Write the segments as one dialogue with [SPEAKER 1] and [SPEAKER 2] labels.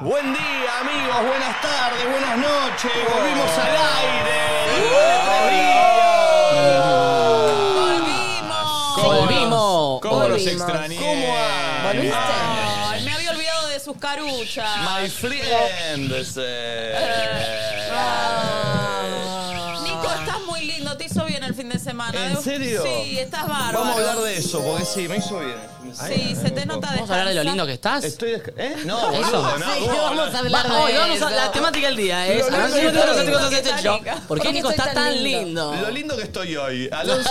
[SPEAKER 1] Buen día, amigos. Buenas tardes, buenas noches. Volvimos al aire.
[SPEAKER 2] ¡Oh!
[SPEAKER 3] ¿Cómo
[SPEAKER 4] Volvimos.
[SPEAKER 3] los
[SPEAKER 4] Volvimos.
[SPEAKER 3] extrañé?
[SPEAKER 1] ¿Cómo andan?
[SPEAKER 3] ¿Volviste?
[SPEAKER 4] Ay, me había olvidado de sus caruchas.
[SPEAKER 1] My friends. eh.
[SPEAKER 4] Nico, estás muy lindo, te hizo bien el fin de semana.
[SPEAKER 1] ¿En serio?
[SPEAKER 4] Sí, estás bárbaro.
[SPEAKER 1] Vamos a hablar de eso, porque sí, me hizo bien.
[SPEAKER 4] Sí, se te nota
[SPEAKER 2] Vamos a hablar de lo lindo que estás.
[SPEAKER 1] Estoy desca- ¿Eh? No,
[SPEAKER 2] Eso.
[SPEAKER 1] boludo, no.
[SPEAKER 3] Sí,
[SPEAKER 1] vos
[SPEAKER 3] vamos a
[SPEAKER 1] hablas-
[SPEAKER 2] Va-
[SPEAKER 3] hablar de
[SPEAKER 2] hoy vamos
[SPEAKER 3] eso.
[SPEAKER 2] a la temática del día ¿eh? es
[SPEAKER 1] Lo lindo que
[SPEAKER 2] hablando de
[SPEAKER 1] está
[SPEAKER 2] los artículos que
[SPEAKER 4] lindo.
[SPEAKER 2] has hecho yo.
[SPEAKER 4] Está lindo.
[SPEAKER 2] ¿Por qué Nico está tan lindo?
[SPEAKER 1] Lo lindo que estoy hoy. Alonso.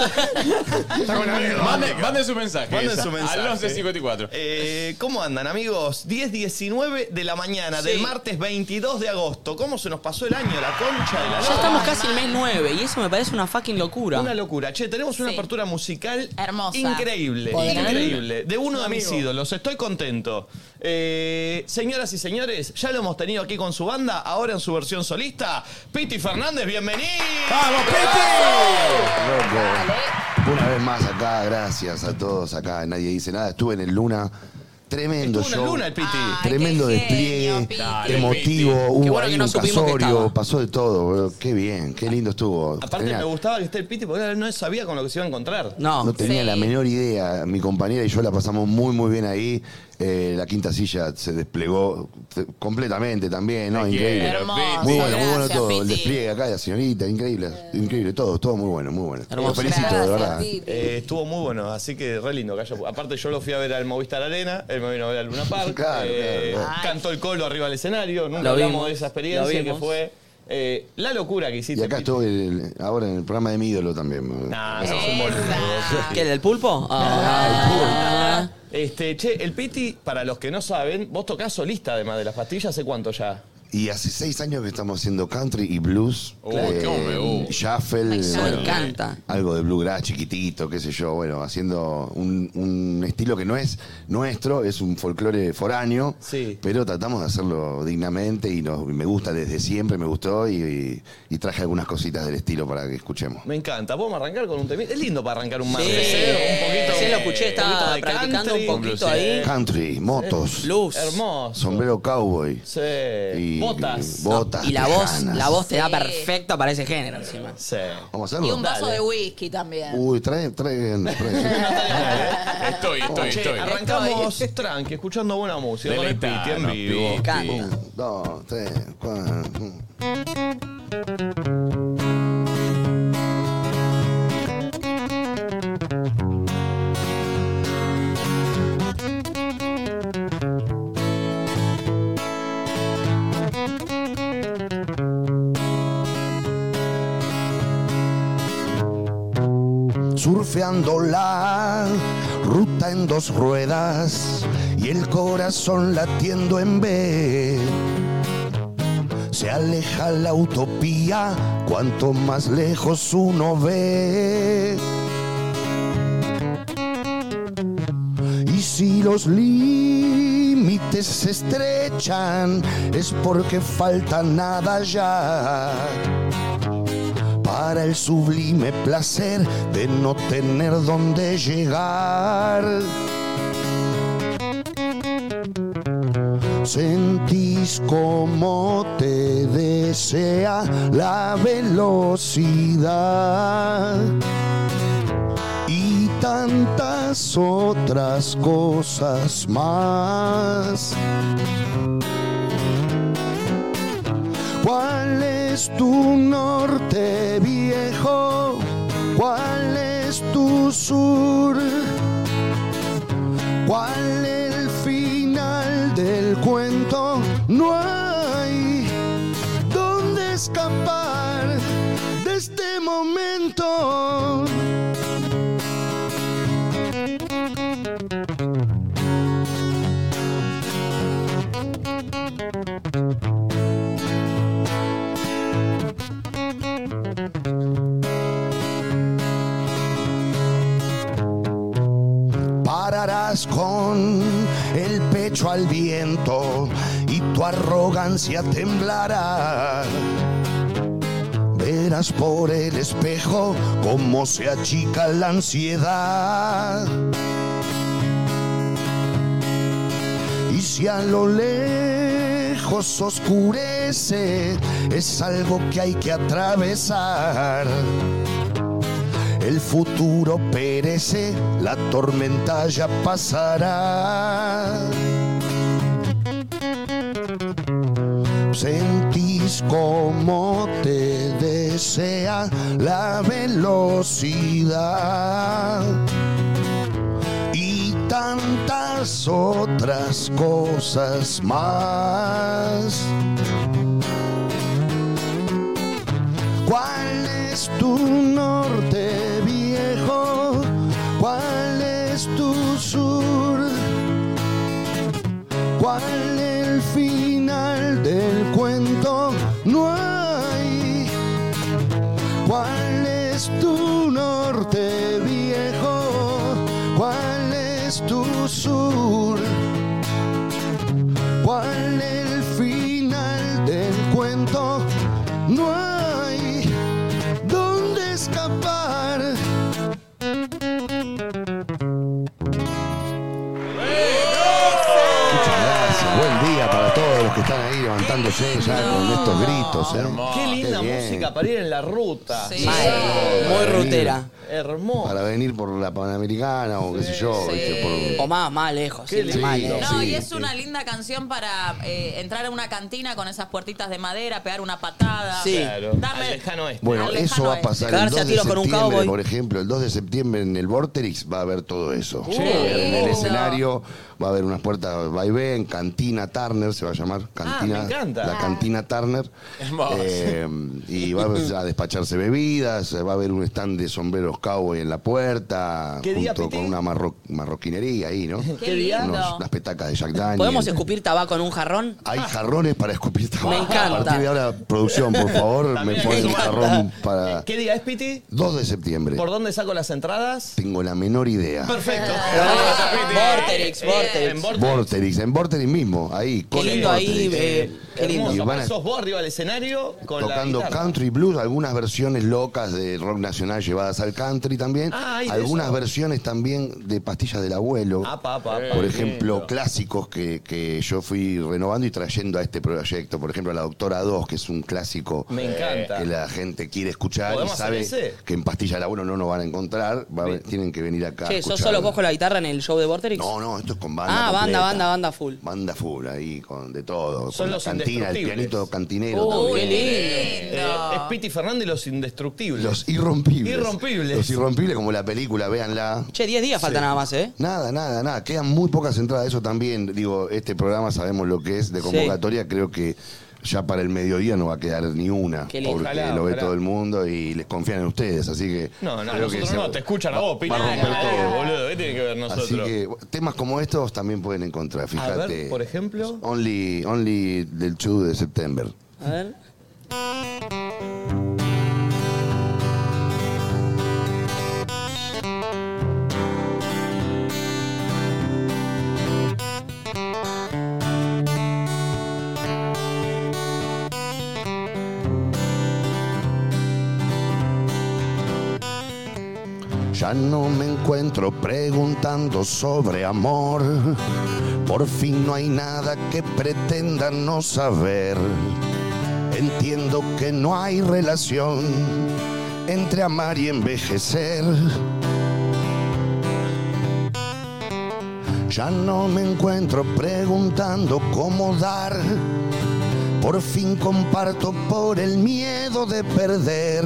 [SPEAKER 3] Mande, mande su mensaje.
[SPEAKER 1] Manden
[SPEAKER 3] esa,
[SPEAKER 1] su mensaje.
[SPEAKER 3] Al 1154.
[SPEAKER 1] Eh, ¿Cómo andan, amigos? 10.19 de la mañana del martes 22 de agosto. ¿Cómo se nos pasó el año? La concha de la
[SPEAKER 2] Ya
[SPEAKER 1] lora.
[SPEAKER 2] estamos casi el mes 9 y eso me parece una fucking
[SPEAKER 1] Una
[SPEAKER 2] locura.
[SPEAKER 1] locura. Che, tenemos una
[SPEAKER 4] Sí.
[SPEAKER 1] apertura musical
[SPEAKER 4] Hermosa.
[SPEAKER 1] increíble.
[SPEAKER 2] Podrán.
[SPEAKER 1] Increíble. De uno de mis ídolos. Estoy contento. Eh, señoras y señores, ya lo hemos tenido aquí con su banda, ahora en su versión solista. Piti Fernández, bienvenido.
[SPEAKER 3] ¡Vamos, Piti!
[SPEAKER 5] Loco. Una vez más acá, gracias a todos acá. Nadie dice nada. Estuve en el Luna. Tremendo
[SPEAKER 1] Estuvo una
[SPEAKER 5] show.
[SPEAKER 1] luna el Piti.
[SPEAKER 4] Ay,
[SPEAKER 5] Tremendo
[SPEAKER 4] qué
[SPEAKER 5] despliegue,
[SPEAKER 4] genio, Piti.
[SPEAKER 3] Dale,
[SPEAKER 5] emotivo,
[SPEAKER 3] Piti.
[SPEAKER 5] hubo
[SPEAKER 2] Qué bueno
[SPEAKER 5] ahí
[SPEAKER 2] que no
[SPEAKER 5] un
[SPEAKER 2] supimos que
[SPEAKER 5] casorio,
[SPEAKER 2] estaba.
[SPEAKER 5] pasó de todo, boludo. qué bien, qué lindo estuvo.
[SPEAKER 1] Aparte
[SPEAKER 5] Tenía-
[SPEAKER 1] me gustaba que esté el Piti porque no sabía con lo que se iba a encontrar.
[SPEAKER 5] no
[SPEAKER 2] No.
[SPEAKER 5] tenía
[SPEAKER 4] Sí.
[SPEAKER 5] la menor idea, mi compañera y yo la pasamos muy muy bien ahí, Eh, la quinta silla se desplegó te- completamente también, ¿no?
[SPEAKER 3] Te
[SPEAKER 5] Increíble.
[SPEAKER 3] quiero,
[SPEAKER 4] Hermoso.
[SPEAKER 5] Muy
[SPEAKER 3] Piti.
[SPEAKER 5] bueno, muy bueno
[SPEAKER 4] Gracias,
[SPEAKER 5] todo, el
[SPEAKER 4] Piti.
[SPEAKER 5] despliegue acá, la señorita, increíble, increíble, todo, todo muy bueno, muy bueno.
[SPEAKER 2] Hermoso.
[SPEAKER 5] Los felicito, de verdad.
[SPEAKER 1] Eh, estuvo muy bueno, así que re lindo. que haya- Aparte, yo lo fui a ver al Movistar Arena, él me vino a ver al Luna Park.
[SPEAKER 5] Claro,
[SPEAKER 1] eh,
[SPEAKER 5] claro,
[SPEAKER 1] Cantó el colo arriba del escenario. Nunca
[SPEAKER 2] Lo
[SPEAKER 1] hablamos
[SPEAKER 2] vimos,
[SPEAKER 1] de esa
[SPEAKER 2] lo
[SPEAKER 1] experiencia que
[SPEAKER 2] vimos.
[SPEAKER 1] fue eh, la locura que hiciste.
[SPEAKER 5] Y acá estoy el- ahora en el programa de mi ídolo también. boludo.
[SPEAKER 1] Nah, sos Ah, un boludo.
[SPEAKER 2] ¿Qué? ¿Del pulpo? Ah.
[SPEAKER 1] Este, che, el Piti, para los que no saben, vos tocás solista además de las pastillas, ¿hace cuánto ya?
[SPEAKER 5] Y hace seis años que estamos haciendo country y blues. eh,
[SPEAKER 3] Uy, qué hombre, uh.
[SPEAKER 5] shuffle,
[SPEAKER 4] eso
[SPEAKER 5] bueno,
[SPEAKER 2] me encanta.
[SPEAKER 5] Algo de bluegrass chiquitito, qué sé yo. Bueno, haciendo un, un estilo que no es nuestro, es un folclore foráneo.
[SPEAKER 1] Sí.
[SPEAKER 5] Pero tratamos de hacerlo dignamente y nos- me gusta desde siempre, me gustó y, y traje algunas cositas del estilo para que escuchemos.
[SPEAKER 1] Me encanta. ¿Podemos arrancar con un temita? Es lindo para arrancar un martes.
[SPEAKER 2] Sí.
[SPEAKER 1] ¿eh? Un poquito.
[SPEAKER 2] Sí, lo escuché, estaba
[SPEAKER 1] un poquito de
[SPEAKER 2] practicando
[SPEAKER 1] country.
[SPEAKER 2] un poquito ahí.
[SPEAKER 5] Country, motos,
[SPEAKER 2] Blues.
[SPEAKER 1] Hermoso.
[SPEAKER 5] sombrero cowboy.
[SPEAKER 1] Sí.
[SPEAKER 5] y-
[SPEAKER 1] Botas.
[SPEAKER 5] y botas.
[SPEAKER 2] Y la voz,
[SPEAKER 5] tejanas.
[SPEAKER 2] la voz te da
[SPEAKER 4] Sí.
[SPEAKER 2] perfecta para ese género encima.
[SPEAKER 1] Sí.
[SPEAKER 5] Vamos
[SPEAKER 4] Y
[SPEAKER 5] a hacerlo.
[SPEAKER 4] un vaso
[SPEAKER 1] Dale.
[SPEAKER 4] de whisky también.
[SPEAKER 5] Uy, traen, traen, traen.
[SPEAKER 3] Estoy, estoy,
[SPEAKER 1] Che,
[SPEAKER 3] estoy.
[SPEAKER 1] arrancamos tranqui, escuchando buena música. Con el Piti en
[SPEAKER 3] Deleitanos,
[SPEAKER 1] vivo.
[SPEAKER 3] Piti.
[SPEAKER 2] Canta.
[SPEAKER 5] Uno, dos, tres, cuatro. surfeando la ruta en dos ruedas y el corazón latiendo en B. Se aleja la utopía cuanto más lejos uno ve. Y si los límites se estrechan es porque falta nada ya para el sublime placer de no tener dónde llegar. Sentís como te desea la velocidad y tantas otras cosas más. ¿Cuál es tu norte viejo? ¿Cuál es tu sur? ¿Cuál el final del cuento? No hay dónde escapar de este momento. pararás con el pecho al viento y tu arrogancia temblará. Verás por el espejo cómo se achica la ansiedad. Y si a lo lejos lejos oscurece, es algo que hay que atravesar. El futuro perece, la tormenta ya pasará. Sentís como te desea la velocidad y tantas otras cosas más. ¿Cuál es tu norte viejo? ¿Cuál es tu sur? ¿Cuál el final del cuento? No hay. ¿Cuál es tu norte viejo? ¿Cuál es tu sur? ¿Cuál el final del cuento? No hay dónde escapar. Gracias, buen día para todos los que están ahí levantándose ya con estos gritos. ¿eh?
[SPEAKER 2] Ah,
[SPEAKER 1] Qué linda
[SPEAKER 5] bien.
[SPEAKER 1] música para ir en la ruta.
[SPEAKER 4] Sí.
[SPEAKER 2] Muy rutera.
[SPEAKER 1] Hermoso.
[SPEAKER 5] Para venir por la Panamericana o qué sé yo. ¿viste? Por-
[SPEAKER 2] O más, más lejos.
[SPEAKER 1] Qué
[SPEAKER 2] sí, más
[SPEAKER 5] lindo.
[SPEAKER 2] lejos.
[SPEAKER 4] No,
[SPEAKER 5] Sí,
[SPEAKER 4] y es
[SPEAKER 5] sí.
[SPEAKER 4] una linda canción para eh, entrar a una cantina con esas puertitas de madera, pegar una patada.
[SPEAKER 2] Sí.
[SPEAKER 1] Claro.
[SPEAKER 4] Dame-
[SPEAKER 1] Al lejano este.
[SPEAKER 5] Bueno,
[SPEAKER 4] Al
[SPEAKER 5] eso
[SPEAKER 4] lejano
[SPEAKER 5] va a
[SPEAKER 4] oeste.
[SPEAKER 5] pasar el
[SPEAKER 2] Cagarse
[SPEAKER 5] 2 de
[SPEAKER 2] a tiros con un
[SPEAKER 5] septiembre,
[SPEAKER 2] cowboy.
[SPEAKER 5] por ejemplo. El 2 de septiembre en el Vorterix va a haber todo eso.
[SPEAKER 1] Sí.
[SPEAKER 5] En el
[SPEAKER 4] Lindo.
[SPEAKER 5] escenario va a haber unas puertas vaivén, Cantina Turner se va a
[SPEAKER 2] Ah,
[SPEAKER 5] llamar. Cantina,
[SPEAKER 1] me encanta.
[SPEAKER 5] La Cantina Turner.
[SPEAKER 3] Hermoso.
[SPEAKER 5] Eh, y va a despacharse bebidas, va a haber un stand de sombreros cowboy en la puerta,
[SPEAKER 1] ¿Qué día,
[SPEAKER 5] junto
[SPEAKER 1] Piti?
[SPEAKER 5] con una marro- marroquinería ahí, ¿no?
[SPEAKER 4] Qué lindo.
[SPEAKER 5] Unos- unas petacas de Jack Daniel.
[SPEAKER 2] ¿Podemos escupir tabaco en un jarrón?
[SPEAKER 5] Hay jarrones para escupir tabaco.
[SPEAKER 2] Me encanta.
[SPEAKER 5] Ah, A partir de ahora, producción, por favor, me
[SPEAKER 1] También
[SPEAKER 5] ponen
[SPEAKER 1] me
[SPEAKER 5] un
[SPEAKER 1] encanta.
[SPEAKER 5] jarrón para
[SPEAKER 1] ¿Qué día es, Piti?
[SPEAKER 5] 2 de septiembre.
[SPEAKER 1] ¿Por dónde saco las entradas?
[SPEAKER 5] Tengo la menor idea.
[SPEAKER 1] Perfecto.
[SPEAKER 2] Vorterix,
[SPEAKER 1] Eh,
[SPEAKER 2] Vorterix.
[SPEAKER 1] en Vorterix.
[SPEAKER 5] Vorterix, en Vorterix mismo, ahí,
[SPEAKER 2] Qué
[SPEAKER 5] con el
[SPEAKER 2] lindo ahí,
[SPEAKER 5] Vorterix.
[SPEAKER 2] eh, qué lindo.
[SPEAKER 5] Y
[SPEAKER 1] Hermoso.
[SPEAKER 5] van a-
[SPEAKER 1] Sos vos arriba del escenario con
[SPEAKER 5] Tocando
[SPEAKER 1] la guitarra.
[SPEAKER 5] country blues, algunas versiones locas de rock nacional llevadas al country también.
[SPEAKER 1] Ah, hay de
[SPEAKER 5] algunas
[SPEAKER 1] eso. Ah,
[SPEAKER 5] versiones también de pastillas del abuelo.
[SPEAKER 1] Apa, apa, apa.
[SPEAKER 5] Por ejemplo, clásicos que, que yo fui renovando y trayendo a este proyecto. Por ejemplo, la Doctora 2, que es un clásico
[SPEAKER 1] Me encanta.
[SPEAKER 5] que la gente quiere escuchar y
[SPEAKER 1] ¿Podemos
[SPEAKER 5] sabe
[SPEAKER 1] hacer ese?
[SPEAKER 5] que en Pastilla del Abuelo no lo van a encontrar. Va a- tienen que venir acá. a
[SPEAKER 2] Che, ¿sos
[SPEAKER 5] escuchar.
[SPEAKER 2] solo vos con la guitarra en el show de Vorterix?
[SPEAKER 5] No, no, esto es con banda.
[SPEAKER 2] Ah, banda,
[SPEAKER 5] completa.
[SPEAKER 2] banda, banda full.
[SPEAKER 5] Banda full ahí, con de todo.
[SPEAKER 1] Son
[SPEAKER 5] con
[SPEAKER 1] los
[SPEAKER 5] la cantina, el
[SPEAKER 1] indestructibles.
[SPEAKER 5] pianito cantinero.
[SPEAKER 2] Uy,
[SPEAKER 5] también.
[SPEAKER 2] qué lindo.
[SPEAKER 1] Eh, es Piti Fernández y los indestructibles.
[SPEAKER 5] Los irrompibles.
[SPEAKER 1] Irrompibles.
[SPEAKER 5] Los irrompibles, como la película, véanla.
[SPEAKER 2] Che, 10 días falta nada más, ¿eh?
[SPEAKER 5] Nada, nada, nada. Quedan muy pocas entradas. Eso también, digo, este programa sabemos lo que es de convocatoria. Creo que ya para el mediodía no va a quedar ni una.
[SPEAKER 2] Qué
[SPEAKER 5] porque
[SPEAKER 2] lindo.
[SPEAKER 1] Ojalá,
[SPEAKER 5] lo ve
[SPEAKER 1] ojalá.
[SPEAKER 5] todo el mundo y les confían en ustedes. Así que.
[SPEAKER 1] No, no,
[SPEAKER 5] creo que
[SPEAKER 1] nosotros
[SPEAKER 5] se-
[SPEAKER 1] no, te escuchan a vos, Piti.
[SPEAKER 5] Va a romper
[SPEAKER 1] Eh,
[SPEAKER 5] todo.
[SPEAKER 1] boludo, ¿qué tiene que ver nosotros?
[SPEAKER 5] Así que bueno, temas como estos también pueden encontrar,
[SPEAKER 1] A
[SPEAKER 5] fíjate.
[SPEAKER 1] ver, por ejemplo.
[SPEAKER 5] Only, only del 2 de septiembre.
[SPEAKER 2] A ver.
[SPEAKER 5] Ya no me encuentro preguntando sobre amor. Por fin no hay nada que pretenda no saber. Entiendo que no hay relación entre amar y envejecer. Ya no me encuentro preguntando cómo dar. Por fin comparto por el miedo de perder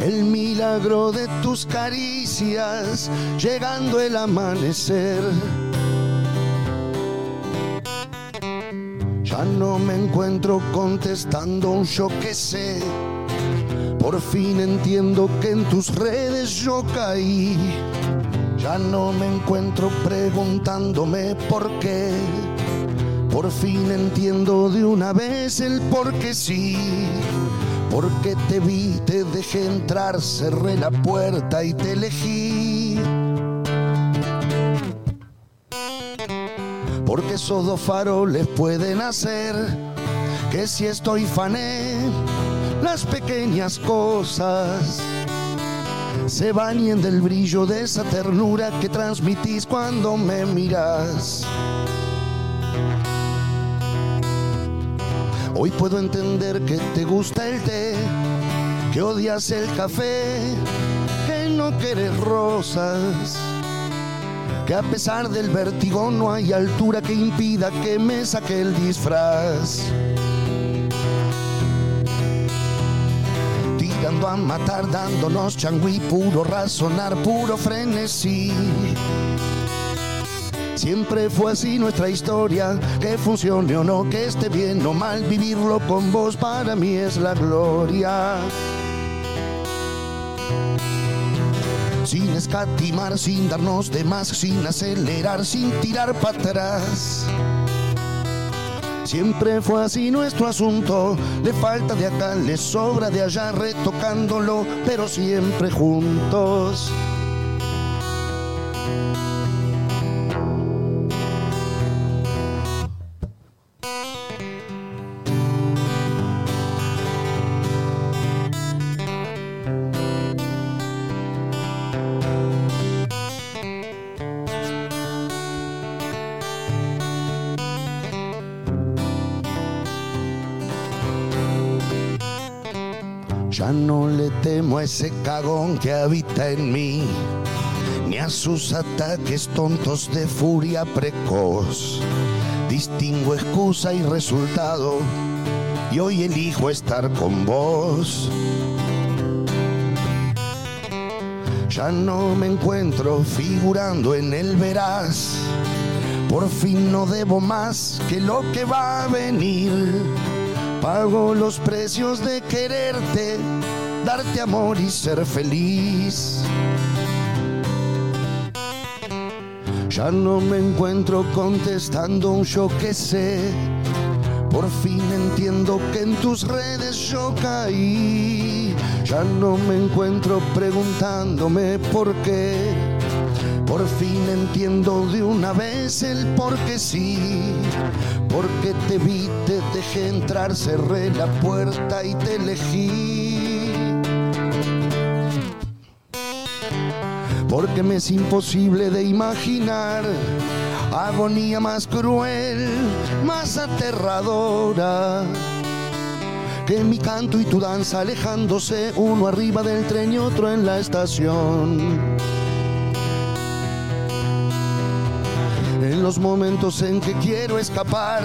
[SPEAKER 5] el milagro de tus caricias, llegando el amanecer. Ya no me encuentro contestando un yo que sé. Por fin entiendo que en tus redes yo caí. Ya no me encuentro preguntándome por qué. Por fin entiendo de una vez el por qué sí. Porque te vi, te dejé entrar, cerré la puerta y te elegí. Porque esos dos faroles pueden hacer que si estoy fané, las pequeñas cosas se bañen del brillo de esa ternura que transmitís cuando me miras. Hoy puedo entender que te gusta el té, que odias el café, que no quieres rosas. Que a pesar del vértigo no hay altura que impida que me saque el disfraz. Tirando a matar, dándonos changüí, puro razonar, puro frenesí. Siempre fue así nuestra historia, que funcione o no, que esté bien o mal, vivirlo con vos para mí es la gloria. Sin escatimar, sin darnos de más, sin acelerar, sin tirar para atrás. Siempre fue así nuestro asunto, le falta de acá, le sobra de allá, retocándolo, pero siempre juntos. Ya no le temo a ese cagón que habita en mí, ni a sus ataques tontos de furia precoz. Distingo excusa y resultado, y hoy elijo estar con vos. Ya no me encuentro figurando en el veraz. Por fin no debo más que lo que va a venir. Pago los precios de quererte, darte amor y ser feliz. Ya no me encuentro contestando un yo que sé. Por fin entiendo que en tus redes yo caí. Ya no me encuentro preguntándome por qué. Por fin entiendo de una vez el por qué sí. Porque te vi, te dejé entrar, cerré la puerta y te elegí. porque me es imposible de imaginar agonía más cruel, más aterradora. Que mi canto y tu danza alejándose uno arriba del tren y otro en la estación. En los momentos en que quiero escapar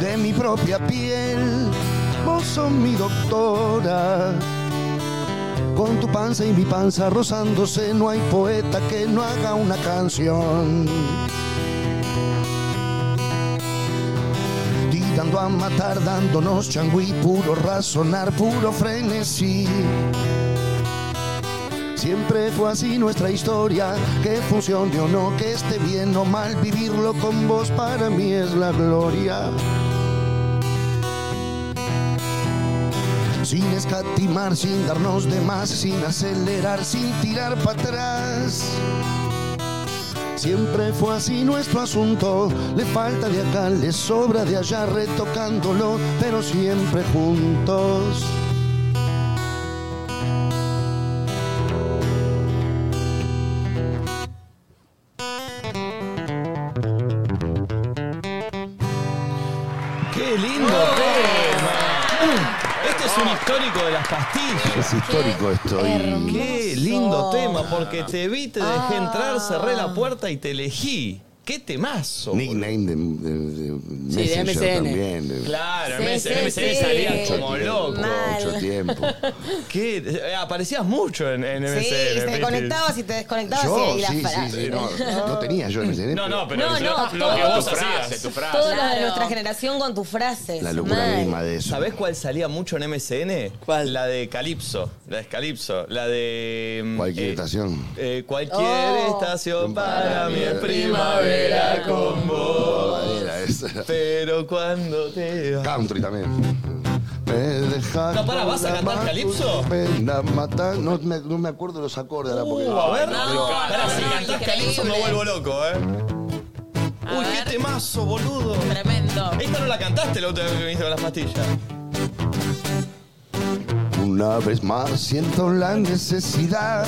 [SPEAKER 5] de mi propia piel, vos son mi doctora. Con tu panza y mi panza rozándose, no hay poeta que no haga una canción. Tirando a matar, dándonos changüí, puro razonar, puro frenesí. Siempre fue así nuestra historia, que funcione o no, que esté bien o mal, vivirlo con vos para mí es la gloria. Sin escatimar, sin darnos de más, sin acelerar, sin tirar para atrás. Siempre fue así nuestro asunto, le falta de acá, le sobra de allá, retocándolo, pero siempre juntos.
[SPEAKER 1] ¡Qué lindo
[SPEAKER 2] ¡Oh!
[SPEAKER 1] tema! Este es un histórico de las pastillas.
[SPEAKER 5] Es histórico esto. y-
[SPEAKER 1] Qué lindo tema, porque te vi, te dejé
[SPEAKER 6] Ah.
[SPEAKER 1] entrar, cerré la puerta y te elegí. ¡Qué temazo!
[SPEAKER 5] Nickname de, de- de Messenger
[SPEAKER 2] MSN.
[SPEAKER 5] también. de-
[SPEAKER 1] Claro,
[SPEAKER 4] Sí,
[SPEAKER 1] me
[SPEAKER 4] sí,
[SPEAKER 1] me
[SPEAKER 4] sí.
[SPEAKER 1] salían
[SPEAKER 5] mucho
[SPEAKER 1] como
[SPEAKER 5] tiempo,
[SPEAKER 1] loco.
[SPEAKER 5] Mucho
[SPEAKER 6] Mal.
[SPEAKER 5] tiempo.
[SPEAKER 1] ¿Qué? Eh, Aparecías mucho en, en MSN.
[SPEAKER 6] Sí, te
[SPEAKER 1] Piti.
[SPEAKER 6] conectabas y te desconectabas
[SPEAKER 5] Yo,
[SPEAKER 6] y ahí
[SPEAKER 5] sí,
[SPEAKER 6] las
[SPEAKER 5] sí,
[SPEAKER 6] parás.
[SPEAKER 5] sí, no, no tenía yo MSN.
[SPEAKER 1] No, no, pero
[SPEAKER 6] No,
[SPEAKER 1] lo-
[SPEAKER 6] no,
[SPEAKER 1] lo que
[SPEAKER 6] todo.
[SPEAKER 1] vos
[SPEAKER 3] tu frase,
[SPEAKER 1] hacías.
[SPEAKER 3] tu frase.
[SPEAKER 6] Todos los de
[SPEAKER 4] Claro.
[SPEAKER 6] nuestra generación con tus frases.
[SPEAKER 5] La locura
[SPEAKER 6] Mal.
[SPEAKER 5] misma de eso.
[SPEAKER 1] ¿Sabés cuál salía mucho en MSN?
[SPEAKER 2] ¿Cuál?
[SPEAKER 1] La de Calypso. La de Calypso. La de. mm,
[SPEAKER 5] Cualquier
[SPEAKER 1] eh,
[SPEAKER 5] estación.
[SPEAKER 1] eh, cualquier
[SPEAKER 6] Oh.
[SPEAKER 1] estación para
[SPEAKER 5] Para
[SPEAKER 1] mí
[SPEAKER 5] mí
[SPEAKER 1] es
[SPEAKER 5] es
[SPEAKER 1] primavera con vos.
[SPEAKER 5] Madera, es-
[SPEAKER 1] Pero cuando te vas.
[SPEAKER 5] Country también. Me dejaste
[SPEAKER 1] No, pará, ¿vas a
[SPEAKER 5] la
[SPEAKER 1] cantar
[SPEAKER 5] mano,
[SPEAKER 1] Calypso?
[SPEAKER 5] pena matar- No me, no me acuerdo los acordes ahora porque.
[SPEAKER 1] Uh, a ver,
[SPEAKER 4] No,
[SPEAKER 1] pará,
[SPEAKER 4] no,
[SPEAKER 1] si
[SPEAKER 4] no,
[SPEAKER 1] cantás
[SPEAKER 4] increíble.
[SPEAKER 1] Calypso me vuelvo loco, ¿eh?
[SPEAKER 4] A
[SPEAKER 1] Uy,
[SPEAKER 4] ver.
[SPEAKER 1] qué temazo, boludo.
[SPEAKER 4] Tremendo.
[SPEAKER 1] Esta no la cantaste la otra vez que viniste con las pastillas.
[SPEAKER 5] Una vez más siento la necesidad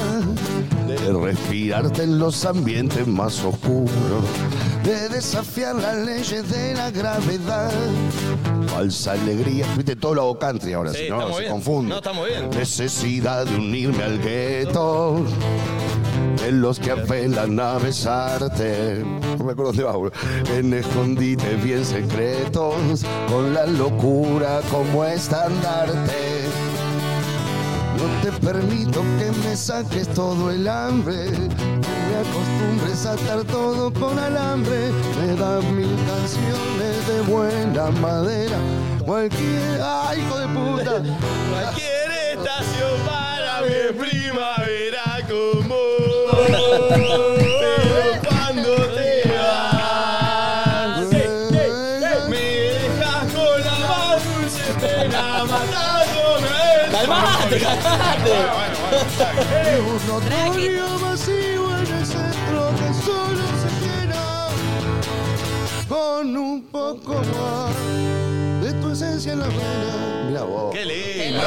[SPEAKER 5] de respirarte en los ambientes más oscuros, de de desafiar las leyes de la gravedad. Falsa alegría. Viste, todo lo hago country ahora,
[SPEAKER 1] Sí,
[SPEAKER 5] si no,
[SPEAKER 1] estamos
[SPEAKER 5] se
[SPEAKER 1] bien.
[SPEAKER 5] confunde.
[SPEAKER 1] No, estamos bien.
[SPEAKER 5] Necesidad de unirme al gueto. De los que apelan a besarte. No me acuerdo dónde va, boludo. En escondite bien secretos. Con la locura como estandarte. No te permito que me saques todo el hambre. Que me acostumbres a atar todo con alambre. Me das mil canciones de buena madera. Cualquier. ¡Ay, hijo de puta!
[SPEAKER 1] Cualquier estación para mi primavera como Pero cuando te vas Me dejas con la más dulce pena matándome
[SPEAKER 3] Calmate,
[SPEAKER 1] calmate
[SPEAKER 5] Un notorio vacío en el centro que solo se llena con un poco más de tu esencia en la vena. Mira vos.
[SPEAKER 1] ¡Qué lindo!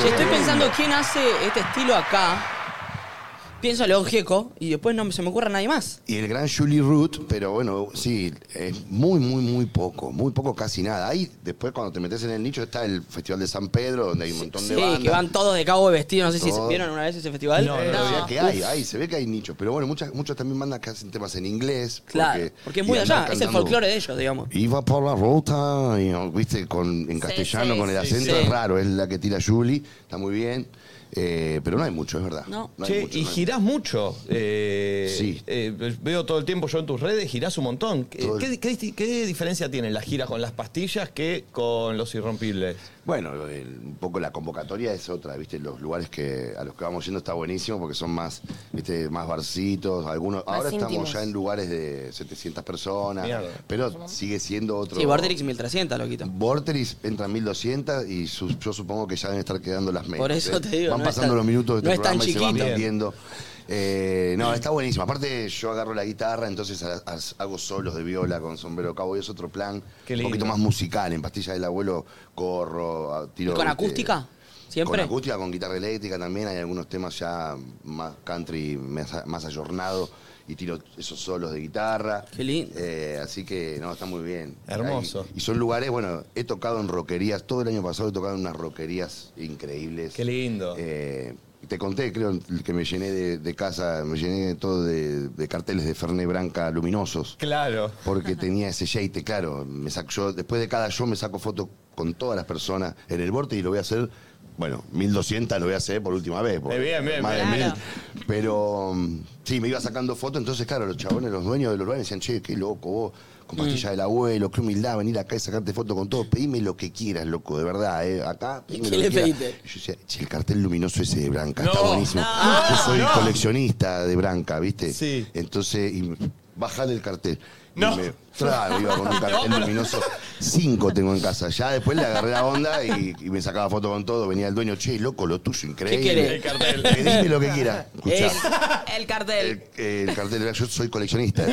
[SPEAKER 2] Che, estoy pensando quién hace este estilo acá. Pienso a León Gieco y después no se me ocurre a nadie más.
[SPEAKER 5] Y el gran Julie Root, pero bueno, sí, es muy, muy, muy poco, muy poco, casi nada. Ahí, después, cuando te metes en el nicho, está el Festival de San Pedro, donde hay un montón
[SPEAKER 2] Sí,
[SPEAKER 5] de bandas.
[SPEAKER 2] que van todos de cabo de vestido. No sé si
[SPEAKER 5] Todos.
[SPEAKER 2] se vieron una vez ese festival.
[SPEAKER 5] No, no, había que hay,
[SPEAKER 2] Uf,
[SPEAKER 5] hay, se ve que hay nicho. Pero bueno, muchas, muchos también mandan que hacen temas en inglés.
[SPEAKER 2] Claro, porque, es muy
[SPEAKER 5] y
[SPEAKER 2] de
[SPEAKER 5] andan
[SPEAKER 2] allá. Es el
[SPEAKER 5] cantando.
[SPEAKER 2] folclore de ellos, digamos.
[SPEAKER 5] Iba por la ruta, y, ¿no? viste, con, en castellano,
[SPEAKER 2] sí,
[SPEAKER 5] con el
[SPEAKER 2] sí,
[SPEAKER 5] acento,
[SPEAKER 2] sí.
[SPEAKER 5] es raro, es la que tira Julie, está muy bien, eh, pero no hay mucho, es verdad.
[SPEAKER 2] No.
[SPEAKER 5] hay
[SPEAKER 1] Che,
[SPEAKER 5] mucho,
[SPEAKER 1] y
[SPEAKER 5] no hay
[SPEAKER 1] girás mucho. Eh,
[SPEAKER 5] Sí.
[SPEAKER 1] eh, veo todo el tiempo yo en tus redes, girás un montón. ¿Qué, qué- qué disti- qué diferencia tienen las giras con las pastillas que con los irrompibles?
[SPEAKER 5] Bueno, el- un poco la convocatoria es otra, ¿viste? Los lugares que a los que vamos yendo está buenísimo porque son más, ¿viste? Más barcitos, algunos.
[SPEAKER 2] Más
[SPEAKER 5] ahora estamos
[SPEAKER 2] íntimos.
[SPEAKER 5] ya en lugares de 700 personas,
[SPEAKER 2] Mierda.
[SPEAKER 5] pero sigue siendo otro.
[SPEAKER 2] Sí, Borderix 1300, loquito.
[SPEAKER 5] Vorterix entra 1200 y su- yo supongo que ya deben estar quedando las medias.
[SPEAKER 2] Por eso te digo,
[SPEAKER 5] Van
[SPEAKER 2] no es
[SPEAKER 5] pasando
[SPEAKER 2] tan-
[SPEAKER 5] los minutos de este
[SPEAKER 2] no es tan
[SPEAKER 5] programa y se van
[SPEAKER 2] chiquito.
[SPEAKER 5] vendiendo. Eh, no, está buenísimo. Aparte, yo agarro la guitarra, entonces ha- ha- hago solos de viola con sombrero cowboy. Es otro plan.
[SPEAKER 2] Qué
[SPEAKER 5] Un
[SPEAKER 2] lindo.
[SPEAKER 5] poquito más musical. En Pastilla del Abuelo corro, a-
[SPEAKER 2] ¿Y
[SPEAKER 5] tiro.
[SPEAKER 2] con
[SPEAKER 5] ¿viste?
[SPEAKER 2] acústica?
[SPEAKER 5] Con
[SPEAKER 2] ¿Siempre?
[SPEAKER 5] acústica, con guitarra eléctrica también. Hay algunos temas ya más country, más, más ayornado. Y tiro esos solos de guitarra. Qué lindo. así que, no, está muy bien.
[SPEAKER 1] Hermoso.
[SPEAKER 5] Hay- y son lugares, bueno, he tocado en roquerías. Todo el año pasado he tocado en unas roquerías increíbles. Qué
[SPEAKER 1] lindo.
[SPEAKER 5] te conté, creo, que me llené de, de casa, me llené de todo de, de carteles de Ferné Branca luminosos.
[SPEAKER 1] Claro.
[SPEAKER 5] Porque tenía ese yeite, claro. Me saco, yo, después de cada show me saco foto con todas las personas en el borde y lo voy a hacer, bueno, 1200 lo voy a hacer por última vez. porque
[SPEAKER 1] Eh, bien, bien,
[SPEAKER 5] más de
[SPEAKER 1] bien.
[SPEAKER 5] 1000. Pero mm, sí, me iba sacando fotos, entonces, claro, los chabones, los dueños de los lugares decían, che, qué loco vos. Con
[SPEAKER 2] Mm.
[SPEAKER 5] pastilla del abuelo, qué humildad, venir acá y sacarte fotos con todo. Pedime lo que quieras, loco, de verdad, ¿eh? Acá, pedime
[SPEAKER 2] ¿Qué
[SPEAKER 5] lo que
[SPEAKER 2] le
[SPEAKER 5] quieras.
[SPEAKER 2] pediste?
[SPEAKER 5] Y Yo decía, che, el cartel luminoso ese de Branca está
[SPEAKER 2] No,
[SPEAKER 5] buenísimo.
[SPEAKER 2] no,
[SPEAKER 5] Yo soy
[SPEAKER 2] no.
[SPEAKER 5] coleccionista de Branca, ¿viste? Sí. Entonces, y bajale el cartel.
[SPEAKER 3] No.
[SPEAKER 5] Y me trago, iba con un cartel luminoso. Cinco tengo en casa. Ya después le agarré la onda y, y me sacaba foto con todo. Venía el dueño, che, loco, lo tuyo, increíble.
[SPEAKER 1] querés? El cartel.
[SPEAKER 5] Pedime lo que quieras. Escuchá,
[SPEAKER 4] El cartel.
[SPEAKER 5] eh, el cartel, yo soy coleccionista.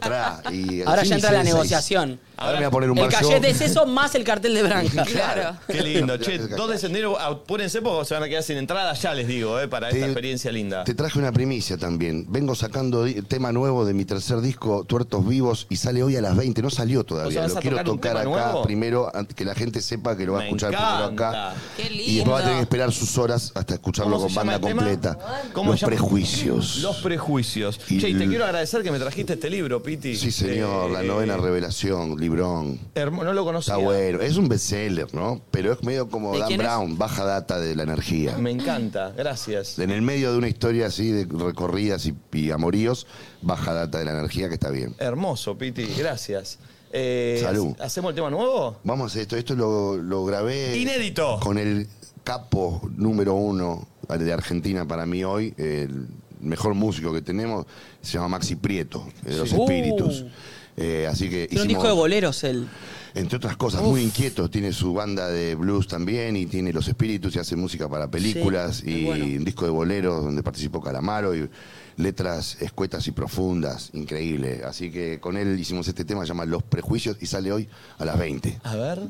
[SPEAKER 5] Tra, y
[SPEAKER 2] Ahora
[SPEAKER 5] así me
[SPEAKER 2] ya entra
[SPEAKER 5] hice
[SPEAKER 2] la
[SPEAKER 5] seis.
[SPEAKER 2] negociación.
[SPEAKER 5] Ahora me voy a poner un
[SPEAKER 2] El
[SPEAKER 5] bar yo.
[SPEAKER 2] cachete es eso más el cartel de Branca.
[SPEAKER 5] Claro.
[SPEAKER 1] Qué lindo. Che, 2 de enero, apúrense porque se van a quedar sin entrada ya, les digo, eh, para esta experiencia linda.
[SPEAKER 5] Te traje una primicia también. Vengo sacando di- tema nuevo de mi tercer disco, Tuertos Vivos, y sale hoy a las 20. No salió
[SPEAKER 1] O
[SPEAKER 5] todavía.
[SPEAKER 1] sea, ¿vas
[SPEAKER 5] Lo
[SPEAKER 1] a
[SPEAKER 5] quiero
[SPEAKER 1] tocar un
[SPEAKER 5] tocar acá
[SPEAKER 1] tema nuevo?
[SPEAKER 5] primero, antes que la gente sepa que lo va a
[SPEAKER 1] Me
[SPEAKER 5] escuchar primero acá.
[SPEAKER 1] encanta. Qué
[SPEAKER 5] Y después va a tener que esperar sus horas hasta escucharlo
[SPEAKER 1] ¿Cómo
[SPEAKER 5] con
[SPEAKER 1] se llama
[SPEAKER 5] banda
[SPEAKER 1] el tema?
[SPEAKER 5] completa.
[SPEAKER 1] ¿Cómo
[SPEAKER 5] Los
[SPEAKER 1] se llama?
[SPEAKER 5] prejuicios.
[SPEAKER 1] Los prejuicios.
[SPEAKER 5] Y
[SPEAKER 1] Che, y te
[SPEAKER 5] l-
[SPEAKER 1] quiero agradecer que me trajiste este libro, Piti.
[SPEAKER 5] Sí, señor,
[SPEAKER 1] Eh,
[SPEAKER 5] la novena revelación, librón.
[SPEAKER 1] hermo- no lo conocía.
[SPEAKER 5] Está bueno, es un bestseller, ¿no? Pero es medio como
[SPEAKER 1] ¿De
[SPEAKER 5] Dan
[SPEAKER 1] quién es?
[SPEAKER 5] Brown, baja data de la energía.
[SPEAKER 1] Me encanta, gracias.
[SPEAKER 5] En el medio de una historia así de recorridas y, y amoríos, baja data de la energía que está bien.
[SPEAKER 1] Hermoso, Piti, gracias. Eh,
[SPEAKER 5] Salud.
[SPEAKER 1] ¿Hacemos el tema nuevo?
[SPEAKER 5] Vamos a hacer esto, esto lo, lo grabé.
[SPEAKER 1] Inédito.
[SPEAKER 5] Con el capo número uno de Argentina para mí hoy, el mejor músico que tenemos, se llama Maxi Prieto, de los
[SPEAKER 2] Sí. Uh.
[SPEAKER 5] espíritus. Eh, así que
[SPEAKER 2] Tiene un disco de boleros él.
[SPEAKER 5] entre otras cosas, muy inquieto. Tiene su banda de blues también y tiene Los Espíritus y hace música para películas
[SPEAKER 2] Sí,
[SPEAKER 5] y
[SPEAKER 2] es bueno.
[SPEAKER 5] un disco de boleros donde participó Calamaro y letras escuetas y profundas, increíble. Así que con él hicimos este tema, se llama Los Prejuicios y sale hoy a las 20.
[SPEAKER 1] A ver.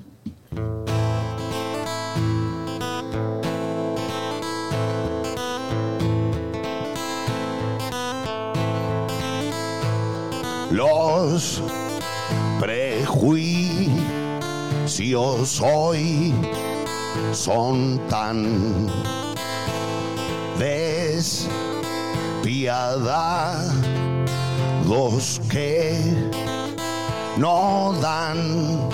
[SPEAKER 5] los prejuicios hoy son tan despiadados que no dan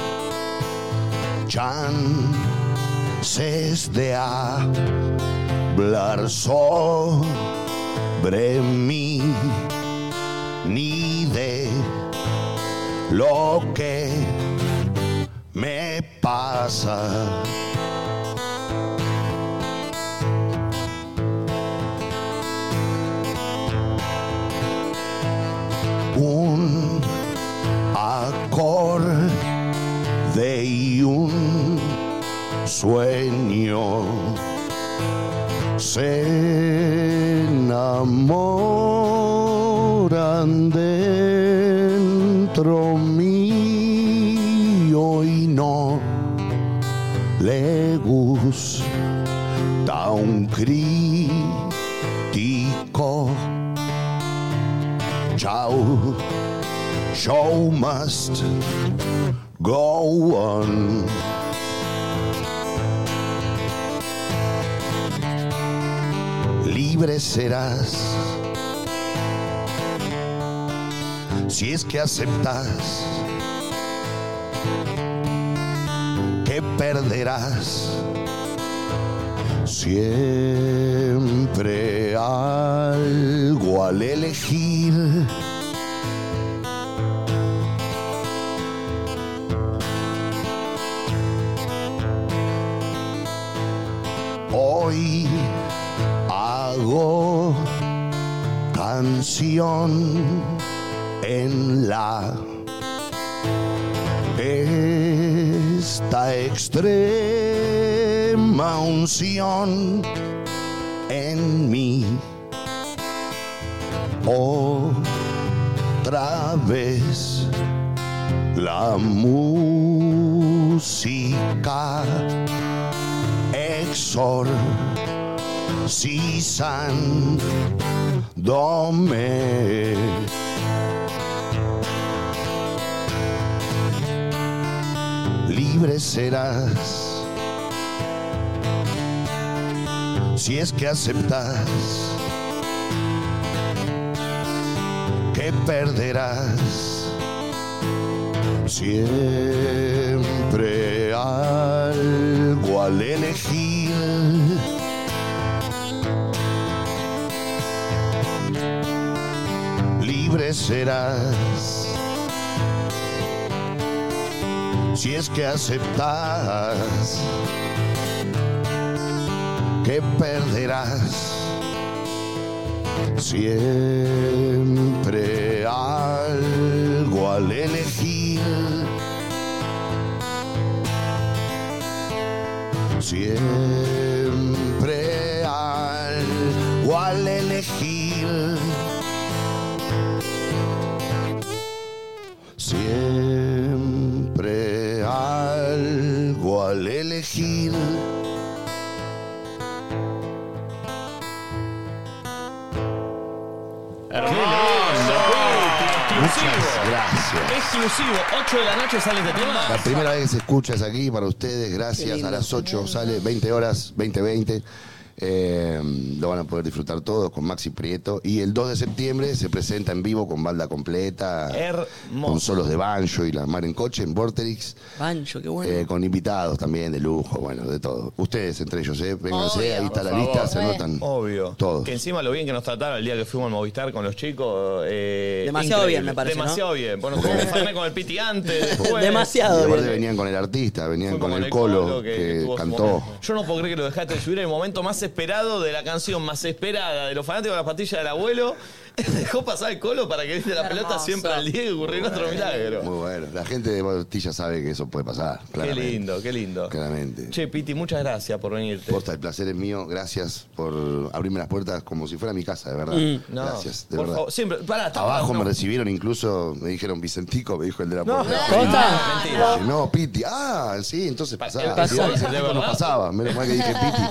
[SPEAKER 5] chances de hablar sobre mí ni de lo que me pasa. Un acorde y un sueño se enamoran dentro mío y no le gusta un crítico. Chao, show must go on. libre serás. Si es que aceptas que perderás, siempre algo al elegir. Hoy hago canción en la esta extrema unción en mí otra vez la música exor si San Dome. Libre serás si es que aceptas que perderás siempre algo al elegir. libre serás. Si es que aceptas que perderás siempre algo al elegir. Siempre algo al elegir. Siempre algo al elegir. Muchas gracias.
[SPEAKER 1] Exclusivo, 8 de la noche sale este tema.
[SPEAKER 5] La primera vez que se escucha es aquí para ustedes, gracias. A las 8 sale, 20 horas, 20, 20. Eh, lo van a poder disfrutar todos con Maxi Prieto. Y el 2 de septiembre se presenta en vivo con balda completa.
[SPEAKER 1] Hermoso.
[SPEAKER 5] Con solos de banjo y la mar en coche en Vorterix.
[SPEAKER 2] Pancho, qué bueno.
[SPEAKER 5] Eh, con invitados también de lujo, bueno, de todo. Ustedes entre ellos, ¿eh? Vénganse,
[SPEAKER 4] Obvio,
[SPEAKER 5] ahí está la
[SPEAKER 1] por
[SPEAKER 5] lista,
[SPEAKER 1] favor.
[SPEAKER 5] se notan.
[SPEAKER 1] Eh, Obvio.
[SPEAKER 5] Todos.
[SPEAKER 1] Que encima lo bien que nos trataron el día que fuimos al Movistar con los chicos. eh,
[SPEAKER 2] Demasiado
[SPEAKER 1] increíble.
[SPEAKER 2] bien, me parece, ¿no?
[SPEAKER 1] Demasiado bien. Bueno, nosotros Fernet con el Piti antes. después.
[SPEAKER 5] Y
[SPEAKER 2] Demasiado.
[SPEAKER 5] aparte
[SPEAKER 2] bien.
[SPEAKER 5] venían con el artista, venían
[SPEAKER 1] Fue
[SPEAKER 5] con,
[SPEAKER 1] como
[SPEAKER 5] el colo, que,
[SPEAKER 1] tuvo su
[SPEAKER 5] cantó.
[SPEAKER 1] momento. Yo no puedo creer que lo dejaste de subir en el momento más esperado de la canción más esperada de los fanáticos de la patilla del abuelo. Dejó pasar el colo para que diera la
[SPEAKER 4] Hermoso.
[SPEAKER 1] pelota siempre al Diego y ocurrió otro milagro.
[SPEAKER 5] Muy bueno. La gente de Botilla sabe que eso puede pasar.
[SPEAKER 1] Qué
[SPEAKER 5] Claramente.
[SPEAKER 1] lindo, qué lindo.
[SPEAKER 5] Claramente.
[SPEAKER 1] Che, Piti, muchas gracias por venirte.
[SPEAKER 5] este, Posta, el placer es mío. Gracias por abrirme las puertas como si fuera mi casa, de verdad.
[SPEAKER 1] No,
[SPEAKER 5] Gracias, de
[SPEAKER 1] por
[SPEAKER 5] verdad.
[SPEAKER 1] favor, siempre, pará, está-
[SPEAKER 5] Abajo
[SPEAKER 1] no.
[SPEAKER 5] me recibieron incluso, me dijeron Vicentico, me dijo el de la puerta.
[SPEAKER 2] ¿Posta?
[SPEAKER 1] Mentira.
[SPEAKER 5] Dije, No, Piti. Ah, sí, entonces
[SPEAKER 1] Pa-
[SPEAKER 5] pasaba.
[SPEAKER 1] pasó,
[SPEAKER 5] Digo,
[SPEAKER 1] ¿de
[SPEAKER 5] Vicentico no
[SPEAKER 1] verdad?
[SPEAKER 5] pasaba. Menos mal que dije Piti.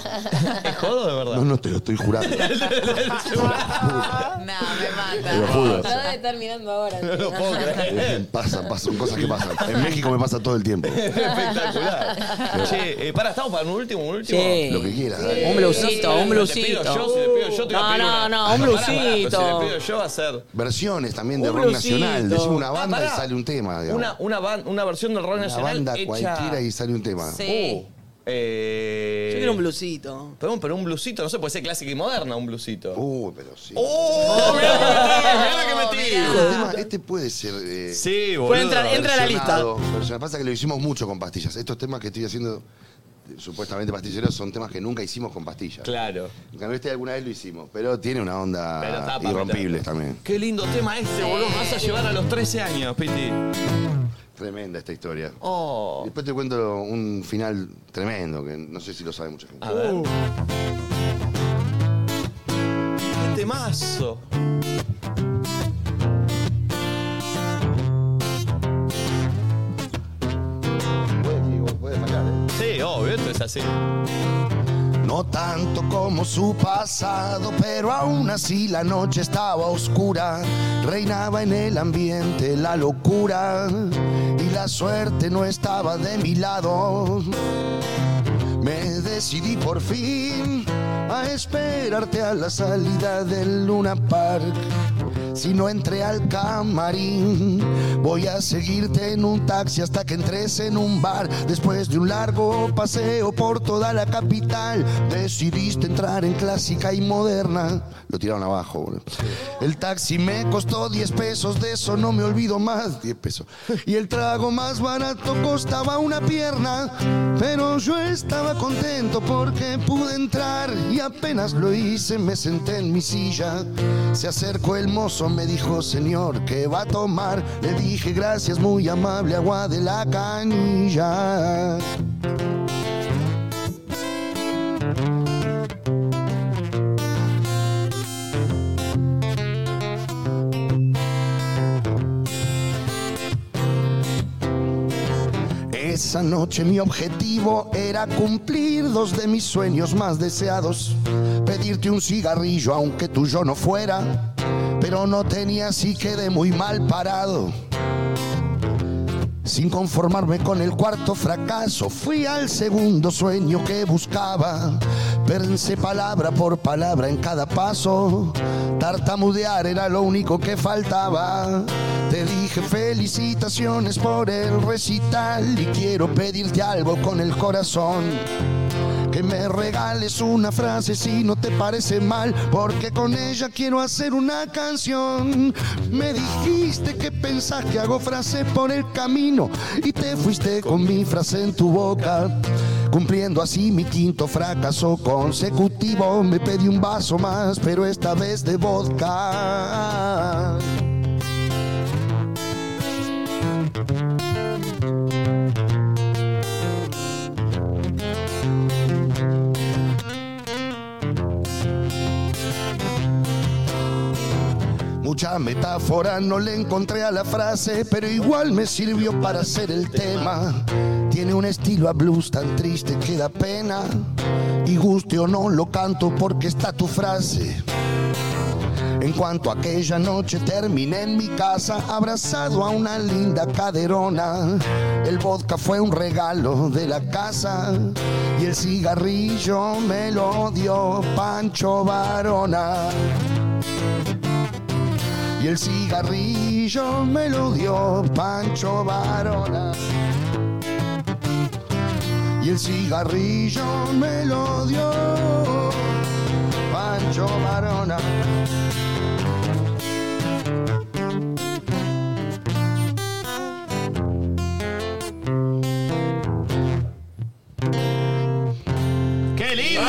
[SPEAKER 1] ¿Es jodo de verdad?
[SPEAKER 5] No, no, te lo estoy jurando.
[SPEAKER 4] Nah, me mata.
[SPEAKER 5] Te lo juro.
[SPEAKER 6] Lo debe estar mirando ahora.
[SPEAKER 1] No lo puedo creer.
[SPEAKER 5] Pasa, pasa, son cosas que Eh, pasan. En México me pasa todo el tiempo.
[SPEAKER 1] Espectacular. Che, eh, pará, estamos para un último, un último.
[SPEAKER 2] Sí.
[SPEAKER 5] Lo que quieras, dale.
[SPEAKER 2] Un blusito, un
[SPEAKER 1] Te pido yo,
[SPEAKER 2] blusito.
[SPEAKER 1] si te pido yo, te voy a
[SPEAKER 2] No,
[SPEAKER 1] pedir
[SPEAKER 2] no,
[SPEAKER 1] una.
[SPEAKER 2] no, un
[SPEAKER 1] Ah, Pará, pará, pero
[SPEAKER 2] blusito.
[SPEAKER 1] Si te pido yo, va a ser.
[SPEAKER 5] Versiones también de
[SPEAKER 2] Un
[SPEAKER 5] rock
[SPEAKER 2] blusito.
[SPEAKER 5] nacional. Decimos una
[SPEAKER 2] Ah,
[SPEAKER 5] banda y
[SPEAKER 1] pará.
[SPEAKER 5] sale un tema. digamos.
[SPEAKER 1] Una, una, ban- una versión del rock
[SPEAKER 5] Una
[SPEAKER 1] nacional.
[SPEAKER 5] banda
[SPEAKER 1] hecha-
[SPEAKER 5] cualquiera y sale un tema.
[SPEAKER 4] Sí.
[SPEAKER 1] Uh, eh,
[SPEAKER 2] Yo quiero un blusito.
[SPEAKER 1] Perdón, pero un blusito, no sé, puede ser clásica y moderna un blusito.
[SPEAKER 5] Uy, pero sí.
[SPEAKER 1] ¡Oh! mirá lo que metí, Ah, mirá lo que metí.
[SPEAKER 5] Digo, el tema, este puede ser. eh,
[SPEAKER 1] Sí, boludo.
[SPEAKER 2] Puede entrar, entra a la lista.
[SPEAKER 5] versionado, versionado. Pasa que lo hicimos mucho con pastillas. Estos temas que estoy haciendo, eh, supuestamente pastilleros, son temas que nunca hicimos con pastillas.
[SPEAKER 1] Claro.
[SPEAKER 5] En cambio, este alguna vez lo hicimos, pero tiene una
[SPEAKER 1] Pero
[SPEAKER 5] onda
[SPEAKER 1] está para
[SPEAKER 5] irrompible
[SPEAKER 1] meterlo.
[SPEAKER 5] también.
[SPEAKER 1] Qué lindo tema este, boludo. Me vas a llevar a los 13 años, Piti.
[SPEAKER 5] Tremenda esta historia.
[SPEAKER 1] Oh.
[SPEAKER 5] Después te cuento un final tremendo, que no sé si lo sabe mucha gente.
[SPEAKER 1] A
[SPEAKER 2] Uh.
[SPEAKER 1] ver. Qué temazo. Sí, obvio, esto es así.
[SPEAKER 5] ¿eh? No tanto como su pasado, pero aún así la noche estaba oscura. Reinaba en el ambiente la locura y la suerte no estaba de mi lado. Me decidí por fin a esperarte a la salida del Luna Park. Si no entré al camarín, voy a seguirte en un taxi hasta que entres en un bar. Después de un largo paseo por toda la capital, decidiste entrar en clásica y moderna. Lo tiraron abajo, boludo. El taxi me costó 10 pesos, de eso no me olvido más. 10 pesos. Y el trago más barato costaba una pierna. Pero yo estaba contento porque pude entrar y apenas lo hice me senté en mi silla. Se acercó el mozo, me dijo, señor, ¿qué va a tomar? Le dije, gracias, muy amable, agua de la canilla. Esa noche mi objetivo era cumplir dos de mis sueños más deseados. Pedirte un cigarrillo aunque tuyo no fuera, pero no tenía así quedé muy mal parado. Sin conformarme con el cuarto fracaso, fui al segundo sueño que buscaba. Pensé palabra por palabra en cada paso. Tartamudear era lo único que faltaba. Te dije felicitaciones por el recital y quiero pedirte algo con el corazón. Que me regales una frase si no te parece mal, porque con ella quiero hacer una canción. Me dijiste que pensás que hago frase por el camino y te fuiste con mi frase en tu boca. Cumpliendo así mi quinto fracaso consecutivo, me pedí un vaso más, pero esta vez de vodka. Mucha metáfora no le encontré a la frase, pero igual me sirvió para hacer el tema. Tiene un estilo a blues tan triste que da pena. Y guste o no, lo canto porque está tu frase. En cuanto aquella noche terminé en mi casa, abrazado a una linda caderona. El vodka fue un regalo de la casa y el cigarrillo me lo dio Pancho Varona. Y el cigarrillo me lo dio Pancho Varona. Y el cigarrillo me lo dio Pancho Varona.
[SPEAKER 1] ¡Qué lindo!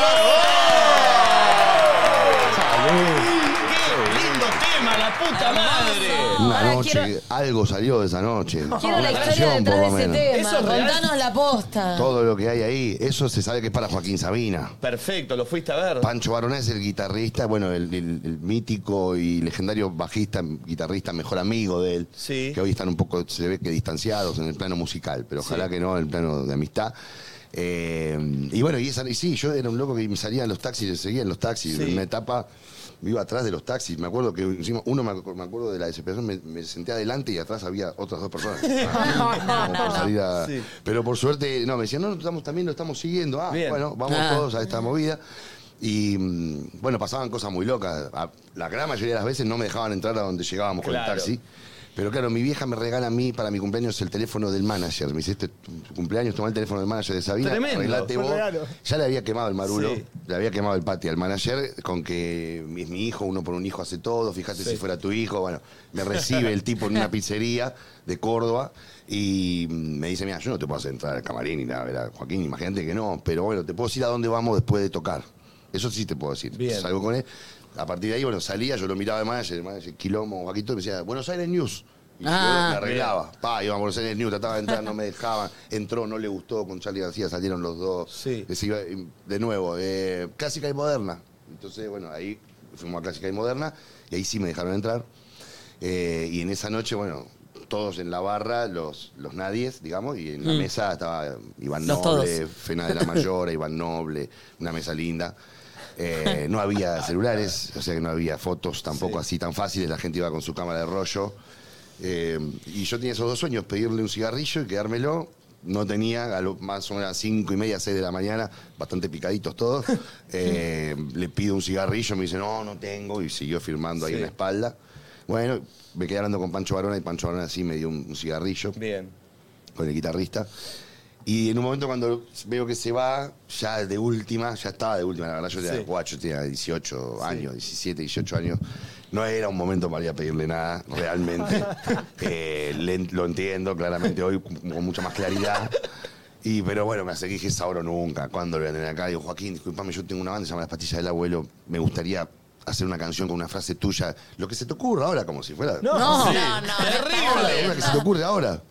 [SPEAKER 1] ¡Qué lindo tema, la puta madre!
[SPEAKER 5] Una
[SPEAKER 6] Ahora
[SPEAKER 5] noche,
[SPEAKER 6] quiero-
[SPEAKER 5] algo salió de esa noche.
[SPEAKER 6] Quiero la
[SPEAKER 5] Una
[SPEAKER 6] historia
[SPEAKER 5] canción, por
[SPEAKER 6] detrás
[SPEAKER 5] lo
[SPEAKER 6] de ese
[SPEAKER 5] menos.
[SPEAKER 6] tema.
[SPEAKER 1] ¿Eso es real?
[SPEAKER 6] Contanos la posta.
[SPEAKER 5] Todo lo que hay ahí, eso se sabe que es para Joaquín Sabina.
[SPEAKER 1] Perfecto, lo fuiste a ver.
[SPEAKER 5] Pancho Varona es el guitarrista, bueno, el, el- el mítico y legendario bajista, guitarrista, mejor amigo de él.
[SPEAKER 1] Sí.
[SPEAKER 5] Que hoy están un poco, se ve que distanciados en el plano musical, pero ojalá
[SPEAKER 1] Sí.
[SPEAKER 5] que no en el plano de amistad. Eh, y bueno, y, esa- y sí, yo era un loco que me salía en los taxis, seguía en los taxis,
[SPEAKER 1] Sí.
[SPEAKER 5] en una etapa iba atrás de los taxis. Me acuerdo que encima uno, me, acu- me acuerdo de la desesperación, me, me senté adelante y atrás había otras dos personas.
[SPEAKER 4] No, no,
[SPEAKER 5] Como por
[SPEAKER 4] no.
[SPEAKER 5] salir a-
[SPEAKER 1] Sí.
[SPEAKER 5] Pero por suerte, no, me decían, no, estamos, también lo estamos siguiendo. Ah,
[SPEAKER 1] Bien.
[SPEAKER 5] bueno, vamos
[SPEAKER 2] Ah.
[SPEAKER 5] todos a esta movida. Y mm, bueno, pasaban cosas muy locas. A- La gran mayoría de las veces no me dejaban entrar a donde llegábamos con
[SPEAKER 1] Claro.
[SPEAKER 5] el taxi. Pero claro, mi vieja me regala a mí para mi cumpleaños el teléfono del manager. Me dice, este es tu tu cumpleaños, toma el teléfono del manager de Sabina,
[SPEAKER 1] Tremendo.
[SPEAKER 5] arreglate
[SPEAKER 7] Fue
[SPEAKER 5] vos.
[SPEAKER 7] regalo.
[SPEAKER 5] Ya le había quemado el marulo,
[SPEAKER 1] Sí.
[SPEAKER 5] le había quemado el pati al manager con que es mi hijo, uno por un hijo hace todo, fíjate si fuera tu hijo. Bueno, me recibe el tipo en una pizzería de Córdoba y me dice, mira, yo no te puedo hacer entrar al camarín y nada, ¿verdad? Joaquín, imagínate que no, pero bueno, te puedo decir a dónde vamos después de tocar. Eso sí te puedo decir.
[SPEAKER 1] Bien.
[SPEAKER 5] Salgo con él. A partir de ahí, bueno, salía, yo lo miraba de manager, el manager, quilombo, Joaquito, y me decía, Buenos Aires News. Y yo
[SPEAKER 2] Ah.
[SPEAKER 5] me arreglaba. Pa, iba a Buenos Aires News, trataba de entrar, no me dejaban. Entró, no le gustó, con Charlie García salieron los dos.
[SPEAKER 1] Sí.
[SPEAKER 5] Les iba- de nuevo, eh, clásica y moderna. Entonces, bueno, ahí fuimos a clásica y moderna y ahí sí me dejaron entrar. Eh, y en esa noche, bueno, todos en la barra, los, los nadies, digamos, y en la mesa estaba Iván
[SPEAKER 2] Los
[SPEAKER 5] Noble, Fena de la Mayora, Iván Noble, una mesa linda. Eh, no había celulares, o sea que no había fotos tampoco así tan fáciles, la gente iba con su cámara de rollo. Eh, y yo tenía esos dos sueños, pedirle un cigarrillo y quedármelo. No tenía, a lo- más o menos a las cinco y media, seis de la mañana, bastante picaditos todos. Eh, le pido un cigarrillo, me dice, no, no tengo, y siguió firmando ahí en la espalda. Bueno, me quedé hablando con Pancho Barona y Pancho Barona así me dio un, un cigarrillo
[SPEAKER 1] Bien.
[SPEAKER 5] con el guitarrista. Y en un momento cuando veo que se va, ya de última, ya estaba de última, la verdad yo
[SPEAKER 1] Sí.
[SPEAKER 5] tenía guacho, tenía 18 años, 17, 18 años. No era un momento para ir a pedirle nada, realmente. Eh, le- lo entiendo claramente hoy con con mucha más claridad. Y, pero bueno, me acerqué y dije, ahora nunca, ¿cuándo lo voy a tener acá? Digo, Joaquín, disculpame, yo tengo una banda, que se llama Las Pastillas del Abuelo, me gustaría hacer una canción con una frase tuya, lo que se te ocurra ahora, como si fuera...
[SPEAKER 4] No, no, no.
[SPEAKER 5] Ahora, una que se te ocurre ahora.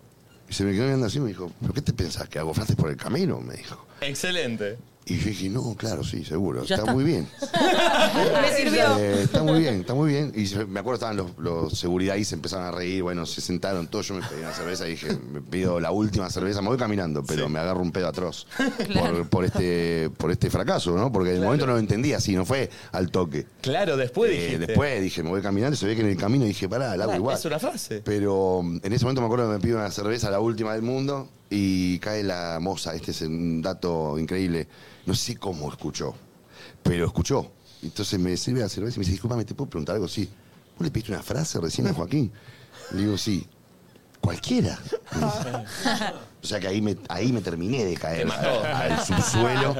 [SPEAKER 5] Y se me quedó viendo así y me dijo, ¿pero qué te pensás? ¿Que hago frases por el camino? Me dijo.
[SPEAKER 1] Excelente.
[SPEAKER 5] Y yo dije, no, claro, sí, seguro.
[SPEAKER 2] Ya
[SPEAKER 5] Está,
[SPEAKER 2] está.
[SPEAKER 5] muy bien.
[SPEAKER 4] Me sirvió.
[SPEAKER 5] Eh, está muy bien, está muy bien. Y se- me acuerdo estaban los, los seguridad ahí, se empezaron a reír, bueno, se sentaron todos, yo me pedí una cerveza y dije, me pido la última cerveza, me voy caminando, pero me agarro un pedo atroz por, por este, por este fracaso, ¿no? Porque en el momento no lo entendía así, no fue al toque.
[SPEAKER 1] Claro, después
[SPEAKER 5] Eh,
[SPEAKER 1] dijiste.
[SPEAKER 5] después dije, me voy caminando, y se ve que en el camino dije, pará, la hago igual.
[SPEAKER 1] Es una frase.
[SPEAKER 5] Pero mm, en ese momento me acuerdo que me pido una cerveza, la última del mundo, y cae la moza. Este es un dato increíble. No sé cómo escuchó, pero escuchó. Entonces me sirve la cerveza y me dice, disculpame, ¿te puedo preguntar algo? Sí. ¿Vos le pediste una frase recién a Joaquín? Le digo, sí. Cualquiera. Me dice. o sea que ahí me, ahí me terminé de caer
[SPEAKER 1] mató.
[SPEAKER 5] a- al subsuelo.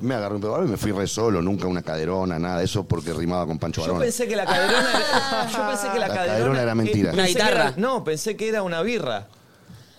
[SPEAKER 5] Me agarré un pedo y me fui re solo, nunca una caderona, nada de eso, porque rimaba con Pancho
[SPEAKER 1] Yo
[SPEAKER 5] Barón.
[SPEAKER 1] pensé que la caderona era, yo pensé que la,
[SPEAKER 5] La caderona era mentira.
[SPEAKER 1] pensé
[SPEAKER 2] Una
[SPEAKER 1] que era-
[SPEAKER 2] guitarra.
[SPEAKER 1] no, pensé que era una birra.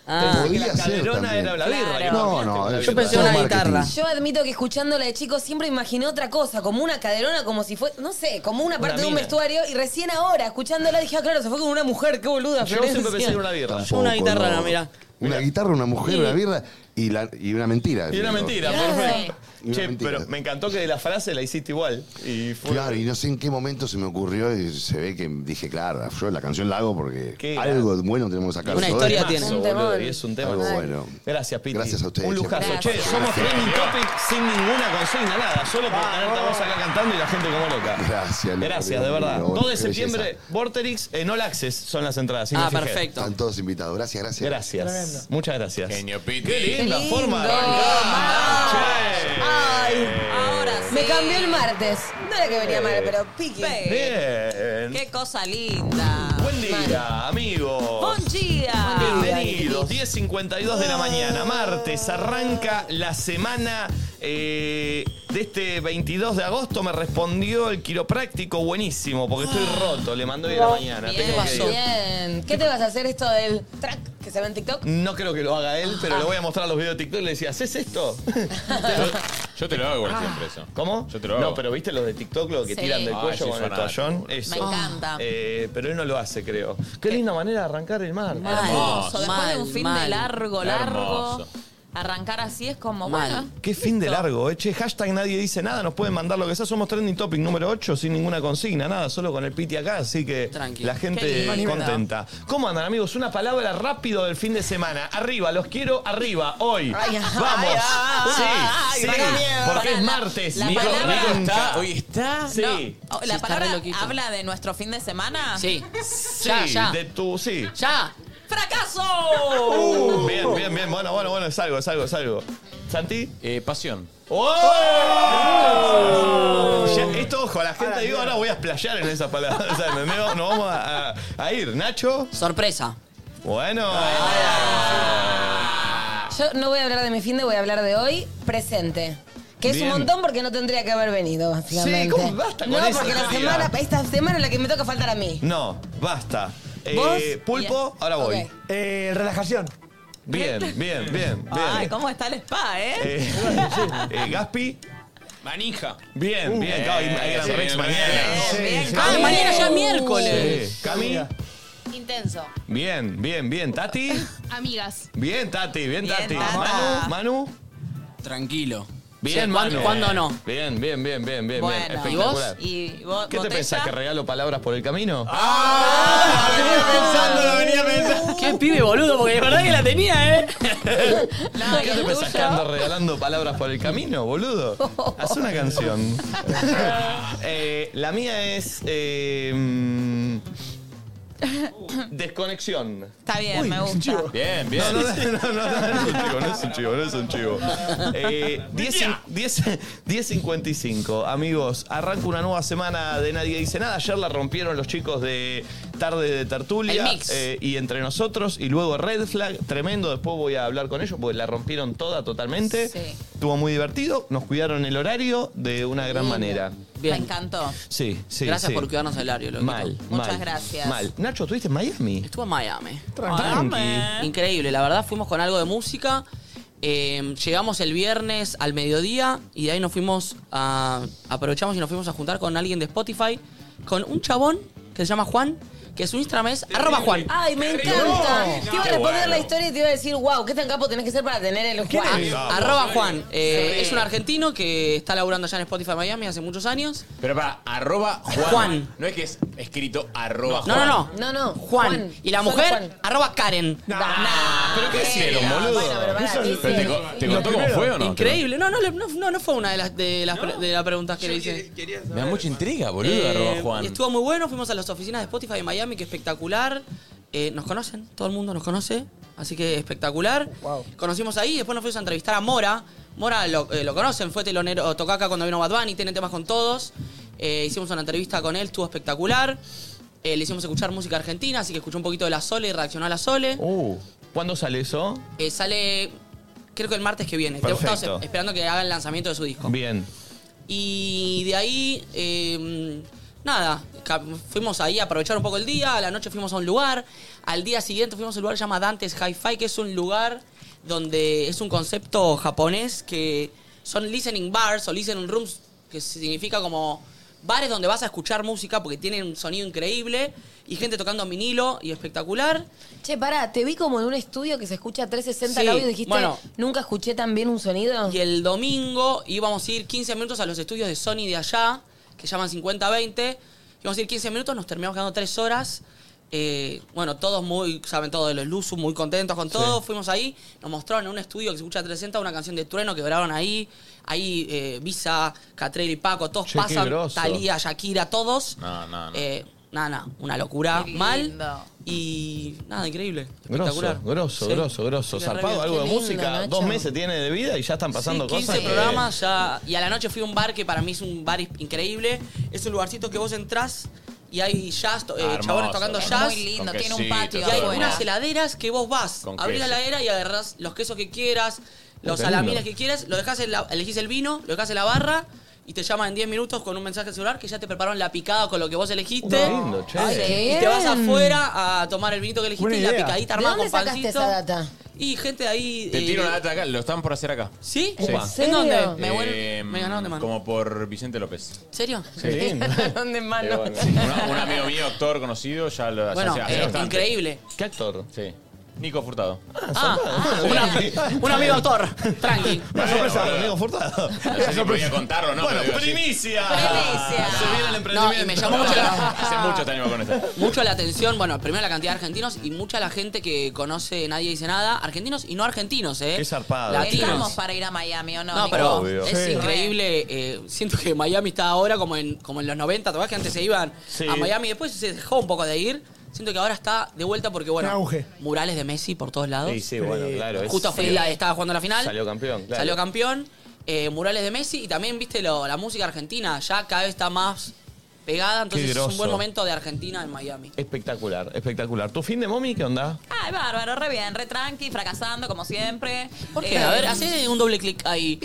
[SPEAKER 2] Ah,
[SPEAKER 1] Pensé que la
[SPEAKER 5] Podía ser
[SPEAKER 1] caderona
[SPEAKER 5] también.
[SPEAKER 1] era la birra.
[SPEAKER 4] Claro.
[SPEAKER 5] No, no,
[SPEAKER 1] Yo
[SPEAKER 5] es
[SPEAKER 2] pensé
[SPEAKER 5] todo
[SPEAKER 2] una
[SPEAKER 5] marketing.
[SPEAKER 2] guitarra.
[SPEAKER 6] Yo admito que escuchándola de chico siempre imaginé otra cosa, como una caderona, como si fuese, no sé, como una parte de un
[SPEAKER 1] mina.
[SPEAKER 6] vestuario. Y recién ahora, escuchándola, dije, ah, claro, se fue con una mujer, qué boluda,
[SPEAKER 1] Yo
[SPEAKER 6] Florencia.
[SPEAKER 1] siempre pensé que era una birra.
[SPEAKER 5] Tampoco,
[SPEAKER 2] Una guitarra, no, mirá.
[SPEAKER 5] Una
[SPEAKER 1] Mirá.
[SPEAKER 5] guitarra, una mujer, una birra y, la- y una mentira.
[SPEAKER 1] Y una
[SPEAKER 5] Digo,
[SPEAKER 1] mentira,
[SPEAKER 4] Claro.
[SPEAKER 1] perfecto.
[SPEAKER 5] Y una
[SPEAKER 1] Che,
[SPEAKER 5] mentira.
[SPEAKER 1] pero me encantó que de la frase la hiciste igual. Y fue.
[SPEAKER 5] Claro, y no sé en qué momento se me ocurrió y se ve que dije, claro, yo la canción la hago porque
[SPEAKER 1] Qué
[SPEAKER 5] algo bueno tenemos que sacar.
[SPEAKER 2] Una
[SPEAKER 5] Todo
[SPEAKER 2] historia
[SPEAKER 5] esto-
[SPEAKER 2] tiene.
[SPEAKER 1] Temazo,
[SPEAKER 6] Un
[SPEAKER 1] boludo,
[SPEAKER 6] temón.
[SPEAKER 1] y es un tema.
[SPEAKER 5] Algo
[SPEAKER 1] que-
[SPEAKER 5] bueno.
[SPEAKER 1] Gracias, Piti.
[SPEAKER 5] Gracias a ustedes.
[SPEAKER 1] Un lujazo.
[SPEAKER 6] Gracias.
[SPEAKER 1] Che, somos trending topic sin ninguna consigna, nada. Solo por tener voz acá cantando y la gente como loca.
[SPEAKER 5] Gracias, Leo.
[SPEAKER 1] Gracias, de verdad.
[SPEAKER 5] Leo,
[SPEAKER 1] 2 de
[SPEAKER 5] qué
[SPEAKER 1] septiembre,
[SPEAKER 5] belleza.
[SPEAKER 1] Vorterix en All Access son las entradas. sí me
[SPEAKER 2] Ah,
[SPEAKER 1] fijé.
[SPEAKER 2] perfecto.
[SPEAKER 5] Están todos invitados. Gracias, gracias.
[SPEAKER 1] Gracias. Muchas gracias.
[SPEAKER 3] Genio Piti.
[SPEAKER 1] Qué linda
[SPEAKER 6] Qué
[SPEAKER 1] forma de
[SPEAKER 6] lindo.
[SPEAKER 1] arrancar. Che.
[SPEAKER 6] Ay,
[SPEAKER 4] Ahora sí.
[SPEAKER 6] me cambió el martes. No era que venía mal, pero pique.
[SPEAKER 4] Pe-
[SPEAKER 1] Bien.
[SPEAKER 4] Qué cosa linda.
[SPEAKER 1] Buen día, amigos.
[SPEAKER 4] Buen día.
[SPEAKER 1] Bienvenidos, 10.52 de la mañana, martes, arranca la semana eh, de este 22 de agosto. Me respondió el quiropráctico, buenísimo, porque estoy roto, le mandó hoy a la mañana.
[SPEAKER 4] bien.
[SPEAKER 1] Tengo que ir.
[SPEAKER 6] Bien. ¿Qué te vas a hacer esto del track que se ve en TikTok?
[SPEAKER 1] No creo que lo haga él, pero le voy a mostrar los videos de TikTok y le decía, ¿haces esto?
[SPEAKER 3] Yo te lo hago igual siempre eso.
[SPEAKER 1] ¿Cómo?
[SPEAKER 3] Yo te lo hago.
[SPEAKER 1] No, pero viste los de TikTok, lo que
[SPEAKER 4] Sí.
[SPEAKER 1] tiran del
[SPEAKER 3] Ah,
[SPEAKER 1] cuello
[SPEAKER 3] sí,
[SPEAKER 1] con el
[SPEAKER 3] fanático,
[SPEAKER 1] toallón.
[SPEAKER 3] boludo.
[SPEAKER 1] Eso.
[SPEAKER 4] Me encanta.
[SPEAKER 1] Eh, pero él no lo hace, creo. Qué linda manera de arrancar el mar.
[SPEAKER 4] Hermoso. Después
[SPEAKER 2] Mal,
[SPEAKER 4] de un fin de
[SPEAKER 2] mal.
[SPEAKER 4] largo, largo.
[SPEAKER 3] Hermoso.
[SPEAKER 4] Arrancar así es como,
[SPEAKER 2] Mal.
[SPEAKER 4] bueno.
[SPEAKER 1] Qué fin de largo, eh. Che, hashtag nadie dice nada, nos pueden mandar lo que sea. Somos trending topic número 8 sin ninguna consigna, nada, solo con el piti acá, así que
[SPEAKER 2] Tranqui.
[SPEAKER 1] la gente
[SPEAKER 4] Qué lindo.
[SPEAKER 1] contenta. ¿Cómo andan, amigos? Una palabra rápido del fin de semana. Arriba, los quiero arriba, hoy.
[SPEAKER 4] Ay, ay,
[SPEAKER 1] Vamos.
[SPEAKER 4] ay,
[SPEAKER 1] sí,
[SPEAKER 4] ay,
[SPEAKER 1] sí,
[SPEAKER 4] pará, miedo.
[SPEAKER 1] porque
[SPEAKER 4] Pará, la-
[SPEAKER 1] es martes.
[SPEAKER 4] la
[SPEAKER 1] Nico,
[SPEAKER 4] palabra-
[SPEAKER 1] Nico
[SPEAKER 3] está, hoy está.
[SPEAKER 1] Sí.
[SPEAKER 4] No,
[SPEAKER 2] Sí,
[SPEAKER 4] Oh, ¿La
[SPEAKER 2] está
[SPEAKER 4] palabra
[SPEAKER 2] re loquito.
[SPEAKER 4] habla de nuestro fin de semana?
[SPEAKER 2] Sí.
[SPEAKER 1] Sí,
[SPEAKER 2] Ya, ya.
[SPEAKER 1] de tu, sí.
[SPEAKER 2] ¡Ya!
[SPEAKER 4] ¡Fracaso!
[SPEAKER 1] Bien, bien, bien. Bueno, bueno, bueno, es algo, es algo, es algo. ¿Santi?
[SPEAKER 3] Eh, pasión.
[SPEAKER 1] ¡Oh! Ya, esto, ojo, a la gente digo, ahora voy a explayar en esa palabra. O sea, me- me- nos vamos a, a- a ir. Nacho,
[SPEAKER 2] Sorpresa.
[SPEAKER 1] bueno.
[SPEAKER 2] Ah.
[SPEAKER 6] Yo no voy a hablar de mi fin de, voy a hablar de hoy, presente. Que es
[SPEAKER 1] Bien.
[SPEAKER 6] un montón porque no tendría que haber venido, básicamente.
[SPEAKER 1] Sí, ¿cómo? Basta con
[SPEAKER 6] No,
[SPEAKER 1] eso,
[SPEAKER 6] porque la
[SPEAKER 1] Nadia.
[SPEAKER 6] semana, esta semana es la que me toca faltar a mí.
[SPEAKER 1] No, basta. Eh,
[SPEAKER 6] ¿Vos?
[SPEAKER 1] Pulpo, ahora voy.
[SPEAKER 6] Ok.
[SPEAKER 7] Eh, relajación.
[SPEAKER 1] Bien, bien, bien, bien.
[SPEAKER 2] Ah.
[SPEAKER 4] Ay, ¿cómo está el spa, eh?
[SPEAKER 1] Eh, eh, Gaspi,
[SPEAKER 3] Manija.
[SPEAKER 1] bien, bien. claro, hay- hay gran
[SPEAKER 3] sí,
[SPEAKER 1] Rex
[SPEAKER 3] bien,
[SPEAKER 1] mañana.
[SPEAKER 4] Bien, bien,
[SPEAKER 7] sí.
[SPEAKER 2] ¡Ah,
[SPEAKER 4] bien.
[SPEAKER 2] mañana ya es miércoles!
[SPEAKER 1] Sí. Cami,
[SPEAKER 8] Intenso.
[SPEAKER 1] bien, bien, bien. Tati,
[SPEAKER 8] Amigas.
[SPEAKER 1] bien, Tati, bien,
[SPEAKER 4] Bien,
[SPEAKER 1] Tati.
[SPEAKER 4] Tata.
[SPEAKER 1] Manu, Manu.
[SPEAKER 2] Tranquilo.
[SPEAKER 1] Bien,
[SPEAKER 2] Sí, ¿cuán-
[SPEAKER 1] Manu.
[SPEAKER 2] ¿Cuándo no?
[SPEAKER 1] Bien, bien, bien, bien, bien, bien.
[SPEAKER 4] Bueno.
[SPEAKER 2] ¿Y vos?
[SPEAKER 1] Espectacular.
[SPEAKER 4] ¿Y vos,
[SPEAKER 1] ¿Qué te
[SPEAKER 4] botella?
[SPEAKER 1] pensás? ¿Que regalo palabras por el camino?
[SPEAKER 3] ¡Ah! Lo venía pensando, lo venía pensando.
[SPEAKER 2] ¡Qué pibe, boludo! Porque de verdad que la tenía, ¿eh?
[SPEAKER 4] No,
[SPEAKER 1] ¿Qué
[SPEAKER 4] ¿y el
[SPEAKER 1] te pensás que
[SPEAKER 4] tuyo?
[SPEAKER 1] ando regalando palabras por el camino, boludo? Haz una canción. Eh, la mía es. eh, mm, desconexión.
[SPEAKER 4] Está bien, me gusta.
[SPEAKER 3] Bien, bien.
[SPEAKER 1] No, no, no, no, no, no es un chivo, no es un chivo, no es un chivo. Eh, 10 cin- 10 10.55, amigos, arranca una nueva semana de Nadie Dice Nada. Ayer la rompieron los chicos de Tarde de Tertulia
[SPEAKER 2] El mix.
[SPEAKER 1] eh, y entre nosotros y luego Red Flag, tremendo. Después voy a hablar con ellos porque la rompieron toda totalmente.
[SPEAKER 4] Sí.
[SPEAKER 1] Estuvo muy divertido, nos cuidaron el horario de una gran manera.
[SPEAKER 2] Bien.
[SPEAKER 4] Me encantó.
[SPEAKER 1] Sí, sí.
[SPEAKER 2] Gracias
[SPEAKER 1] sí.
[SPEAKER 2] por cuidarnos el horario, loco.
[SPEAKER 1] Mal,
[SPEAKER 4] Muchas
[SPEAKER 1] mal,
[SPEAKER 4] gracias.
[SPEAKER 1] Mal. Nacho, ¿estuviste en Miami?
[SPEAKER 2] Estuvo en Miami.
[SPEAKER 1] Tranqui.
[SPEAKER 2] Increíble, la verdad fuimos con algo de música. Eh, llegamos el viernes al mediodía y de ahí nos fuimos a. Aprovechamos y nos fuimos a juntar con alguien de Spotify, con un chabón que se llama Juan, que su Instagram es arroba Juan.
[SPEAKER 6] Ay, me encanta. te iba a responder la historia y te iba a decir, wow, qué tan capo tenés que ser para tener el Juan.
[SPEAKER 2] Ah, Arroba Juan. Eh, Es un argentino que está laburando allá en Spotify Miami hace muchos años.
[SPEAKER 3] Pero para, arroba Juan.
[SPEAKER 2] Juan.
[SPEAKER 3] No es que es escrito arroba
[SPEAKER 2] No,
[SPEAKER 3] Juan.
[SPEAKER 2] no, no.
[SPEAKER 6] No, no,
[SPEAKER 2] Juan.
[SPEAKER 6] Juan.
[SPEAKER 2] Y la
[SPEAKER 6] Solo
[SPEAKER 2] mujer,
[SPEAKER 6] Juan.
[SPEAKER 2] arroba Karen.
[SPEAKER 3] ¿Pero
[SPEAKER 2] Ah,
[SPEAKER 3] qué hicieron, boludo?
[SPEAKER 6] Bueno, pero para,
[SPEAKER 7] Eso es-
[SPEAKER 3] Pero te, co- te contó cómo fue o no?
[SPEAKER 2] Increíble. No, no, le- no, no, no fue una de las, de las, pre- de las preguntas que le hice.
[SPEAKER 3] Me da mucha intriga, boludo,
[SPEAKER 2] Eh,
[SPEAKER 3] arroba Juan.
[SPEAKER 2] y estuvo muy bueno, fuimos a las oficinas de Spotify de Miami, que espectacular. Eh, nos conocen, todo el mundo nos conoce, así que espectacular. Conocimos ahí, después nos fuimos a entrevistar a Mora. Mora lo, eh, lo conocen, fue telonero, tocó acá cuando vino Bad Bunny, tiene temas con todos. Eh, hicimos una entrevista con él, estuvo espectacular. Eh, le hicimos escuchar música argentina, así que escuchó un poquito de la Sole y reaccionó a la Sole.
[SPEAKER 1] Uh, ¿Cuándo sale eso?
[SPEAKER 2] Eh, sale, creo que el martes que viene.
[SPEAKER 1] Perfecto.
[SPEAKER 2] Estamos esperando que haga el lanzamiento de su disco.
[SPEAKER 1] Bien.
[SPEAKER 2] Y de ahí, eh, nada, ca- fuimos ahí a aprovechar un poco el día, a la noche fuimos a un lugar, al día siguiente fuimos a un lugar que se llama Dante's Hi-Fi, que es un lugar donde es un concepto japonés que son listening bars o listening rooms, que significa como bares donde vas a escuchar música porque tienen un sonido increíble y gente tocando vinilo y espectacular.
[SPEAKER 6] Che, pará, te vi como en un estudio que se escucha 360
[SPEAKER 2] Sí,
[SPEAKER 6] el audio y dijiste,
[SPEAKER 2] bueno.
[SPEAKER 6] nunca escuché tan bien un sonido.
[SPEAKER 2] Y el domingo íbamos a ir 15 minutos a los estudios de Sony de allá, que llaman 50-20. Íbamos a ir 15 minutos, nos terminamos quedando 3 horas. Eh, bueno, todos muy, saben todo de los Luzu, muy contentos con todo. Fuimos ahí, nos mostraron en un estudio que se escucha 360 una canción de Trueno que grabaron ahí. Ahí eh, Visa, Catrell y Paco, todos
[SPEAKER 1] Che, qué
[SPEAKER 2] pasan.
[SPEAKER 1] groso.
[SPEAKER 2] Talía, Shakira, todos.
[SPEAKER 3] No, no, no.
[SPEAKER 2] Eh, nada, nada, una locura.
[SPEAKER 4] Qué
[SPEAKER 2] Mal.
[SPEAKER 4] lindo.
[SPEAKER 2] Y nada, increíble. Espectacular.
[SPEAKER 1] Grosso, grosso,
[SPEAKER 2] Sí.
[SPEAKER 1] grosso, grosso.
[SPEAKER 2] Sí, re
[SPEAKER 1] Zarpado,
[SPEAKER 2] bien.
[SPEAKER 1] algo de
[SPEAKER 6] Qué lindo,
[SPEAKER 1] música.
[SPEAKER 6] Nacho.
[SPEAKER 1] Dos meses tiene de vida y ya están pasando
[SPEAKER 2] sí, 15
[SPEAKER 1] cosas. que-
[SPEAKER 2] programas ya. Y a la noche fui a un bar que para mí es un bar increíble. Es un lugarcito que vos entrás y hay jazz, to- eh,
[SPEAKER 3] Ah,
[SPEAKER 2] chabones
[SPEAKER 3] hermoso,
[SPEAKER 2] tocando
[SPEAKER 3] hermoso.
[SPEAKER 2] jazz.
[SPEAKER 4] Muy lindo,
[SPEAKER 3] Con
[SPEAKER 4] tiene un
[SPEAKER 3] quesito,
[SPEAKER 4] patio
[SPEAKER 2] Y
[SPEAKER 3] todo
[SPEAKER 2] hay
[SPEAKER 3] Bueno.
[SPEAKER 2] unas
[SPEAKER 4] afuera.
[SPEAKER 2] heladeras que vos vas,
[SPEAKER 3] Con
[SPEAKER 2] abrís la
[SPEAKER 3] queso.
[SPEAKER 2] heladera y agarrás los quesos que quieras, los
[SPEAKER 1] qué lindo.
[SPEAKER 2] salamines que quieras, lo dejás en la- elegís el vino, lo dejás en la barra y te llaman en 10 minutos con un mensaje al celular que ya te prepararon la picada con lo que vos elegiste.
[SPEAKER 1] Qué lindo, che.
[SPEAKER 6] Ay, qué
[SPEAKER 2] Y te vas
[SPEAKER 6] bien.
[SPEAKER 2] afuera a tomar el vinito que elegiste
[SPEAKER 7] Buena
[SPEAKER 2] y la
[SPEAKER 7] idea.
[SPEAKER 2] picadita
[SPEAKER 6] ¿De
[SPEAKER 2] armada
[SPEAKER 6] dónde
[SPEAKER 2] con
[SPEAKER 6] sacaste
[SPEAKER 2] pancito.
[SPEAKER 6] esa data?
[SPEAKER 2] Y gente ahí.
[SPEAKER 3] Te
[SPEAKER 2] eh,
[SPEAKER 3] tiro una data acá, lo están por hacer acá.
[SPEAKER 2] ¿Sí?
[SPEAKER 3] Sí.
[SPEAKER 2] Upa.
[SPEAKER 3] ¿En
[SPEAKER 2] ¿En
[SPEAKER 6] serio?
[SPEAKER 2] dónde? Me,
[SPEAKER 3] Eh,
[SPEAKER 2] vuel- me ganaron de mano.
[SPEAKER 3] Como por Vicente López.
[SPEAKER 2] ¿En serio?
[SPEAKER 1] Qué lindo.
[SPEAKER 6] ¿Dónde
[SPEAKER 3] Eh,
[SPEAKER 6] mano?
[SPEAKER 3] bueno, un- un amigo mío, actor conocido, ya lo ya
[SPEAKER 2] Ah, Bueno,
[SPEAKER 3] se- hace
[SPEAKER 2] eh,
[SPEAKER 3] bastante.
[SPEAKER 2] increíble.
[SPEAKER 1] ¿Qué actor?
[SPEAKER 3] Sí.
[SPEAKER 7] Nico Furtado.
[SPEAKER 2] Ah, una- un amigo autor. Tranqui.
[SPEAKER 1] Una sorpresa, Nico Furtado.
[SPEAKER 7] No sé si podía contarlo, ¿no?
[SPEAKER 1] Bueno,
[SPEAKER 7] Pero digo, sí.
[SPEAKER 1] primicia.
[SPEAKER 4] Primicia.
[SPEAKER 1] Se viene el
[SPEAKER 2] No,
[SPEAKER 1] emprendimiento.
[SPEAKER 2] y me llamó mucho la,
[SPEAKER 7] Hace mucho te animo con esto.
[SPEAKER 2] mucho la atención, bueno, primero la cantidad de argentinos y mucha la gente que conoce Nadie Dice Nada, argentinos y no argentinos, ¿eh?
[SPEAKER 1] Qué zarpado.
[SPEAKER 4] Estamos
[SPEAKER 2] Latinos.
[SPEAKER 4] para ir a Miami, ¿o no?
[SPEAKER 2] No,
[SPEAKER 4] Nico?
[SPEAKER 2] pero
[SPEAKER 1] Obvio.
[SPEAKER 2] es
[SPEAKER 1] Sí.
[SPEAKER 2] increíble. eh, siento que Miami está ahora como en, como en los 90, ¿te acuerdas que antes se iban
[SPEAKER 1] Sí.
[SPEAKER 2] a Miami? Después se dejó un poco de ir. Siento que ahora está de vuelta porque, bueno,
[SPEAKER 9] En auge.
[SPEAKER 2] murales de Messi por todos lados.
[SPEAKER 7] Sí, sí, bueno, claro. es-
[SPEAKER 2] Justo Fela estaba jugando la final.
[SPEAKER 7] Salió campeón, claro.
[SPEAKER 2] Salió campeón. eh, murales de Messi y también, viste, lo- la música argentina. Ya cada vez está más pegada. Entonces es un
[SPEAKER 1] groso.
[SPEAKER 2] buen momento de Argentina en Miami.
[SPEAKER 1] Espectacular, espectacular. ¿Tu fin de mommy qué onda?
[SPEAKER 4] Ay, bárbaro, re bien, re tranqui, fracasando como siempre.
[SPEAKER 2] ¿Por qué?
[SPEAKER 4] Eh,
[SPEAKER 2] a ver, hace un doble clic ahí.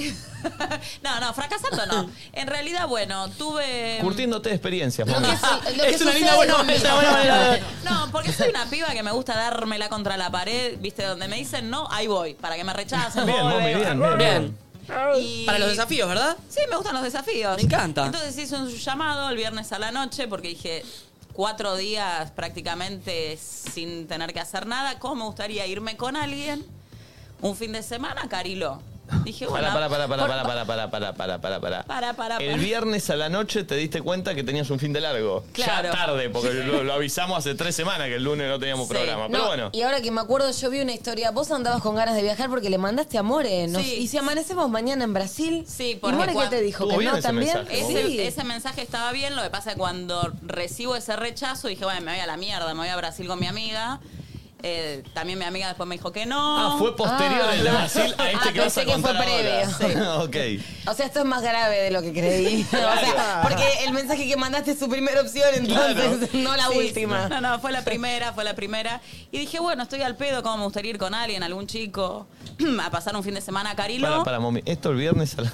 [SPEAKER 4] No, no, fracasando no. En realidad, bueno, tuve.
[SPEAKER 1] Curtiéndote de experiencias,
[SPEAKER 8] Lo
[SPEAKER 1] mommy.
[SPEAKER 8] que su- lo que
[SPEAKER 2] es una linda
[SPEAKER 8] sucede
[SPEAKER 2] buena,
[SPEAKER 8] conmigo.
[SPEAKER 2] es una buena manera de-
[SPEAKER 4] No, porque soy una piba que me gusta dármela contra la pared, viste, donde me dicen no, ahí voy, para que me rechacen.
[SPEAKER 1] Bien,
[SPEAKER 4] voy,
[SPEAKER 1] mommy,
[SPEAKER 4] voy.
[SPEAKER 1] bien, bien.
[SPEAKER 2] Bien.
[SPEAKER 4] Y-
[SPEAKER 2] Para los desafíos, ¿verdad?
[SPEAKER 4] Sí, me gustan los desafíos.
[SPEAKER 2] Me encanta.
[SPEAKER 4] Entonces hice un llamado el viernes a la noche porque dije cuatro días prácticamente sin tener que hacer nada. ¿Cómo me gustaría irme con alguien un fin de semana, a Carilo? Dije, bueno.
[SPEAKER 1] Para, para, para, para,
[SPEAKER 4] por-
[SPEAKER 1] para, para, para, para, para, para, para.
[SPEAKER 4] Para, para, para.
[SPEAKER 1] El viernes a la noche te diste cuenta que tenías un fin de largo.
[SPEAKER 4] Claro.
[SPEAKER 1] Ya tarde, porque lo, lo avisamos hace tres semanas que el lunes no teníamos
[SPEAKER 4] Sí.
[SPEAKER 1] programa. Pero
[SPEAKER 6] No,
[SPEAKER 1] bueno.
[SPEAKER 6] Y ahora que me acuerdo, yo vi una historia. Vos andabas con ganas de viajar porque le mandaste a More. ¿no?
[SPEAKER 4] Sí.
[SPEAKER 6] Y si amanecemos mañana en Brasil.
[SPEAKER 4] Sí,
[SPEAKER 6] ¿Y
[SPEAKER 4] porque
[SPEAKER 6] More qué
[SPEAKER 4] cuan-
[SPEAKER 6] te dijo? ¿Que
[SPEAKER 1] Estuvo bien
[SPEAKER 6] no
[SPEAKER 1] ese
[SPEAKER 6] también?
[SPEAKER 1] mensaje,
[SPEAKER 4] Ese,
[SPEAKER 6] Sí.
[SPEAKER 4] ese mensaje estaba bien, lo que pasa es que cuando recibo ese rechazo dije, bueno, me voy a la mierda, me voy a Brasil con mi amiga. Eh, también mi amiga después me dijo que no.
[SPEAKER 1] Ah, fue posterior
[SPEAKER 6] Ah.
[SPEAKER 1] el de Brasil a este
[SPEAKER 6] Ah,
[SPEAKER 1] que vas
[SPEAKER 6] pensé
[SPEAKER 1] a
[SPEAKER 6] que fue
[SPEAKER 1] contar ahora. Ah, ok.
[SPEAKER 6] O sea, esto es más grave de lo que creí. O sea, porque el mensaje que mandaste es su primera opción, entonces, no la
[SPEAKER 4] Sí,
[SPEAKER 6] última.
[SPEAKER 4] No, no, fue la primera, fue la primera. Y dije, bueno, estoy al pedo, como me gustaría ir con alguien, algún chico, a pasar un fin de semana a Carilo.
[SPEAKER 1] Para, para, mommy. Esto el viernes a la,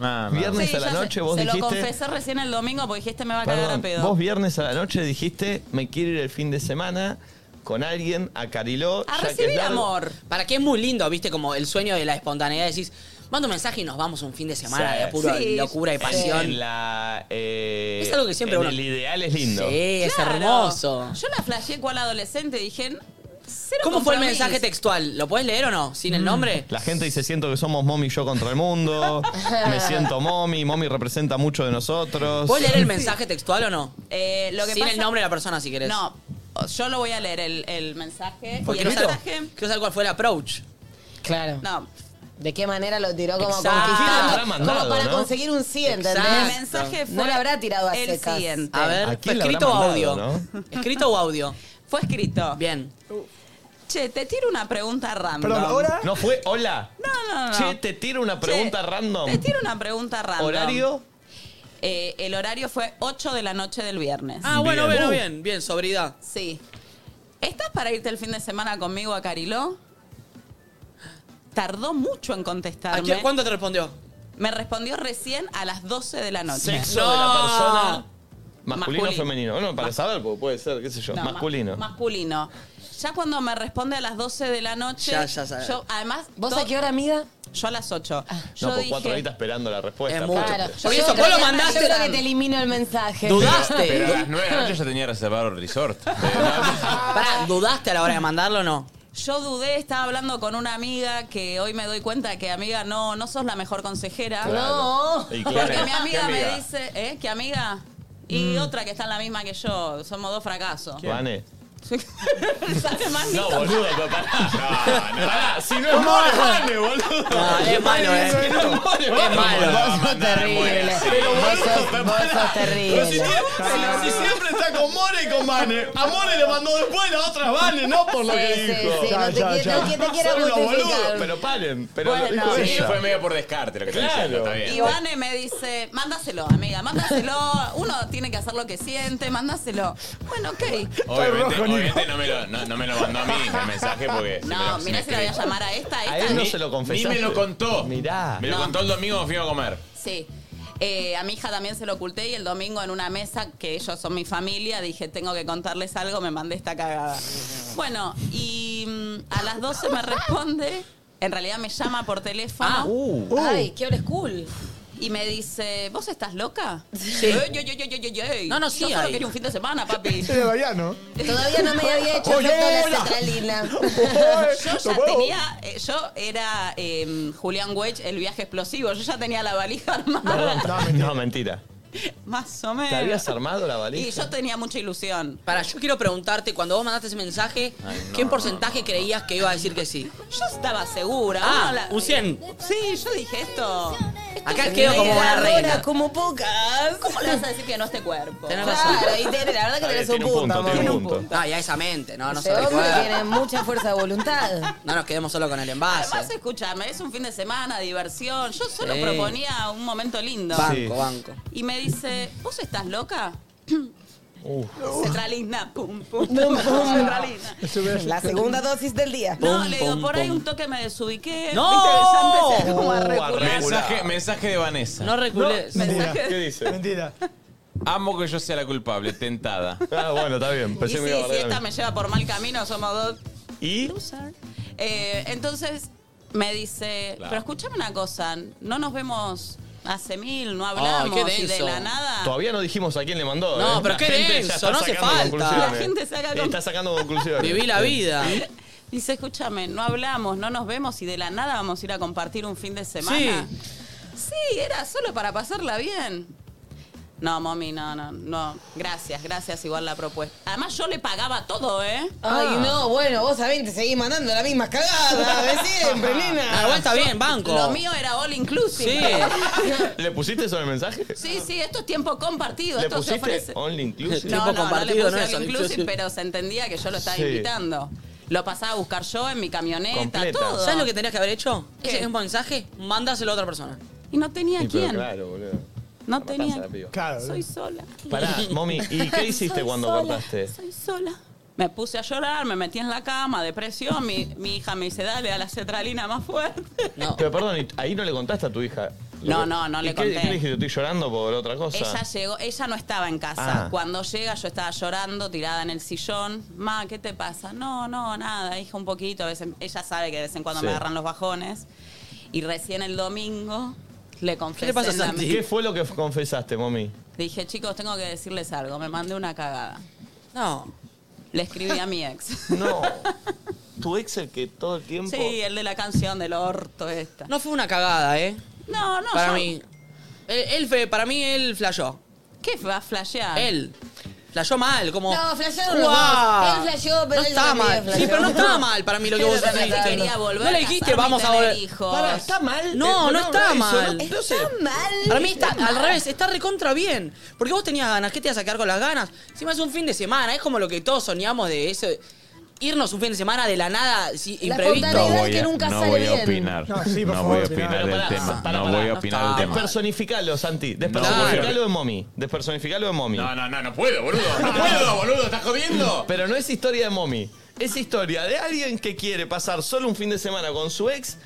[SPEAKER 7] Ah, no.
[SPEAKER 1] viernes
[SPEAKER 4] Sí,
[SPEAKER 1] a la
[SPEAKER 4] ya se-
[SPEAKER 1] noche vos
[SPEAKER 4] se lo
[SPEAKER 1] dijiste.
[SPEAKER 4] confesé recién el domingo porque dijiste me va a cagar a
[SPEAKER 1] Perdón,
[SPEAKER 4] pedo.
[SPEAKER 1] vos viernes a la noche dijiste, me quiero ir el fin de semana con alguien a Cariló.
[SPEAKER 4] a
[SPEAKER 1] ya que es
[SPEAKER 4] recibir
[SPEAKER 1] largo".
[SPEAKER 4] amor.
[SPEAKER 2] Para que es muy lindo, viste, como el sueño de la espontaneidad. Decís, mando un mensaje y nos vamos un fin de semana
[SPEAKER 1] Sí.
[SPEAKER 2] de pura
[SPEAKER 4] Sí.
[SPEAKER 2] locura y pasión.
[SPEAKER 1] En la, eh,
[SPEAKER 2] Es algo que siempre
[SPEAKER 1] en
[SPEAKER 2] uno-
[SPEAKER 1] el ideal es lindo.
[SPEAKER 2] Sí, es
[SPEAKER 4] Claro.
[SPEAKER 2] hermoso.
[SPEAKER 4] Yo la flasheé cual adolescente, dije, cero
[SPEAKER 2] ¿Cómo fue
[SPEAKER 4] compromiso.
[SPEAKER 2] el
[SPEAKER 4] Mm.
[SPEAKER 2] mensaje textual? ¿Lo puedes leer o no? ¿Sin el nombre?
[SPEAKER 1] La gente dice, siento que somos mommy y yo contra el mundo. me siento mommy, mommy representa mucho de nosotros.
[SPEAKER 2] ¿Puedes leer el mensaje textual o no?
[SPEAKER 4] Eh, lo que
[SPEAKER 2] Sin el
[SPEAKER 4] pasa-
[SPEAKER 2] nombre de la persona, si querés.
[SPEAKER 4] No, yo lo voy a leer el, el mensaje.
[SPEAKER 2] Porque
[SPEAKER 4] y el
[SPEAKER 2] quiero,
[SPEAKER 4] mensaje...
[SPEAKER 2] quiero saber cuál fue el approach.
[SPEAKER 6] Claro.
[SPEAKER 4] No,
[SPEAKER 6] ¿De qué manera lo tiró como
[SPEAKER 2] Exacto.
[SPEAKER 6] conquistando?
[SPEAKER 1] Habrá mandado,
[SPEAKER 6] como para
[SPEAKER 1] ¿no?
[SPEAKER 6] conseguir un sí, ¿entendés?
[SPEAKER 4] el
[SPEAKER 2] Exacto.
[SPEAKER 4] mensaje fue
[SPEAKER 6] No lo habrá tirado a
[SPEAKER 4] el
[SPEAKER 6] secas.
[SPEAKER 4] siguiente.
[SPEAKER 2] A ver,
[SPEAKER 1] ¿A
[SPEAKER 2] ¿fue
[SPEAKER 1] quién le
[SPEAKER 2] escrito o
[SPEAKER 1] habrá
[SPEAKER 2] audio?
[SPEAKER 1] mandado,
[SPEAKER 2] ¿Escrito o audio?
[SPEAKER 4] Fue escrito.
[SPEAKER 2] Bien.
[SPEAKER 4] Che, te tiro una pregunta random.
[SPEAKER 9] Perdón, ¿hora?
[SPEAKER 1] No fue, hola.
[SPEAKER 4] No, no, no.
[SPEAKER 1] Che, te tiro una
[SPEAKER 4] Che,
[SPEAKER 1] pregunta random.
[SPEAKER 4] Te tiro una pregunta random.
[SPEAKER 1] ¿Horario?
[SPEAKER 4] Eh, el horario fue 8 de la noche del viernes.
[SPEAKER 2] Ah, bueno,
[SPEAKER 1] Bien.
[SPEAKER 2] bueno,
[SPEAKER 1] Uh.
[SPEAKER 2] bien, bien, sobriedad.
[SPEAKER 4] Sí. ¿Estás para irte el fin de semana conmigo a Cariló? Tardó mucho en
[SPEAKER 2] ¿A
[SPEAKER 4] contestarme.
[SPEAKER 2] quién- ¿Cuándo te respondió?
[SPEAKER 4] Me respondió recién a las 12 de la noche.
[SPEAKER 1] Sexo de la
[SPEAKER 2] No.
[SPEAKER 1] persona. Masculino o
[SPEAKER 4] Masculino.
[SPEAKER 1] femenino. Bueno, para saber, porque puede ser, qué sé yo.
[SPEAKER 4] No, ma-
[SPEAKER 1] masculino.
[SPEAKER 4] masculino. Ya cuando me responde a las 12 de la noche,
[SPEAKER 2] Ya, ya sabe.
[SPEAKER 4] yo además...
[SPEAKER 6] ¿Vos
[SPEAKER 4] to-
[SPEAKER 6] a qué hora, amiga?
[SPEAKER 4] Yo a las 8.
[SPEAKER 9] Ah.
[SPEAKER 4] yo
[SPEAKER 1] no, por
[SPEAKER 4] dije,
[SPEAKER 1] cuatro horitas esperando la respuesta.
[SPEAKER 2] Es mucho.
[SPEAKER 1] Pero-
[SPEAKER 2] Por eso,
[SPEAKER 6] creo
[SPEAKER 2] vos lo
[SPEAKER 6] que-
[SPEAKER 2] mandaste.
[SPEAKER 6] Yo creo que te elimino el mensaje.
[SPEAKER 7] Pero a
[SPEAKER 2] ¿Dudaste?
[SPEAKER 7] las 9 de la noche ya tenía reservado el resort.
[SPEAKER 2] Pará, ¿dudaste a la hora de mandarlo o no?
[SPEAKER 4] Yo dudé, estaba hablando con una amiga que hoy me doy cuenta que, amiga, no, no sos la mejor consejera.
[SPEAKER 6] No.
[SPEAKER 7] Y claro,
[SPEAKER 4] Porque mi amiga,
[SPEAKER 7] ¿qué
[SPEAKER 4] me dice, ¿eh? ¿Qué amiga? Y otra que está en la misma que yo. Somos dos fracasos.
[SPEAKER 1] Vane.
[SPEAKER 4] ¿Sale más
[SPEAKER 1] No,
[SPEAKER 4] lindo?
[SPEAKER 1] boludo, pará.
[SPEAKER 7] No, no.
[SPEAKER 1] Pará, si no es More, es Vane, boludo.
[SPEAKER 2] Ah, es malo,
[SPEAKER 1] Si no
[SPEAKER 2] ¿eh?
[SPEAKER 1] es More,
[SPEAKER 2] Es malo.
[SPEAKER 6] Vos sos terrible. Vos sos, vos sos
[SPEAKER 1] Pero si,
[SPEAKER 6] terrible.
[SPEAKER 1] tiene- si- si siempre está con More y con Vane. A More le mandó después, la otra es Vane, no por lo
[SPEAKER 6] Sí,
[SPEAKER 1] que
[SPEAKER 6] sí,
[SPEAKER 1] dijo.
[SPEAKER 6] sí, no te
[SPEAKER 9] Ya,
[SPEAKER 6] quiero-
[SPEAKER 9] ya,
[SPEAKER 6] no
[SPEAKER 9] ya.
[SPEAKER 6] que te quiero
[SPEAKER 1] Son unos boludos,
[SPEAKER 6] justificar.
[SPEAKER 1] pero paren. Pero
[SPEAKER 4] Bueno,
[SPEAKER 1] lo dijo
[SPEAKER 4] sí,
[SPEAKER 7] Sí,
[SPEAKER 1] ella.
[SPEAKER 7] fue medio por descarte lo que te
[SPEAKER 1] Claro.
[SPEAKER 7] diciendo, está bien.
[SPEAKER 4] Y Vane me dice, mándaselo, amiga, mándaselo. Uno tiene que hacer lo que siente, mándaselo. Bueno, ok.
[SPEAKER 7] Obviamente, obviamente no, me lo, no, no me lo mandó a mí el mensaje porque. si me
[SPEAKER 4] No,
[SPEAKER 7] lo-
[SPEAKER 4] mira
[SPEAKER 7] me
[SPEAKER 4] si la voy a
[SPEAKER 7] escribe.
[SPEAKER 4] llamar a esta,
[SPEAKER 1] A
[SPEAKER 4] esta.
[SPEAKER 1] él no
[SPEAKER 7] Ni-
[SPEAKER 1] se lo confesaste.
[SPEAKER 7] Ni me lo contó.
[SPEAKER 1] Mirá.
[SPEAKER 7] Me lo
[SPEAKER 4] No.
[SPEAKER 7] contó el domingo cuando fuimos a comer.
[SPEAKER 4] Sí. Eh, a mi hija también se lo oculté y el domingo en una mesa, que ellos son mi familia, dije, tengo que contarles algo, me mandé esta cagada. Bueno, y mm, a las
[SPEAKER 1] Ah, uh.
[SPEAKER 4] 12 me responde, en realidad me llama por teléfono.
[SPEAKER 6] Ay, qué hora es cool.
[SPEAKER 4] Y me dice, ¿vos estás loca?
[SPEAKER 2] Sí.
[SPEAKER 4] Ey, ey, ey, ey, ey, ey.
[SPEAKER 2] No, no, sí
[SPEAKER 4] Yo solo
[SPEAKER 2] hay.
[SPEAKER 4] quería un fin de semana, papi.
[SPEAKER 9] Es de Dayano.
[SPEAKER 6] Todavía no me había hecho
[SPEAKER 9] Oye,
[SPEAKER 6] efecto la
[SPEAKER 9] hola.
[SPEAKER 6] cetralina.
[SPEAKER 4] Yo ya tenía, eh, yo era eh, Julián Wedge, el viaje explosivo. Yo ya tenía la valija armada,
[SPEAKER 1] No, mentira.
[SPEAKER 4] más o menos.
[SPEAKER 1] ¿Te habías armado la
[SPEAKER 4] Y
[SPEAKER 1] valija?
[SPEAKER 4] yo tenía mucha ilusión.
[SPEAKER 2] Para, yo quiero preguntarte, cuando vos mandaste ese mensaje, ¿qué porcentaje creías que iba a decir que sí?
[SPEAKER 4] Yo estaba segura.
[SPEAKER 2] Ah,
[SPEAKER 4] ¿no? La-
[SPEAKER 2] un 100.
[SPEAKER 4] Sí, yo dije esto.
[SPEAKER 2] Acá quedo como una reina.
[SPEAKER 6] como pocas.
[SPEAKER 4] ¿Cómo le vas a decir que no a este cuerpo?
[SPEAKER 2] Tenés razón.
[SPEAKER 6] Claro, ahí tiene, la verdad que
[SPEAKER 1] Está bien,
[SPEAKER 6] tenés un
[SPEAKER 1] tiene un
[SPEAKER 6] punto,
[SPEAKER 1] punto,
[SPEAKER 6] amor.
[SPEAKER 1] tiene un
[SPEAKER 6] Ese
[SPEAKER 1] punto.
[SPEAKER 2] Ah, ya esa mente, no, no se
[SPEAKER 6] hombre
[SPEAKER 2] puede.
[SPEAKER 6] tiene mucha fuerza de voluntad.
[SPEAKER 2] No nos quedemos solo con el
[SPEAKER 4] Además,
[SPEAKER 2] envase.
[SPEAKER 4] escúchame, es un fin de semana, diversión. Yo solo
[SPEAKER 2] Sí.
[SPEAKER 4] proponía un momento lindo.
[SPEAKER 1] Sí.
[SPEAKER 2] Banco, banco.
[SPEAKER 4] Y me dice, ¿vos estás loca? Cetralina, pum, pum. Cetralina.
[SPEAKER 6] La segunda dosis del día.
[SPEAKER 4] No,
[SPEAKER 2] Pum,
[SPEAKER 4] le digo,
[SPEAKER 2] pum,
[SPEAKER 4] por ahí
[SPEAKER 2] pum.
[SPEAKER 4] un toque me desubiqué.
[SPEAKER 2] ¡No!
[SPEAKER 4] Viste, ya empecé como a
[SPEAKER 1] Uh, a
[SPEAKER 4] recular.
[SPEAKER 1] regular.
[SPEAKER 7] Mensaje, mensaje de Vanessa.
[SPEAKER 2] No reculés.
[SPEAKER 9] Mentira.
[SPEAKER 1] ¿Qué dice?
[SPEAKER 9] Mentira.
[SPEAKER 7] Amo que yo sea la culpable, tentada.
[SPEAKER 1] Ah, bueno, está bien.
[SPEAKER 4] Y
[SPEAKER 2] Pues
[SPEAKER 4] sí,
[SPEAKER 1] Pensé que me iba a
[SPEAKER 4] si
[SPEAKER 1] barrer a
[SPEAKER 4] esta
[SPEAKER 1] mí.
[SPEAKER 4] me lleva por mal camino, somos dos
[SPEAKER 1] ¿Y?
[SPEAKER 4] Eh, entonces me dice, pero escúchame una cosa, no nos vemos hace mil, no hablamos
[SPEAKER 2] Ay, qué
[SPEAKER 4] y de
[SPEAKER 2] denso.
[SPEAKER 4] la nada.
[SPEAKER 1] Todavía no dijimos a quién le mandó.
[SPEAKER 2] No,
[SPEAKER 1] ¿eh?
[SPEAKER 2] pero
[SPEAKER 1] La
[SPEAKER 2] qué
[SPEAKER 1] gente ya
[SPEAKER 2] denso,
[SPEAKER 1] está
[SPEAKER 2] no hace
[SPEAKER 1] sacando
[SPEAKER 2] falta.
[SPEAKER 1] conclusiones.
[SPEAKER 4] La gente saca con-
[SPEAKER 1] Está sacando conclusiones.
[SPEAKER 2] Viví la vida.
[SPEAKER 4] Dice, escúchame, no hablamos, no nos vemos y de la nada vamos a ir a compartir un fin de semana. Sí, era solo para pasarla bien. No, mami, no, no, no. Gracias, gracias igual la propuesta. Además yo le pagaba todo, ¿eh?
[SPEAKER 2] Ah.
[SPEAKER 6] Ay, no, bueno, vos sabés, te seguís mandando las mismas cagadas de siempre,
[SPEAKER 2] Ah,
[SPEAKER 6] nena.
[SPEAKER 2] igual está bien, banco.
[SPEAKER 4] Lo mío era all
[SPEAKER 2] Sí.
[SPEAKER 4] inclusive.
[SPEAKER 1] ¿Le pusiste eso en el mensaje?
[SPEAKER 4] Sí, sí, esto es tiempo compartido.
[SPEAKER 1] ¿Le
[SPEAKER 4] esto se
[SPEAKER 1] pusiste
[SPEAKER 4] ofrece.
[SPEAKER 1] only inclusive?
[SPEAKER 2] Tiempo
[SPEAKER 4] No, no, no le
[SPEAKER 2] compartido,
[SPEAKER 4] puse
[SPEAKER 2] no es
[SPEAKER 4] all
[SPEAKER 2] all
[SPEAKER 4] inclusive,
[SPEAKER 2] inclusive.
[SPEAKER 4] pero se entendía que yo lo estaba
[SPEAKER 1] Sí.
[SPEAKER 4] invitando. Lo pasaba a buscar yo en mi camioneta,
[SPEAKER 1] Completa.
[SPEAKER 4] todo.
[SPEAKER 2] ¿Sabes lo que tenías que haber hecho?
[SPEAKER 4] ¿Qué?
[SPEAKER 2] Ese mismo mensaje, mándaselo a otra persona.
[SPEAKER 4] Y no tenía
[SPEAKER 1] Sí, pero
[SPEAKER 4] quién.
[SPEAKER 1] Claro, boludo.
[SPEAKER 4] No
[SPEAKER 1] Matanza
[SPEAKER 4] tenía.
[SPEAKER 1] la piba.
[SPEAKER 9] Claro.
[SPEAKER 4] Soy sola.
[SPEAKER 1] Pará, mami, ¿y qué hiciste
[SPEAKER 4] Soy
[SPEAKER 1] cuando
[SPEAKER 4] sola,
[SPEAKER 1] cortaste?
[SPEAKER 4] Soy sola. Me puse a llorar, me metí en la cama, depresión. Mi, mi hija me dice, dale a la cetralina más fuerte.
[SPEAKER 2] No.
[SPEAKER 1] Pero perdón, ¿y ahí no le contaste a tu hija. lo
[SPEAKER 4] No,
[SPEAKER 1] que-
[SPEAKER 4] no, no
[SPEAKER 1] ¿Y
[SPEAKER 4] le
[SPEAKER 1] qué-
[SPEAKER 4] conté.
[SPEAKER 1] ¿Qué le dijiste? Estoy llorando por otra cosa.
[SPEAKER 4] Ella llegó, ella no estaba en casa.
[SPEAKER 1] Ah.
[SPEAKER 4] Cuando llega yo estaba llorando, tirada en el sillón. Ma, ¿qué te pasa? No, no, nada, hija, un poquito. A veces, ella sabe que de vez en cuando
[SPEAKER 1] Sí.
[SPEAKER 4] me agarran los bajones. Y recién el domingo le confesé.
[SPEAKER 2] le pasa a
[SPEAKER 4] en la
[SPEAKER 2] Santi?
[SPEAKER 1] ¿Y ¿Qué fue lo que confesaste, mami?
[SPEAKER 4] me- Dije, chicos, tengo que decirles algo. Me mandé una cagada.
[SPEAKER 2] No.
[SPEAKER 4] Le escribí a mi ex.
[SPEAKER 1] No. ¿Tu ex el que todo el tiempo...?
[SPEAKER 4] Sí, el de la canción del orto esta.
[SPEAKER 2] No fue una cagada, ¿eh?
[SPEAKER 4] No, no,
[SPEAKER 2] para
[SPEAKER 4] yo-
[SPEAKER 2] mí. Él, él fue- para mí, él flasheó.
[SPEAKER 4] ¿Qué va a flashear?
[SPEAKER 2] Él. Flasheó mal, como.
[SPEAKER 6] No, flashearon los
[SPEAKER 2] ¡Guau!
[SPEAKER 6] dos. Él flasheó, pero él
[SPEAKER 2] No estaba
[SPEAKER 6] también
[SPEAKER 2] mal.
[SPEAKER 6] flasheó.
[SPEAKER 2] Sí, pero no estaba mal para mí lo que
[SPEAKER 4] Pero
[SPEAKER 2] vos
[SPEAKER 4] yo no
[SPEAKER 2] dijiste.
[SPEAKER 4] quería volver
[SPEAKER 2] no le
[SPEAKER 4] a
[SPEAKER 2] dijiste,
[SPEAKER 4] casarme y
[SPEAKER 2] vamos a
[SPEAKER 4] tener
[SPEAKER 2] volver.
[SPEAKER 4] hijos.
[SPEAKER 1] Pará, ¿está mal?
[SPEAKER 2] No,
[SPEAKER 1] Eh,
[SPEAKER 2] no está
[SPEAKER 1] eso,
[SPEAKER 2] mal.
[SPEAKER 1] no- no sé.
[SPEAKER 6] Está mal.
[SPEAKER 2] Para mí está al revés, está recontra bien. Porque vos tenías ganas, ¿qué te ibas a quedar con las ganas? Encima es un fin de semana, es como lo que todos soñamos de eso. Irnos un fin de semana de la nada, sí,
[SPEAKER 6] La
[SPEAKER 2] imprevisto.
[SPEAKER 6] espontaneidad. Realidad que nunca
[SPEAKER 7] no
[SPEAKER 6] sale
[SPEAKER 7] voy a
[SPEAKER 6] bien.
[SPEAKER 7] opinar.
[SPEAKER 9] No, sí, por
[SPEAKER 7] No
[SPEAKER 9] favor,
[SPEAKER 7] voy a
[SPEAKER 9] opiná.
[SPEAKER 7] opinar
[SPEAKER 1] Pero
[SPEAKER 7] del
[SPEAKER 1] pará,
[SPEAKER 7] tema.
[SPEAKER 1] pará,
[SPEAKER 7] no
[SPEAKER 1] pará,
[SPEAKER 7] voy a
[SPEAKER 1] no
[SPEAKER 7] opinar
[SPEAKER 4] Ah,
[SPEAKER 7] del tema.
[SPEAKER 1] Despersonificalo, Santi.
[SPEAKER 2] No.
[SPEAKER 1] Despersonificalo de mommy. Despersonificalo de mommy.
[SPEAKER 7] No, no, no, no puedo, boludo. No puedo, boludo. ¿Estás jodiendo?
[SPEAKER 1] Pero no es historia de mommy. Es historia de alguien que quiere pasar solo un fin de semana con su ex.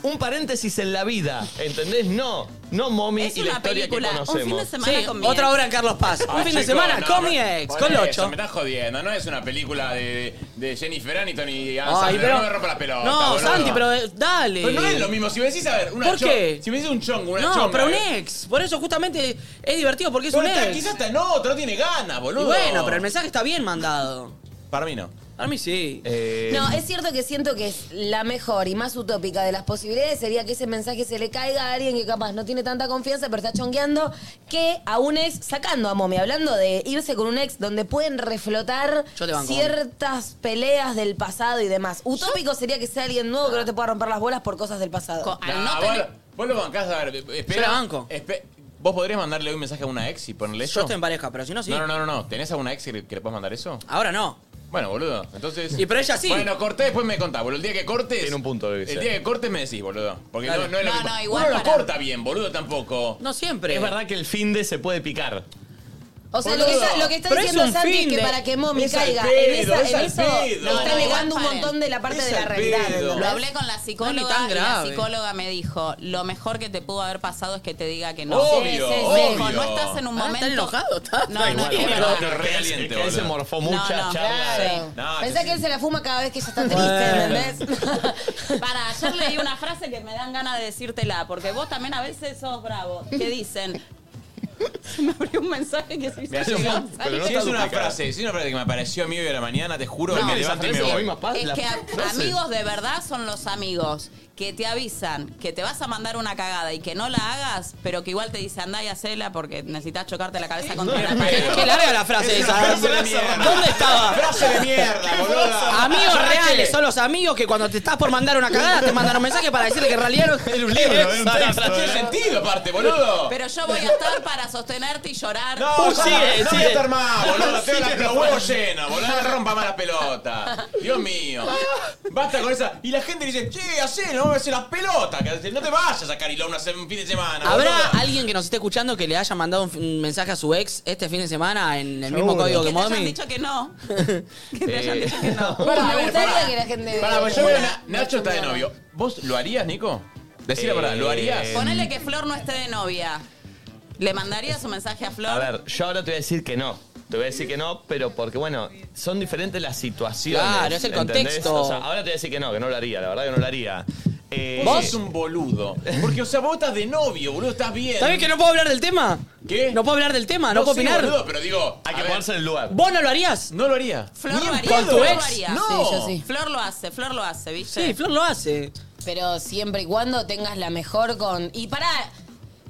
[SPEAKER 1] Un paréntesis en la vida, ¿entendés? No, no mommy
[SPEAKER 4] Es
[SPEAKER 1] y la
[SPEAKER 4] una
[SPEAKER 1] historia
[SPEAKER 4] película,
[SPEAKER 1] que
[SPEAKER 4] un fin
[SPEAKER 1] conocemos.
[SPEAKER 4] de semana
[SPEAKER 2] Sí,
[SPEAKER 4] con mi
[SPEAKER 2] otra
[SPEAKER 4] ex.
[SPEAKER 2] hora en Carlos Paz. un
[SPEAKER 7] Ah,
[SPEAKER 2] fin de
[SPEAKER 7] chico,
[SPEAKER 2] semana
[SPEAKER 7] no,
[SPEAKER 2] con
[SPEAKER 7] no,
[SPEAKER 2] mi ex,
[SPEAKER 7] por
[SPEAKER 2] con
[SPEAKER 7] eso,
[SPEAKER 2] Locho.
[SPEAKER 7] Me estás jodiendo, no es una película de, de Jennifer Aniston y Adam
[SPEAKER 2] Ay,
[SPEAKER 7] Sandler,
[SPEAKER 2] pero-
[SPEAKER 7] No me rompa la pelota.
[SPEAKER 2] No,
[SPEAKER 7] boludo.
[SPEAKER 2] Santi, pero eh, dale.
[SPEAKER 7] Pero no es lo mismo. Si me decís, a ver, una
[SPEAKER 2] ¿Por
[SPEAKER 7] chon-
[SPEAKER 2] qué?
[SPEAKER 7] Si me decís un chongo, una
[SPEAKER 2] No,
[SPEAKER 7] chonga,
[SPEAKER 2] pero un
[SPEAKER 7] ¿eh?
[SPEAKER 2] ex. Por eso justamente es divertido porque es
[SPEAKER 7] Pero
[SPEAKER 2] un
[SPEAKER 7] está-
[SPEAKER 2] ex.
[SPEAKER 7] quizás está en otro, no tiene ganas,
[SPEAKER 2] Y
[SPEAKER 7] boludo.
[SPEAKER 2] bueno, pero el mensaje está bien mandado.
[SPEAKER 7] Para mí no.
[SPEAKER 2] A mí sí.
[SPEAKER 1] Eh,
[SPEAKER 6] No, es cierto que siento que es la mejor y más utópica de las posibilidades sería que ese mensaje se le caiga a alguien que capaz no tiene tanta confianza, pero está chongueando, que a un ex sacando a Momi, hablando de irse con un ex donde pueden reflotar
[SPEAKER 2] Yo te banco,
[SPEAKER 6] ciertas peleas del pasado y demás. Utópico sería que sea alguien nuevo que no te pueda romper las bolas por cosas del pasado.
[SPEAKER 4] Co- al
[SPEAKER 7] Nah,
[SPEAKER 4] no
[SPEAKER 7] vos,
[SPEAKER 4] tener-
[SPEAKER 7] lo- vos lo bancás, a ver, eh, espera.
[SPEAKER 2] Yo la banco.
[SPEAKER 7] espe- ¿Vos podrías mandarle un mensaje a una ex y ponerle eso?
[SPEAKER 2] Yo estoy en pareja, pero si no, sí.
[SPEAKER 7] No, no, no, no, no. ¿Tenés a una ex que le, que le puedes mandar eso?
[SPEAKER 2] Ahora no.
[SPEAKER 7] Bueno, boludo. Entonces.
[SPEAKER 2] Y pero ella sí.
[SPEAKER 7] Bueno, corté, después me contás, boludo. El día que cortes.
[SPEAKER 1] Tiene un punto de vista.
[SPEAKER 7] El día que cortes me decís, boludo. Porque
[SPEAKER 2] Claro.
[SPEAKER 7] no, no es lo
[SPEAKER 4] No,
[SPEAKER 7] mismo.
[SPEAKER 4] no, igual
[SPEAKER 7] Uno no
[SPEAKER 4] para-
[SPEAKER 7] corta bien, boludo, tampoco.
[SPEAKER 2] No siempre.
[SPEAKER 1] es verdad que el fin de se puede picar.
[SPEAKER 6] O sea, lo que está, lo que está
[SPEAKER 9] Pero
[SPEAKER 6] diciendo
[SPEAKER 9] es un
[SPEAKER 6] Santi es
[SPEAKER 9] fin
[SPEAKER 6] que
[SPEAKER 9] de-
[SPEAKER 6] para que Momi
[SPEAKER 9] es al
[SPEAKER 6] caiga
[SPEAKER 9] pedo,
[SPEAKER 6] en, esa-
[SPEAKER 9] es
[SPEAKER 6] en
[SPEAKER 9] al
[SPEAKER 6] eso,
[SPEAKER 9] pedo.
[SPEAKER 6] está
[SPEAKER 9] No, no,
[SPEAKER 6] negando un
[SPEAKER 4] paren.
[SPEAKER 6] montón de la parte
[SPEAKER 9] Es
[SPEAKER 6] de la
[SPEAKER 9] al
[SPEAKER 6] realidad.
[SPEAKER 9] pedo.
[SPEAKER 6] ¿entendés?
[SPEAKER 4] Lo hablé con la psicóloga
[SPEAKER 2] No es ni tan
[SPEAKER 4] y la
[SPEAKER 2] grave.
[SPEAKER 4] psicóloga me dijo, lo mejor que te pudo haber pasado es que te diga que no.
[SPEAKER 7] Obvio,
[SPEAKER 4] Sí, sí, sí.
[SPEAKER 7] obvio.
[SPEAKER 4] Me dijo, no estás en un
[SPEAKER 2] Ah,
[SPEAKER 4] momento...
[SPEAKER 2] ¿Está enojado? ¿Está?
[SPEAKER 4] No, no,
[SPEAKER 7] igual,
[SPEAKER 4] no,
[SPEAKER 7] igual,
[SPEAKER 4] no.
[SPEAKER 7] no, re
[SPEAKER 1] Es
[SPEAKER 7] caliente,
[SPEAKER 1] que él se
[SPEAKER 7] boludo.
[SPEAKER 1] morfó
[SPEAKER 4] No,
[SPEAKER 1] mucha
[SPEAKER 4] no.
[SPEAKER 1] charla.
[SPEAKER 6] Claro.
[SPEAKER 7] No,
[SPEAKER 6] Pensá
[SPEAKER 7] que
[SPEAKER 6] que él se la fuma cada vez que ella está triste, ¿entendés?
[SPEAKER 4] Para, ayer leí una frase que me dan ganas de decírtela, porque vos también a veces sos bravo. Que dicen? Se me abrió un mensaje que se hizo
[SPEAKER 7] Me hace
[SPEAKER 4] llegar.
[SPEAKER 7] un- pero no si es una frase, si es una frase que me apareció a mí hoy a la mañana, te juro que
[SPEAKER 4] No,
[SPEAKER 7] me
[SPEAKER 4] esa
[SPEAKER 7] levanto y me
[SPEAKER 1] frase
[SPEAKER 7] voy.
[SPEAKER 1] la misma-
[SPEAKER 4] Es
[SPEAKER 1] la-
[SPEAKER 4] que a-
[SPEAKER 1] frases.
[SPEAKER 4] amigos de verdad son los amigos que te avisan que te vas a mandar una cagada y que no la hagas, pero que igual te dice andá y hacela porque necesitas chocarte la cabeza contra la pared.
[SPEAKER 2] Es que larga la frase esa.
[SPEAKER 7] frase de mierda.
[SPEAKER 2] ¿Dónde estaba?
[SPEAKER 7] Frase de mierda, boludo.
[SPEAKER 2] Amigos reales son los amigos que cuando te estás por mandar una cagada te mandan un mensaje para decirle que en realidad no
[SPEAKER 1] Era un libro, era un texto.
[SPEAKER 7] Tiene sentido, aparte, boludo.
[SPEAKER 4] Pero yo voy a estar para sostenerte y llorar.
[SPEAKER 7] No,
[SPEAKER 2] Uy,
[SPEAKER 7] ya,
[SPEAKER 2] sigue,
[SPEAKER 7] no voy
[SPEAKER 2] sigue.
[SPEAKER 7] a estar más, boludo. Tengo la- los huevos llenos, boludo. No me rompa más la pelota. Dios mío. Basta con esa. Y la gente dice, che, hacelo, vamos a hacer las pelotas. que No te vayas a Carilón a hacer un fin de semana.
[SPEAKER 2] ¿Habrá
[SPEAKER 7] boludo.
[SPEAKER 2] alguien que nos esté escuchando que le haya mandado un, un mensaje a su ex este fin de semana en el mismo código
[SPEAKER 4] que
[SPEAKER 2] que
[SPEAKER 4] te hayan
[SPEAKER 2] Momi?
[SPEAKER 4] dicho que no. Que te hayan dicho que no.
[SPEAKER 6] Bueno,
[SPEAKER 7] a
[SPEAKER 6] me
[SPEAKER 7] ver,
[SPEAKER 6] gustaría
[SPEAKER 7] pará.
[SPEAKER 6] que la gente.
[SPEAKER 7] Pará, pues yo veo Na- Nacho está de novio. ¿Vos lo harías, Nico? Decí la verdad, ¿lo harías?
[SPEAKER 4] Ponele que Flor no esté de novia. ¿Le mandarías un mensaje a Flor?
[SPEAKER 1] A ver, yo ahora te voy a decir que no. Te voy a decir que no, pero porque, bueno, son diferentes las situaciones.
[SPEAKER 2] Claro, es el
[SPEAKER 1] ¿entendés?
[SPEAKER 2] contexto.
[SPEAKER 1] O sea, ahora te voy a decir que no, que no lo haría, la verdad que no lo haría. Eh,
[SPEAKER 7] Vos sos un boludo. Porque, o sea, vos estás de novio, boludo, estás bien.
[SPEAKER 2] ¿Sabés que no puedo hablar del tema?
[SPEAKER 7] ¿Qué?
[SPEAKER 2] No puedo hablar del tema, Ah, no,
[SPEAKER 7] No
[SPEAKER 2] puedo
[SPEAKER 7] sé,
[SPEAKER 2] opinar.
[SPEAKER 7] boludo, pero digo,
[SPEAKER 1] Hay
[SPEAKER 7] a
[SPEAKER 1] que
[SPEAKER 7] ver,
[SPEAKER 1] ponerse en el lugar.
[SPEAKER 2] ¿Vos no lo harías?
[SPEAKER 7] No lo haría.
[SPEAKER 4] Flor
[SPEAKER 7] Ni
[SPEAKER 4] lo
[SPEAKER 7] en
[SPEAKER 4] haría.
[SPEAKER 7] pedo.
[SPEAKER 2] ¿Con tu
[SPEAKER 4] Flor lo
[SPEAKER 2] ex?
[SPEAKER 4] haría.
[SPEAKER 7] No.
[SPEAKER 6] Sí, yo sí.
[SPEAKER 4] Flor lo hace, Flor lo hace, ¿viste?
[SPEAKER 2] Sí, Flor lo hace.
[SPEAKER 6] Pero siempre y cuando tengas la mejor con. Y pará.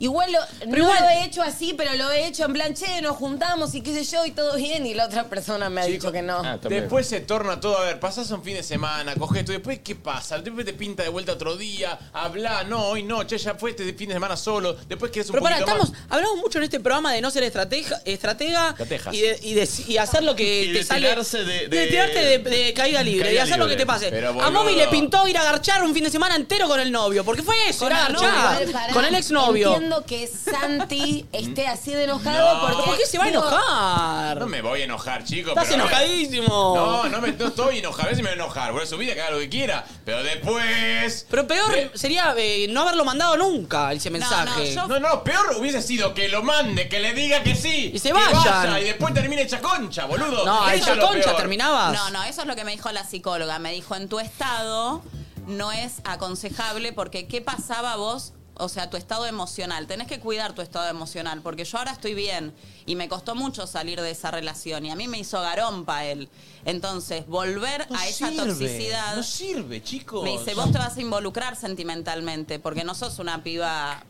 [SPEAKER 6] Igual lo, no
[SPEAKER 2] igual-
[SPEAKER 6] lo he hecho así, pero lo he hecho en plan, che, nos juntamos y qué sé yo, y todo bien. Y la otra persona me ha dicho que no.
[SPEAKER 1] Ah, también.
[SPEAKER 7] Después se torna todo, a ver, pasás un fin de semana, coges tú, después ¿qué pasa? Después te pinta de vuelta otro día, habla, no, hoy no, che, ya fue este fin de semana solo, después quieres un
[SPEAKER 2] Pero para,
[SPEAKER 7] poquito
[SPEAKER 2] estamos,
[SPEAKER 7] más.
[SPEAKER 2] hablamos mucho en este programa de no ser estratega, estratega
[SPEAKER 7] Estratejas.
[SPEAKER 2] y, de- y de- y hacer lo que
[SPEAKER 1] Y
[SPEAKER 2] te
[SPEAKER 1] de
[SPEAKER 2] sale.
[SPEAKER 1] tirarse de-
[SPEAKER 2] y
[SPEAKER 1] de-
[SPEAKER 2] tirarte de, de caída libre,
[SPEAKER 1] Caída
[SPEAKER 2] y hacer lo que
[SPEAKER 1] libre.
[SPEAKER 2] te pase.
[SPEAKER 7] Pero,
[SPEAKER 2] a
[SPEAKER 7] boludo.
[SPEAKER 2] Momi le pintó ir a garchar un fin de semana entero con el novio, porque fue eso,
[SPEAKER 4] Con
[SPEAKER 2] era
[SPEAKER 4] el
[SPEAKER 2] garchar.
[SPEAKER 6] Igual, pará,
[SPEAKER 2] con el exnovio.
[SPEAKER 6] Entiendo que Santi esté así de enojado
[SPEAKER 7] No.
[SPEAKER 6] porque.
[SPEAKER 2] ¿Por qué se va a
[SPEAKER 6] digo,
[SPEAKER 2] enojar?
[SPEAKER 7] No me voy a enojar, chicos.
[SPEAKER 2] Estás
[SPEAKER 7] pero a ver.
[SPEAKER 2] enojadísimo.
[SPEAKER 7] No, no, me, no estoy enojado, a veces me voy a enojar, voy a subir a que haga lo que quiera, pero después...
[SPEAKER 2] Pero peor
[SPEAKER 7] De-
[SPEAKER 2] sería eh, no haberlo mandado nunca ese mensaje.
[SPEAKER 4] no, yo-
[SPEAKER 7] No, no, peor hubiese sido que lo mande, que le diga que sí.
[SPEAKER 2] Y se
[SPEAKER 7] que
[SPEAKER 2] vayan.
[SPEAKER 7] vaya, y después termine hecha concha, boludo.
[SPEAKER 2] No,
[SPEAKER 7] Eso
[SPEAKER 2] ella
[SPEAKER 7] es lo
[SPEAKER 2] concha
[SPEAKER 7] peor.
[SPEAKER 2] terminabas.
[SPEAKER 4] No, no, eso es lo que me dijo la psicóloga. Me dijo, en tu estado no es aconsejable porque ¿qué pasaba vos? O sea, tu estado emocional. Tenés que cuidar tu estado emocional porque yo ahora estoy bien y me costó mucho salir de esa relación y a mí me hizo garompa él. Entonces, volver
[SPEAKER 7] No
[SPEAKER 4] a esa
[SPEAKER 7] sirve,
[SPEAKER 4] toxicidad...
[SPEAKER 7] No sirve, chicos.
[SPEAKER 4] me dice, vos te vas a involucrar sentimentalmente porque no sos una piba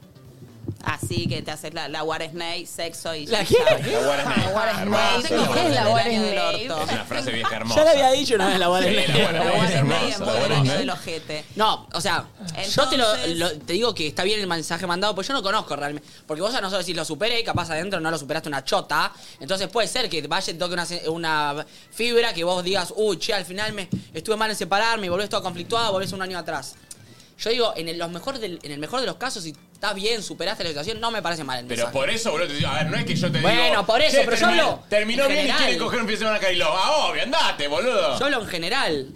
[SPEAKER 4] así que te haces la, la Snake, sexo y...
[SPEAKER 2] ¿La
[SPEAKER 4] ya
[SPEAKER 2] qué?
[SPEAKER 4] está.
[SPEAKER 7] La guarda
[SPEAKER 6] guarda es
[SPEAKER 7] es negra,
[SPEAKER 6] negra.
[SPEAKER 7] hermosa, la
[SPEAKER 4] Tengo
[SPEAKER 7] guarda
[SPEAKER 6] ¿Qué
[SPEAKER 7] es
[SPEAKER 6] es la
[SPEAKER 4] del
[SPEAKER 6] guarda
[SPEAKER 4] año del
[SPEAKER 6] Snake?
[SPEAKER 4] orto.
[SPEAKER 7] Es una frase vieja hermosa.
[SPEAKER 2] Ya le había dicho una vez la
[SPEAKER 7] Sí,
[SPEAKER 2] buena.
[SPEAKER 7] la guarda
[SPEAKER 4] La
[SPEAKER 7] es
[SPEAKER 4] Guarda Snake es
[SPEAKER 7] hermosa,
[SPEAKER 4] muy
[SPEAKER 7] la
[SPEAKER 4] del
[SPEAKER 7] guarda es
[SPEAKER 4] año
[SPEAKER 7] negra.
[SPEAKER 4] del ojete.
[SPEAKER 2] No, o sea, yo te, lo,
[SPEAKER 4] Entonces-
[SPEAKER 2] lo- te digo que está bien el mensaje mandado, pues yo no conozco realmente. Porque vos a nosotros decís lo superé y capaz adentro no lo superaste una chota. Entonces puede ser que vaya y toque una, se- una fibra que vos digas, uy, che, al final me estuve mal en separarme, y volvés todo conflictuado, volvés un año atrás. Yo digo, en el, los mejor del- en el mejor de los casos, si estás bien, superaste la situación, no me parece mal el
[SPEAKER 7] Pero
[SPEAKER 2] mensaje.
[SPEAKER 7] por eso, boludo, te digo, a ver, no es que yo te
[SPEAKER 2] Bueno,
[SPEAKER 7] digo...
[SPEAKER 2] por eso,
[SPEAKER 7] "Che,
[SPEAKER 2] pero yo
[SPEAKER 7] terminé-
[SPEAKER 2] hablo
[SPEAKER 7] Terminó
[SPEAKER 2] en
[SPEAKER 7] bien y
[SPEAKER 2] general".
[SPEAKER 7] quiere coger un fin de semana a Cariló. Ah, obvio, andate, boludo.
[SPEAKER 2] Yo hablo en general.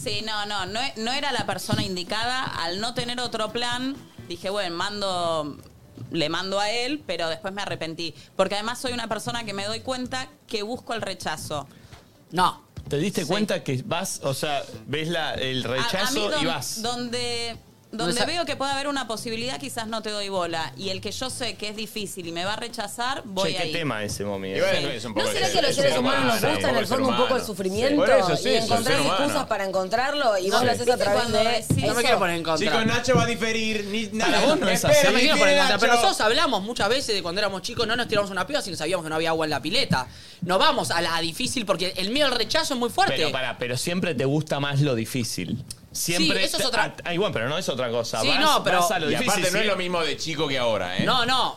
[SPEAKER 4] Sí, no, no, no, e- no era la persona indicada. Al no tener otro plan, dije, bueno, mando, le mando a él, pero después me arrepentí. Porque además soy una persona que me doy cuenta que busco el rechazo.
[SPEAKER 2] No.
[SPEAKER 1] ¿Te diste cuenta que vas, o sea, ves la, el
[SPEAKER 4] A- a
[SPEAKER 1] rechazo
[SPEAKER 4] mí don-
[SPEAKER 1] y vas?
[SPEAKER 4] Donde, donde
[SPEAKER 2] Esa-
[SPEAKER 4] veo que puede haber una posibilidad, quizás no te doy bola. Y el que yo sé que es difícil y me va a rechazar, voy
[SPEAKER 1] che,
[SPEAKER 4] ahí.
[SPEAKER 1] qué tema ese, mommy.
[SPEAKER 7] Y bueno,
[SPEAKER 1] eh.
[SPEAKER 7] es un
[SPEAKER 6] ¿No
[SPEAKER 7] poco
[SPEAKER 6] será
[SPEAKER 7] el-
[SPEAKER 6] que a los
[SPEAKER 7] el
[SPEAKER 6] seres
[SPEAKER 7] ser
[SPEAKER 6] humanos nos gusta
[SPEAKER 7] humano,
[SPEAKER 6] en
[SPEAKER 7] poco
[SPEAKER 6] el fondo un poco el
[SPEAKER 7] ser humano.
[SPEAKER 6] sufrimiento?
[SPEAKER 7] Por eso, sí,
[SPEAKER 6] y
[SPEAKER 7] es un
[SPEAKER 6] encontrar
[SPEAKER 7] ser humano.
[SPEAKER 6] excusas para encontrarlo y vos
[SPEAKER 7] Sí.
[SPEAKER 6] lo haces a través
[SPEAKER 4] Cuando
[SPEAKER 6] de
[SPEAKER 4] decís-
[SPEAKER 6] eso.
[SPEAKER 2] No me quiero poner en contra.
[SPEAKER 7] Chicos, Nacho va a diferir. Ni,
[SPEAKER 1] Para
[SPEAKER 7] nada.
[SPEAKER 1] vos no es
[SPEAKER 7] Esperen,
[SPEAKER 1] así.
[SPEAKER 2] No me quiero
[SPEAKER 7] viene
[SPEAKER 2] poner en contra, pero
[SPEAKER 7] Nacho.
[SPEAKER 2] nosotros hablamos muchas veces de cuando éramos chicos, no nos tiramos una piba si no sabíamos que no había agua en la pileta. No vamos a la difícil porque el miedo al rechazo es muy fuerte.
[SPEAKER 1] Pero pará, pero siempre te gusta más lo difícil. Siempre.
[SPEAKER 2] Sí, eso es otra-
[SPEAKER 1] Ah, igual, pero no es otra cosa.
[SPEAKER 2] Sí,
[SPEAKER 1] Vas-
[SPEAKER 2] no, pero-
[SPEAKER 1] vas a lo
[SPEAKER 7] Y
[SPEAKER 1] difícil.
[SPEAKER 7] aparte no
[SPEAKER 1] sí.
[SPEAKER 7] es lo mismo de chico que ahora, ¿eh?
[SPEAKER 2] No, no.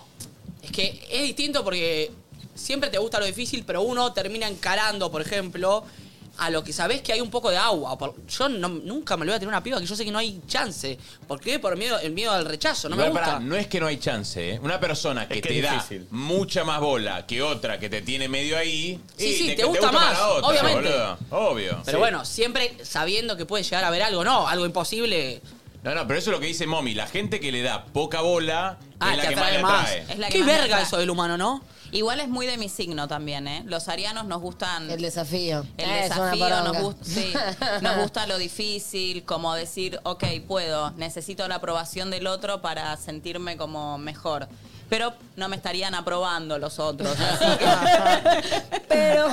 [SPEAKER 2] Es que es distinto porque siempre te gusta lo difícil, pero uno termina encarando, por ejemplo, a lo que sabés que hay un poco de agua. O por- yo no- nunca me lo voy a tener una piba que yo sé que no hay chance. ¿Por qué? Por miedo, el miedo al rechazo, no me
[SPEAKER 7] Igual,
[SPEAKER 2] gusta.
[SPEAKER 7] pará, no es que no hay chance, ¿eh? Una persona que,
[SPEAKER 1] que
[SPEAKER 7] te
[SPEAKER 1] es
[SPEAKER 7] da
[SPEAKER 1] difícil.
[SPEAKER 7] mucha más bola que otra que te tiene medio ahí.
[SPEAKER 2] Sí,
[SPEAKER 7] y
[SPEAKER 2] sí,
[SPEAKER 7] de
[SPEAKER 2] te
[SPEAKER 7] que
[SPEAKER 2] gusta más,
[SPEAKER 7] la otra,
[SPEAKER 2] obviamente.
[SPEAKER 7] boludo. Obvio.
[SPEAKER 2] Pero bueno, siempre sabiendo que puede llegar a haber algo, no, algo imposible.
[SPEAKER 7] No, no, pero eso es lo que dice Momi. La gente que le da poca bola
[SPEAKER 2] Ah,
[SPEAKER 7] es la
[SPEAKER 2] te
[SPEAKER 7] que más le
[SPEAKER 2] atrae más.
[SPEAKER 7] atrae.
[SPEAKER 4] Es la que
[SPEAKER 2] Qué
[SPEAKER 4] más me
[SPEAKER 2] verga
[SPEAKER 4] atrae.
[SPEAKER 2] eso del humano, ¿no?
[SPEAKER 4] Igual es muy de mi signo también, ¿eh? Los arianos nos gustan.
[SPEAKER 6] El desafío.
[SPEAKER 4] El
[SPEAKER 6] Eh, es una
[SPEAKER 4] desafío nos
[SPEAKER 6] poronga.
[SPEAKER 4] gusta, nos gusta lo difícil, como decir, ok, puedo, necesito la aprobación del otro para sentirme como mejor. Pero no me estarían aprobando los otros. así que-
[SPEAKER 6] Pero.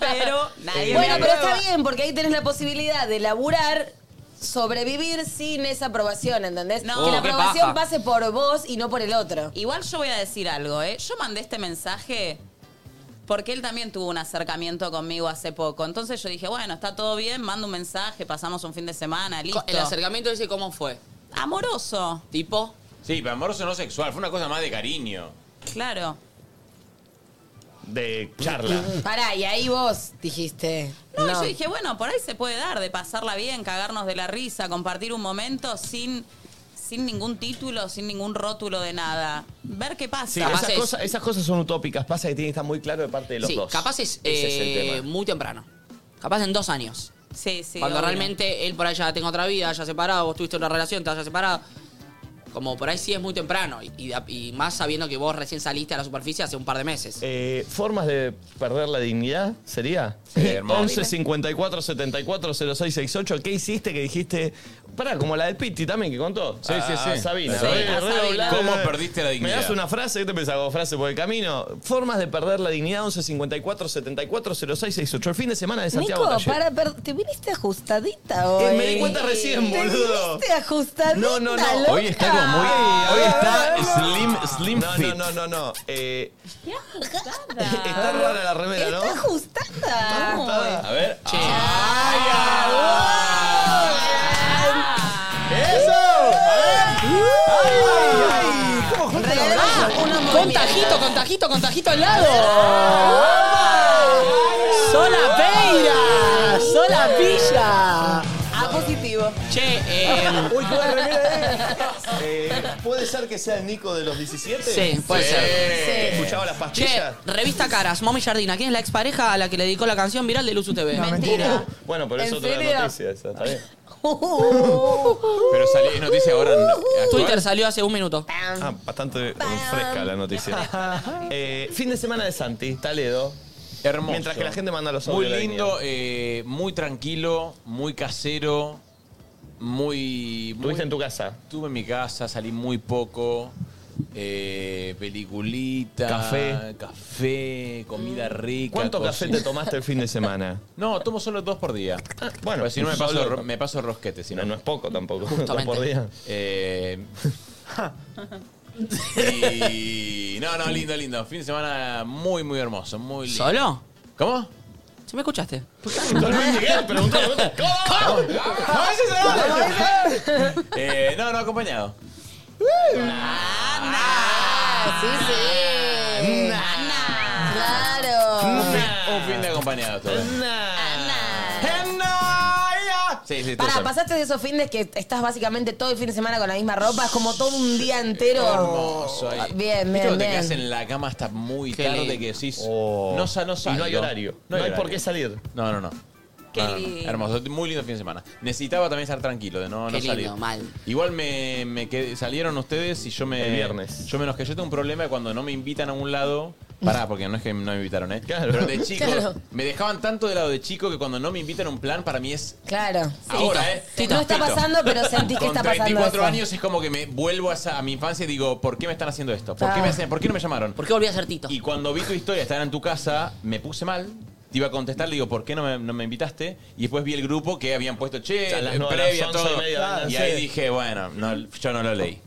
[SPEAKER 4] pero nadie me
[SPEAKER 6] Bueno, pero
[SPEAKER 4] aprueba.
[SPEAKER 6] está bien, porque ahí tenés la posibilidad de laburar, sobrevivir sin esa aprobación, ¿entendés?
[SPEAKER 4] No.
[SPEAKER 6] que la
[SPEAKER 4] Oh, qué
[SPEAKER 6] aprobación
[SPEAKER 2] paja.
[SPEAKER 6] pase por vos y no por el otro.
[SPEAKER 4] Igual yo voy a decir algo, ¿eh? Yo mandé este mensaje porque él también tuvo un acercamiento conmigo hace poco. Entonces yo dije, bueno, está todo bien, mando un mensaje, pasamos un fin de semana, listo.
[SPEAKER 2] El acercamiento ese, ¿cómo fue?
[SPEAKER 4] Amoroso,
[SPEAKER 2] Tipo,
[SPEAKER 7] Sí, pero amoroso no sexual. Fue una cosa más de cariño.
[SPEAKER 4] claro.
[SPEAKER 1] De charla.
[SPEAKER 6] Pará, y ahí vos dijiste.
[SPEAKER 4] No,
[SPEAKER 6] No,
[SPEAKER 4] yo dije, bueno, por ahí se puede dar, de pasarla bien, cagarnos de la risa, compartir un momento sin, sin ningún título, sin ningún rótulo de nada. Ver qué pasa.
[SPEAKER 1] Sí,
[SPEAKER 2] Capaz
[SPEAKER 1] esas,
[SPEAKER 2] es-
[SPEAKER 1] cosas, esas cosas son utópicas. Pasa que tiene que estar muy claro de parte de los
[SPEAKER 2] sí,
[SPEAKER 1] dos.
[SPEAKER 2] capaz es,
[SPEAKER 1] Ese
[SPEAKER 2] eh,
[SPEAKER 1] es el tema.
[SPEAKER 2] muy temprano. Capaz en dos años.
[SPEAKER 4] sí, sí,
[SPEAKER 2] cuando
[SPEAKER 4] obvio.
[SPEAKER 2] realmente él por ahí ya tenga otra vida, haya separado, vos tuviste una relación, te hayas separado. Como por ahí sí es muy temprano. Y, y da- y más sabiendo que vos recién saliste a la superficie hace un par de meses.
[SPEAKER 1] Eh, ¿Formas de perder la dignidad? ¿Sería? Eh,
[SPEAKER 7] Sí, hermoso.
[SPEAKER 1] 11 54 74 06 68. ¿Qué hiciste que dijiste? Pará, como la de Pitti también que contó.
[SPEAKER 7] Sí, sí,
[SPEAKER 1] A
[SPEAKER 7] sí.
[SPEAKER 1] Sabina.
[SPEAKER 7] Sí,
[SPEAKER 1] Re-
[SPEAKER 4] a
[SPEAKER 1] re
[SPEAKER 4] Sabina.
[SPEAKER 1] doblada.
[SPEAKER 7] ¿Cómo perdiste la dignidad?
[SPEAKER 1] ¿Me das una frase? ¿Qué te pensás como frase por el camino? Formas de perder la dignidad. 11 54 74 06 68. El fin de semana de Santiago
[SPEAKER 6] Nico,
[SPEAKER 1] Taller.
[SPEAKER 6] para, per- te viniste ajustadita hoy.
[SPEAKER 1] Eh, me di cuenta recién,
[SPEAKER 6] Te
[SPEAKER 1] boludo.
[SPEAKER 6] viniste ajustadita.
[SPEAKER 1] No, no, no.
[SPEAKER 6] loca.
[SPEAKER 7] Hoy está como muy. eh, Hoy está slim, slim
[SPEAKER 1] No,
[SPEAKER 7] fit.
[SPEAKER 1] no, no, no, no. Eh,
[SPEAKER 4] Qué
[SPEAKER 1] está
[SPEAKER 4] ajustada.
[SPEAKER 1] rara la remera, ¿no?
[SPEAKER 6] Está ajustada.
[SPEAKER 7] A ver.
[SPEAKER 2] Che.
[SPEAKER 7] ¡Ay, ah! ¡Eso! A ver.
[SPEAKER 6] Regalá unos
[SPEAKER 2] Con
[SPEAKER 6] movimientos.
[SPEAKER 2] tajito, con tajito, con tajito al lado. ¡Sola Peira! ¡Sola Pilla!
[SPEAKER 6] A positivo.
[SPEAKER 2] Che, eh,
[SPEAKER 1] Uy, qué buena remera, eh. Eh, ¿Puede ser que sea el Nico de los 17?
[SPEAKER 2] Sí, puede ser.
[SPEAKER 1] ¿Que escuchaba las
[SPEAKER 2] Che,
[SPEAKER 1] pastillas?
[SPEAKER 2] revista Caras, Mami Jardina, ¿quién es la expareja a la que le dedicó la canción viral de Luzu TV?
[SPEAKER 4] Mentira.
[SPEAKER 1] Bueno, pero es
[SPEAKER 6] ¿En
[SPEAKER 1] otra
[SPEAKER 6] serio?
[SPEAKER 1] noticia esa, está bien.
[SPEAKER 7] Pero salió es noticia ahora. ¿no?
[SPEAKER 2] Twitter salió hace un minuto.
[SPEAKER 1] Ah, bastante eh, fresca la noticia. Eh, fin de semana de Santi, Taledo.
[SPEAKER 7] Hermoso.
[SPEAKER 1] Mientras que la gente manda los
[SPEAKER 7] Muy
[SPEAKER 1] audios, la
[SPEAKER 7] lindo, eh, muy tranquilo, muy casero, muy. muy
[SPEAKER 1] Tuviste en tu casa.
[SPEAKER 7] Estuve en mi casa, salí muy poco. eh, peliculita.
[SPEAKER 1] Café.
[SPEAKER 7] Café, comida rica.
[SPEAKER 1] ¿Cuánto café
[SPEAKER 7] cocina.
[SPEAKER 1] te tomaste el fin de semana?
[SPEAKER 7] No, tomo solo dos por día.
[SPEAKER 1] bueno,
[SPEAKER 7] Pues si no me
[SPEAKER 1] solo-
[SPEAKER 7] paso, ro- me paso rosquete, si
[SPEAKER 1] No,
[SPEAKER 7] no.
[SPEAKER 1] no es poco tampoco.
[SPEAKER 2] Justamente.
[SPEAKER 1] Dos por día.
[SPEAKER 7] Eh, y- No, no, lindo, lindo. Fin de semana muy, muy hermoso, muy lindo.
[SPEAKER 2] ¿Solo?
[SPEAKER 7] ¿Cómo?
[SPEAKER 2] ¿Se me escuchaste?
[SPEAKER 7] Eh, no, no, acompañado.
[SPEAKER 6] Sí, sí.
[SPEAKER 2] Eh,
[SPEAKER 7] Un
[SPEAKER 6] Claro.
[SPEAKER 7] fin- Un fin de acompañado todo. Sí, sí, todo
[SPEAKER 6] Pará,
[SPEAKER 7] solo.
[SPEAKER 6] pasaste de esos fines que estás básicamente todo el fin de semana con la misma ropa, es como todo un día entero.
[SPEAKER 7] Hermoso ahí.
[SPEAKER 6] Bien,
[SPEAKER 7] ¿Viste
[SPEAKER 6] bien,
[SPEAKER 7] cuando te quedas
[SPEAKER 6] bien.
[SPEAKER 7] en la cama hasta muy
[SPEAKER 2] Qué
[SPEAKER 7] tarde
[SPEAKER 2] lindo.
[SPEAKER 7] que decís.
[SPEAKER 1] Oh.
[SPEAKER 7] No, sa- no
[SPEAKER 1] Y
[SPEAKER 7] salgo.
[SPEAKER 1] no hay horario. No hay, por qué salir.
[SPEAKER 7] No, no, no.
[SPEAKER 4] Qué
[SPEAKER 7] No, no, no.
[SPEAKER 4] lindo.
[SPEAKER 7] Hermoso, muy lindo fin de semana. Necesitaba también estar tranquilo, de no,
[SPEAKER 2] Qué
[SPEAKER 7] no
[SPEAKER 2] lindo,
[SPEAKER 7] salir.
[SPEAKER 2] mal.
[SPEAKER 7] Igual me, me quedé- salieron ustedes y yo me.
[SPEAKER 1] El viernes.
[SPEAKER 7] Yo me enojé. Yo tengo un problema de cuando no me invitan a un lado. Pará, porque no es que no me invitaron, ¿eh?
[SPEAKER 1] Claro.
[SPEAKER 7] Pero de chico.
[SPEAKER 6] Claro.
[SPEAKER 7] Me dejaban tanto de lado de chico que cuando no me invitan a un plan, para mí es.
[SPEAKER 6] Claro.
[SPEAKER 7] Ahora, ¿eh?
[SPEAKER 6] No está pasando, pero sentí que
[SPEAKER 7] Con
[SPEAKER 6] está pasando.
[SPEAKER 7] 34
[SPEAKER 6] eso.
[SPEAKER 7] años es como que me vuelvo a, esa- a mi infancia y digo, ¿por qué me están haciendo esto? ¿Por, qué, me
[SPEAKER 6] Ah.
[SPEAKER 7] hacen- ¿por qué no me llamaron?
[SPEAKER 2] ¿Por qué volví a ser Tito?
[SPEAKER 7] Y cuando vi tu historia, estaba en tu casa, me puse mal. Te iba a contestar, le digo, ¿por qué no me, no me invitaste? Y después vi el grupo que habían puesto, che,
[SPEAKER 1] A las
[SPEAKER 7] eh,
[SPEAKER 1] nueve, a las
[SPEAKER 7] previa,
[SPEAKER 1] once y
[SPEAKER 7] todo. Ah,
[SPEAKER 1] media,
[SPEAKER 7] y
[SPEAKER 1] sí.
[SPEAKER 7] ahí dije, bueno, no, yo no lo leí.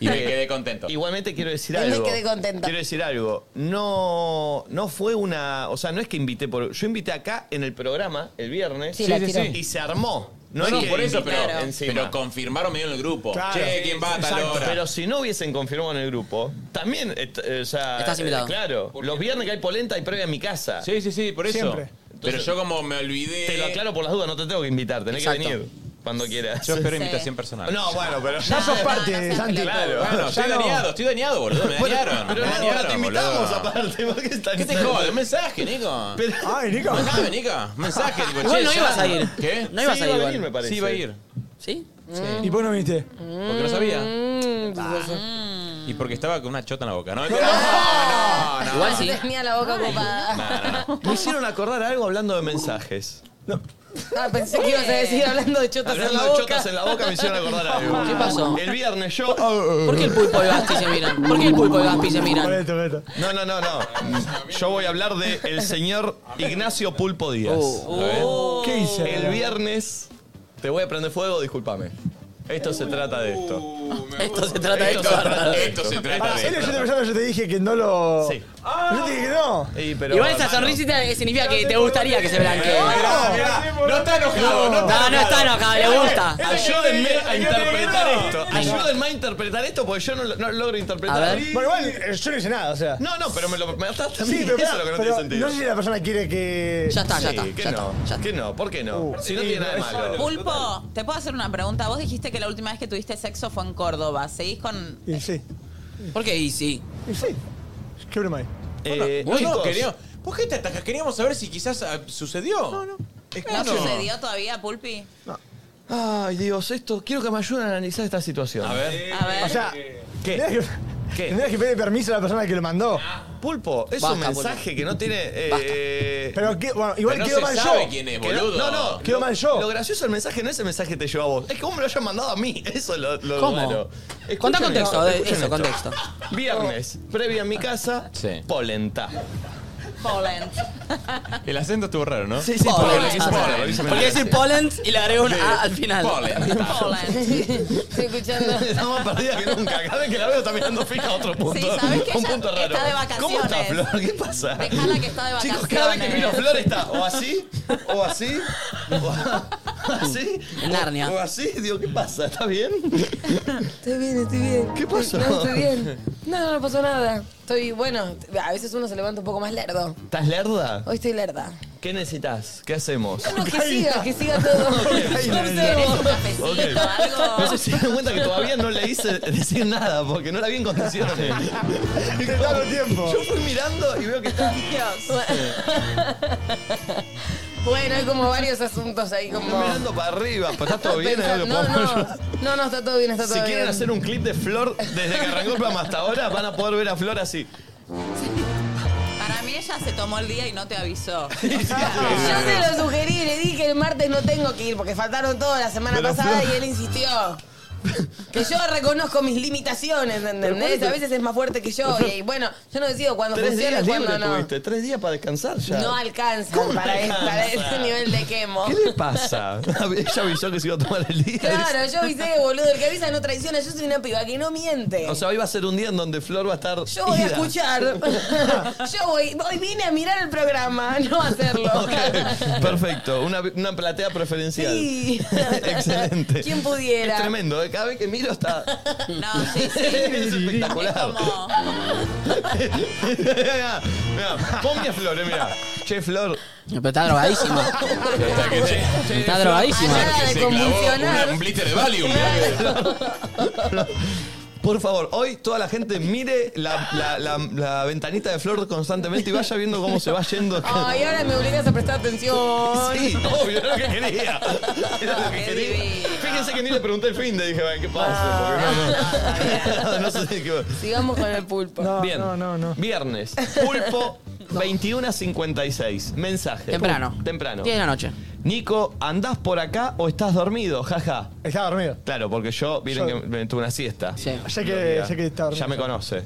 [SPEAKER 7] Y me quedé contento.
[SPEAKER 1] Igualmente quiero decir
[SPEAKER 6] Yo me
[SPEAKER 1] algo.
[SPEAKER 6] quedé contenta.
[SPEAKER 1] Quiero decir algo. No, no fue una. O sea, no es que invité por. Yo invité acá en el programa el viernes.
[SPEAKER 6] Sí, la
[SPEAKER 7] Sí, sí,
[SPEAKER 6] tiró.
[SPEAKER 7] sí.
[SPEAKER 1] Y se armó. No,
[SPEAKER 7] No,
[SPEAKER 1] es
[SPEAKER 7] no,
[SPEAKER 1] que
[SPEAKER 7] por eso, pero,
[SPEAKER 1] invitaron encima.
[SPEAKER 7] pero confirmaron medio en el grupo.
[SPEAKER 9] Claro.
[SPEAKER 7] che, ¿quién va a tal
[SPEAKER 9] Exacto.
[SPEAKER 7] hora?
[SPEAKER 1] Pero si no hubiesen confirmado en el grupo, también. eh, t- eh, o sea,
[SPEAKER 2] Estás invitado.
[SPEAKER 1] eh, claro. Los viernes que hay polenta hay previa en mi casa.
[SPEAKER 7] sí, sí, sí, por eso.
[SPEAKER 9] Siempre.
[SPEAKER 7] Pero yo como me olvidé.
[SPEAKER 1] Te lo aclaro por las dudas, no te tengo que invitar, tenés
[SPEAKER 7] Exacto.
[SPEAKER 1] que venir cuando quieras.
[SPEAKER 7] Yo espero invitación personal.
[SPEAKER 1] No, bueno, pero.
[SPEAKER 5] Ya sos parte, Santi.
[SPEAKER 1] Claro.
[SPEAKER 7] Bueno, estoy
[SPEAKER 5] no.
[SPEAKER 7] dañado, estoy dañado, boludo. Me
[SPEAKER 1] Bueno,
[SPEAKER 7] dañaron.
[SPEAKER 1] Pero
[SPEAKER 7] me
[SPEAKER 1] no,
[SPEAKER 7] dañaron,
[SPEAKER 1] ahora te invitamos
[SPEAKER 7] boludo.
[SPEAKER 1] aparte. ¿por ¿Qué, estás
[SPEAKER 7] ¿Qué te jode? Oh, ¿Un mensaje, Nico?
[SPEAKER 1] Pero-
[SPEAKER 5] Ay, Nico.
[SPEAKER 7] Mensaje, Nico. Mensaje, tipo,
[SPEAKER 2] Igual
[SPEAKER 7] che,
[SPEAKER 2] no
[SPEAKER 7] ya.
[SPEAKER 2] ibas a ir.
[SPEAKER 7] ¿Qué?
[SPEAKER 2] No ibas
[SPEAKER 1] Sí, iba
[SPEAKER 2] a ir,
[SPEAKER 1] a
[SPEAKER 2] igual.
[SPEAKER 1] venir, me parece.
[SPEAKER 7] Sí, iba a ir.
[SPEAKER 2] ¿Sí? Mm.
[SPEAKER 5] ¿Y por qué no viniste?
[SPEAKER 7] Porque no sabía.
[SPEAKER 6] Mm,
[SPEAKER 7] Y porque estaba con una chota en la boca. No, mentira. no, no, no.
[SPEAKER 2] Igual sí.
[SPEAKER 6] Tenía la boca ocupada.
[SPEAKER 1] Me hicieron acordar algo hablando de mensajes.
[SPEAKER 6] Ah, pensé que ibas a decir hablando de chotas en
[SPEAKER 1] Hablando
[SPEAKER 6] la
[SPEAKER 1] de
[SPEAKER 6] boca.
[SPEAKER 1] chotas en la boca me hicieron acordar algo.
[SPEAKER 2] ¿Qué pasó?
[SPEAKER 1] El viernes yo.
[SPEAKER 2] ¿Por qué el pulpo y Gaspi se miran? ¿Por qué el pulpo y Gaspi se
[SPEAKER 5] Por
[SPEAKER 2] miran?
[SPEAKER 5] esto, por esto.
[SPEAKER 1] No, no, no, no. Yo voy a hablar de el señor Ignacio Pulpo Díaz.
[SPEAKER 2] Uh.
[SPEAKER 5] ¿Qué hice?
[SPEAKER 1] El viernes te voy a prender fuego, discúlpame. Esto se trata de esto.
[SPEAKER 2] Esto se trata de esto.
[SPEAKER 7] Esto se trata de
[SPEAKER 5] Para, Ah, serio, yo
[SPEAKER 7] esto.
[SPEAKER 5] te pensaba, yo te dije que no lo. Ah.
[SPEAKER 1] Sí.
[SPEAKER 5] Yo te dije que no.
[SPEAKER 1] Y, pero,
[SPEAKER 2] Igual esa
[SPEAKER 1] hermano,
[SPEAKER 2] sonrisita significa que te gustaría que se blanquee.
[SPEAKER 7] Mirá, mirá, No está enojado, no está
[SPEAKER 2] No, no está enojado, le gusta.
[SPEAKER 1] Ayúdenme a interpretar esto. Ayúdenme a interpretar esto porque yo no, lo- no logro
[SPEAKER 2] A
[SPEAKER 1] interpretar.
[SPEAKER 2] ver.
[SPEAKER 5] Bueno, igual eh, yo no hice nada, o sea.
[SPEAKER 1] No, no, pero me lo me ataste a mí.
[SPEAKER 5] Sí, pero,
[SPEAKER 1] Eso es lo que no
[SPEAKER 5] pero
[SPEAKER 1] tiene sentido.
[SPEAKER 5] no sé si la persona quiere que.
[SPEAKER 2] Ya está, ya
[SPEAKER 1] Sí,
[SPEAKER 2] está.
[SPEAKER 1] ¿qué
[SPEAKER 2] Ya
[SPEAKER 1] no?
[SPEAKER 2] está. ya está.
[SPEAKER 1] ¿Qué no? ¿Por qué no?
[SPEAKER 5] Uh,
[SPEAKER 1] si no
[SPEAKER 5] sí,
[SPEAKER 1] tiene nada de
[SPEAKER 5] no,
[SPEAKER 1] malo.
[SPEAKER 4] Pulpo, te puedo hacer una pregunta. Vos dijiste que la última vez que tuviste sexo fue en Córdoba. ¿Seguís con
[SPEAKER 5] Y sí,
[SPEAKER 2] ¿Por qué? Y sí.
[SPEAKER 5] y sí. ¿Qué broma hay?
[SPEAKER 1] Eh,
[SPEAKER 7] No, no,
[SPEAKER 1] chicos,
[SPEAKER 7] queríamos- ¿Por qué te atacas? Queríamos saber si quizás ah, sucedió. No, no.
[SPEAKER 4] ¿No sucedió todavía, Pulpi?
[SPEAKER 1] Ay, Dios, esto. Quiero que me ayuden a analizar esta situación.
[SPEAKER 7] A ver.
[SPEAKER 4] A ver.
[SPEAKER 5] O sea, tendrías que,
[SPEAKER 1] ¿Qué?
[SPEAKER 5] tendrías que pedir permiso a la persona que lo mandó.
[SPEAKER 1] Pulpo, Oh, es un
[SPEAKER 2] Basta,
[SPEAKER 1] mensaje que no tiene. eh, eh,
[SPEAKER 5] Pero que, bueno, igual
[SPEAKER 7] Pero no
[SPEAKER 5] quedó
[SPEAKER 7] se
[SPEAKER 5] mal
[SPEAKER 7] sabe
[SPEAKER 5] yo.
[SPEAKER 7] quién es,
[SPEAKER 1] que no-
[SPEAKER 7] boludo.
[SPEAKER 1] No, no.
[SPEAKER 5] Quedó
[SPEAKER 1] lo-
[SPEAKER 5] mal yo.
[SPEAKER 1] Lo gracioso del mensaje no es el mensaje que te llevó a vos. Es que vos me lo hayan mandado a mí. Eso es lo, lo
[SPEAKER 2] ¿Cómo?
[SPEAKER 1] raro. Escuchen
[SPEAKER 2] Contá contexto,
[SPEAKER 1] esto,
[SPEAKER 2] de-
[SPEAKER 1] escuchen
[SPEAKER 2] eso,
[SPEAKER 1] esto.
[SPEAKER 2] contexto.
[SPEAKER 1] Viernes, previa a mi casa,
[SPEAKER 7] Sí.
[SPEAKER 1] polenta.
[SPEAKER 4] Poland.
[SPEAKER 7] El acento estuvo raro, ¿no?
[SPEAKER 1] sí,
[SPEAKER 2] Poland.
[SPEAKER 1] polenta.
[SPEAKER 7] Poland.
[SPEAKER 1] Polenta.
[SPEAKER 2] Porque decir Poland y le agrego un A al final.
[SPEAKER 7] Polen.
[SPEAKER 4] Poland.
[SPEAKER 6] Estoy escuchando.
[SPEAKER 1] Está más perdida que nunca. Cada vez que la veo está mirando fija a otro punto.
[SPEAKER 4] Sí, ¿sabés que
[SPEAKER 1] Un
[SPEAKER 4] ella
[SPEAKER 1] punto raro.
[SPEAKER 4] está de vacaciones?
[SPEAKER 1] ¿Cómo está Flor? ¿Qué pasa?
[SPEAKER 4] Dejala que está de
[SPEAKER 1] Chicos,
[SPEAKER 4] vacaciones.
[SPEAKER 1] cada vez que miro a Flor está o así, o así, o a- así.
[SPEAKER 2] En
[SPEAKER 1] o-
[SPEAKER 2] Narnia.
[SPEAKER 1] O así. Digo, ¿qué pasa? ¿Está bien?
[SPEAKER 6] Estoy bien, estoy bien.
[SPEAKER 1] ¿Qué pasó?
[SPEAKER 6] No, estoy bien. No, no pasó nada. Estoy, bueno, a veces uno se levanta un poco más lerdo.
[SPEAKER 1] ¿Estás lerda?
[SPEAKER 6] Hoy estoy lerda.
[SPEAKER 1] ¿Qué necesitas? ¿Qué hacemos?
[SPEAKER 6] No, que siga, que siga todo. Yo
[SPEAKER 4] ¿Querés
[SPEAKER 6] observo.
[SPEAKER 4] un cafecito
[SPEAKER 1] Ok.
[SPEAKER 4] algo?
[SPEAKER 1] No sé si se dan cuenta que todavía no le hice decir nada porque no la vi en condiciones.
[SPEAKER 5] Te da el tiempo.
[SPEAKER 1] Yo fui mirando y veo que está.
[SPEAKER 6] Bueno, hay como varios asuntos ahí como...
[SPEAKER 1] Estoy mirando para arriba, pero está todo bien, ¿Hay algo
[SPEAKER 6] Pensando- No,
[SPEAKER 1] que podamos
[SPEAKER 6] no,
[SPEAKER 1] ayudar?
[SPEAKER 6] no, no, está todo bien, está todo
[SPEAKER 1] Si
[SPEAKER 6] bien.
[SPEAKER 1] quieren hacer un clip de Flor desde que arrancó el programa hasta ahora, van a poder ver a Flor así.
[SPEAKER 4] Para mí ella se tomó el día y no te avisó.
[SPEAKER 6] Yo se lo sugerí, le dije el martes no tengo que ir porque faltaron todos la semana
[SPEAKER 1] Pero,
[SPEAKER 6] pasada
[SPEAKER 1] Flor-
[SPEAKER 6] y él insistió. Que yo reconozco mis limitaciones, ¿entendés? A veces es más fuerte que yo y bueno, yo no decido cuándo
[SPEAKER 1] Tres
[SPEAKER 6] funciona
[SPEAKER 1] días
[SPEAKER 6] y
[SPEAKER 1] libre
[SPEAKER 6] cuándo no.
[SPEAKER 1] tuviste, tres días para descansar ya.
[SPEAKER 6] No alcanza
[SPEAKER 1] ¿Cómo no
[SPEAKER 6] para, este-
[SPEAKER 1] alcanza?
[SPEAKER 6] para este nivel de quemo.
[SPEAKER 1] ¿Qué le pasa? Ella avisó que se iba a tomar el día.
[SPEAKER 6] Claro, yo avisé, boludo, el que avisa no traiciona, yo soy una piba que no miente.
[SPEAKER 1] O sea, hoy va a ser un día en donde Flor va a estar.
[SPEAKER 6] yo voy a
[SPEAKER 1] ida.
[SPEAKER 6] escuchar. Yo voy, hoy vine a mirar el programa, no a hacerlo.
[SPEAKER 1] Ok, Perfecto, una, una platea preferencial.
[SPEAKER 6] Sí.
[SPEAKER 1] Excelente.
[SPEAKER 6] ¿Quién pudiera?
[SPEAKER 1] Es tremendo, ¿eh? cada vez que miro está.
[SPEAKER 4] No, sí, sí.
[SPEAKER 1] es
[SPEAKER 4] Es
[SPEAKER 1] espectacular.
[SPEAKER 4] como.
[SPEAKER 1] mirá, mirá, ponme a Flor, eh, mirá. Che, Flor.
[SPEAKER 2] Pero está drogadísimo.
[SPEAKER 7] Hasta que te-
[SPEAKER 2] Está drogadísimo.
[SPEAKER 6] Nada de
[SPEAKER 7] se clavó
[SPEAKER 6] convulsionar.
[SPEAKER 7] una- Un blister de Valium. mirá
[SPEAKER 1] Por favor, hoy toda la gente mire la, la- la- la ventanita de Flor constantemente y vaya viendo cómo se va yendo.
[SPEAKER 6] Ay, ahora me obligas a prestar atención.
[SPEAKER 1] Sí, obvio, era lo que quería. Era lo que
[SPEAKER 4] Qué
[SPEAKER 1] quería.
[SPEAKER 4] divino.
[SPEAKER 1] Fíjense que ni le pregunté el fin de dije, "Bueno, ¿qué
[SPEAKER 2] Ah,
[SPEAKER 1] pasa? Porque no, no. No sé qué-
[SPEAKER 6] Sigamos con el pulpo.
[SPEAKER 5] No,
[SPEAKER 1] Bien.
[SPEAKER 5] no, no, no.
[SPEAKER 1] Viernes. Pulpo 21 a 56. Mensaje.
[SPEAKER 2] Temprano.
[SPEAKER 1] Temprano.
[SPEAKER 2] 10 de la noche.
[SPEAKER 1] Nico, ¿andás por acá o estás dormido? Jaja.
[SPEAKER 5] Estaba dormido.
[SPEAKER 1] Claro, porque yo, miren
[SPEAKER 5] Yo-
[SPEAKER 1] que me tuve una siesta.
[SPEAKER 2] Sí.
[SPEAKER 5] Ya que, ya que estaba dormido.
[SPEAKER 1] Ya me conoce.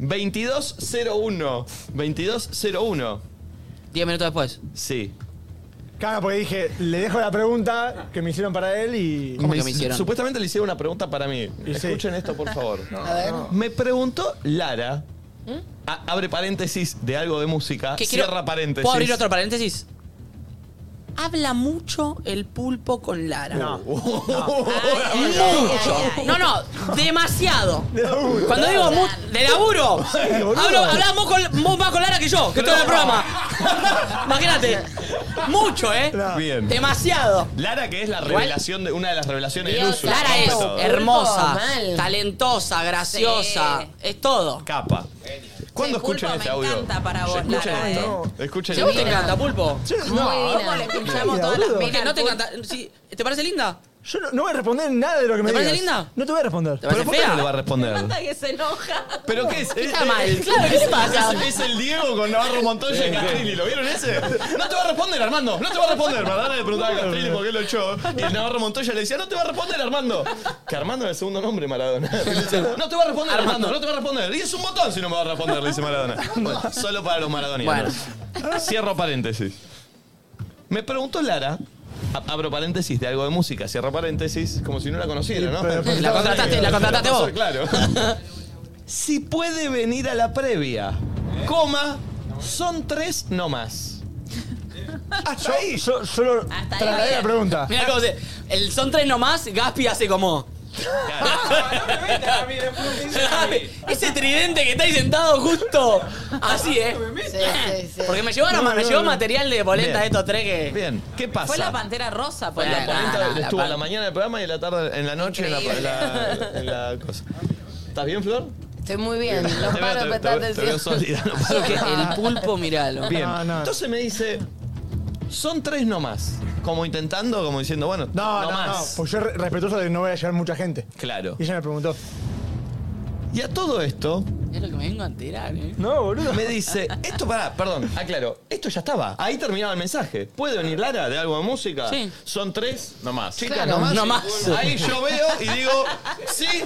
[SPEAKER 1] 2201. 2201.
[SPEAKER 2] 10 minutos después.
[SPEAKER 1] Sí.
[SPEAKER 5] Claro, porque dije, le dejo la pregunta que me hicieron para él y.
[SPEAKER 2] ¿Cómo que me hicieron?
[SPEAKER 1] Supuestamente le hicieron una pregunta para mí.
[SPEAKER 5] Y sí.
[SPEAKER 1] Escuchen esto, por favor.
[SPEAKER 6] A ver.
[SPEAKER 1] Me preguntó Lara.
[SPEAKER 2] ¿Mm?
[SPEAKER 1] a- abre paréntesis de algo de música.
[SPEAKER 2] ¿Qué
[SPEAKER 1] Ah, cierra paréntesis.
[SPEAKER 2] ¿Puedo abrir otro paréntesis? Habla mucho el pulpo con Lara.
[SPEAKER 5] No.
[SPEAKER 1] Uh,
[SPEAKER 2] Mucho. No, no, demasiado. Cuando digo mu- de laburo, hablo, hablás vos, con, vos más con Lara que yo, que estoy en el programa.
[SPEAKER 10] Ah,
[SPEAKER 2] Imagínate. Mucho, ¿eh?
[SPEAKER 1] uh, Bien.
[SPEAKER 2] Demasiado.
[SPEAKER 1] Lara, que es la
[SPEAKER 2] Igual-
[SPEAKER 1] revelación de una de las revelaciones de
[SPEAKER 6] Diosa.
[SPEAKER 1] Luz.
[SPEAKER 2] Clara es
[SPEAKER 6] Todo.
[SPEAKER 2] hermosa,
[SPEAKER 6] Pulpo, mal.
[SPEAKER 2] talentosa, graciosa.
[SPEAKER 4] Sí.
[SPEAKER 2] Es todo.
[SPEAKER 1] Capa. ¿Cuándo
[SPEAKER 4] Sí, Pulpo,
[SPEAKER 1] escuchan este
[SPEAKER 4] me
[SPEAKER 1] audio?
[SPEAKER 4] encanta para vos,
[SPEAKER 1] Escuchen
[SPEAKER 4] Lara,
[SPEAKER 1] esto. Escuchen
[SPEAKER 2] Si ¿eh? a vos te
[SPEAKER 1] esto.
[SPEAKER 2] encanta, Pulpo.
[SPEAKER 6] Muy
[SPEAKER 4] ¿Cómo
[SPEAKER 6] divina.
[SPEAKER 4] le pinchamos todas las
[SPEAKER 2] ¿Qué?
[SPEAKER 4] minas?
[SPEAKER 2] ¿No te
[SPEAKER 4] Pulpo?
[SPEAKER 2] encanta? Sí. ¿Te parece linda?
[SPEAKER 9] Yo no, no voy a responder nada de lo que me
[SPEAKER 2] ¿Te parece
[SPEAKER 9] digas.
[SPEAKER 2] linda?
[SPEAKER 9] No te voy a responder.
[SPEAKER 2] ¿Te
[SPEAKER 1] ¿Pero
[SPEAKER 2] parece
[SPEAKER 1] por qué no le va a
[SPEAKER 2] fea?
[SPEAKER 1] responder?
[SPEAKER 4] Anda que se enoja.
[SPEAKER 1] ¿Pero qué es? Eh, ¿Qué
[SPEAKER 2] está mal. Claro, ¿qué le pasa?
[SPEAKER 1] Es, es el Diego con Navarro Montoya y Castrilli. ¿Lo vieron ese? No te va a responder, Armando. No te va a responder. Maradona le preguntaba a Castrilli por qué lo echó. Y el Navarro Montoya le decía, no te va a responder, Armando. Que Armando era el segundo nombre, Maradona. No te va a responder, Armando. No te va a responder. Y es un botón si no me va a responder, le dice Maradona. Bueno, solo para los maradonianos. Cierro paréntesis. Me preguntó Lara. a- Abro paréntesis de algo de música, cierro paréntesis, como si no la conociera, ¿no?
[SPEAKER 2] La contrataste, la contrataste vos.
[SPEAKER 1] Claro. si puede venir a la previa, coma, son tres nomás. Hasta ahí.
[SPEAKER 9] Yo solo
[SPEAKER 4] Hasta ahí
[SPEAKER 9] trasladé
[SPEAKER 4] bien.
[SPEAKER 9] la pregunta.
[SPEAKER 2] Mirá cómo se. El son tres nomás, Gaspi hace como. Ese tridente que está ahí sentado justo. Así, ¿eh?
[SPEAKER 8] Sí, sí, sí.
[SPEAKER 2] Porque me llevaron, me llevó material de polenta
[SPEAKER 1] Bien.
[SPEAKER 2] de estos tres que.
[SPEAKER 1] Bien, ¿qué pasa?
[SPEAKER 4] Fue la pantera rosa, por
[SPEAKER 1] Bueno, Ah, pues, la
[SPEAKER 2] Nah,
[SPEAKER 4] ejemplo.
[SPEAKER 1] polenta
[SPEAKER 2] nah, nah,
[SPEAKER 1] estuvo
[SPEAKER 2] Ah, la
[SPEAKER 1] a la
[SPEAKER 2] pan-
[SPEAKER 1] mañana en el programa y en la tarde, en la noche en la, en la- en la cosa. ¿Estás bien, Flor?
[SPEAKER 6] Estoy muy bien. Los
[SPEAKER 1] Te veo-
[SPEAKER 6] paros
[SPEAKER 1] te- te
[SPEAKER 6] prestando
[SPEAKER 1] veo- te veo
[SPEAKER 6] atención.
[SPEAKER 1] sólida, no paro.
[SPEAKER 2] Creo que el pulpo, miralo.
[SPEAKER 1] Bien.
[SPEAKER 9] No, no.
[SPEAKER 1] Entonces me dice, son tres nomás. Como intentando, como diciendo, bueno,
[SPEAKER 9] No, no, no,
[SPEAKER 1] más.
[SPEAKER 9] Porque yo re- respetuoso de que no voy a llegar mucha gente.
[SPEAKER 1] Claro.
[SPEAKER 9] Y ella me preguntó.
[SPEAKER 1] Y a todo esto,
[SPEAKER 2] Es lo que me vengo a enterar, ¿eh?
[SPEAKER 9] No, boludo.
[SPEAKER 1] me dice, esto pará, perdón, aclaro, esto ya estaba. Ahí terminaba el mensaje. ¿Puede venir Lara de algo de música?
[SPEAKER 2] Sí.
[SPEAKER 1] Son tres nomás. Chicas,
[SPEAKER 2] Claro,
[SPEAKER 1] nomás.
[SPEAKER 2] nomás.
[SPEAKER 1] Ahí yo veo y digo, sí,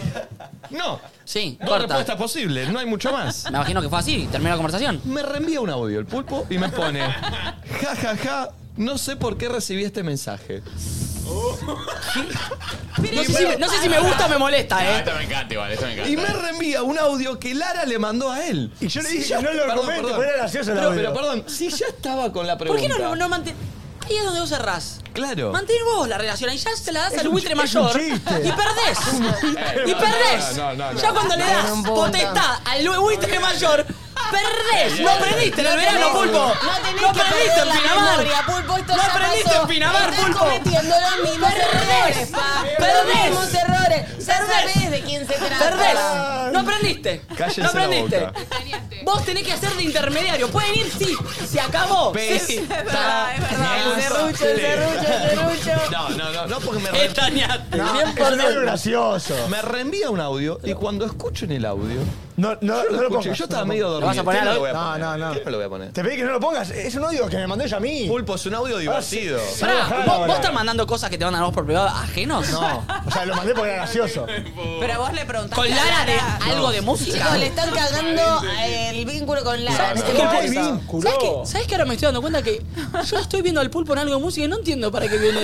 [SPEAKER 1] no.
[SPEAKER 2] Sí,
[SPEAKER 1] Dos
[SPEAKER 2] corta.
[SPEAKER 1] respuestas posibles, no hay mucho más.
[SPEAKER 2] Me imagino que fue así, terminó la conversación.
[SPEAKER 1] Me reenvía un audio el pulpo y me pone, ja, ja, ja, no sé por qué recibí este mensaje.
[SPEAKER 2] No sé, si me, no sé si me gusta o me molesta, ¿eh?
[SPEAKER 7] Esto me encanta igual, esto me encanta.
[SPEAKER 1] Y me reenvía un audio que Lara le mandó a él.
[SPEAKER 9] Y yo le
[SPEAKER 1] Si
[SPEAKER 9] dije
[SPEAKER 1] ya-
[SPEAKER 9] que no lo
[SPEAKER 1] perdón,
[SPEAKER 9] comento,
[SPEAKER 1] perdón.
[SPEAKER 9] pero era gracioso el
[SPEAKER 1] Pero,
[SPEAKER 9] audio.
[SPEAKER 1] pero perdón, si ya estaba con la
[SPEAKER 2] ¿Por
[SPEAKER 1] pregunta.
[SPEAKER 2] qué no, no mantén? Ahí es donde vos cerrás.
[SPEAKER 1] Claro.
[SPEAKER 2] Mantén vos la relación, ahí ya se la das al
[SPEAKER 9] un
[SPEAKER 2] buitre
[SPEAKER 9] chi- es un
[SPEAKER 2] mayor
[SPEAKER 9] chiste.
[SPEAKER 2] y perdés. y
[SPEAKER 1] no,
[SPEAKER 2] perdés.
[SPEAKER 1] no, no, no,
[SPEAKER 2] ya cuando le das
[SPEAKER 6] No, no puedo
[SPEAKER 2] potestad al buitre mayor, perdés. No aprendiste en el verano, pulpo.
[SPEAKER 6] No tenés
[SPEAKER 2] No
[SPEAKER 6] que
[SPEAKER 2] aprendiste
[SPEAKER 6] perder
[SPEAKER 2] en
[SPEAKER 6] la
[SPEAKER 2] Pinamar.
[SPEAKER 6] memoria, Pulpo. Esto
[SPEAKER 2] No
[SPEAKER 6] ya
[SPEAKER 2] aprendiste
[SPEAKER 6] pasó.
[SPEAKER 2] en Pinamar,
[SPEAKER 6] Estás
[SPEAKER 2] Pulpo.
[SPEAKER 6] cometiendo los mismos errores, pa.
[SPEAKER 2] Perdés.
[SPEAKER 6] Los mismos errores. Ya
[SPEAKER 2] Perdés.
[SPEAKER 6] sabés de quién se trata.
[SPEAKER 2] Perdés. No aprendiste.
[SPEAKER 1] Cállense
[SPEAKER 2] no aprendiste.
[SPEAKER 1] la boca.
[SPEAKER 8] Engañaste.
[SPEAKER 2] Vos tenés que hacer de intermediario. Pueden ir, sí. Se acabó. Sí.
[SPEAKER 1] Pestañas.
[SPEAKER 4] es verdad.
[SPEAKER 6] El serrucho, el serrucho, el serrucho.
[SPEAKER 1] No, no, no, no, porque me, re-
[SPEAKER 2] Pestañaste.
[SPEAKER 9] Es un audio gracioso.
[SPEAKER 1] me reenvía un audio y cuando escucho en el audio.
[SPEAKER 9] No, no,
[SPEAKER 1] Yo,
[SPEAKER 9] no
[SPEAKER 1] lo
[SPEAKER 9] lo
[SPEAKER 1] escuché,
[SPEAKER 9] pongas.
[SPEAKER 1] yo estaba
[SPEAKER 9] No lo
[SPEAKER 1] medio dormido.
[SPEAKER 9] pongas.
[SPEAKER 2] ¿Lo vas a poner
[SPEAKER 1] Este
[SPEAKER 2] hoy?
[SPEAKER 1] lo voy a
[SPEAKER 9] No, no, no.
[SPEAKER 1] Este lo voy a poner.
[SPEAKER 9] Te pedí que no lo pongas. Es un audio que me mandó ella a mí. Ah,
[SPEAKER 1] Pulpo es un audio divertido.
[SPEAKER 2] Pará,
[SPEAKER 9] Ojalá,
[SPEAKER 2] ¿vos,
[SPEAKER 9] ojalá.
[SPEAKER 2] vos estás mandando cosas que te mandan a vos por privado ajenos?
[SPEAKER 9] No. O sea, lo mandé porque era gracioso.
[SPEAKER 4] Pero vos le preguntaste.
[SPEAKER 2] ¿Con Lara de
[SPEAKER 4] Lara,
[SPEAKER 2] algo de música?
[SPEAKER 6] Chicos, le están cagando el vínculo con Lara. en este
[SPEAKER 2] no,
[SPEAKER 6] momento.
[SPEAKER 2] no, ¿Sabes qué? ¿Sabes qué? Ahora me estoy dando cuenta que yo estoy viendo al pulpo en algo de música y no entiendo para qué viene.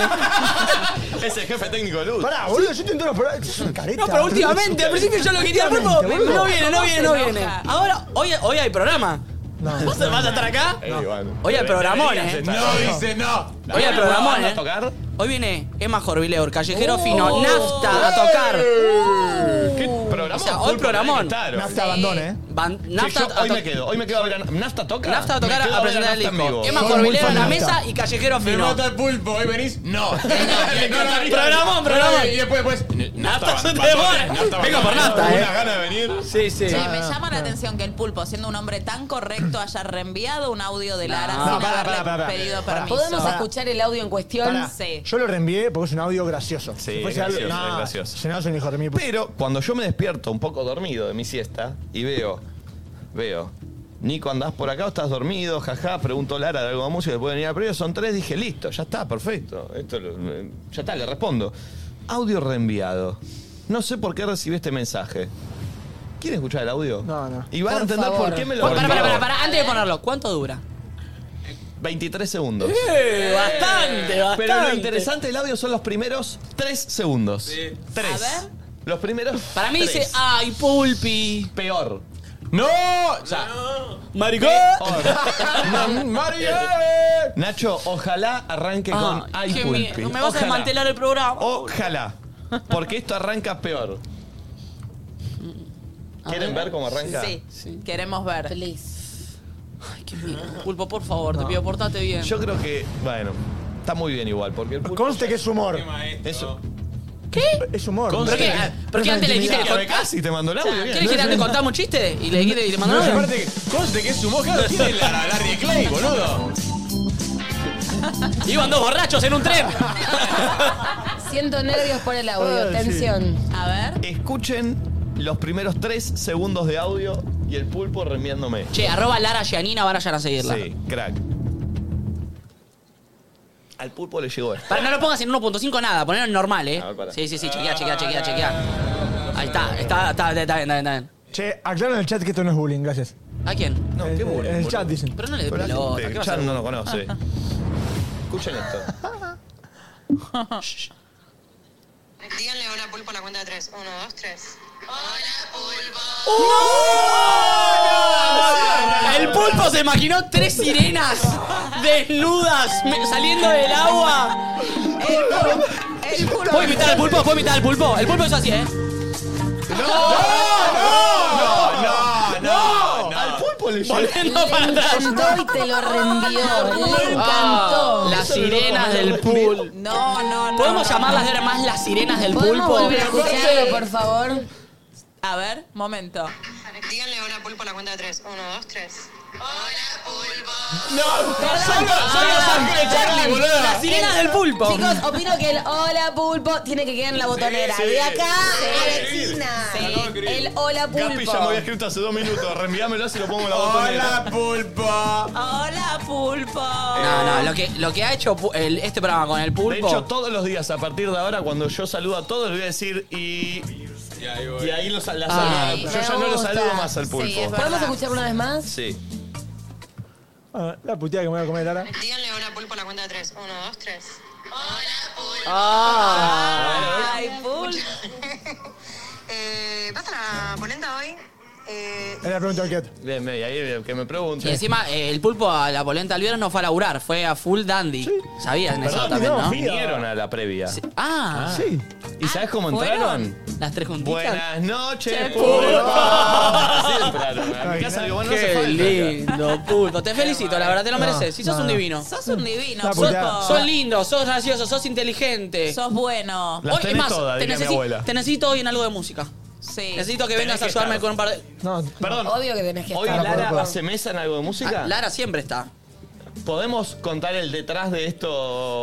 [SPEAKER 1] Es el jefe técnico de Luz.
[SPEAKER 9] Pará, boludo, yo te entero por Es una careta.
[SPEAKER 2] No, pero últimamente, al principio yo lo quería al pulpo.
[SPEAKER 9] Últimamente, boludo.
[SPEAKER 2] No viene, no viene, no
[SPEAKER 4] ¿Cómo se
[SPEAKER 2] viene.
[SPEAKER 4] enoja?
[SPEAKER 2] Ahora, hoy, hoy hay programa.
[SPEAKER 9] No.
[SPEAKER 2] ¿Vos vas a estar acá?
[SPEAKER 1] Eh, bueno.
[SPEAKER 2] Hoy hay programón, eh.
[SPEAKER 7] No dice no.
[SPEAKER 2] Hoy hay programón,
[SPEAKER 1] ¿Van
[SPEAKER 2] eh.
[SPEAKER 1] a tocar?
[SPEAKER 2] Hoy viene Emma Jorvileur, Callejero
[SPEAKER 9] Oh.
[SPEAKER 2] Fino, Nafta a tocar.
[SPEAKER 1] ¿Qué programón?
[SPEAKER 2] O sea, hoy
[SPEAKER 1] Pulpo, tenés
[SPEAKER 2] programón.
[SPEAKER 1] que estar.
[SPEAKER 9] Nafta abandone, eh.
[SPEAKER 2] Van-
[SPEAKER 1] Che,
[SPEAKER 2] Nafta
[SPEAKER 1] yo
[SPEAKER 2] a
[SPEAKER 1] hoy
[SPEAKER 2] to-
[SPEAKER 1] me quedo, hoy me quedo a ver a Nafta toca.
[SPEAKER 2] Nafta a tocar
[SPEAKER 1] Me quedo
[SPEAKER 2] a
[SPEAKER 1] ver
[SPEAKER 2] presentar el
[SPEAKER 1] Nafta en
[SPEAKER 2] disco.
[SPEAKER 1] vivo.
[SPEAKER 2] Emma
[SPEAKER 9] Soy muy
[SPEAKER 2] Jorvilero a la
[SPEAKER 9] fan de
[SPEAKER 2] mesa
[SPEAKER 9] Nafta.
[SPEAKER 2] y Callejero
[SPEAKER 7] Me
[SPEAKER 2] Fino.
[SPEAKER 7] mata el pulpo, hoy venís, no.
[SPEAKER 2] Programón, programón.
[SPEAKER 7] Y después, después.
[SPEAKER 2] Nafta se te
[SPEAKER 7] Bandone,
[SPEAKER 2] devora.
[SPEAKER 7] Nafta
[SPEAKER 2] Vengo
[SPEAKER 7] Bandone.
[SPEAKER 2] por Nafta, eh.
[SPEAKER 1] Una gana de venir.
[SPEAKER 2] Sí, sí.
[SPEAKER 4] Che, me llama la atención que el pulpo, siendo un hombre tan correcto, haya reenviado un audio de Lara
[SPEAKER 2] No,
[SPEAKER 4] sin
[SPEAKER 9] pará,
[SPEAKER 4] haberle
[SPEAKER 9] pará, pará,
[SPEAKER 4] pedido
[SPEAKER 9] pará.
[SPEAKER 4] permiso.
[SPEAKER 6] ¿Podemos escuchar el audio en cuestión?
[SPEAKER 9] Pará.
[SPEAKER 4] Sí.
[SPEAKER 9] Yo lo reenvié porque es un audio gracioso.
[SPEAKER 1] Sí,
[SPEAKER 9] Si
[SPEAKER 1] es
[SPEAKER 9] fuese algo-
[SPEAKER 1] gracioso,
[SPEAKER 9] no,
[SPEAKER 1] es gracioso.
[SPEAKER 9] Si no, es un hijo de mí.
[SPEAKER 1] Pero cuando yo me despierto un poco dormido de mi siesta y veo, veo, Nico, ¿andás por acá o estás dormido? Jaja, preguntó Lara de algo de música, después de venir al previo, son tres, dije, listo, ya está, perfecto. Esto lo- eh, ya está, le respondo. Audio reenviado. No sé por qué recibí este mensaje. ¿Quieren escuchar el audio?
[SPEAKER 9] No, no.
[SPEAKER 1] Y van a
[SPEAKER 6] Por
[SPEAKER 1] entender
[SPEAKER 6] favor.
[SPEAKER 1] por qué me lo
[SPEAKER 2] Pará, pará, pará, pará,
[SPEAKER 1] reenvió.
[SPEAKER 2] pará, antes de ponerlo, ¿cuánto dura?
[SPEAKER 1] 23 segundos.
[SPEAKER 2] Eh, Bastante, bastante.
[SPEAKER 1] Pero lo interesante del audio son los primeros tres segundos. Tres.
[SPEAKER 4] A ver.
[SPEAKER 1] Los primeros.
[SPEAKER 2] Para mí
[SPEAKER 1] tres.
[SPEAKER 2] dice, ay, Pulpi.
[SPEAKER 1] Peor.
[SPEAKER 7] No. O sea,
[SPEAKER 2] Maricón.
[SPEAKER 1] Peor.
[SPEAKER 7] Mario.
[SPEAKER 1] Nacho, ojalá arranque con Ay
[SPEAKER 2] qué
[SPEAKER 1] Pulpi.
[SPEAKER 2] miedo, Me vas a
[SPEAKER 1] Ojalá.
[SPEAKER 2] desmantelar el programa.
[SPEAKER 1] Ojalá. Porque esto arranca peor. ¿Quieren ver cómo arranca?
[SPEAKER 4] Sí, queremos ver.
[SPEAKER 6] Feliz.
[SPEAKER 2] Ay, qué mierda. Pulpo, por favor, te pido, portate bien.
[SPEAKER 1] Yo creo que, bueno, está muy bien igual, porque el pulpo...
[SPEAKER 9] Conste que es humor.
[SPEAKER 1] Eso.
[SPEAKER 2] ¿Qué?
[SPEAKER 9] Es humor.
[SPEAKER 1] Conste
[SPEAKER 9] No
[SPEAKER 1] que-
[SPEAKER 9] es-
[SPEAKER 2] pero
[SPEAKER 9] no
[SPEAKER 2] que
[SPEAKER 9] es
[SPEAKER 2] antes le dijiste
[SPEAKER 9] intimidad.
[SPEAKER 2] que-
[SPEAKER 1] Escúchame, casi te mandó el
[SPEAKER 2] O
[SPEAKER 1] audio.
[SPEAKER 2] sea,
[SPEAKER 1] bien.
[SPEAKER 2] ¿Qué le quieres te contamos un chiste? Y le, y le, y le mandó
[SPEAKER 7] No,
[SPEAKER 2] un audio.
[SPEAKER 7] aparte, que- conste que es humor, claro, tiene la, la Larry Clay, boludo.
[SPEAKER 2] Iban dos borrachos en un tren.
[SPEAKER 6] Siento nervios por el audio,
[SPEAKER 9] Ah, sí.
[SPEAKER 6] tensión.
[SPEAKER 4] A ver.
[SPEAKER 1] Escuchen los primeros tres segundos de audio y el pulpo remiéndome.
[SPEAKER 2] che, arroba Lara Gianina, vayan a seguirla.
[SPEAKER 1] Sí, crack. Al pulpo le llegó esto.
[SPEAKER 2] Para no lo pongas en 1.5 nada, ponelo en normal, ¿eh?
[SPEAKER 1] A ver, para.
[SPEAKER 2] sí, sí, sí, chequea, chequea, chequea, chequea. Ahí está, está, está, está, está bien, está bien, está bien.
[SPEAKER 9] Che, aclara en el chat que esto no es bullying, gracias.
[SPEAKER 2] ¿A quién?
[SPEAKER 1] No,
[SPEAKER 9] Eh,
[SPEAKER 1] qué bueno.
[SPEAKER 9] En el chat dicen.
[SPEAKER 2] Pero no le dé
[SPEAKER 1] Pero la
[SPEAKER 2] pelota.
[SPEAKER 1] gente,
[SPEAKER 2] ¿qué vas a
[SPEAKER 1] Chan
[SPEAKER 2] hacer?
[SPEAKER 1] no lo conoce. Escuchen esto.
[SPEAKER 2] Ah.
[SPEAKER 11] Díganle hola pulpo a la cuenta de tres. Uno, dos, tres. Hola pulpo.
[SPEAKER 9] ¡Oh!
[SPEAKER 2] El pulpo se imaginó tres sirenas desnudas me- saliendo del agua.
[SPEAKER 4] El pulpo.
[SPEAKER 2] ¿Puedo imitar al pulpo? ¿Puedo imitar al pulpo? El pulpo es así, ¿eh?
[SPEAKER 7] No, no, no, no.
[SPEAKER 1] Al pulpo le llegó.
[SPEAKER 2] Volviendo para atrás.
[SPEAKER 6] Encantó y te lo rendió. Le encantó.
[SPEAKER 2] Las sirenas del pulpo.
[SPEAKER 4] No, no, no.
[SPEAKER 2] ¿Podemos
[SPEAKER 4] no,
[SPEAKER 2] llamarlas
[SPEAKER 4] no.
[SPEAKER 2] de ahora más las sirenas del
[SPEAKER 6] ¿Podemos
[SPEAKER 2] pulpo?
[SPEAKER 6] volver a escucharlo, por favor?
[SPEAKER 4] A ver, momento.
[SPEAKER 11] Díganle hola pulpo a la cuenta de tres. Uno, dos, tres. Hola pulpo.
[SPEAKER 2] Son los- son los
[SPEAKER 6] Ah,
[SPEAKER 2] ángeles Charlie, boludo. Las sirenas del pulpo.
[SPEAKER 6] Chicos, opino que el hola pulpo tiene que quedar en la botonera.
[SPEAKER 7] Sí, sí.
[SPEAKER 6] De acá a la
[SPEAKER 7] Sí.
[SPEAKER 6] China.
[SPEAKER 7] Sí.
[SPEAKER 6] El hola
[SPEAKER 1] Capi ya me había
[SPEAKER 6] pulpo.
[SPEAKER 1] escrito hace dos minutos. Reenviámelo si lo pongo en la botonera.
[SPEAKER 7] Hola, pulpo.
[SPEAKER 4] Hola, pulpo.
[SPEAKER 2] No, no, lo que, lo que ha hecho pu- el- este programa con el
[SPEAKER 1] De hecho,
[SPEAKER 2] pulpo.
[SPEAKER 1] todos los días a partir de ahora, cuando yo saludo a todos, les voy a decir y.
[SPEAKER 7] Y ahí
[SPEAKER 1] Y
[SPEAKER 7] voy.
[SPEAKER 1] ahí los, la
[SPEAKER 2] Ah.
[SPEAKER 1] saludo. Yo
[SPEAKER 6] Me
[SPEAKER 1] ya no lo
[SPEAKER 6] gusta.
[SPEAKER 1] saludo más al pulpo.
[SPEAKER 8] Sí, es verdad.
[SPEAKER 6] ¿Podemos escucharlo una vez más?
[SPEAKER 1] Sí.
[SPEAKER 9] Ah, La puteada que me voy a comer, Lara.
[SPEAKER 11] Díganle hola pulpo a la cuenta de tres. Uno, dos, tres. Hola pulpo.
[SPEAKER 2] Ah.
[SPEAKER 4] Ay, pulpo.
[SPEAKER 11] Eh, ¿Vas a la polenta hoy? Eh,
[SPEAKER 9] Era la pregunta del cat.
[SPEAKER 1] Bien, bien, y ahí bien, que me
[SPEAKER 2] Y
[SPEAKER 1] pregunten.
[SPEAKER 2] encima, eh, el pulpo a la polenta al viernes no fue a laburar, fue a full dandy. Sabían eso
[SPEAKER 1] Perdón,
[SPEAKER 2] también,
[SPEAKER 9] no,
[SPEAKER 2] ¿no?
[SPEAKER 9] fui.
[SPEAKER 1] Vinieron a la previa.
[SPEAKER 2] Sí. Ah,
[SPEAKER 9] Sí.
[SPEAKER 1] ¿Y sabes cómo
[SPEAKER 4] ¿fueron?
[SPEAKER 1] entraron?
[SPEAKER 2] las tres juntitas.
[SPEAKER 1] Buenas noches,
[SPEAKER 4] Che,
[SPEAKER 1] pulpo.
[SPEAKER 2] pulpo.
[SPEAKER 1] Así entraron. A mi casa digo, bueno, no hace
[SPEAKER 2] Qué
[SPEAKER 1] falta.
[SPEAKER 2] lindo, pulpo. Te felicito, la verdad, te lo mereces. Si sos un divino.
[SPEAKER 4] Sos un divino,
[SPEAKER 9] La
[SPEAKER 4] pulpo.
[SPEAKER 9] puteada.
[SPEAKER 2] Sos lindo, sos gracioso, sos inteligente.
[SPEAKER 4] Sos bueno.
[SPEAKER 1] Las
[SPEAKER 2] Hoy,
[SPEAKER 1] tenés
[SPEAKER 2] es más,
[SPEAKER 1] todas,
[SPEAKER 2] te,
[SPEAKER 1] diría mi
[SPEAKER 2] necesi-
[SPEAKER 1] abuela.
[SPEAKER 2] te necesito hoy en algo de música.
[SPEAKER 4] Sí.
[SPEAKER 2] Necesito que
[SPEAKER 1] Tenés
[SPEAKER 2] vengas
[SPEAKER 1] que
[SPEAKER 2] a ayudarme
[SPEAKER 1] estar.
[SPEAKER 2] con un par de.
[SPEAKER 9] No,
[SPEAKER 1] Perdón.
[SPEAKER 6] Obvio que tenés que
[SPEAKER 1] Hoy
[SPEAKER 6] estar.
[SPEAKER 1] Lara
[SPEAKER 6] pulpo.
[SPEAKER 1] hace mesa en algo de música.
[SPEAKER 2] Ah, Lara siempre está.
[SPEAKER 1] ¿Podemos contar el detrás de esto?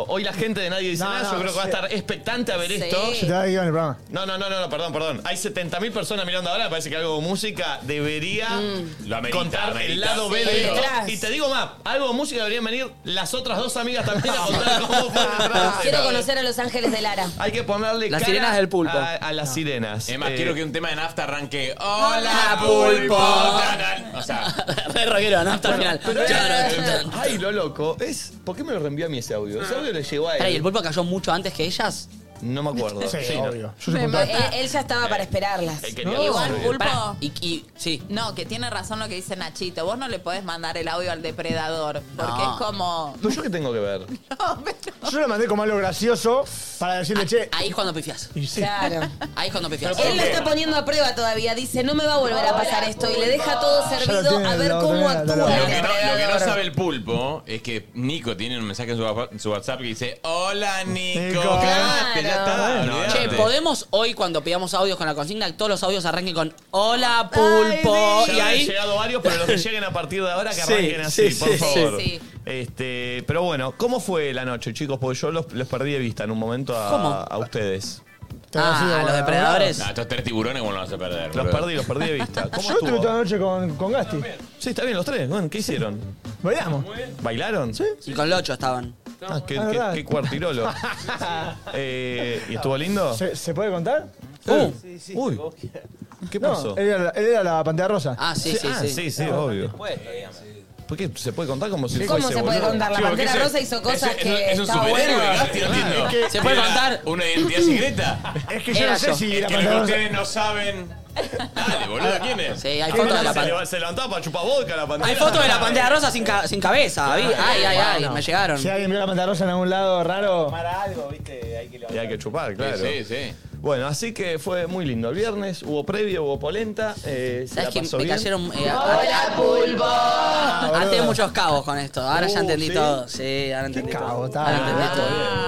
[SPEAKER 1] Hoy la gente de nadie dice
[SPEAKER 9] No,
[SPEAKER 1] nada.
[SPEAKER 9] no,
[SPEAKER 1] Yo creo que va a
[SPEAKER 9] sí.
[SPEAKER 1] estar expectante a ver
[SPEAKER 4] Sí.
[SPEAKER 1] esto.
[SPEAKER 9] se te va a ir en el programa.
[SPEAKER 1] No, no, no, no, no, perdón, perdón. Hay 70.000 personas mirando ahora. Me parece que algo de música debería
[SPEAKER 2] Mm.
[SPEAKER 7] Lo amerita,
[SPEAKER 1] contar el
[SPEAKER 7] amerita.
[SPEAKER 1] lado B
[SPEAKER 6] Sí,
[SPEAKER 1] de esto.
[SPEAKER 6] detrás.
[SPEAKER 1] Y te digo más, algo de música deberían venir las otras dos amigas también a contar cómo fue detrás.
[SPEAKER 6] Quiero conocer a los ángeles de Lara.
[SPEAKER 1] Hay que ponerle
[SPEAKER 2] Las
[SPEAKER 1] cara
[SPEAKER 2] sirenas del pulpo.
[SPEAKER 1] A, a las sirenas.
[SPEAKER 7] Es más,
[SPEAKER 1] Eh,
[SPEAKER 7] quiero que un tema de nafta arranque.
[SPEAKER 2] Hola,
[SPEAKER 7] Hola,
[SPEAKER 2] Ah, pulpo.
[SPEAKER 7] pulpo. O sea,
[SPEAKER 2] Re rockero, ¿no? Hasta el final.
[SPEAKER 1] Pero- Ay, lo loco. Es, ¿Por qué me lo reenvió a mí ese audio? Ese audio le llegó a
[SPEAKER 2] Pará, Ah. ¿Y el
[SPEAKER 1] él.
[SPEAKER 2] pulpo cayó mucho antes que ellas?
[SPEAKER 1] No me acuerdo.
[SPEAKER 9] Sí,
[SPEAKER 1] Sí, no.
[SPEAKER 9] obvio. Yo soy
[SPEAKER 6] Él,
[SPEAKER 9] contacto.
[SPEAKER 6] él ya estaba para esperarlas.
[SPEAKER 1] Él Eh, quería que
[SPEAKER 4] Igual,
[SPEAKER 1] salga.
[SPEAKER 4] pulpo.
[SPEAKER 2] Pará, y, y- sí.
[SPEAKER 4] No, que tiene razón lo que dice Nachito. Vos no le podés mandar el audio al depredador. Porque
[SPEAKER 2] No.
[SPEAKER 4] es como.
[SPEAKER 1] ¿Pero yo qué tengo que ver?
[SPEAKER 4] No, pero-
[SPEAKER 9] Yo lo mandé como algo gracioso para decirle, che.
[SPEAKER 2] Ahí es cuando pifias.
[SPEAKER 9] Y sí.
[SPEAKER 6] Claro.
[SPEAKER 2] Ahí es cuando pifias.
[SPEAKER 6] Él lo está poniendo a prueba todavía. Dice, no me va a volver a pasar esto. Y le deja todo
[SPEAKER 9] lo
[SPEAKER 6] servido
[SPEAKER 9] tiene,
[SPEAKER 6] a ver
[SPEAKER 9] lo
[SPEAKER 6] cómo
[SPEAKER 9] tenía,
[SPEAKER 6] actúa.
[SPEAKER 9] lo tenía.
[SPEAKER 7] lo
[SPEAKER 6] el
[SPEAKER 7] que, no, lo que no
[SPEAKER 6] depredador.
[SPEAKER 7] sabe el pulpo es que Nico tiene un mensaje en su, wa- en su WhatsApp que dice: Hola, Nico.
[SPEAKER 9] Nico.
[SPEAKER 7] Claro, que ya está.
[SPEAKER 2] Che,
[SPEAKER 7] olvidate.
[SPEAKER 2] ¿podemos hoy cuando pidamos audios con la consigna que todos los audios arranquen con Hola pulpo?
[SPEAKER 1] Ya
[SPEAKER 2] y
[SPEAKER 1] han
[SPEAKER 2] ahí.
[SPEAKER 1] llegado varios, pero los que lleguen a partir de ahora que
[SPEAKER 9] Sí,
[SPEAKER 1] arranquen así,
[SPEAKER 9] sí,
[SPEAKER 1] por
[SPEAKER 9] sí,
[SPEAKER 1] favor.
[SPEAKER 4] sí.
[SPEAKER 1] Este, pero bueno, ¿cómo fue la noche, chicos? Porque yo los, los perdí de vista en un momento a,
[SPEAKER 2] ¿Cómo?
[SPEAKER 1] a ustedes.
[SPEAKER 9] Te habrás ido
[SPEAKER 2] Ah,
[SPEAKER 9] a
[SPEAKER 2] los
[SPEAKER 9] la-
[SPEAKER 2] depredadores.
[SPEAKER 7] No, estos tres tiburones, bueno, los vas a perder.
[SPEAKER 1] Los
[SPEAKER 7] boludo.
[SPEAKER 1] perdí, los perdí de vista. ¿Cómo
[SPEAKER 9] Yo estuve toda
[SPEAKER 1] estuvo?
[SPEAKER 9] la noche con, con Gasti.
[SPEAKER 1] Sí, está bien, los tres. Bueno, ¿qué hicieron?
[SPEAKER 9] Bailamos.
[SPEAKER 1] ¿Bailaron? Sí.
[SPEAKER 2] Y con Locho estaban.
[SPEAKER 1] Ah, qué,
[SPEAKER 9] Ah,
[SPEAKER 1] qué-
[SPEAKER 9] verdad.
[SPEAKER 1] qué cuartirolo. Eh, ¿Y estuvo lindo?
[SPEAKER 9] ¿Se, se puede contar?
[SPEAKER 1] Uh, uy, ¿qué pasó?
[SPEAKER 9] No, él era, la- él era la pantalla rosa.
[SPEAKER 2] Ah, sí, sí,
[SPEAKER 1] ah,
[SPEAKER 2] sí.
[SPEAKER 1] sí, obvio. ¿Por qué se puede contar como si fuese
[SPEAKER 6] ¿Cómo se puede
[SPEAKER 1] boludo?
[SPEAKER 6] contar? La
[SPEAKER 7] Chico,
[SPEAKER 6] pantera
[SPEAKER 7] ¿qué es-
[SPEAKER 6] rosa hizo cosas
[SPEAKER 7] es- es-
[SPEAKER 6] que
[SPEAKER 7] Es un
[SPEAKER 6] está
[SPEAKER 7] superhéroe,
[SPEAKER 6] bueno.
[SPEAKER 7] Gasti, no entiendo.
[SPEAKER 2] ¿Se puede
[SPEAKER 7] Era
[SPEAKER 2] contar?
[SPEAKER 7] ¿Una identidad secreta?
[SPEAKER 9] Es que yo
[SPEAKER 2] Era
[SPEAKER 9] no sé
[SPEAKER 2] yo.
[SPEAKER 9] si
[SPEAKER 7] Es
[SPEAKER 9] la
[SPEAKER 7] que lo que
[SPEAKER 9] pantalla rosa.
[SPEAKER 7] ustedes no saben. Dale, boludo, ¿quién es?
[SPEAKER 2] Sí, hay fotos de la
[SPEAKER 1] Se,
[SPEAKER 2] pantalla.
[SPEAKER 1] leva- se levantaba para chupar vodka la pantalla.
[SPEAKER 2] Hay fotos de la pantalla rosa sin, ca- sin cabeza. ¿vi? Ay, ay, ay, me llegaron.
[SPEAKER 9] Si alguien vio la pantalla rosa en algún lado raro.
[SPEAKER 1] Y hay que chupar, claro.
[SPEAKER 7] Sí, sí.
[SPEAKER 1] Bueno, así que fue muy lindo. El viernes hubo previo, hubo polenta. eh, se
[SPEAKER 2] ¿Sabes
[SPEAKER 1] la
[SPEAKER 2] que
[SPEAKER 1] pasó
[SPEAKER 2] me
[SPEAKER 1] bien.
[SPEAKER 2] cayeron. eh,
[SPEAKER 3] ¡Hola, pulpo!
[SPEAKER 2] Ah, Até muchos cabos con esto. Ahora
[SPEAKER 6] Uh,
[SPEAKER 2] ya entendí
[SPEAKER 6] ¿sí?
[SPEAKER 2] todo. Sí, ahora entendí todo. Ahora entendí todo.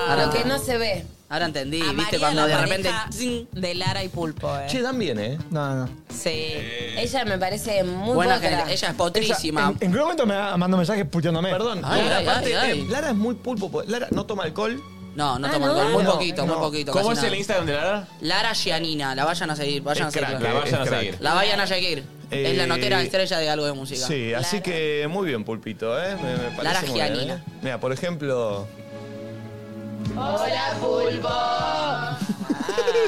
[SPEAKER 2] Ahora
[SPEAKER 6] Lo que
[SPEAKER 2] entendí.
[SPEAKER 6] no se ve.
[SPEAKER 2] Ahora entendí,
[SPEAKER 4] A
[SPEAKER 2] viste,
[SPEAKER 4] María,
[SPEAKER 2] cuando
[SPEAKER 4] la
[SPEAKER 2] de repente.
[SPEAKER 4] pareja De Lara y Pulpo, eh.
[SPEAKER 1] Che, Dan viene, ¿eh?
[SPEAKER 9] No, no.
[SPEAKER 4] Sí.
[SPEAKER 7] Eh,
[SPEAKER 6] Ella me parece muy
[SPEAKER 9] Buena
[SPEAKER 6] potra.
[SPEAKER 9] gente. Ella
[SPEAKER 2] es potrísima.
[SPEAKER 9] En qué momento me ha- mandó mensajes puteándome. Perdón.
[SPEAKER 1] Ay, Lara, aparte, eh, Lara es muy pulpo. porque Lara no toma alcohol.
[SPEAKER 2] No, Ah,
[SPEAKER 4] Ah,
[SPEAKER 2] no toma alcohol, muy poquito, muy poquito.
[SPEAKER 1] ¿Cómo
[SPEAKER 2] casi
[SPEAKER 1] es
[SPEAKER 2] nada.
[SPEAKER 1] el Instagram de Lara?
[SPEAKER 2] Lara Gianina, la vayan a seguir, vayan
[SPEAKER 1] Es
[SPEAKER 2] a seguir.
[SPEAKER 1] crack, la vayan es a crack. seguir.
[SPEAKER 2] La vayan a seguir.
[SPEAKER 1] Eh,
[SPEAKER 2] es la notera estrella de algo de música.
[SPEAKER 1] Sí, así que muy bien, Pulpito, ¿eh? Me, me parece
[SPEAKER 2] Lara
[SPEAKER 1] muy bien,
[SPEAKER 2] Gianina.
[SPEAKER 1] ¿eh? Mira, por ejemplo,
[SPEAKER 3] ¡Hola, pulpo!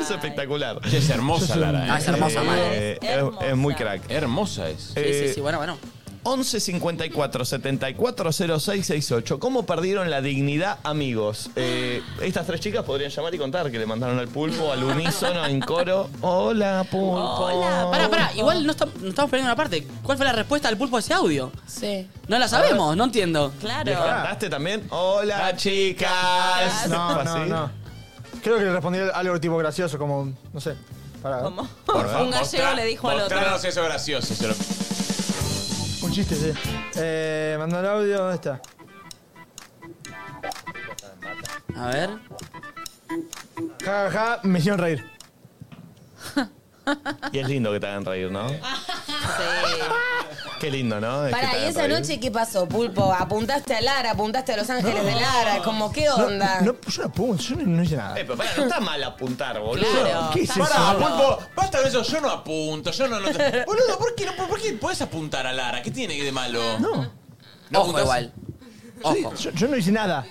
[SPEAKER 1] es espectacular.
[SPEAKER 7] Es hermosa Lara.
[SPEAKER 1] Ah, es hermosa, madre.
[SPEAKER 7] madre.
[SPEAKER 1] Es Es muy crack. Eh,
[SPEAKER 7] Hermosa es.
[SPEAKER 1] Sí, sí, sí,
[SPEAKER 2] bueno, bueno.
[SPEAKER 1] 11 54 74 06 68. ¿Cómo perdieron la dignidad, amigos? Eh, estas tres chicas podrían llamar y contar que le mandaron al pulpo, al unísono, en coro. Hola, pulpo.
[SPEAKER 2] Hola. Pará, pará, igual no, estam- no estamos perdiendo una parte. ¿Cuál fue la respuesta al pulpo a ese audio?
[SPEAKER 6] Sí.
[SPEAKER 2] No la sabemos, no entiendo.
[SPEAKER 1] ¿Le cantaste también? Hola, chicas.
[SPEAKER 9] No, no,
[SPEAKER 1] Así.
[SPEAKER 9] no. Creo que le respondí algo tipo gracioso, como, no sé. Para, ¿Cómo?
[SPEAKER 4] Un gallego le dijo al otro.
[SPEAKER 7] Mostranos eso gracioso. se lo-
[SPEAKER 9] Un chiste, sí. Eh, mandó el audio, ¿dónde está?
[SPEAKER 2] A ver.
[SPEAKER 9] Ja, ja, ja, me hicieron reír.
[SPEAKER 1] Y es lindo que te hagan reír, ¿no? Qué lindo, Ah, ¿no? Es que
[SPEAKER 6] Pará,
[SPEAKER 1] te
[SPEAKER 6] ¿y
[SPEAKER 1] hagan
[SPEAKER 6] esa
[SPEAKER 1] reír.
[SPEAKER 6] noche qué pasó, Pulpo? ¿Apuntaste a Lara? ¿Apuntaste a Los Ángeles de Lara? Como, ¿qué
[SPEAKER 9] No,
[SPEAKER 6] onda?
[SPEAKER 9] No, yo no puedo, yo no, no hice nada.
[SPEAKER 1] Eh, pero pará, no está mal apuntar, boludo.
[SPEAKER 7] Claro,
[SPEAKER 9] ¿Qué es
[SPEAKER 7] Pará,
[SPEAKER 9] eso?
[SPEAKER 7] Pulpo, basta de eso. Yo no apunto. Yo no. no te- Boludo, ¿por qué, no, ¿por qué podés apuntar a Lara? ¿Qué tiene de malo?
[SPEAKER 9] No.
[SPEAKER 7] No
[SPEAKER 2] Ojo igual. Ojo.
[SPEAKER 9] Yo, yo no hice nada.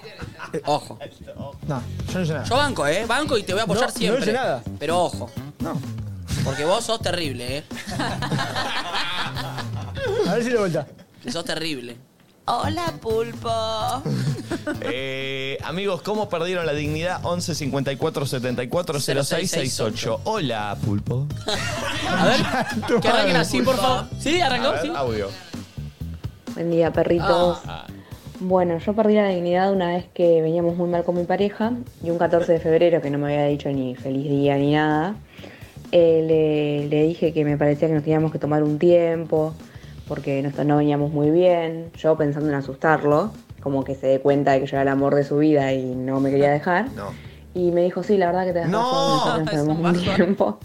[SPEAKER 2] Ojo.
[SPEAKER 9] No, yo no hice nada.
[SPEAKER 2] Yo banco, ¿eh? Banco y te voy a apoyar
[SPEAKER 9] No, no
[SPEAKER 2] siempre.
[SPEAKER 9] hice nada.
[SPEAKER 2] Pero ojo.
[SPEAKER 9] No.
[SPEAKER 2] Porque vos sos terrible, ¿eh?
[SPEAKER 9] A ver si le vuelta.
[SPEAKER 2] Que sos terrible.
[SPEAKER 4] Hola, Pulpo.
[SPEAKER 1] Eh, amigos, ¿cómo perdieron la dignidad? 11 54 74 06 68. Hola, pulpo.
[SPEAKER 2] A ver, que arranquen así, por favor. Sí,
[SPEAKER 1] A
[SPEAKER 2] arrancó,
[SPEAKER 1] ver,
[SPEAKER 2] sí.
[SPEAKER 1] Audio.
[SPEAKER 12] Buen día,
[SPEAKER 2] Ah.
[SPEAKER 12] perritos. Bueno, yo perdí la dignidad una vez que veníamos muy mal con mi pareja y un 14 de febrero, que no me había dicho ni feliz día ni nada, eh, le, le dije que me parecía que nos teníamos que tomar un tiempo porque no, no veníamos muy bien. Yo pensando en asustarlo, como que se dé cuenta de que yo era el amor de su vida y no me
[SPEAKER 2] Ah.
[SPEAKER 12] quería dejar. Y me dijo, sí, la verdad que te das
[SPEAKER 3] No,
[SPEAKER 12] razón,
[SPEAKER 3] es
[SPEAKER 12] nosotros
[SPEAKER 3] un
[SPEAKER 12] nos tomamos un tiempo.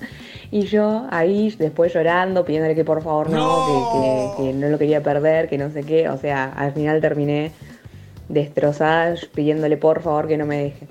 [SPEAKER 12] Y yo ahí, después llorando, pidiéndole que por favor no, Que, que- que no lo quería perder, que no sé qué. O sea, al final terminé destrozada, pidiéndole por favor que no me deje.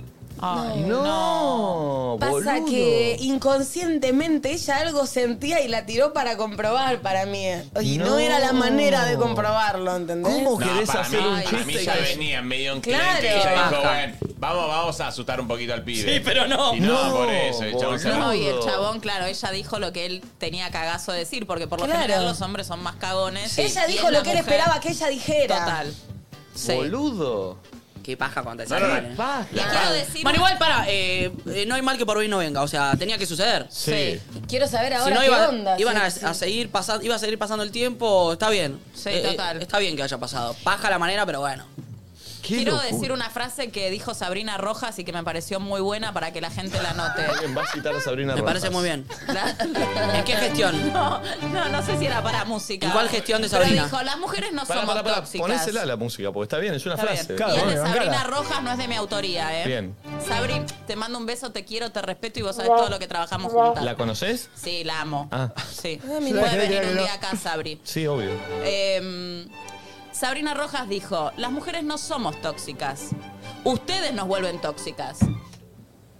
[SPEAKER 1] no.
[SPEAKER 6] Pasa
[SPEAKER 1] boludo.
[SPEAKER 6] que inconscientemente ella algo sentía y la tiró para comprobar para mí. eh. Y no,
[SPEAKER 1] No.
[SPEAKER 6] era la manera de comprobarlo, ¿entendés?
[SPEAKER 1] ¿Cómo querés
[SPEAKER 7] para
[SPEAKER 1] hacer
[SPEAKER 7] mí,
[SPEAKER 1] un
[SPEAKER 7] para mí
[SPEAKER 1] chiste
[SPEAKER 7] ya
[SPEAKER 1] que-
[SPEAKER 7] venía medio un
[SPEAKER 6] Claro.
[SPEAKER 7] cliente que ya dijo,
[SPEAKER 1] Baja.
[SPEAKER 7] bueno, vamos, vamos a asustar un poquito al pibe.
[SPEAKER 2] Sí, pero no.
[SPEAKER 7] Y no,
[SPEAKER 2] No,
[SPEAKER 7] por eso. El chabón se
[SPEAKER 4] No,
[SPEAKER 7] armó.
[SPEAKER 4] y el chabón, claro, ella dijo lo que él tenía cagazo de decir, porque por lo
[SPEAKER 6] Claro.
[SPEAKER 4] general los hombres son más cagones.
[SPEAKER 6] Sí. Ella
[SPEAKER 4] Y
[SPEAKER 6] dijo
[SPEAKER 4] es la
[SPEAKER 6] lo que él
[SPEAKER 4] mujer.
[SPEAKER 6] esperaba que ella dijera.
[SPEAKER 4] Total. Sí.
[SPEAKER 1] Boludo.
[SPEAKER 2] Qué paja cuando te
[SPEAKER 4] No, no,
[SPEAKER 2] salen,
[SPEAKER 4] no.
[SPEAKER 2] ¿eh?
[SPEAKER 4] Paja.
[SPEAKER 2] La
[SPEAKER 4] Y
[SPEAKER 2] paja.
[SPEAKER 4] quiero decir-
[SPEAKER 2] Bueno, igual, para. no hay mal que por hoy no venga. O sea, tenía que suceder.
[SPEAKER 1] Sí.
[SPEAKER 6] Quiero saber ahora
[SPEAKER 2] si no
[SPEAKER 6] qué
[SPEAKER 2] iba-
[SPEAKER 6] onda.
[SPEAKER 2] iban a,
[SPEAKER 6] sí,
[SPEAKER 2] a seguir pasando, iba a seguir pasando el tiempo, está bien. Sí,
[SPEAKER 4] total.
[SPEAKER 2] está bien que haya pasado. Paja la manera, pero bueno.
[SPEAKER 4] Quiero decir una frase que dijo Sabrina Rojas y que me pareció muy buena para que la gente la note.
[SPEAKER 1] Alguien va a citar a Sabrina
[SPEAKER 2] Me
[SPEAKER 1] Rojas.
[SPEAKER 2] parece muy bien.
[SPEAKER 4] ¿En
[SPEAKER 2] qué gestión?
[SPEAKER 4] No, no, no sé si era para música.
[SPEAKER 2] ¿En cuál gestión de
[SPEAKER 4] Pero
[SPEAKER 2] Sabrina?
[SPEAKER 4] dijo, las mujeres no
[SPEAKER 1] Pará,
[SPEAKER 4] somos
[SPEAKER 1] pará, pará,
[SPEAKER 4] tóxicas.
[SPEAKER 1] Ponésela la música, porque está bien, es una
[SPEAKER 4] Está bien.
[SPEAKER 1] frase.
[SPEAKER 4] y el de Sabrina Rojas no es de mi autoría, ¿eh?
[SPEAKER 1] Bien.
[SPEAKER 4] Sabrina, te mando un beso, te quiero, te respeto y vos sabés todo lo que trabajamos juntas.
[SPEAKER 1] ¿La conoces?
[SPEAKER 4] Sí, la amo.
[SPEAKER 1] Ah.
[SPEAKER 4] Sí.
[SPEAKER 1] mirá.
[SPEAKER 4] Puedes
[SPEAKER 1] Creo que
[SPEAKER 4] venir
[SPEAKER 1] era
[SPEAKER 4] un
[SPEAKER 1] que
[SPEAKER 4] día
[SPEAKER 1] no.
[SPEAKER 4] acá, Sabri.
[SPEAKER 1] Sí, obvio.
[SPEAKER 4] Eh, Sabrina Rojas dijo, las mujeres no somos tóxicas. Ustedes nos vuelven tóxicas.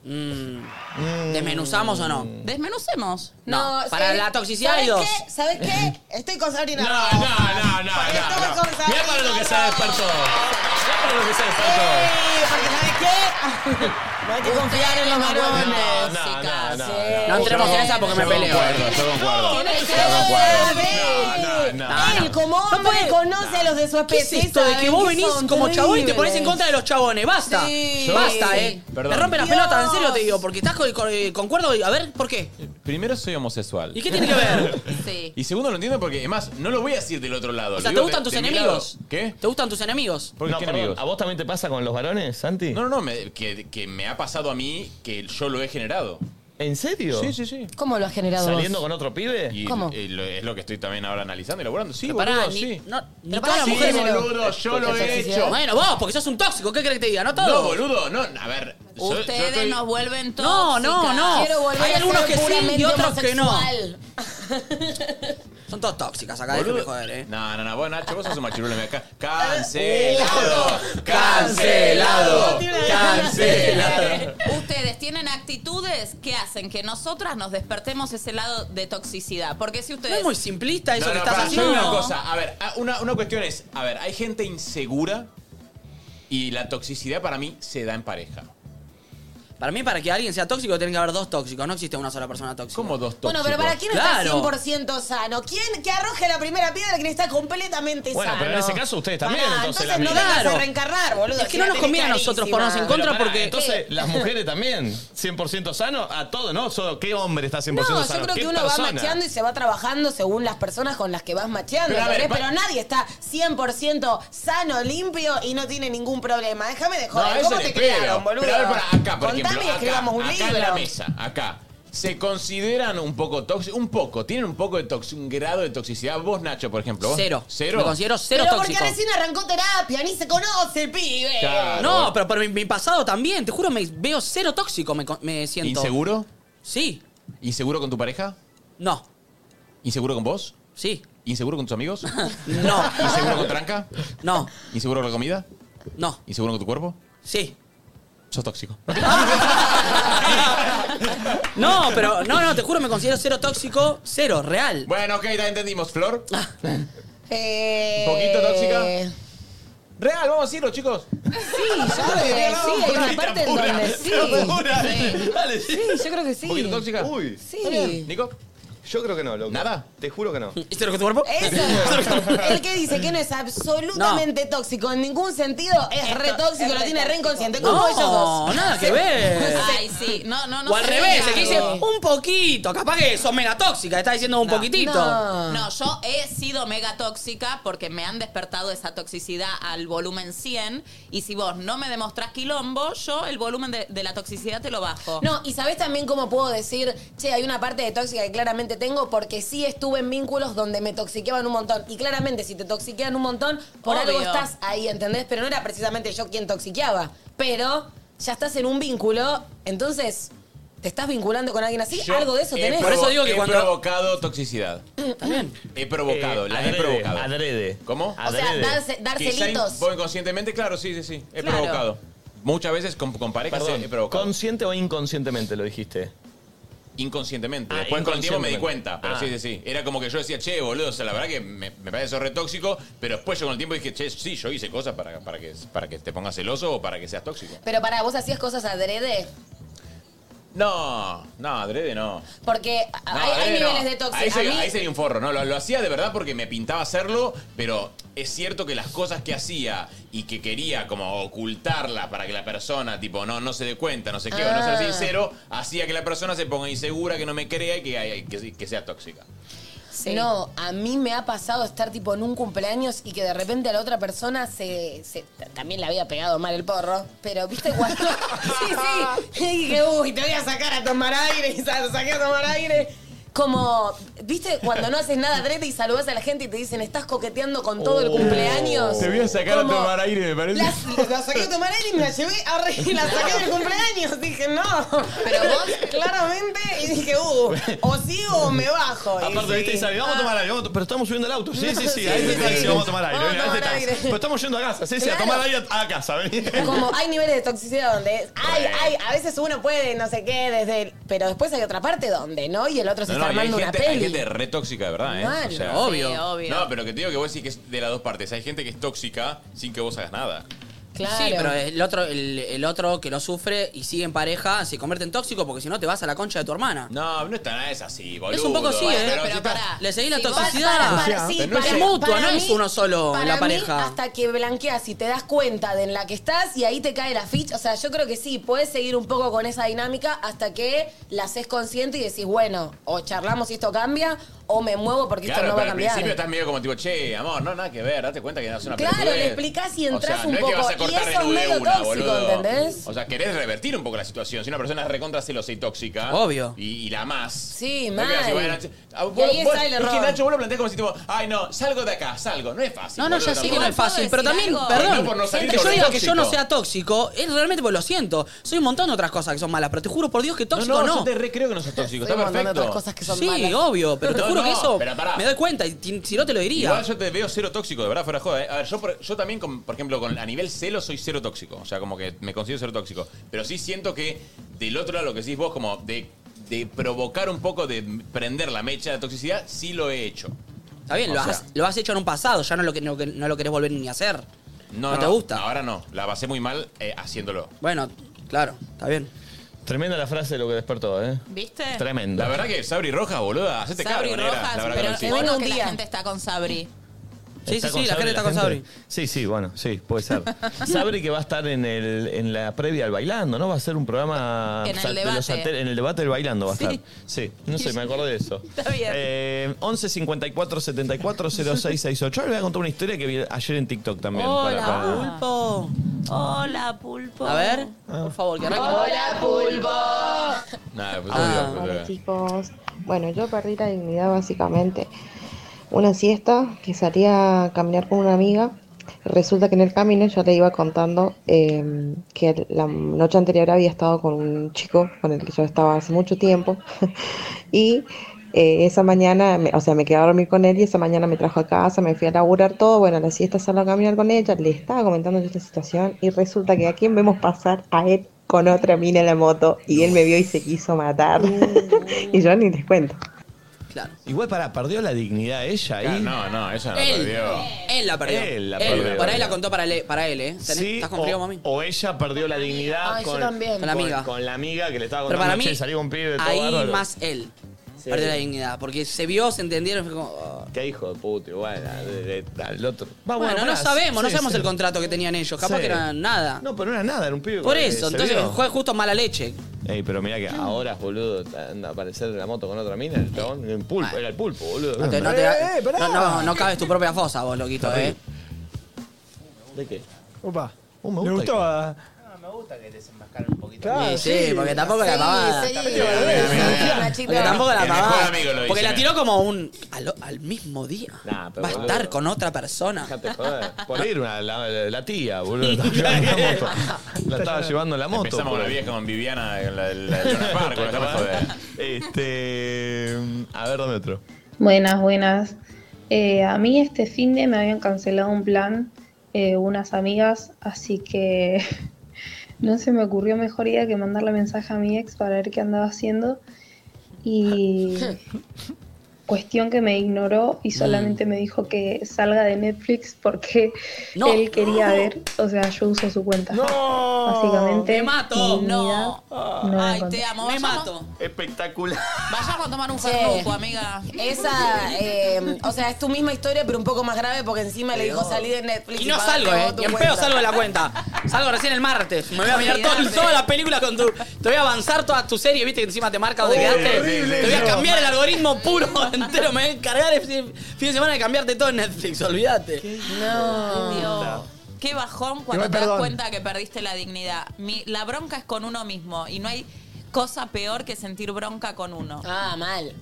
[SPEAKER 2] Mm. ¿Desmenuzamos o no?
[SPEAKER 4] Desmenucemos.
[SPEAKER 2] No, para
[SPEAKER 6] ¿sabes-
[SPEAKER 2] la toxicidad hay
[SPEAKER 6] ¿sabes
[SPEAKER 2] dos.
[SPEAKER 6] qué? ¿Sabes qué? Estoy con Sabrina.
[SPEAKER 1] No,
[SPEAKER 6] Rojas.
[SPEAKER 1] no, no, no, no. no. Mirá para lo que se despertó. Mirá para lo que se despertó.
[SPEAKER 6] Sí, porque ¿sabes qué? No Eh, hay que confiar en los varones.
[SPEAKER 1] No, no, no, no.
[SPEAKER 2] No entremos en esa porque me
[SPEAKER 1] Yo
[SPEAKER 2] peleo. eh.
[SPEAKER 1] concuerdo, yo concuerdo.
[SPEAKER 6] Tiene que
[SPEAKER 1] Yo
[SPEAKER 6] ser
[SPEAKER 1] concuerdo.
[SPEAKER 6] de-
[SPEAKER 1] No, no, no.
[SPEAKER 6] Él como hombre conoce a los de su
[SPEAKER 2] ¿Qué
[SPEAKER 6] especie.
[SPEAKER 2] es esto de que
[SPEAKER 6] saben
[SPEAKER 2] vos
[SPEAKER 6] que
[SPEAKER 2] venís
[SPEAKER 6] son
[SPEAKER 2] como chabón y te pones en
[SPEAKER 6] terribles.
[SPEAKER 2] contra de los chabones? ¡Basta!
[SPEAKER 6] Sí.
[SPEAKER 2] ¡Basta,
[SPEAKER 6] Sí.
[SPEAKER 2] eh!
[SPEAKER 7] Perdón.
[SPEAKER 2] Me rompe las
[SPEAKER 6] Dios.
[SPEAKER 2] pelotas, en serio te digo, porque estás con, con- concuerdo. y- A ver, ¿por qué?
[SPEAKER 7] Primero soy homosexual.
[SPEAKER 2] ¿Y qué tiene que ver?
[SPEAKER 4] Sí.
[SPEAKER 7] Y segundo, lo entiendo porque, además, no lo voy a decir del otro lado.
[SPEAKER 2] O sea,
[SPEAKER 7] lo
[SPEAKER 2] ¿te
[SPEAKER 7] digo
[SPEAKER 2] gustan
[SPEAKER 7] de-
[SPEAKER 2] tus
[SPEAKER 7] de mi
[SPEAKER 2] enemigos?
[SPEAKER 7] lado. ¿Qué?
[SPEAKER 2] ¿Te gustan tus enemigos?
[SPEAKER 7] ¿Por
[SPEAKER 1] No,
[SPEAKER 7] qué
[SPEAKER 1] perdón,
[SPEAKER 7] enemigos?
[SPEAKER 1] ¿A vos también te pasa con los varones, Santi?
[SPEAKER 7] No, no, no, me- que, que me ha pasado a mí que yo lo he generado.
[SPEAKER 1] ¿En serio?
[SPEAKER 7] Sí, sí, sí.
[SPEAKER 6] ¿Cómo lo has generado
[SPEAKER 1] ¿Saliendo
[SPEAKER 6] vos?
[SPEAKER 1] con otro pibe?
[SPEAKER 7] Y,
[SPEAKER 6] ¿Cómo?
[SPEAKER 7] y lo- es lo que estoy también ahora analizando y laburando. Sí,
[SPEAKER 2] Pero pará,
[SPEAKER 7] boludo,
[SPEAKER 2] ni-
[SPEAKER 7] sí.
[SPEAKER 2] no- ni
[SPEAKER 7] Pero
[SPEAKER 2] todas
[SPEAKER 7] pará,
[SPEAKER 2] las
[SPEAKER 7] sí,
[SPEAKER 2] mujeres-
[SPEAKER 7] boludo, yo lo he hecho.
[SPEAKER 2] Bueno, vos, porque sos un tóxico, ¿qué crees que te diga? No todo.
[SPEAKER 7] No, boludo, no, a ver. yo- yo
[SPEAKER 4] Ustedes
[SPEAKER 7] estoy-
[SPEAKER 4] nos vuelven todos.
[SPEAKER 2] No, no, no.
[SPEAKER 6] Quiero volver
[SPEAKER 2] Hay
[SPEAKER 6] a
[SPEAKER 2] algunos
[SPEAKER 6] ser
[SPEAKER 2] que sí y
[SPEAKER 6] puramente
[SPEAKER 2] otros que no.
[SPEAKER 6] homosexual.
[SPEAKER 2] Son todas tóxicas acá,
[SPEAKER 7] Boludo.
[SPEAKER 2] déjame joder, eh.
[SPEAKER 7] No, no, no, vos Nacho, vos sos un machirulo. me ca- Cancelado,
[SPEAKER 2] Cancelado,
[SPEAKER 7] cancelado, cancelado.
[SPEAKER 4] Ustedes tienen actitudes que hacen que nosotras nos despertemos ese lado de toxicidad. Porque si
[SPEAKER 2] No
[SPEAKER 4] ustedes.
[SPEAKER 2] es muy simplista eso
[SPEAKER 7] No,
[SPEAKER 2] que
[SPEAKER 7] no,
[SPEAKER 2] estás
[SPEAKER 7] pará, yo
[SPEAKER 2] haciendo.
[SPEAKER 7] digo una cosa. A ver, ah, una, una cuestión es, a ver, hay gente insegura y la toxicidad para mí se da en pareja.
[SPEAKER 2] Para mí, para que alguien sea tóxico, tienen que haber dos tóxicos. No existe una sola persona tóxica.
[SPEAKER 7] ¿Cómo dos
[SPEAKER 6] Bueno,
[SPEAKER 7] tóxicos?
[SPEAKER 6] pero ¿para quién
[SPEAKER 2] Claro.
[SPEAKER 6] está 100% sano? ¿Quién que arroje la primera piedra quien está completamente
[SPEAKER 1] Bueno,
[SPEAKER 6] sano?
[SPEAKER 1] pero en ese caso ustedes también,
[SPEAKER 6] Pará,
[SPEAKER 1] entonces, la
[SPEAKER 6] no
[SPEAKER 1] mina.
[SPEAKER 6] vengas a
[SPEAKER 2] Claro.
[SPEAKER 6] reencarnar, boludo.
[SPEAKER 2] Es que
[SPEAKER 6] si
[SPEAKER 2] no
[SPEAKER 6] la
[SPEAKER 2] nos
[SPEAKER 6] tenés
[SPEAKER 2] conviene a nosotros
[SPEAKER 6] clarísima.
[SPEAKER 2] ponernos en contra.
[SPEAKER 1] Pero pará,
[SPEAKER 2] porque-
[SPEAKER 1] Entonces, las mujeres también, 100% sano, a todo, ¿no? Solo, ¿Qué hombre está 100%
[SPEAKER 6] No,
[SPEAKER 1] sano?
[SPEAKER 6] yo creo
[SPEAKER 1] ¿Qué
[SPEAKER 6] que uno
[SPEAKER 1] persona?
[SPEAKER 6] va macheando y se va trabajando según las personas con las que vas macheando.
[SPEAKER 7] Pero a ver,
[SPEAKER 6] ¿entendés?
[SPEAKER 7] pa-
[SPEAKER 6] Pero, nadie está 100% sano, limpio y no tiene ningún problema. Déjame de
[SPEAKER 7] No,
[SPEAKER 6] joder.
[SPEAKER 7] a eso
[SPEAKER 6] ¿Cómo
[SPEAKER 7] le
[SPEAKER 6] te
[SPEAKER 7] pego.
[SPEAKER 6] criaron, boludo?
[SPEAKER 7] Pero a ver, para acá, por
[SPEAKER 6] Contame
[SPEAKER 7] ejemplo.
[SPEAKER 6] y escribamos un
[SPEAKER 7] acá,
[SPEAKER 6] libro.
[SPEAKER 7] acá en la mesa, acá. ¿Se consideran un poco tóxicos? Un poco, tienen un poco de toxi- un grado de toxicidad. Vos, Nacho, por ejemplo. ¿vos?
[SPEAKER 2] Cero.
[SPEAKER 7] ¿Cero?
[SPEAKER 2] Me considero cero
[SPEAKER 6] Pero porque
[SPEAKER 2] tóxico.
[SPEAKER 6] recién arrancó terapia, ni se conoce el pibe.
[SPEAKER 7] Claro.
[SPEAKER 2] No, pero por mi, mi pasado también. Te juro, me veo cero tóxico, me, co- me siento.
[SPEAKER 7] ¿Inseguro?
[SPEAKER 2] Sí.
[SPEAKER 7] ¿Inseguro con tu pareja?
[SPEAKER 2] No.
[SPEAKER 7] ¿Inseguro con vos?
[SPEAKER 2] Sí.
[SPEAKER 7] ¿Inseguro con tus amigos?
[SPEAKER 2] No.
[SPEAKER 7] ¿Inseguro con tranca?
[SPEAKER 2] No.
[SPEAKER 7] ¿Inseguro con la comida?
[SPEAKER 2] No.
[SPEAKER 7] ¿Inseguro con tu cuerpo?
[SPEAKER 2] Sí.
[SPEAKER 7] Sos tóxico.
[SPEAKER 2] No, pero no, no, te juro, me considero cero tóxico, cero, real. Ah,
[SPEAKER 7] Bueno, ok, ya entendimos. Flor,
[SPEAKER 6] Eh...
[SPEAKER 7] ¿Un poquito tóxica? real, vamos a irlo, chicos.
[SPEAKER 6] Sí, yo creo que sí, hay una parte en donde sí.
[SPEAKER 1] sí. Dale, sí.
[SPEAKER 6] Sí, yo creo que
[SPEAKER 7] ¿Un poquito
[SPEAKER 6] sí.
[SPEAKER 7] tóxica?
[SPEAKER 1] Uy,
[SPEAKER 6] Sí.
[SPEAKER 7] Nico,
[SPEAKER 1] yo creo que no, loco.
[SPEAKER 7] ¿Nada?
[SPEAKER 1] Te juro que no.
[SPEAKER 2] ¿Hiciste lo que tu cuerpo?
[SPEAKER 6] Eso. El que dice que no es absolutamente tóxico en ningún sentido es re tóxico, lo tiene re inconsciente. ¿Cómo ellos dos?
[SPEAKER 2] No, nada que ver.
[SPEAKER 4] Ay, sí. No, no, no.
[SPEAKER 2] O al
[SPEAKER 4] se
[SPEAKER 2] revés, el que dice
[SPEAKER 4] vengan.
[SPEAKER 2] un poquito, capaz que sos mera tóxica, está diciendo un
[SPEAKER 4] No.
[SPEAKER 2] poquitito.
[SPEAKER 6] No.
[SPEAKER 4] No, yo he sido mega tóxica porque me han despertado esa toxicidad al volumen 100 y si vos no me demostrás quilombo, yo el volumen de, de la toxicidad te lo bajo.
[SPEAKER 6] No, y sabes también cómo puedo decir, che, hay una parte de tóxica que claramente tengo porque sí estuve en vínculos donde me toxiqueaban un montón. Y claramente, si te toxiquean un montón, por
[SPEAKER 4] Obvio.
[SPEAKER 6] algo estás ahí, ¿entendés? Pero no era precisamente yo quien toxiqueaba. Pero ya estás en un vínculo, entonces te estás vinculando con alguien así,
[SPEAKER 7] yo
[SPEAKER 6] algo de eso
[SPEAKER 7] he
[SPEAKER 6] tenés.
[SPEAKER 2] Por eso digo que
[SPEAKER 7] he
[SPEAKER 2] cuando-
[SPEAKER 7] provocado toxicidad. He provocado,
[SPEAKER 1] Eh,
[SPEAKER 7] la he
[SPEAKER 1] adrede,
[SPEAKER 7] provocado.
[SPEAKER 1] adrede.
[SPEAKER 7] ¿Cómo?
[SPEAKER 1] Ad-
[SPEAKER 6] o sea,
[SPEAKER 1] adrede.
[SPEAKER 6] darse,
[SPEAKER 7] Quizá in-
[SPEAKER 6] dárselos.
[SPEAKER 7] vos inconscientemente, claro, sí, sí, sí. He
[SPEAKER 4] Claro.
[SPEAKER 7] provocado. Muchas veces con, con parejas he he
[SPEAKER 1] Perdón,
[SPEAKER 7] provocado.
[SPEAKER 1] ¿consciente o inconscientemente lo dijiste?
[SPEAKER 7] Inconscientemente.
[SPEAKER 1] Ah,
[SPEAKER 7] Después con el tiempo me di cuenta.
[SPEAKER 1] inconscientemente.
[SPEAKER 7] Pero
[SPEAKER 1] Ah.
[SPEAKER 7] sí, sí, sí. Era como que yo decía, che, boludo, o sea, la verdad que me, me parece eso re tóxico. Pero después yo con el tiempo dije, che, sí, yo hice cosas para, para, que, para que te pongas celoso o para que seas tóxico.
[SPEAKER 6] Pero para vos hacías cosas adrede.
[SPEAKER 7] No, no, adrede no.
[SPEAKER 6] Porque
[SPEAKER 7] No,
[SPEAKER 6] Ah, hay, hay
[SPEAKER 7] eh, no.
[SPEAKER 6] niveles de
[SPEAKER 7] Ahí
[SPEAKER 6] toxicidad.
[SPEAKER 7] sería, ahí sería un forro, ¿no? Lo, lo hacía de verdad porque me pintaba hacerlo, pero es cierto que las cosas que hacía y que quería como ocultarlas para que la persona, tipo, no, no se dé cuenta, no sé qué, o no
[SPEAKER 6] Ah.
[SPEAKER 7] ser sincero, hacía que la persona se ponga insegura, que no me crea y que, que- que sea tóxica.
[SPEAKER 4] Sí.
[SPEAKER 6] No, a mí me ha pasado estar tipo en un cumpleaños y que de repente a la otra persona se. se- t- también le había pegado mal el porro, pero viste cuando. sí, sí. Y dije, uy, te voy a sacar a tomar aire y sa- saqué a tomar aire. Como, viste, cuando no haces nada adrede y saludas a la gente y te dicen, estás coqueteando con todo el
[SPEAKER 7] Oh.
[SPEAKER 6] cumpleaños.
[SPEAKER 7] Te voy a sacar a tomar aire, me parece.
[SPEAKER 6] La, la saqué a tomar aire y me la llevé a re- y la saqué del cumpleaños. Dije, no. Pero vos, claramente, y dije, uh, o sigo o me bajo. Y
[SPEAKER 1] Aparte,
[SPEAKER 6] sí.
[SPEAKER 1] viste, y sale, vamos a tomar aire, vamos a to- pero estamos subiendo el auto. Sí, sí, sí, ahí
[SPEAKER 6] Sí,
[SPEAKER 1] te
[SPEAKER 6] sí,
[SPEAKER 1] taxi,
[SPEAKER 6] sí.
[SPEAKER 1] vamos a tomar aire.
[SPEAKER 6] Vamos a
[SPEAKER 1] venga, ahí
[SPEAKER 6] tomar
[SPEAKER 1] te taxi.
[SPEAKER 6] aire.
[SPEAKER 1] Pero estamos yendo a casa, sí, sí, a
[SPEAKER 6] Claro.
[SPEAKER 1] tomar aire a, a casa, vení.
[SPEAKER 6] Como hay niveles de toxicidad donde hay, hay, a veces uno puede no sé qué, desde el- pero después hay otra parte donde, ¿no? Y el otro se
[SPEAKER 7] No,
[SPEAKER 6] está
[SPEAKER 7] no, y hay
[SPEAKER 6] armando una
[SPEAKER 7] gente, hay
[SPEAKER 6] peli.
[SPEAKER 7] gente re tóxica, de verdad, ¿eh?
[SPEAKER 6] Mal.
[SPEAKER 2] obvio.
[SPEAKER 4] Sí, obvio.
[SPEAKER 7] No, pero que te digo que vos decís que es de las dos partes. Hay gente que es tóxica sin que vos hagas nada.
[SPEAKER 6] Claro.
[SPEAKER 2] Sí, pero el otro, el, el otro que lo sufre y sigue en pareja se convierte en tóxico porque si no te vas a la concha de tu hermana.
[SPEAKER 7] No, no está nada, es así, boludo.
[SPEAKER 2] un poco así, ¿eh?
[SPEAKER 4] Bueno,
[SPEAKER 7] si
[SPEAKER 4] pero
[SPEAKER 7] está-
[SPEAKER 4] pará.
[SPEAKER 2] Le seguís la
[SPEAKER 4] Si vos-
[SPEAKER 2] toxicidad.
[SPEAKER 7] Pero no es
[SPEAKER 2] mutuo, no es uno solo
[SPEAKER 6] para
[SPEAKER 2] la
[SPEAKER 6] mí,
[SPEAKER 2] pareja.
[SPEAKER 6] hasta que blanqueas y te das cuenta de en la que estás y ahí te cae la ficha. O sea, yo creo que sí, puedes seguir un poco con esa dinámica hasta que la haces consciente y decís, bueno, o charlamos y esto cambia, o me muevo porque
[SPEAKER 7] Claro,
[SPEAKER 6] esto no va
[SPEAKER 7] pero
[SPEAKER 6] a
[SPEAKER 7] al
[SPEAKER 6] cambiar.
[SPEAKER 7] principio estás medio como tipo, che, amor, no, nada que ver, date cuenta que no es una
[SPEAKER 6] Claro,
[SPEAKER 7] pelotudez".
[SPEAKER 6] le explicás y
[SPEAKER 7] O sea,
[SPEAKER 6] entras un
[SPEAKER 7] no
[SPEAKER 6] poco.
[SPEAKER 7] es que vas a
[SPEAKER 6] Y
[SPEAKER 7] cortar
[SPEAKER 6] eso es
[SPEAKER 7] el de
[SPEAKER 6] medio
[SPEAKER 7] una,
[SPEAKER 6] tóxico,
[SPEAKER 7] boludo.
[SPEAKER 6] ¿entendés?
[SPEAKER 7] O sea, querés revertir un poco la situación. Si una persona es recontra celosa y tóxica.
[SPEAKER 2] Obvio.
[SPEAKER 7] Y, y la más.
[SPEAKER 6] Sí,
[SPEAKER 7] no
[SPEAKER 6] mal.
[SPEAKER 7] queda así, bueno, ah,
[SPEAKER 6] Y
[SPEAKER 7] vos-
[SPEAKER 6] ahí
[SPEAKER 7] vos-
[SPEAKER 6] está el
[SPEAKER 7] Es que
[SPEAKER 6] error.
[SPEAKER 7] Nacho, vos lo planteás como si tipo, ay no, salgo de acá, salgo. No es fácil.
[SPEAKER 2] No, no,
[SPEAKER 7] boludo,
[SPEAKER 2] ya sé que
[SPEAKER 7] tampoco.
[SPEAKER 2] no es fácil, pero también, perdón,
[SPEAKER 7] No por no salir
[SPEAKER 2] que
[SPEAKER 7] con
[SPEAKER 2] yo
[SPEAKER 7] lo
[SPEAKER 2] diga que yo no
[SPEAKER 7] tóxico.
[SPEAKER 2] sea tóxico, es realmente porque lo siento. Soy un montón de otras cosas que son malas, pero te juro por Dios que tóxico no.
[SPEAKER 7] no, yo te re creo que no sos tóxico, está
[SPEAKER 2] Soy un montón de
[SPEAKER 7] perfecto.
[SPEAKER 2] otras cosas que son Sí, malas. obvio, pero te juro que eso
[SPEAKER 7] pero pará.
[SPEAKER 2] me doy cuenta y ti- si no te lo diría.
[SPEAKER 7] Igual yo te veo cero tóxico, de verdad, fuera de joda. ¿eh? A ver, yo, por- yo también, con- por ejemplo, con, a nivel celo soy cero tóxico. O sea, como que me considero cero tóxico. Pero sí siento que del otro lado, lo que decís vos, como de, de provocar un poco, de prender la mecha de toxicidad, sí lo he hecho.
[SPEAKER 2] Está bien,
[SPEAKER 7] O
[SPEAKER 2] lo
[SPEAKER 7] sea.
[SPEAKER 2] has, lo has hecho en un pasado, ya no lo, que- no, que- no lo querés volver ni a hacer.
[SPEAKER 7] No,
[SPEAKER 2] ¿No te gusta?
[SPEAKER 7] Ahora no, la pasé muy mal eh, haciéndolo.
[SPEAKER 2] Bueno, claro, está bien.
[SPEAKER 1] Tremenda la frase de lo que despertó, ¿eh?
[SPEAKER 4] ¿Viste?
[SPEAKER 1] Tremenda.
[SPEAKER 7] La verdad que Sabri Rojas, boluda, hacete
[SPEAKER 4] Sabri
[SPEAKER 7] cargo, negra.
[SPEAKER 4] Rojas,
[SPEAKER 7] La verdad que
[SPEAKER 4] pero
[SPEAKER 7] no
[SPEAKER 4] es
[SPEAKER 7] existe.
[SPEAKER 4] bueno que la gente está con Sabri.
[SPEAKER 1] ¿Está
[SPEAKER 2] sí,
[SPEAKER 1] con
[SPEAKER 2] sí, la gente está con Sabri.
[SPEAKER 1] Sí, sí, bueno, sí, puede ser. Sabri que va a estar en, el, en la previa al bailando, ¿no? Va a ser un programa
[SPEAKER 4] En el
[SPEAKER 1] sal- de
[SPEAKER 4] debate.
[SPEAKER 1] los satel- en el debate del bailando va a
[SPEAKER 4] Sí.
[SPEAKER 1] estar. Sí, no sé, me acordé de eso.
[SPEAKER 4] Está bien.
[SPEAKER 1] Eh, 11 54 74 06 68. Ahora les voy a contar una historia que vi ayer en TikTok también. para- para-
[SPEAKER 2] Hola, Ah, pulpo.
[SPEAKER 4] Hola, pulpo.
[SPEAKER 2] A ver, por favor, que arranque.
[SPEAKER 4] Hola, pulpo.
[SPEAKER 7] Nada, pues,
[SPEAKER 2] Ah.
[SPEAKER 7] obvio,
[SPEAKER 12] Hola
[SPEAKER 7] boluda.
[SPEAKER 12] chicos, bueno yo perdí la dignidad básicamente. Una siesta que salía a caminar con una amiga, resulta que en el camino yo le iba contando eh, que la noche anterior había estado con un chico con el que yo estaba hace mucho tiempo y eh, esa mañana, me- o sea, me quedé a dormir con él y esa mañana me trajo a casa, me fui a laburar todo, bueno, a la siesta salgo a caminar con ella, le estaba comentando yo esta situación y resulta que a quién vemos pasar a él con otra mina en la moto y él me vio y se quiso matar. y yo ni les cuento.
[SPEAKER 1] Igual, para, perdió la dignidad ella ¿eh? ahí.
[SPEAKER 7] No, no, ella
[SPEAKER 2] Él. Él la perdió.
[SPEAKER 1] Él la perdió.
[SPEAKER 2] Por ahí la contó para, le- para él, ¿eh? ¿Tenés-
[SPEAKER 1] Sí,
[SPEAKER 2] ¿Estás
[SPEAKER 1] o,
[SPEAKER 2] conmigo, mami?
[SPEAKER 1] o ella perdió la dignidad
[SPEAKER 2] Ay, yo
[SPEAKER 1] con,
[SPEAKER 2] también. Con la amiga.
[SPEAKER 1] Con, la amiga que le estaba
[SPEAKER 2] Pero
[SPEAKER 1] contando
[SPEAKER 2] para mí,
[SPEAKER 1] "Che, salí con un pibe todo
[SPEAKER 2] ahí
[SPEAKER 1] bárbaro".
[SPEAKER 2] más él.
[SPEAKER 1] Sí.
[SPEAKER 2] Perdió la dignidad. Porque se vio, se entendieron. Fue como, oh.
[SPEAKER 1] Qué hijo de puta, igual, al- al- al otro. Va,
[SPEAKER 2] Bueno, no
[SPEAKER 1] pará,
[SPEAKER 2] sabemos, no
[SPEAKER 1] sí,
[SPEAKER 2] sabemos
[SPEAKER 1] sí.
[SPEAKER 2] el contrato que tenían ellos. Capaz
[SPEAKER 1] Sí.
[SPEAKER 2] que era nada.
[SPEAKER 1] No, pero no era nada, era un pibe.
[SPEAKER 2] Por
[SPEAKER 1] que
[SPEAKER 2] eso,
[SPEAKER 1] se
[SPEAKER 2] entonces
[SPEAKER 1] vio.
[SPEAKER 2] fue justo mala leche.
[SPEAKER 1] Ey, pero mirá que ahora, boludo, anda a aparecer en la moto con otra mina, el chabón, el pulpo, era el pulpo, boludo.
[SPEAKER 2] Ah. No, te- no, te-
[SPEAKER 1] Eh, eh,
[SPEAKER 2] no,
[SPEAKER 1] pará.
[SPEAKER 2] no- no cabes tu propia fosa, vos, loquito, ¿eh?
[SPEAKER 1] ¿De qué?
[SPEAKER 9] Opa.
[SPEAKER 1] me
[SPEAKER 9] ¿Le
[SPEAKER 1] gusta
[SPEAKER 9] gustó? ah? Claro,
[SPEAKER 2] Y sí,
[SPEAKER 9] sí.
[SPEAKER 2] porque tampoco la
[SPEAKER 9] Sí,
[SPEAKER 2] pavada.
[SPEAKER 9] sí.
[SPEAKER 2] Porque tampoco la
[SPEAKER 7] El mejor
[SPEAKER 2] pavada.
[SPEAKER 7] amigo lo dice,
[SPEAKER 2] Porque la
[SPEAKER 7] mira.
[SPEAKER 2] tiró como un. Al, al mismo día.
[SPEAKER 1] Nah, pero
[SPEAKER 2] Va a
[SPEAKER 1] boludo.
[SPEAKER 2] estar con otra persona.
[SPEAKER 1] Déjate joder. Por ir una, la, la- la tía, boludo, la estaba llevando en la moto. La estaba llevando en la moto.
[SPEAKER 7] Empezamos con la
[SPEAKER 1] boludo.
[SPEAKER 7] vieja, con Viviana, con la del Park, con la de joder.
[SPEAKER 1] Este. A ver, dame otro.
[SPEAKER 13] Buenas, buenas. Eh, a mí este fin de me habían cancelado un plan eh, unas amigas, así que no se me ocurrió mejor idea que mandarle mensaje a mi ex para ver qué andaba haciendo. Y cuestión que me ignoró y solamente me dijo que salga de Netflix porque
[SPEAKER 14] No.
[SPEAKER 13] él quería ver, o sea, yo uso su cuenta. Básicamente,
[SPEAKER 4] ¡Me mato!
[SPEAKER 13] mi dignidad
[SPEAKER 2] Ah,
[SPEAKER 13] no la
[SPEAKER 4] Ay,
[SPEAKER 13] encontré.
[SPEAKER 4] te amo. Me mato.
[SPEAKER 1] Espectacular.
[SPEAKER 4] Vayamos a tomar un
[SPEAKER 6] Che,
[SPEAKER 4] ferruco, amiga.
[SPEAKER 6] Esa, eh, o sea, es tu misma historia, pero un poco más grave porque encima le dijo salí de Netflix.
[SPEAKER 2] Y no
[SPEAKER 6] pagate
[SPEAKER 2] salgo,
[SPEAKER 6] vos
[SPEAKER 2] ¿eh?
[SPEAKER 6] tu
[SPEAKER 2] Y en
[SPEAKER 6] cuenta".
[SPEAKER 2] pedo salgo de la cuenta. Salgo recién el martes. Me voy a mirar todo-
[SPEAKER 6] Olvídate.
[SPEAKER 2] todas las películas con tu. Te voy a avanzar toda tu serie, viste que encima te marca donde
[SPEAKER 3] Oh,
[SPEAKER 2] quedaste.
[SPEAKER 3] horrible
[SPEAKER 2] Te voy a
[SPEAKER 3] eso.
[SPEAKER 2] cambiar el algoritmo puro entero. Me voy a encargar el fin fin de semana de cambiarte todo en Netflix, olvídate.
[SPEAKER 4] No. Qué bajón cuando
[SPEAKER 2] Igual,
[SPEAKER 4] te das
[SPEAKER 2] perdón.
[SPEAKER 4] cuenta que perdiste la dignidad. Mi- la bronca es con uno mismo y no hay cosa peor que sentir bronca con uno.
[SPEAKER 6] Ah, mal.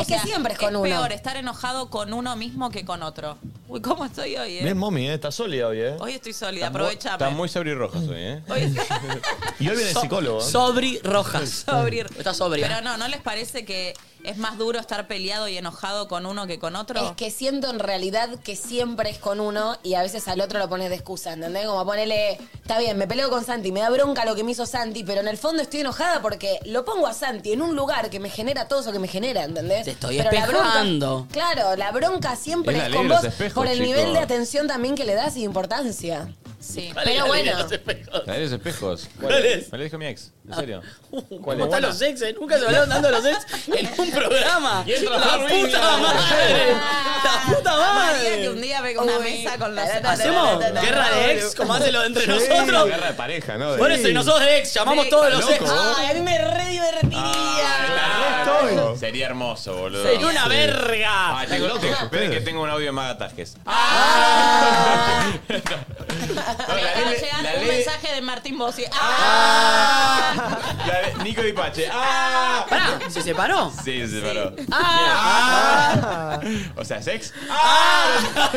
[SPEAKER 6] Es que siempre es con uno.
[SPEAKER 4] peor estar enojado con uno mismo que con otro. Uy, ¿cómo estoy hoy, eh?
[SPEAKER 1] Bien, mommy, eh, está sólida hoy, eh.
[SPEAKER 4] Hoy estoy sólida,
[SPEAKER 1] Está mu-
[SPEAKER 4] aprovechame.
[SPEAKER 1] está muy
[SPEAKER 7] Sabri Rojas hoy, eh.
[SPEAKER 1] Y hoy viene el
[SPEAKER 2] So-
[SPEAKER 1] psicólogo. ¿eh?
[SPEAKER 2] Sobri Rojas.
[SPEAKER 4] Sobri.
[SPEAKER 2] Está sobria.
[SPEAKER 4] Pero no, ¿no les parece que es más duro estar peleado y enojado con uno que con otro?
[SPEAKER 6] Es que siento en realidad que siempre es con uno y a veces al otro lo pones de excusa, ¿entendés? Como ponele, está bien, me peleo con Santi, me da bronca lo que me hizo Santi, pero en el fondo estoy enojada porque lo pongo a Santi en un lugar que me genera todo eso que me genera, ¿entendés? Te
[SPEAKER 2] estoy
[SPEAKER 6] La
[SPEAKER 2] espejando.
[SPEAKER 6] bronca, claro, la bronca siempre
[SPEAKER 2] Es la
[SPEAKER 6] es
[SPEAKER 2] ley
[SPEAKER 6] con
[SPEAKER 2] de los
[SPEAKER 6] vos
[SPEAKER 2] espejos,
[SPEAKER 6] por el
[SPEAKER 7] chico.
[SPEAKER 6] nivel de atención también que le das y de importancia. Sí. Pero bueno,
[SPEAKER 7] La de los espejos.
[SPEAKER 2] ¿Cuál es?
[SPEAKER 7] Me lo dijo mi ex, en
[SPEAKER 2] Ah.
[SPEAKER 7] serio.
[SPEAKER 2] ¿Cómo
[SPEAKER 7] es?
[SPEAKER 2] están los ex? eh? Nunca se hablaron tanto de los ex en un programa.
[SPEAKER 7] Y entra
[SPEAKER 2] ¡La
[SPEAKER 7] Harvey y
[SPEAKER 2] puta
[SPEAKER 7] la-
[SPEAKER 2] madre! ¡La puta
[SPEAKER 4] María, que un
[SPEAKER 2] madre!
[SPEAKER 4] día vengo a una mesa con los...
[SPEAKER 2] ¿Hacemos guerra de ex como hacen los entre
[SPEAKER 1] Sí.
[SPEAKER 2] nosotros?
[SPEAKER 1] Guerra de pareja, ¿no?
[SPEAKER 2] Por eso, y nosotros de ex, Ah, llamamos todos los ex.
[SPEAKER 6] Ay, a mí me re divertiría.
[SPEAKER 7] Claro. Sería Sería hermoso, boludo.
[SPEAKER 2] Sería una
[SPEAKER 7] Sí.
[SPEAKER 2] verga.
[SPEAKER 7] Ah, tengo,
[SPEAKER 2] Loco.
[SPEAKER 7] tengo- esperen que tengo un audio de Magatajes.
[SPEAKER 4] Me
[SPEAKER 7] la
[SPEAKER 4] acaba de
[SPEAKER 7] ley-
[SPEAKER 4] llegar
[SPEAKER 7] la
[SPEAKER 4] un
[SPEAKER 7] ley-
[SPEAKER 4] mensaje de Martín Bossi. Ah.
[SPEAKER 7] La de Nico Di Pache. ¡Ah!
[SPEAKER 2] Pará, ¿se separó?
[SPEAKER 7] Sí, se separó.
[SPEAKER 2] Ah.
[SPEAKER 7] O sea, sex.
[SPEAKER 9] Ah.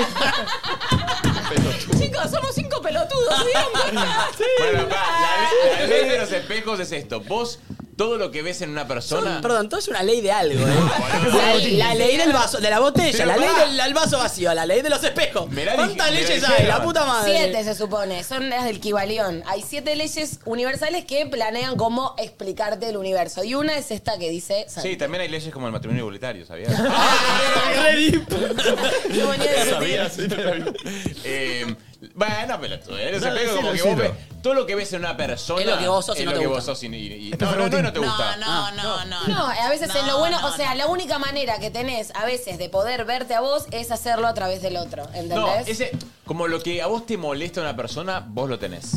[SPEAKER 4] Chicos, somos cinco pelotudos, ¿se dieron cuenta?
[SPEAKER 7] Bueno, pa, la, ley- la ley de los espejos es esto. Vos, todo lo que ves en una persona.
[SPEAKER 2] Perdón, todo es una ley de algo, ¿eh? La, la ley del vaso, de la botella,
[SPEAKER 7] Pero
[SPEAKER 2] la ley
[SPEAKER 7] pará.
[SPEAKER 2] del del vaso vacío, la ley de los espejos.
[SPEAKER 7] Mirá,
[SPEAKER 2] ¿Cuántas
[SPEAKER 7] dije-
[SPEAKER 2] leyes
[SPEAKER 7] mirá,
[SPEAKER 2] hay?
[SPEAKER 7] dijeron.
[SPEAKER 2] La puta madre.
[SPEAKER 6] Siete se supone, son las del Kibalión. Hay siete leyes universales que planean cómo explicarte el universo. Y una es esta que dice.
[SPEAKER 7] Sí, también hay leyes como el matrimonio igualitario, ¿sabías?
[SPEAKER 2] Ah,
[SPEAKER 7] ¿Sabías? Eh, Bueno, pelotudo. eh, los
[SPEAKER 2] No,
[SPEAKER 7] espejos como que
[SPEAKER 2] decilo,
[SPEAKER 7] vos ves. Todo lo que ves en una persona.
[SPEAKER 2] Es lo que vos sos y
[SPEAKER 7] es
[SPEAKER 2] no
[SPEAKER 7] lo
[SPEAKER 2] te
[SPEAKER 7] que vos
[SPEAKER 2] gusta.
[SPEAKER 7] sos y- y- y- No, no, no, no te gusta.
[SPEAKER 4] No, no, no.
[SPEAKER 6] No, a veces es lo bueno, o sea, la única manera que tenés a veces de poder verte a vos es hacerlo a través del otro, ¿entendés?
[SPEAKER 7] No, ese, como lo que a vos te molesta una persona, vos lo tenés.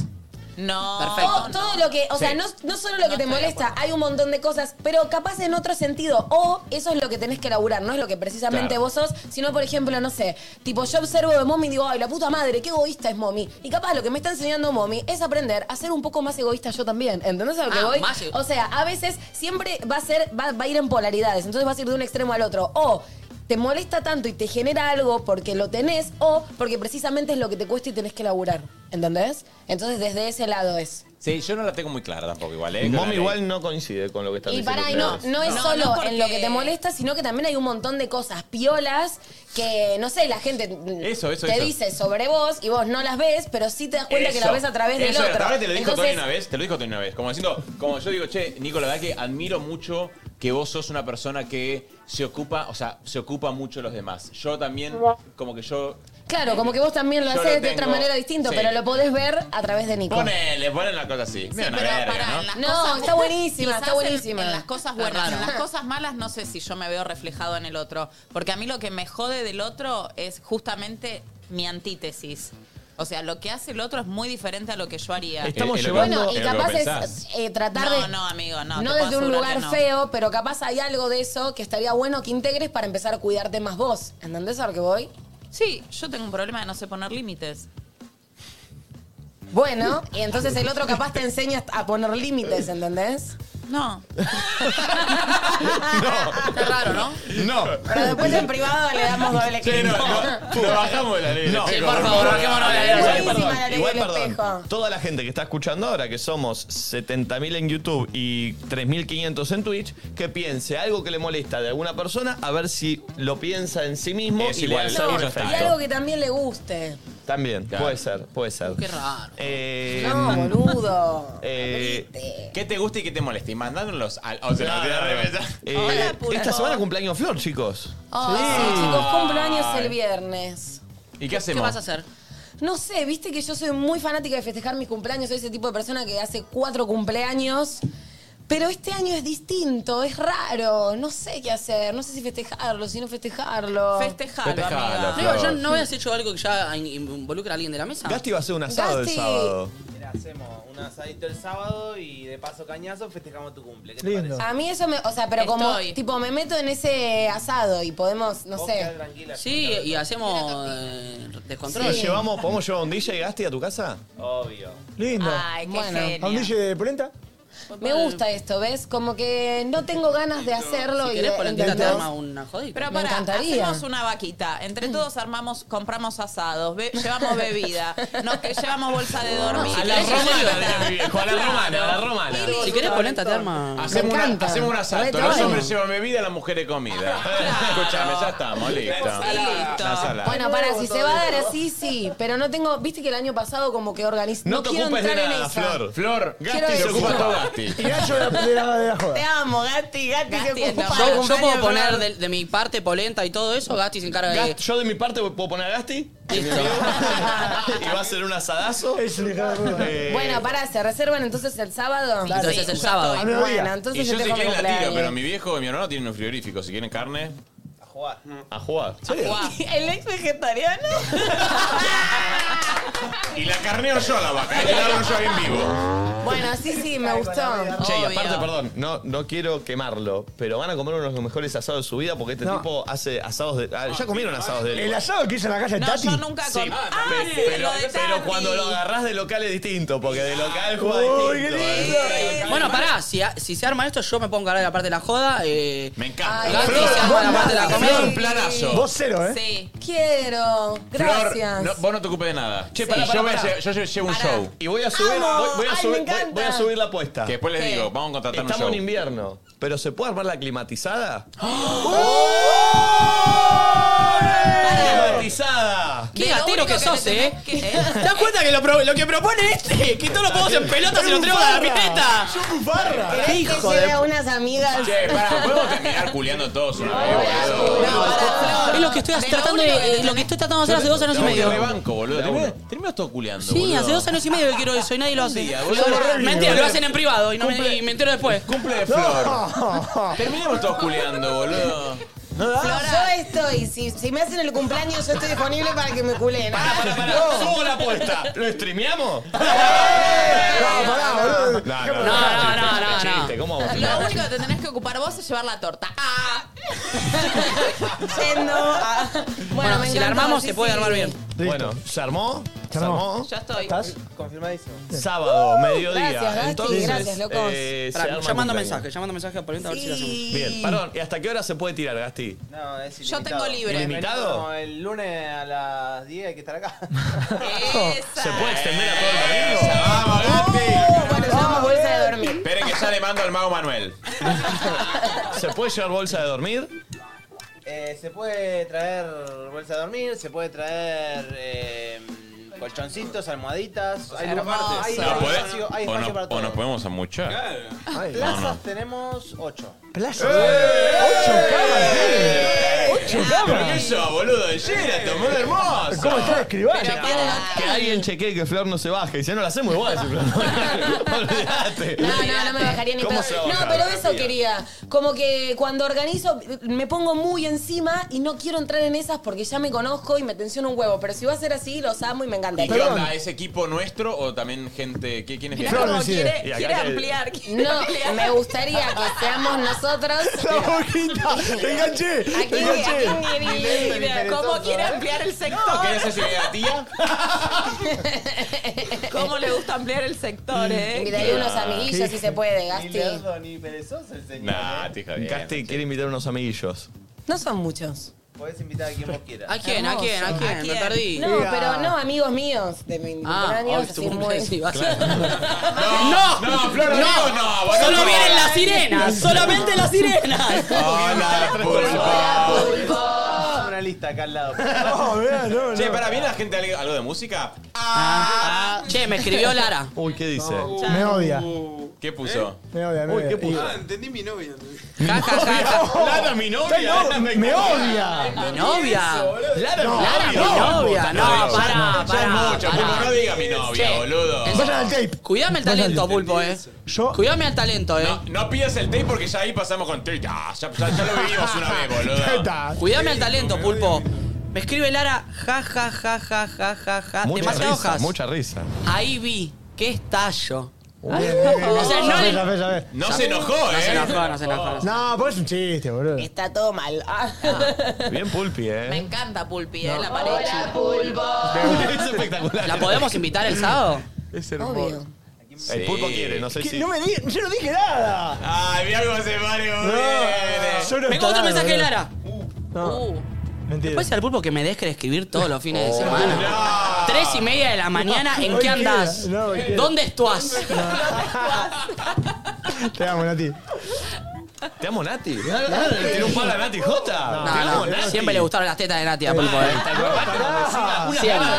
[SPEAKER 4] No.
[SPEAKER 7] Perfecto.
[SPEAKER 6] O todo lo que, o sea,
[SPEAKER 7] Sí.
[SPEAKER 6] no, no solo lo que te molesta, hay un montón de cosas, pero capaz en otro sentido. O eso es lo que tenés que laburar, no es lo que precisamente
[SPEAKER 14] Claro.
[SPEAKER 6] vos sos, sino, por ejemplo, no sé, tipo, yo observo de mommy y digo, ay, la puta madre, qué egoísta es mommy. Y capaz lo que me está enseñando mommy es aprender a ser un poco más egoísta yo también. ¿Entendés a lo que
[SPEAKER 14] Ah,
[SPEAKER 6] voy?
[SPEAKER 14] más ego-
[SPEAKER 6] O sea, a veces siempre va a ser, va, va a ir en polaridades, entonces vas a ir de un extremo al otro. O te molesta tanto y te genera algo porque lo tenés, o porque precisamente es lo que te cuesta y tenés que laburar. ¿Entendés? Entonces desde ese lado es.
[SPEAKER 7] Sí, yo no la tengo muy clara tampoco igual, ¿eh?
[SPEAKER 1] Mom igual no coincide con lo que están
[SPEAKER 6] Y
[SPEAKER 1] diciendo.
[SPEAKER 6] pará, y no,
[SPEAKER 1] ustedes.
[SPEAKER 6] no es
[SPEAKER 4] No,
[SPEAKER 6] solo
[SPEAKER 4] no, porque-
[SPEAKER 6] en lo que te molesta, sino que también hay un montón de cosas piolas que, no sé, la gente mm,
[SPEAKER 7] Eso, eso,
[SPEAKER 6] te
[SPEAKER 7] eso.
[SPEAKER 6] dice sobre vos y vos no las ves, pero sí te das cuenta que
[SPEAKER 7] Eso.
[SPEAKER 6] las ves a través del
[SPEAKER 7] Eso,
[SPEAKER 6] otro.
[SPEAKER 7] Ahora te lo dijo
[SPEAKER 6] Entonces,
[SPEAKER 7] Tony una vez, te lo dijo Tony una vez. Como diciendo, como yo digo, che, Nico, la verdad que admiro mucho que vos sos una persona que se ocupa, o sea, se ocupa mucho de los demás. Yo también, como que yo.
[SPEAKER 6] Claro, como que vos también lo
[SPEAKER 7] Yo
[SPEAKER 6] haces
[SPEAKER 7] lo
[SPEAKER 6] de otra
[SPEAKER 7] tengo,
[SPEAKER 6] manera distinta,
[SPEAKER 7] sí.
[SPEAKER 6] pero lo podés ver a través de Nico.
[SPEAKER 7] Ponele, ponele eh, la cosa así. Mira, una verga, ¿no?
[SPEAKER 6] No, está buenísima, está buenísima.
[SPEAKER 4] En, las cosas buenas,
[SPEAKER 6] Raro.
[SPEAKER 4] en las cosas malas no sé si yo me veo reflejado en el otro. Porque a mí lo que me jode del otro es justamente mi antítesis. O sea, lo que hace el otro es muy diferente a lo que yo haría.
[SPEAKER 1] Estamos
[SPEAKER 7] Eh, eh, lo que-
[SPEAKER 1] llevando.
[SPEAKER 7] Bueno, y
[SPEAKER 1] eh, lo que
[SPEAKER 6] capaz es-
[SPEAKER 1] pensás.
[SPEAKER 6] Eh, tratar
[SPEAKER 4] no,
[SPEAKER 6] de.
[SPEAKER 4] no, amigo, no. te
[SPEAKER 6] No
[SPEAKER 4] puedo
[SPEAKER 6] desde un
[SPEAKER 4] asegurar
[SPEAKER 6] lugar
[SPEAKER 4] que no.
[SPEAKER 6] feo, pero capaz hay algo de eso que estaría bueno que integres para empezar a cuidarte más vos. ¿Entendés a lo que voy?
[SPEAKER 4] Sí, yo tengo un problema de no sé poner límites.
[SPEAKER 6] Bueno, y entonces el otro capaz te enseña a poner límites, ¿entendés?
[SPEAKER 4] No.
[SPEAKER 6] Qué raro, ¿no?
[SPEAKER 1] No.
[SPEAKER 6] Pero después en privado le damos doble
[SPEAKER 1] Sí,
[SPEAKER 6] clic.
[SPEAKER 1] no, no,
[SPEAKER 7] no, bajamos de la ley.
[SPEAKER 1] No,
[SPEAKER 7] Sí, por favor, bajémonos de la ley.
[SPEAKER 1] Igual,
[SPEAKER 7] Buenísima
[SPEAKER 1] perdón,
[SPEAKER 7] la ley
[SPEAKER 1] igual,
[SPEAKER 7] del
[SPEAKER 1] perdón.
[SPEAKER 7] espejo.
[SPEAKER 1] Toda la gente que está escuchando ahora, que somos 70.000 en YouTube y 3.500 en Twitch, que piense algo que le molesta de alguna persona, a ver si lo piensa en sí mismo
[SPEAKER 7] Es
[SPEAKER 1] y
[SPEAKER 7] igual,
[SPEAKER 1] le
[SPEAKER 7] no,
[SPEAKER 1] algo
[SPEAKER 7] y
[SPEAKER 6] Y algo que también le guste.
[SPEAKER 1] También, puede ser, puede ser.
[SPEAKER 6] Qué raro.
[SPEAKER 1] Eh,
[SPEAKER 6] No, boludo.
[SPEAKER 1] eh,
[SPEAKER 7] ¿Qué te gusta y qué te molesta? Y mandándolos al. O sea,
[SPEAKER 1] Claro.
[SPEAKER 7] no, al revés.
[SPEAKER 1] eh,
[SPEAKER 6] Hola, Pulpo.
[SPEAKER 1] esta semana cumpleaños Flor, chicos.
[SPEAKER 6] Ay, sí, chicos, cumplo años el viernes.
[SPEAKER 7] ¿Y qué hacemos?
[SPEAKER 6] hacer? No sé, viste que yo soy muy fanática de festejar mis cumpleaños, soy ese tipo de persona que hace cuatro cumpleaños. Pero este año es distinto, es raro, no sé qué hacer, no sé si festejarlo, si no festejarlo.
[SPEAKER 4] Festejar.
[SPEAKER 2] No,
[SPEAKER 1] Flor.
[SPEAKER 2] digo, yo no habías hecho algo que ya in- involucra a alguien de la mesa.
[SPEAKER 1] Gasti va a hacer un asado el sábado.
[SPEAKER 10] Mira, hacemos un asadito el sábado y de paso cañazo festejamos tu cumple. ¿Qué te
[SPEAKER 1] Lindo.
[SPEAKER 10] parece?
[SPEAKER 6] A mí eso me, o sea, pero como
[SPEAKER 10] Estoy.
[SPEAKER 6] tipo me meto en ese asado y podemos, no sé.
[SPEAKER 2] Sí, y hacemos eh, descontrol.
[SPEAKER 1] ¿Lo llevamos, podemos llevar un DJ Gasti a tu casa?
[SPEAKER 10] Obvio.
[SPEAKER 9] Lindo.
[SPEAKER 6] Ay, qué
[SPEAKER 9] bueno.
[SPEAKER 6] genio.
[SPEAKER 9] ¿A un DJ de polenta?
[SPEAKER 6] Me gusta esto, ¿ves? Como que no tengo ganas de hacerlo
[SPEAKER 2] Si
[SPEAKER 6] y
[SPEAKER 2] querés,
[SPEAKER 6] de-
[SPEAKER 2] Polentita te
[SPEAKER 6] ¿entendés?
[SPEAKER 2] arma una Mm. jodita.
[SPEAKER 4] Pero
[SPEAKER 6] Me
[SPEAKER 4] para,
[SPEAKER 6] encantaría.
[SPEAKER 4] hacemos una vaquita. Entre todos armamos, compramos asados, be- llevamos bebida, nos que llevamos bolsa de dormir.
[SPEAKER 7] A la romana, diría mi viejo, a la romana, a la romana.
[SPEAKER 2] Si querés, Polenta te arma.
[SPEAKER 7] Hacemos, una, hacemos un asalto. Los
[SPEAKER 2] Retro.
[SPEAKER 7] hombres llevan bebida, las mujeres comida. Escuchame, ya estamos, listo.
[SPEAKER 4] Listo.
[SPEAKER 7] Una salada.
[SPEAKER 6] Bueno, para, si se va a dar así, sí, pero no tengo, viste que el año pasado como que organizé,
[SPEAKER 7] No
[SPEAKER 6] no,
[SPEAKER 7] te
[SPEAKER 6] quiero
[SPEAKER 7] ocupes de
[SPEAKER 6] entrar en
[SPEAKER 7] nada,
[SPEAKER 6] esa.
[SPEAKER 7] Flor. Flor,
[SPEAKER 6] Quiero
[SPEAKER 7] Gasti se
[SPEAKER 6] decir-
[SPEAKER 7] ocupa todo Gasti.
[SPEAKER 9] Y Nacho de la, de la, de la joda.
[SPEAKER 6] Te amo, Gati, Gati,
[SPEAKER 4] Gasti
[SPEAKER 6] se ocupa.
[SPEAKER 2] Yo, yo puedo poner de, de mi parte polenta y todo eso, Gasti se encarga de.
[SPEAKER 1] Gast- yo de mi parte puedo poner a Gasti. y va a ser un asadazo. Eh,
[SPEAKER 6] Bueno, para, se reservan entonces el sábado.
[SPEAKER 2] Sí, entonces el sábado.
[SPEAKER 6] Ah, Bueno, entonces
[SPEAKER 7] y yo
[SPEAKER 6] festejo
[SPEAKER 7] si
[SPEAKER 6] mi
[SPEAKER 7] quieren la tiro,
[SPEAKER 6] cumpleaños.
[SPEAKER 7] pero mi viejo y mi hermano tienen un frigorífico. Si quieren carne,
[SPEAKER 10] jugar.
[SPEAKER 1] A jugar.
[SPEAKER 4] ¿El ex vegetariano?
[SPEAKER 7] Y la carneo yo a la vaca, y la hago yo en vivo.
[SPEAKER 6] Bueno, sí, sí, me gustó.
[SPEAKER 1] Che, y aparte, perdón, no, no quiero quemarlo, pero van a comer uno de los mejores asados de su vida porque este
[SPEAKER 9] No.
[SPEAKER 1] tipo hace asados de. ah, ya comieron asados de él.
[SPEAKER 9] El asado que hizo en la casa de Tati.
[SPEAKER 1] Sí,
[SPEAKER 9] comí.
[SPEAKER 1] pe-
[SPEAKER 9] sí,
[SPEAKER 1] pero,
[SPEAKER 9] lo de
[SPEAKER 1] pero
[SPEAKER 9] Tati.
[SPEAKER 1] cuando lo agarrás de local es distinto, porque de local juega
[SPEAKER 9] Uy,
[SPEAKER 1] distinto.
[SPEAKER 9] qué
[SPEAKER 1] ¿eh?
[SPEAKER 9] lindo.
[SPEAKER 2] Bueno, pará, si, a- si se arma esto, yo me pongo a hablar de la parte de la joda.
[SPEAKER 7] me
[SPEAKER 2] encanta.
[SPEAKER 7] Ay,
[SPEAKER 2] Gatti
[SPEAKER 7] Flor,
[SPEAKER 2] se arma
[SPEAKER 7] vos
[SPEAKER 2] la parte de la
[SPEAKER 7] nada,
[SPEAKER 2] comida.
[SPEAKER 7] Flor, planazo. Vos cero, ¿eh?
[SPEAKER 6] Sí. Quiero.
[SPEAKER 7] Flor,
[SPEAKER 6] Gracias.
[SPEAKER 7] no, vos no te ocupes de nada.
[SPEAKER 1] Che,
[SPEAKER 7] Y
[SPEAKER 1] pará, pará,
[SPEAKER 7] yo, voy a
[SPEAKER 1] pará.
[SPEAKER 7] lle- yo lle- llevo un show.
[SPEAKER 1] Y voy a subir,
[SPEAKER 6] Amo.
[SPEAKER 1] voy, voy a
[SPEAKER 6] Ay,
[SPEAKER 1] subir,
[SPEAKER 6] me
[SPEAKER 1] voy-
[SPEAKER 6] encanta.
[SPEAKER 1] voy a subir la apuesta.
[SPEAKER 7] Que después les digo, vamos a contratar un
[SPEAKER 1] Estamos
[SPEAKER 7] show.
[SPEAKER 1] en invierno, pero ¿se puede armar la climatizada?
[SPEAKER 9] ¡Oh!
[SPEAKER 1] ¡Climatizada!
[SPEAKER 2] Qué gatero que sos, eh. ¿Te das cuenta que lo, pro- lo que propone este? Que todos lo ponemos en pelotas y lo tenemos a la pileta.
[SPEAKER 9] ¡Yo bufarra!
[SPEAKER 6] ¿Querés
[SPEAKER 2] Hijo
[SPEAKER 6] que
[SPEAKER 2] de
[SPEAKER 6] lleve a unas amigas?
[SPEAKER 7] Che, pará, podemos terminar culeando todos una vez, boludo.
[SPEAKER 2] Es lo que estoy tratando de. eh, Lo que estoy tratando de hacer hace dos años y
[SPEAKER 7] No, te
[SPEAKER 2] medio.
[SPEAKER 7] rebanco, boludo. Terminás- Terminás todo culeando,
[SPEAKER 2] Sí,
[SPEAKER 7] boludo.
[SPEAKER 2] hace dos años y medio que quiero eso y nadie lo hace.
[SPEAKER 7] día,
[SPEAKER 2] Yo-
[SPEAKER 7] boludo.
[SPEAKER 2] Mentira,
[SPEAKER 7] Cumple-
[SPEAKER 2] lo hacen en privado y, no me, y me entero después.
[SPEAKER 7] Cumple de Flor. Terminemos todos culeando, boludo.
[SPEAKER 6] Flor, yo estoy. Si, si me hacen el cumpleaños, yo estoy disponible para que me culen.
[SPEAKER 1] Subo la apuesta. ¿Lo streameamos?
[SPEAKER 9] No,
[SPEAKER 1] no,
[SPEAKER 4] no,
[SPEAKER 1] no,
[SPEAKER 4] no,
[SPEAKER 1] no, chiste,
[SPEAKER 4] no.
[SPEAKER 1] chiste, ¿cómo vamos a
[SPEAKER 4] Lo
[SPEAKER 1] streamear?
[SPEAKER 4] único que te tenés que ocupar vos es llevar la torta. Ah,
[SPEAKER 6] Yendo a-
[SPEAKER 2] Bueno,
[SPEAKER 6] me
[SPEAKER 2] si la
[SPEAKER 6] encantó,
[SPEAKER 2] armamos,
[SPEAKER 6] sí,
[SPEAKER 2] se puede
[SPEAKER 6] sí.
[SPEAKER 2] armar bien.
[SPEAKER 1] Bueno, ¿se armó? ¿Se armó?
[SPEAKER 4] Yo estoy.
[SPEAKER 10] Confirmadísimo.
[SPEAKER 9] Uh,
[SPEAKER 1] Sábado, mediodía.
[SPEAKER 4] gracias, Gasti,
[SPEAKER 1] Entonces,
[SPEAKER 4] gracias, locos.
[SPEAKER 1] eh, se
[SPEAKER 2] Pará,
[SPEAKER 1] arma
[SPEAKER 2] ya mando
[SPEAKER 1] cumpleaños.
[SPEAKER 2] mensaje, ya mando mensaje a Polenta a ver si lo hacemos.
[SPEAKER 1] Bien, perdón, ¿y hasta qué hora se puede tirar, Gasti?
[SPEAKER 10] No, es
[SPEAKER 4] Yo
[SPEAKER 10] ilimitado.
[SPEAKER 4] tengo libre.
[SPEAKER 1] ¿Ilimitado?
[SPEAKER 10] No, el lunes a las 10 hay que estar acá.
[SPEAKER 1] ¿Se puede extender a todo el
[SPEAKER 7] Vamos, Gatti.
[SPEAKER 6] Oh, Bueno, ya vamos a volver a dormir.
[SPEAKER 7] Esperen que ya le mando al mago Manuel.
[SPEAKER 1] ¿Se puede llevar bolsa de dormir?
[SPEAKER 10] Eh, se puede traer bolsa de dormir, se puede traer eh, colchoncitos, almohaditas. hay lugar- Ah, hay-
[SPEAKER 7] No,
[SPEAKER 10] hay
[SPEAKER 7] podés-
[SPEAKER 10] espacio- hay
[SPEAKER 7] o,
[SPEAKER 10] espacio
[SPEAKER 7] no-
[SPEAKER 10] para
[SPEAKER 7] o
[SPEAKER 10] todo.
[SPEAKER 7] nos podemos amuchar.
[SPEAKER 10] Plazas
[SPEAKER 7] No, ¡Eh! no.
[SPEAKER 10] tenemos 8.
[SPEAKER 9] Plaza.
[SPEAKER 7] ¡Ocho
[SPEAKER 9] camas, ¡Eh!
[SPEAKER 7] ¡Ocho
[SPEAKER 9] camas!
[SPEAKER 7] ¿Pero qué sos, boludo? De Sheraton, boludo hermoso.
[SPEAKER 9] ¿Cómo está el escribano?
[SPEAKER 1] Que alguien chequee que Flor no se baje. Dice, no, la hacemos igual. si Flor no- Olvídate.
[SPEAKER 6] No, no,
[SPEAKER 7] Este,
[SPEAKER 6] no me bajaría ni
[SPEAKER 1] ¿Cómo
[SPEAKER 6] pedo.
[SPEAKER 1] se va a bajar?
[SPEAKER 6] No, pero eso quería. Como que cuando organizo me pongo muy encima y no quiero entrar en esas porque ya me conozco y me tensiona un huevo. Pero si va a ser así, los amo y me encanta.
[SPEAKER 7] ¿Y qué onda? ¿Es equipo nuestro o también gente? ¿Qué- ¿Quién es este?
[SPEAKER 6] Mirá
[SPEAKER 7] que-
[SPEAKER 6] cómo
[SPEAKER 7] Y
[SPEAKER 6] quiere-
[SPEAKER 7] acá
[SPEAKER 6] quiere
[SPEAKER 7] que-
[SPEAKER 6] ampliar. No, me gustaría que seamos nosotros.
[SPEAKER 9] La boquita. Te enganché.
[SPEAKER 6] Aquí,
[SPEAKER 9] Te enganché.
[SPEAKER 6] aquí, ¿Cómo quiere ampliar
[SPEAKER 4] el
[SPEAKER 7] ¿No
[SPEAKER 4] sector?
[SPEAKER 7] querés decir que la tía?
[SPEAKER 4] ¿Cómo le gusta ampliar el sector, eh?
[SPEAKER 6] Y de ahí unos amiguillos si se puede,
[SPEAKER 10] Ni
[SPEAKER 6] Gasti.
[SPEAKER 10] lerdo ni perezoso el señor.
[SPEAKER 1] Nah,
[SPEAKER 10] ¿eh?
[SPEAKER 1] Casti quiere invitar a unos amiguillos.
[SPEAKER 6] No son muchos.
[SPEAKER 10] Podés invitar a quien vos quieras.
[SPEAKER 2] ¿A quién? ¿A quién? ¿A quién? Me perdí.
[SPEAKER 6] No, pero no, amigos míos de mi
[SPEAKER 2] Ah,
[SPEAKER 6] años,
[SPEAKER 2] hoy tu cumpleaños iba a ser.
[SPEAKER 7] ¡No! ¡No, Flor, no! ¡No, no! boludo.
[SPEAKER 2] Solo vienen las sirenas, solamente las sirenas.
[SPEAKER 1] Ah,
[SPEAKER 7] ¡Hola, pulpo!
[SPEAKER 10] Tengo Una lista acá al lado.
[SPEAKER 9] No, mirá, no, no.
[SPEAKER 7] Che, para, ¿viene la gente algo, algo de música?
[SPEAKER 2] Ah, Che, me escribió Lara.
[SPEAKER 1] Uy, ¿qué dice?
[SPEAKER 9] Me odia.
[SPEAKER 7] ¿Qué
[SPEAKER 6] Eh,
[SPEAKER 7] puso?
[SPEAKER 9] Me odia, me
[SPEAKER 1] Uy,
[SPEAKER 9] odia.
[SPEAKER 1] ¿qué puso?
[SPEAKER 14] entendí mi novia.
[SPEAKER 2] Ja, ja, ja, ja.
[SPEAKER 1] Lara, mi novia.
[SPEAKER 9] Me, me odia.
[SPEAKER 2] Mi novia.
[SPEAKER 1] Lara,
[SPEAKER 9] No,
[SPEAKER 2] Lara, mi
[SPEAKER 9] no,
[SPEAKER 2] novia.
[SPEAKER 7] no,
[SPEAKER 2] No, para,
[SPEAKER 7] Ya es mucho,
[SPEAKER 2] para.
[SPEAKER 7] pulpo, no diga mi novia,
[SPEAKER 2] Che.
[SPEAKER 7] boludo.
[SPEAKER 9] Vayan al tape.
[SPEAKER 2] Cuidame el talento, pulpo, eh.
[SPEAKER 9] Yo.
[SPEAKER 2] Cuidame al talento, eh.
[SPEAKER 7] No, no pidas el tape porque ya ahí pasamos con tape. Ah, ya, ya- ya lo vivimos una vez, boludo.
[SPEAKER 9] Teta.
[SPEAKER 2] Cuidame al talento, pulpo. Me escribe Lara, ja, ja, ja, ja, ja, ja, ja.
[SPEAKER 1] Mucha
[SPEAKER 2] Demasiadas
[SPEAKER 1] risa,
[SPEAKER 2] Ah, hojas.
[SPEAKER 1] mucha risa.
[SPEAKER 2] Ahí vi que estallo.
[SPEAKER 9] Bien, bien, bien.
[SPEAKER 2] O sea, no
[SPEAKER 9] Ya
[SPEAKER 2] le-
[SPEAKER 9] ve, ya ve, ya ve.
[SPEAKER 7] No se enojó,
[SPEAKER 2] No se
[SPEAKER 7] eh.
[SPEAKER 2] enojó, no se enojó. no se enojó.
[SPEAKER 9] No, pues es un chiste, boludo.
[SPEAKER 6] Está todo mal. Ah.
[SPEAKER 1] Bien pulpi,
[SPEAKER 4] Me
[SPEAKER 1] eh.
[SPEAKER 4] encanta Pulpi, eh, la pareja.
[SPEAKER 1] es espectacular.
[SPEAKER 2] ¿La podemos invitar el sábado?
[SPEAKER 1] Es hermoso. El
[SPEAKER 7] Sí.
[SPEAKER 1] pulpo quiere, no sé
[SPEAKER 9] ¿Qué?
[SPEAKER 1] si.
[SPEAKER 9] No me digas, yo no dije nada.
[SPEAKER 7] Ay, mira cómo se pare,
[SPEAKER 9] No,
[SPEAKER 7] boludo.
[SPEAKER 9] yo no
[SPEAKER 2] Vengo otro
[SPEAKER 9] tarado,
[SPEAKER 2] mensaje de
[SPEAKER 9] boludo.
[SPEAKER 2] Lara.
[SPEAKER 9] No,
[SPEAKER 2] Uh.
[SPEAKER 9] mentira.
[SPEAKER 2] Después al pulpo que me deje de escribir todos los fines
[SPEAKER 1] Oh.
[SPEAKER 2] de semana. Tres y media de la mañana, ¿en
[SPEAKER 9] Hoy
[SPEAKER 2] qué
[SPEAKER 9] queda,
[SPEAKER 2] andás?
[SPEAKER 9] no, hoy queda.
[SPEAKER 2] ¿Dónde estás?
[SPEAKER 9] Te amo, Nati.
[SPEAKER 1] ¿Te amo, Nati? ¿Te amo un palo a Nati Jota?
[SPEAKER 2] No,
[SPEAKER 1] ¿Te amo,
[SPEAKER 2] no,
[SPEAKER 1] Nati?
[SPEAKER 2] Siempre le gustaron las tetas de Nati a pulpo, eh. Siempre,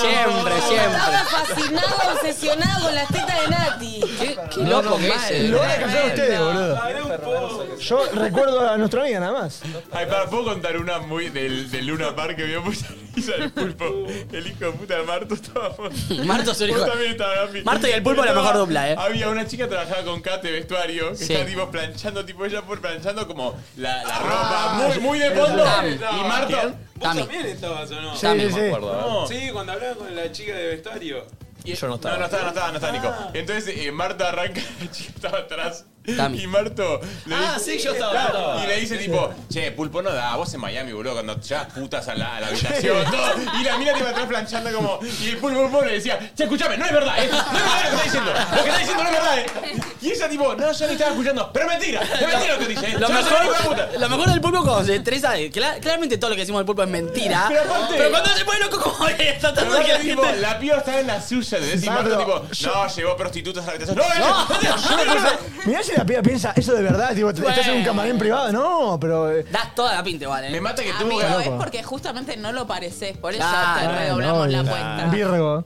[SPEAKER 2] siempre, siempre.
[SPEAKER 6] Estaba fascinado, obsesionado con las tetas de Nati.
[SPEAKER 2] ¿Qué, Qué loco que es.
[SPEAKER 9] Lo van a casar ustedes, boludo. Yo recuerdo a nuestra amiga nada más.
[SPEAKER 7] Ay, para, ¿puedo contar una muy del, del Luna Park que vio mucha risa el pulpo? El hijo de puta de Marto estábamos.
[SPEAKER 2] Marto es un hijo
[SPEAKER 7] Vos
[SPEAKER 2] de-
[SPEAKER 7] también estabas, Gaspi.
[SPEAKER 2] Marto y el pulpo la
[SPEAKER 7] Estaba-
[SPEAKER 2] mejor dupla, eh.
[SPEAKER 7] Había una chica que trabajaba con Kate vestuario que
[SPEAKER 2] Sí.
[SPEAKER 7] estaba tipo planchando, tipo ella por planchando como la, la ropa muy, muy de fondo.
[SPEAKER 2] Tam.
[SPEAKER 7] Y Marto.
[SPEAKER 2] ¿Quién?
[SPEAKER 7] ¿Vos
[SPEAKER 2] Tami.
[SPEAKER 7] también estabas o no?
[SPEAKER 2] Sí, Tami, sí, me sí. acuerdo,
[SPEAKER 7] No.
[SPEAKER 14] Sí, cuando hablaba con la chica de vestuario.
[SPEAKER 7] Yo no estaba. No, no estaba, no estaba, no estaba, Nico. Entonces eh, Marta arranca, la chica estaba atrás. Y Marto le
[SPEAKER 1] Ah,
[SPEAKER 7] dice-
[SPEAKER 1] sí, yo estaba,
[SPEAKER 7] Claro,
[SPEAKER 1] estaba.
[SPEAKER 7] Y le dice tipo, che, pulpo no da, vos en Miami, boludo, cuando te llevas putas a la, a la habitación, todo. Y la mina te va atrás planchando como. Y el pulpo, pulpo le decía, che, escuchame, no es verdad, eh. No es verdad lo que está diciendo. Lo que está diciendo no es verdad, eh. Y ella tipo, no, yo ni estaba escuchando. Pero es mentira, es mentira lo que dice, eh.
[SPEAKER 2] Lo
[SPEAKER 7] Yo no soy un hijo de puta".
[SPEAKER 2] mejor, lo mejor del pulpo cuando se estresa, eh, cla- claramente todo lo que decimos del pulpo es mentira.
[SPEAKER 7] Pero aparte-
[SPEAKER 2] cuando se pone loco como esto,
[SPEAKER 7] Pero
[SPEAKER 2] tanto que la
[SPEAKER 7] aparte, tipo,
[SPEAKER 2] gente...
[SPEAKER 7] La piba estaba en la suya, ¿entendés? Y
[SPEAKER 9] Va,
[SPEAKER 7] Marta,
[SPEAKER 9] pero
[SPEAKER 7] tipo, no, llevó prostitutas a la habitación. No,
[SPEAKER 9] No,
[SPEAKER 7] no, no,
[SPEAKER 9] yo no pensé- Mirá si la piba piensa eso de verdad, tipo, estás en un
[SPEAKER 2] Bueno.
[SPEAKER 9] camarín privado, no, pero. eh,
[SPEAKER 2] Das toda la pinta, Ah, vale. Me
[SPEAKER 7] mata que
[SPEAKER 9] tuvo
[SPEAKER 4] Amigo,
[SPEAKER 9] que-
[SPEAKER 4] es porque justamente no lo pareces, por eso
[SPEAKER 2] Claro.
[SPEAKER 4] te redoblamos la
[SPEAKER 9] Ah, no,
[SPEAKER 4] apuesta.
[SPEAKER 9] Virgo.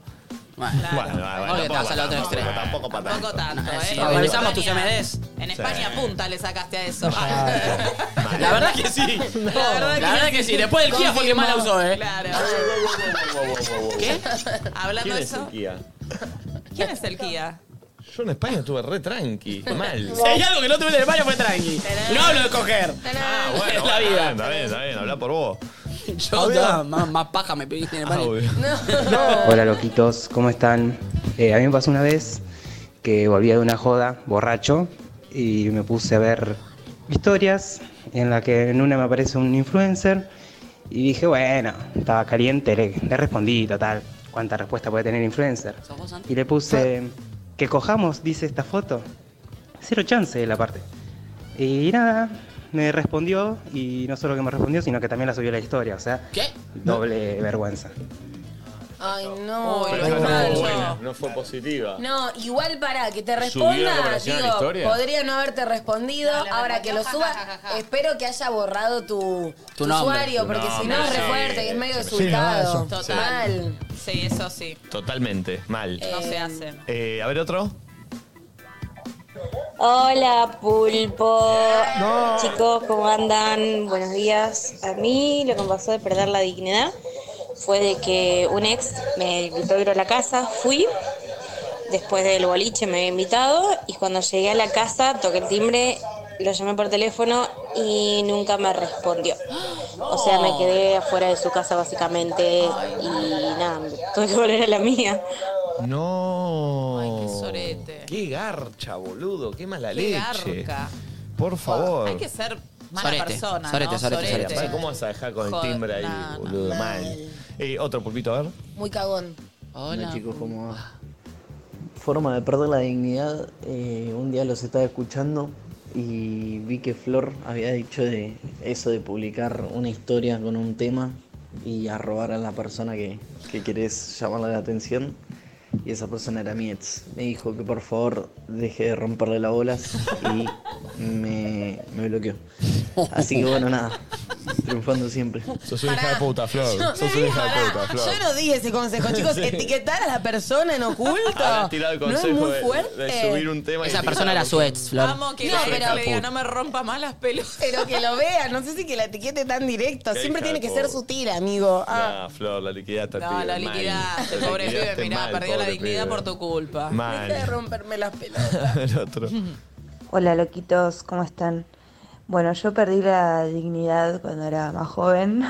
[SPEAKER 1] Bueno, bueno,
[SPEAKER 2] Obvio, te vas
[SPEAKER 1] tampoco,
[SPEAKER 2] al otro
[SPEAKER 1] tampoco,
[SPEAKER 7] eh.
[SPEAKER 2] extremo.
[SPEAKER 1] Tampoco para
[SPEAKER 4] Tampoco tanto, ¿eh?
[SPEAKER 2] sí, organizamos tus
[SPEAKER 4] España-
[SPEAKER 2] MDs.
[SPEAKER 4] En
[SPEAKER 1] Sí.
[SPEAKER 4] España punta le sacaste a eso.
[SPEAKER 2] La verdad que sí.
[SPEAKER 4] No.
[SPEAKER 2] La verdad, que sí. Después del Kia fue el que más la usó, eh.
[SPEAKER 4] Claro.
[SPEAKER 2] ¿Qué?
[SPEAKER 4] Hablando de eso.
[SPEAKER 1] Kia?
[SPEAKER 4] ¿Quién es el Kia?
[SPEAKER 1] Yo en España estuve re tranqui, mal.
[SPEAKER 2] Si hay algo que no tuve en pues. España fue tranqui. No hablo de coger.
[SPEAKER 1] Ah, bueno, la vida. Está bien, está bien, habla por vos.
[SPEAKER 2] Yo da, más, más paja me pedí en España.
[SPEAKER 15] Hola loquitos, ¿cómo están? Eh, a mí me pasó una vez que volvía de una joda, borracho, y me puse a ver historias en la que en una me aparece un influencer y dije, bueno, estaba caliente, le, le respondí, total, ¿cuánta respuesta puede tener influencer? Y le puse, que cojamos, dice esta foto. Cero chance la parte. Y nada, me respondió y no solo que me respondió, sino que también la subió a la historia, o sea,
[SPEAKER 2] ¿Qué?
[SPEAKER 15] doble vergüenza.
[SPEAKER 6] Ay, no. lo
[SPEAKER 1] Pero no fue
[SPEAKER 6] macho.
[SPEAKER 1] buena, no fue positiva.
[SPEAKER 6] No, igual para que te
[SPEAKER 1] ¿Subió la
[SPEAKER 6] responda,
[SPEAKER 1] grabación a la
[SPEAKER 6] digo,
[SPEAKER 1] historia?
[SPEAKER 6] podría no haberte respondido. ahora que lo subas, espero que haya borrado tu, tu
[SPEAKER 1] nombre.
[SPEAKER 6] usuario,
[SPEAKER 1] Tu
[SPEAKER 6] porque si
[SPEAKER 1] nombre,
[SPEAKER 6] no es re
[SPEAKER 1] sí.
[SPEAKER 6] fuerte y es medio
[SPEAKER 1] Sí,
[SPEAKER 6] desubicado.
[SPEAKER 1] no, eso.
[SPEAKER 6] Total.
[SPEAKER 4] Sí, eso sí.
[SPEAKER 1] Totalmente, mal.
[SPEAKER 4] No se hace.
[SPEAKER 1] Eh, a ver, otro.
[SPEAKER 16] Hola pulpo. Chicos, ¿cómo andan? Buenos días. A mí lo que me pasó de perder la dignidad fue de que un ex me invitó a ir a la casa, fui, después del boliche me había invitado y cuando llegué a la casa toqué el timbre, lo llamé por teléfono y nunca me respondió. O sea, me quedé afuera de su casa básicamente y nada, tuve que volver a la mía.
[SPEAKER 1] No. Ay,
[SPEAKER 4] qué sorete.
[SPEAKER 1] Qué garcha, boludo. Qué mala
[SPEAKER 4] Qué
[SPEAKER 1] leche.
[SPEAKER 4] garca.
[SPEAKER 1] Por favor.
[SPEAKER 4] Hay que ser mala
[SPEAKER 1] Sorete,
[SPEAKER 4] persona.
[SPEAKER 1] sorete,
[SPEAKER 4] ¿no?
[SPEAKER 1] sorete, sorete. Aparte, ¿Cómo vas a dejar con el
[SPEAKER 4] Joder,
[SPEAKER 1] timbre ahí,
[SPEAKER 4] no, no.
[SPEAKER 1] boludo? Mal. Eh, otro pulpito, a ver.
[SPEAKER 6] Muy cagón.
[SPEAKER 17] Hola, chicos, como forma de perder la dignidad, eh, un día los estaba escuchando y vi que Flor había dicho de eso de publicar una historia con un tema y arrobar a la persona que, que querés llamarle la atención. Y esa persona era mi ex. Me dijo que por favor deje de romperle las bolas y me, me bloqueó. Así que bueno, nada, triunfando siempre.
[SPEAKER 1] Sos una hija de puta, Flor.
[SPEAKER 6] Yo-
[SPEAKER 1] Sos una hija de puta,
[SPEAKER 6] Yo no di ese consejo, chicos.
[SPEAKER 1] Sí.
[SPEAKER 6] Etiquetar a la persona en oculto.
[SPEAKER 1] Habrás tirado el
[SPEAKER 6] no es
[SPEAKER 1] consejo
[SPEAKER 6] muy
[SPEAKER 1] de-
[SPEAKER 6] fuerte.
[SPEAKER 1] de, subir un tema. y
[SPEAKER 2] Esa
[SPEAKER 1] tirar
[SPEAKER 2] persona era
[SPEAKER 1] algo.
[SPEAKER 2] su ex, Flor.
[SPEAKER 4] Vamos, que
[SPEAKER 6] No,
[SPEAKER 4] la gente
[SPEAKER 6] pero-
[SPEAKER 4] le diga, no me rompa más las pelotas.
[SPEAKER 6] Pero que lo vea, no sé si que la etiquete tan directo.
[SPEAKER 1] Qué
[SPEAKER 6] Siempre
[SPEAKER 1] hija
[SPEAKER 6] tiene
[SPEAKER 1] de
[SPEAKER 6] que ser
[SPEAKER 1] puta.
[SPEAKER 6] sutil, amigo. Ah.
[SPEAKER 1] No, Flor, la liquidaste. al
[SPEAKER 6] No,
[SPEAKER 1] pibe,
[SPEAKER 6] la
[SPEAKER 1] mal.
[SPEAKER 6] liquidaste,
[SPEAKER 1] La
[SPEAKER 4] Pobre pibe,
[SPEAKER 1] liquidaste
[SPEAKER 4] mirá,
[SPEAKER 1] mal,
[SPEAKER 4] perdió la
[SPEAKER 1] pobre
[SPEAKER 4] dignidad
[SPEAKER 1] pibe.
[SPEAKER 4] por tu culpa.
[SPEAKER 1] Mal.
[SPEAKER 6] Deja de romperme las pelotas.
[SPEAKER 1] El otro.
[SPEAKER 12] Hola loquitos, ¿cómo están? Bueno, yo perdí la dignidad cuando era más joven,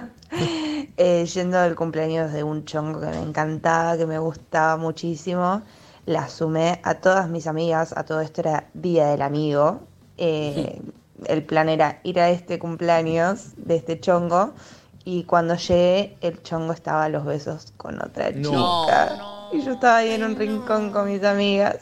[SPEAKER 12] eh, yendo al cumpleaños de un chongo que me encantaba, que me gustaba muchísimo. La sumé a todas mis amigas, a todo esto era Día del Amigo. Eh, el plan era ir a este cumpleaños de este chongo y cuando llegué el chongo estaba a los besos con otra
[SPEAKER 6] No.
[SPEAKER 12] chica. Y yo estaba ahí en un rincón con mis amigas.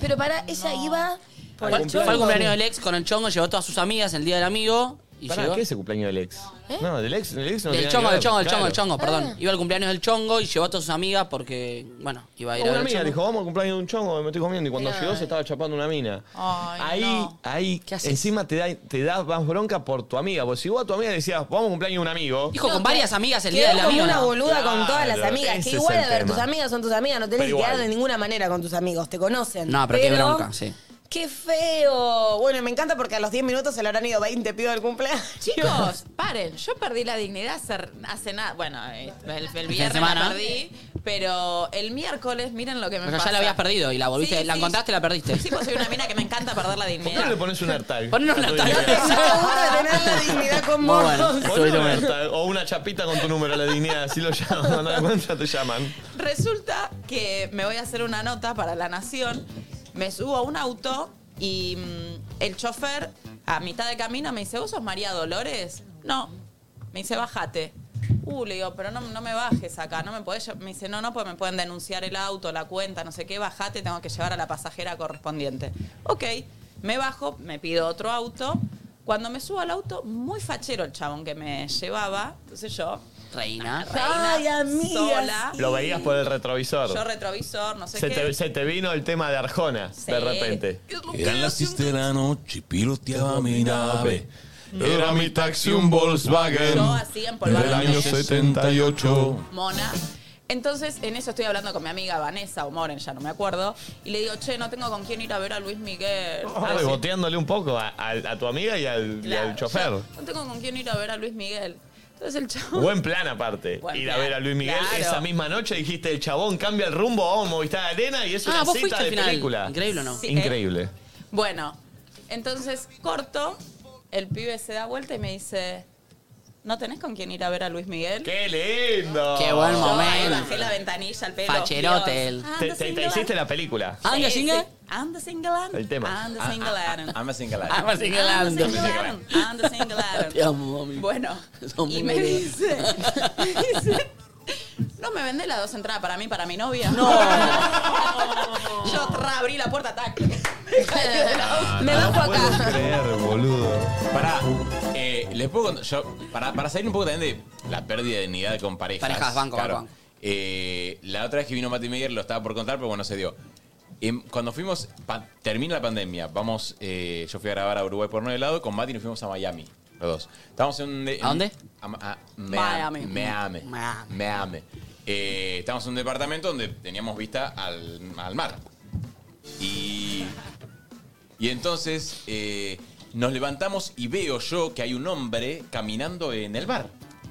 [SPEAKER 6] Pero para, ella iba por
[SPEAKER 2] Fue
[SPEAKER 6] el
[SPEAKER 2] fue
[SPEAKER 6] chongo.
[SPEAKER 2] el cumpleaños del ex con el chongo, llevó a todas sus amigas el día del amigo Y
[SPEAKER 1] Pará,
[SPEAKER 2] llegó-
[SPEAKER 1] ¿qué es el cumpleaños del ex?
[SPEAKER 4] ¿Eh?
[SPEAKER 1] No, del ex, del ex no
[SPEAKER 2] Del
[SPEAKER 1] tiene
[SPEAKER 2] chongo,
[SPEAKER 1] nada
[SPEAKER 2] del
[SPEAKER 1] que
[SPEAKER 2] chongo,
[SPEAKER 1] ver,
[SPEAKER 2] del chongo,
[SPEAKER 1] claro.
[SPEAKER 2] del chongo, perdón. Iba al cumpleaños del chongo y llevó a todas sus amigas porque, bueno, iba a ir a
[SPEAKER 1] Una
[SPEAKER 2] ver al
[SPEAKER 1] mina
[SPEAKER 2] chongo.
[SPEAKER 1] dijo, vamos al cumpleaños de un chongo, me estoy comiendo. Y cuando
[SPEAKER 2] Ay.
[SPEAKER 1] llegó se estaba chapando una mina. ahí, ahí,
[SPEAKER 2] haces?
[SPEAKER 1] encima te da, te da más bronca por tu amiga. Porque si vos a tu amiga decías, vamos al cumpleaños de un amigo.
[SPEAKER 2] Dijo con varias amigas el
[SPEAKER 6] Quedó
[SPEAKER 2] día del
[SPEAKER 6] como
[SPEAKER 2] amigo.
[SPEAKER 6] una
[SPEAKER 2] ¿no?
[SPEAKER 6] boluda con todas las
[SPEAKER 1] Claro,
[SPEAKER 6] amigas.
[SPEAKER 1] ese
[SPEAKER 6] Que
[SPEAKER 1] es
[SPEAKER 6] igual,
[SPEAKER 1] el
[SPEAKER 6] a ver,
[SPEAKER 1] tema.
[SPEAKER 6] tus amigas son tus amigas. No tenés
[SPEAKER 1] Pero
[SPEAKER 6] que quedar
[SPEAKER 1] igual.
[SPEAKER 6] de ninguna manera con tus amigos. Te conocen.
[SPEAKER 2] No, pero, qué bronca, sí.
[SPEAKER 6] Qué feo. Bueno, me encanta porque a los 10 minutos se le habrán ido 20 pibos del cumpleaños.
[SPEAKER 4] Chicos, paren, yo perdí la dignidad hace, hace nada. Bueno, eh, el, el
[SPEAKER 2] Este de
[SPEAKER 4] viernes
[SPEAKER 2] semana.
[SPEAKER 4] la perdí, pero el miércoles, miren lo que me
[SPEAKER 2] O sea,
[SPEAKER 4] pasa.
[SPEAKER 2] ya la habías perdido y la volviste,
[SPEAKER 4] Sí,
[SPEAKER 2] la
[SPEAKER 4] sí,
[SPEAKER 2] encontraste y la perdiste.
[SPEAKER 4] Sí, pues soy una mina que me encanta perder la
[SPEAKER 1] ¿Por qué
[SPEAKER 4] dignidad.
[SPEAKER 1] no le pones un AirTag?
[SPEAKER 2] Ponle un
[SPEAKER 1] A tu
[SPEAKER 2] AirTag.
[SPEAKER 1] dignidad.
[SPEAKER 6] tener la dignidad con
[SPEAKER 2] Muy
[SPEAKER 6] vos.
[SPEAKER 2] bueno.
[SPEAKER 1] Ponle un AirTag O una chapita con tu número, la dignidad, así lo llaman. Cuando la cuenta te llaman.
[SPEAKER 4] Resulta que me voy a hacer una nota para La Nación. Me subo a un auto y mm, el chofer, a mitad de camino, me dice, ¿vos sos María Dolores? No. Me dice, bájate. Uh, le digo, pero no, no me bajes acá, no me podés... lle-". Me dice, no, no, pues me pueden denunciar el auto, la cuenta, no sé qué, bájate, tengo que llevar a la pasajera correspondiente. Ok, me bajo, me pido otro auto. Cuando me subo al auto, muy fachero el chabón que me llevaba, entonces yo...
[SPEAKER 2] Reina.
[SPEAKER 4] Reina,
[SPEAKER 6] Ay, amigas.
[SPEAKER 4] sola.
[SPEAKER 1] Lo veías por el retrovisor.
[SPEAKER 4] Yo retrovisor, no sé
[SPEAKER 1] Se
[SPEAKER 4] qué.
[SPEAKER 1] te, se te vino el tema de Arjona, de repente.
[SPEAKER 18] Eran las 6 de la noche, piloteaba mi nave.
[SPEAKER 1] Era mi
[SPEAKER 18] taxi un Volkswagen.
[SPEAKER 4] Yo así empolvada.
[SPEAKER 18] Del año 78.
[SPEAKER 4] Mona. Entonces, en eso estoy hablando con mi amiga Vanessa o Moren, ya no me acuerdo. Y le digo, che, no tengo con quién ir a ver a Luis Miguel.
[SPEAKER 1] Ah, boteándole un poco a, a- a tu amiga y al, y
[SPEAKER 4] Claro,
[SPEAKER 1] al chofer.
[SPEAKER 4] yo No tengo con quién ir a ver a Luis Miguel. Entonces el chavo.
[SPEAKER 1] Buen plan aparte.
[SPEAKER 4] Buen
[SPEAKER 1] ir a
[SPEAKER 4] plan,
[SPEAKER 1] ver a Luis Miguel
[SPEAKER 4] claro.
[SPEAKER 1] esa misma noche dijiste el chabón cambia el rumbo, vamos, Movistar Arena y es
[SPEAKER 4] Ah,
[SPEAKER 1] una
[SPEAKER 4] vos fuiste
[SPEAKER 1] cita
[SPEAKER 4] al
[SPEAKER 1] de
[SPEAKER 4] final.
[SPEAKER 1] película.
[SPEAKER 4] Increíble, ¿o no? Sí, ¿eh?
[SPEAKER 1] Increíble.
[SPEAKER 4] Bueno, entonces corto, el pibe se da vuelta y me dice, ¿no tenés con quién ir a ver a Luis Miguel?
[SPEAKER 1] ¡Qué lindo!
[SPEAKER 2] Qué buen
[SPEAKER 4] Yo ahí
[SPEAKER 2] momento.
[SPEAKER 4] bajé la ventanilla al pelo.
[SPEAKER 2] Facherote él.
[SPEAKER 4] Dios.
[SPEAKER 1] Te, te- te hiciste la película.
[SPEAKER 4] Sí,
[SPEAKER 2] ¿Anda
[SPEAKER 4] sí.
[SPEAKER 2] single?
[SPEAKER 4] Anda single Adam.
[SPEAKER 1] El tema.
[SPEAKER 4] Anda single Adam.
[SPEAKER 7] I'm a single
[SPEAKER 2] Ah, más single
[SPEAKER 4] Anda
[SPEAKER 2] Adam.
[SPEAKER 4] single Adam. Anda single Adam.
[SPEAKER 2] Te amo, mami.
[SPEAKER 4] Bueno,
[SPEAKER 2] Somos
[SPEAKER 4] y me
[SPEAKER 2] muy
[SPEAKER 4] dice, me dice, no me vendés las dos entradas para mí, para mi novia. No. Yo tra, abrí la puerta, tac.
[SPEAKER 2] Ah,
[SPEAKER 6] Me bajo acá.
[SPEAKER 1] creer, boludo.
[SPEAKER 7] Pará, eh, les puedo contar. yo- para, para salir un poco también de la pérdida de dignidad con parejas.
[SPEAKER 2] Parejas, banco, banco,
[SPEAKER 7] eh, la otra vez que vino Mati Meyer lo estaba por contar, pero bueno, se dio. Em, cuando fuimos, pa- termina la pandemia, vamos, eh, yo fui a grabar a Uruguay por nueve lado, con Mati nos fuimos a Miami, los dos. Estábamos en un de-
[SPEAKER 2] ¿A dónde?
[SPEAKER 7] A, a
[SPEAKER 2] Miami.
[SPEAKER 7] Miami. Miami.
[SPEAKER 2] Miami.
[SPEAKER 7] Miami. Eh, estábamos en un departamento donde teníamos vista al, al mar. Y y entonces eh, nos levantamos y veo yo que hay un hombre caminando en el bar.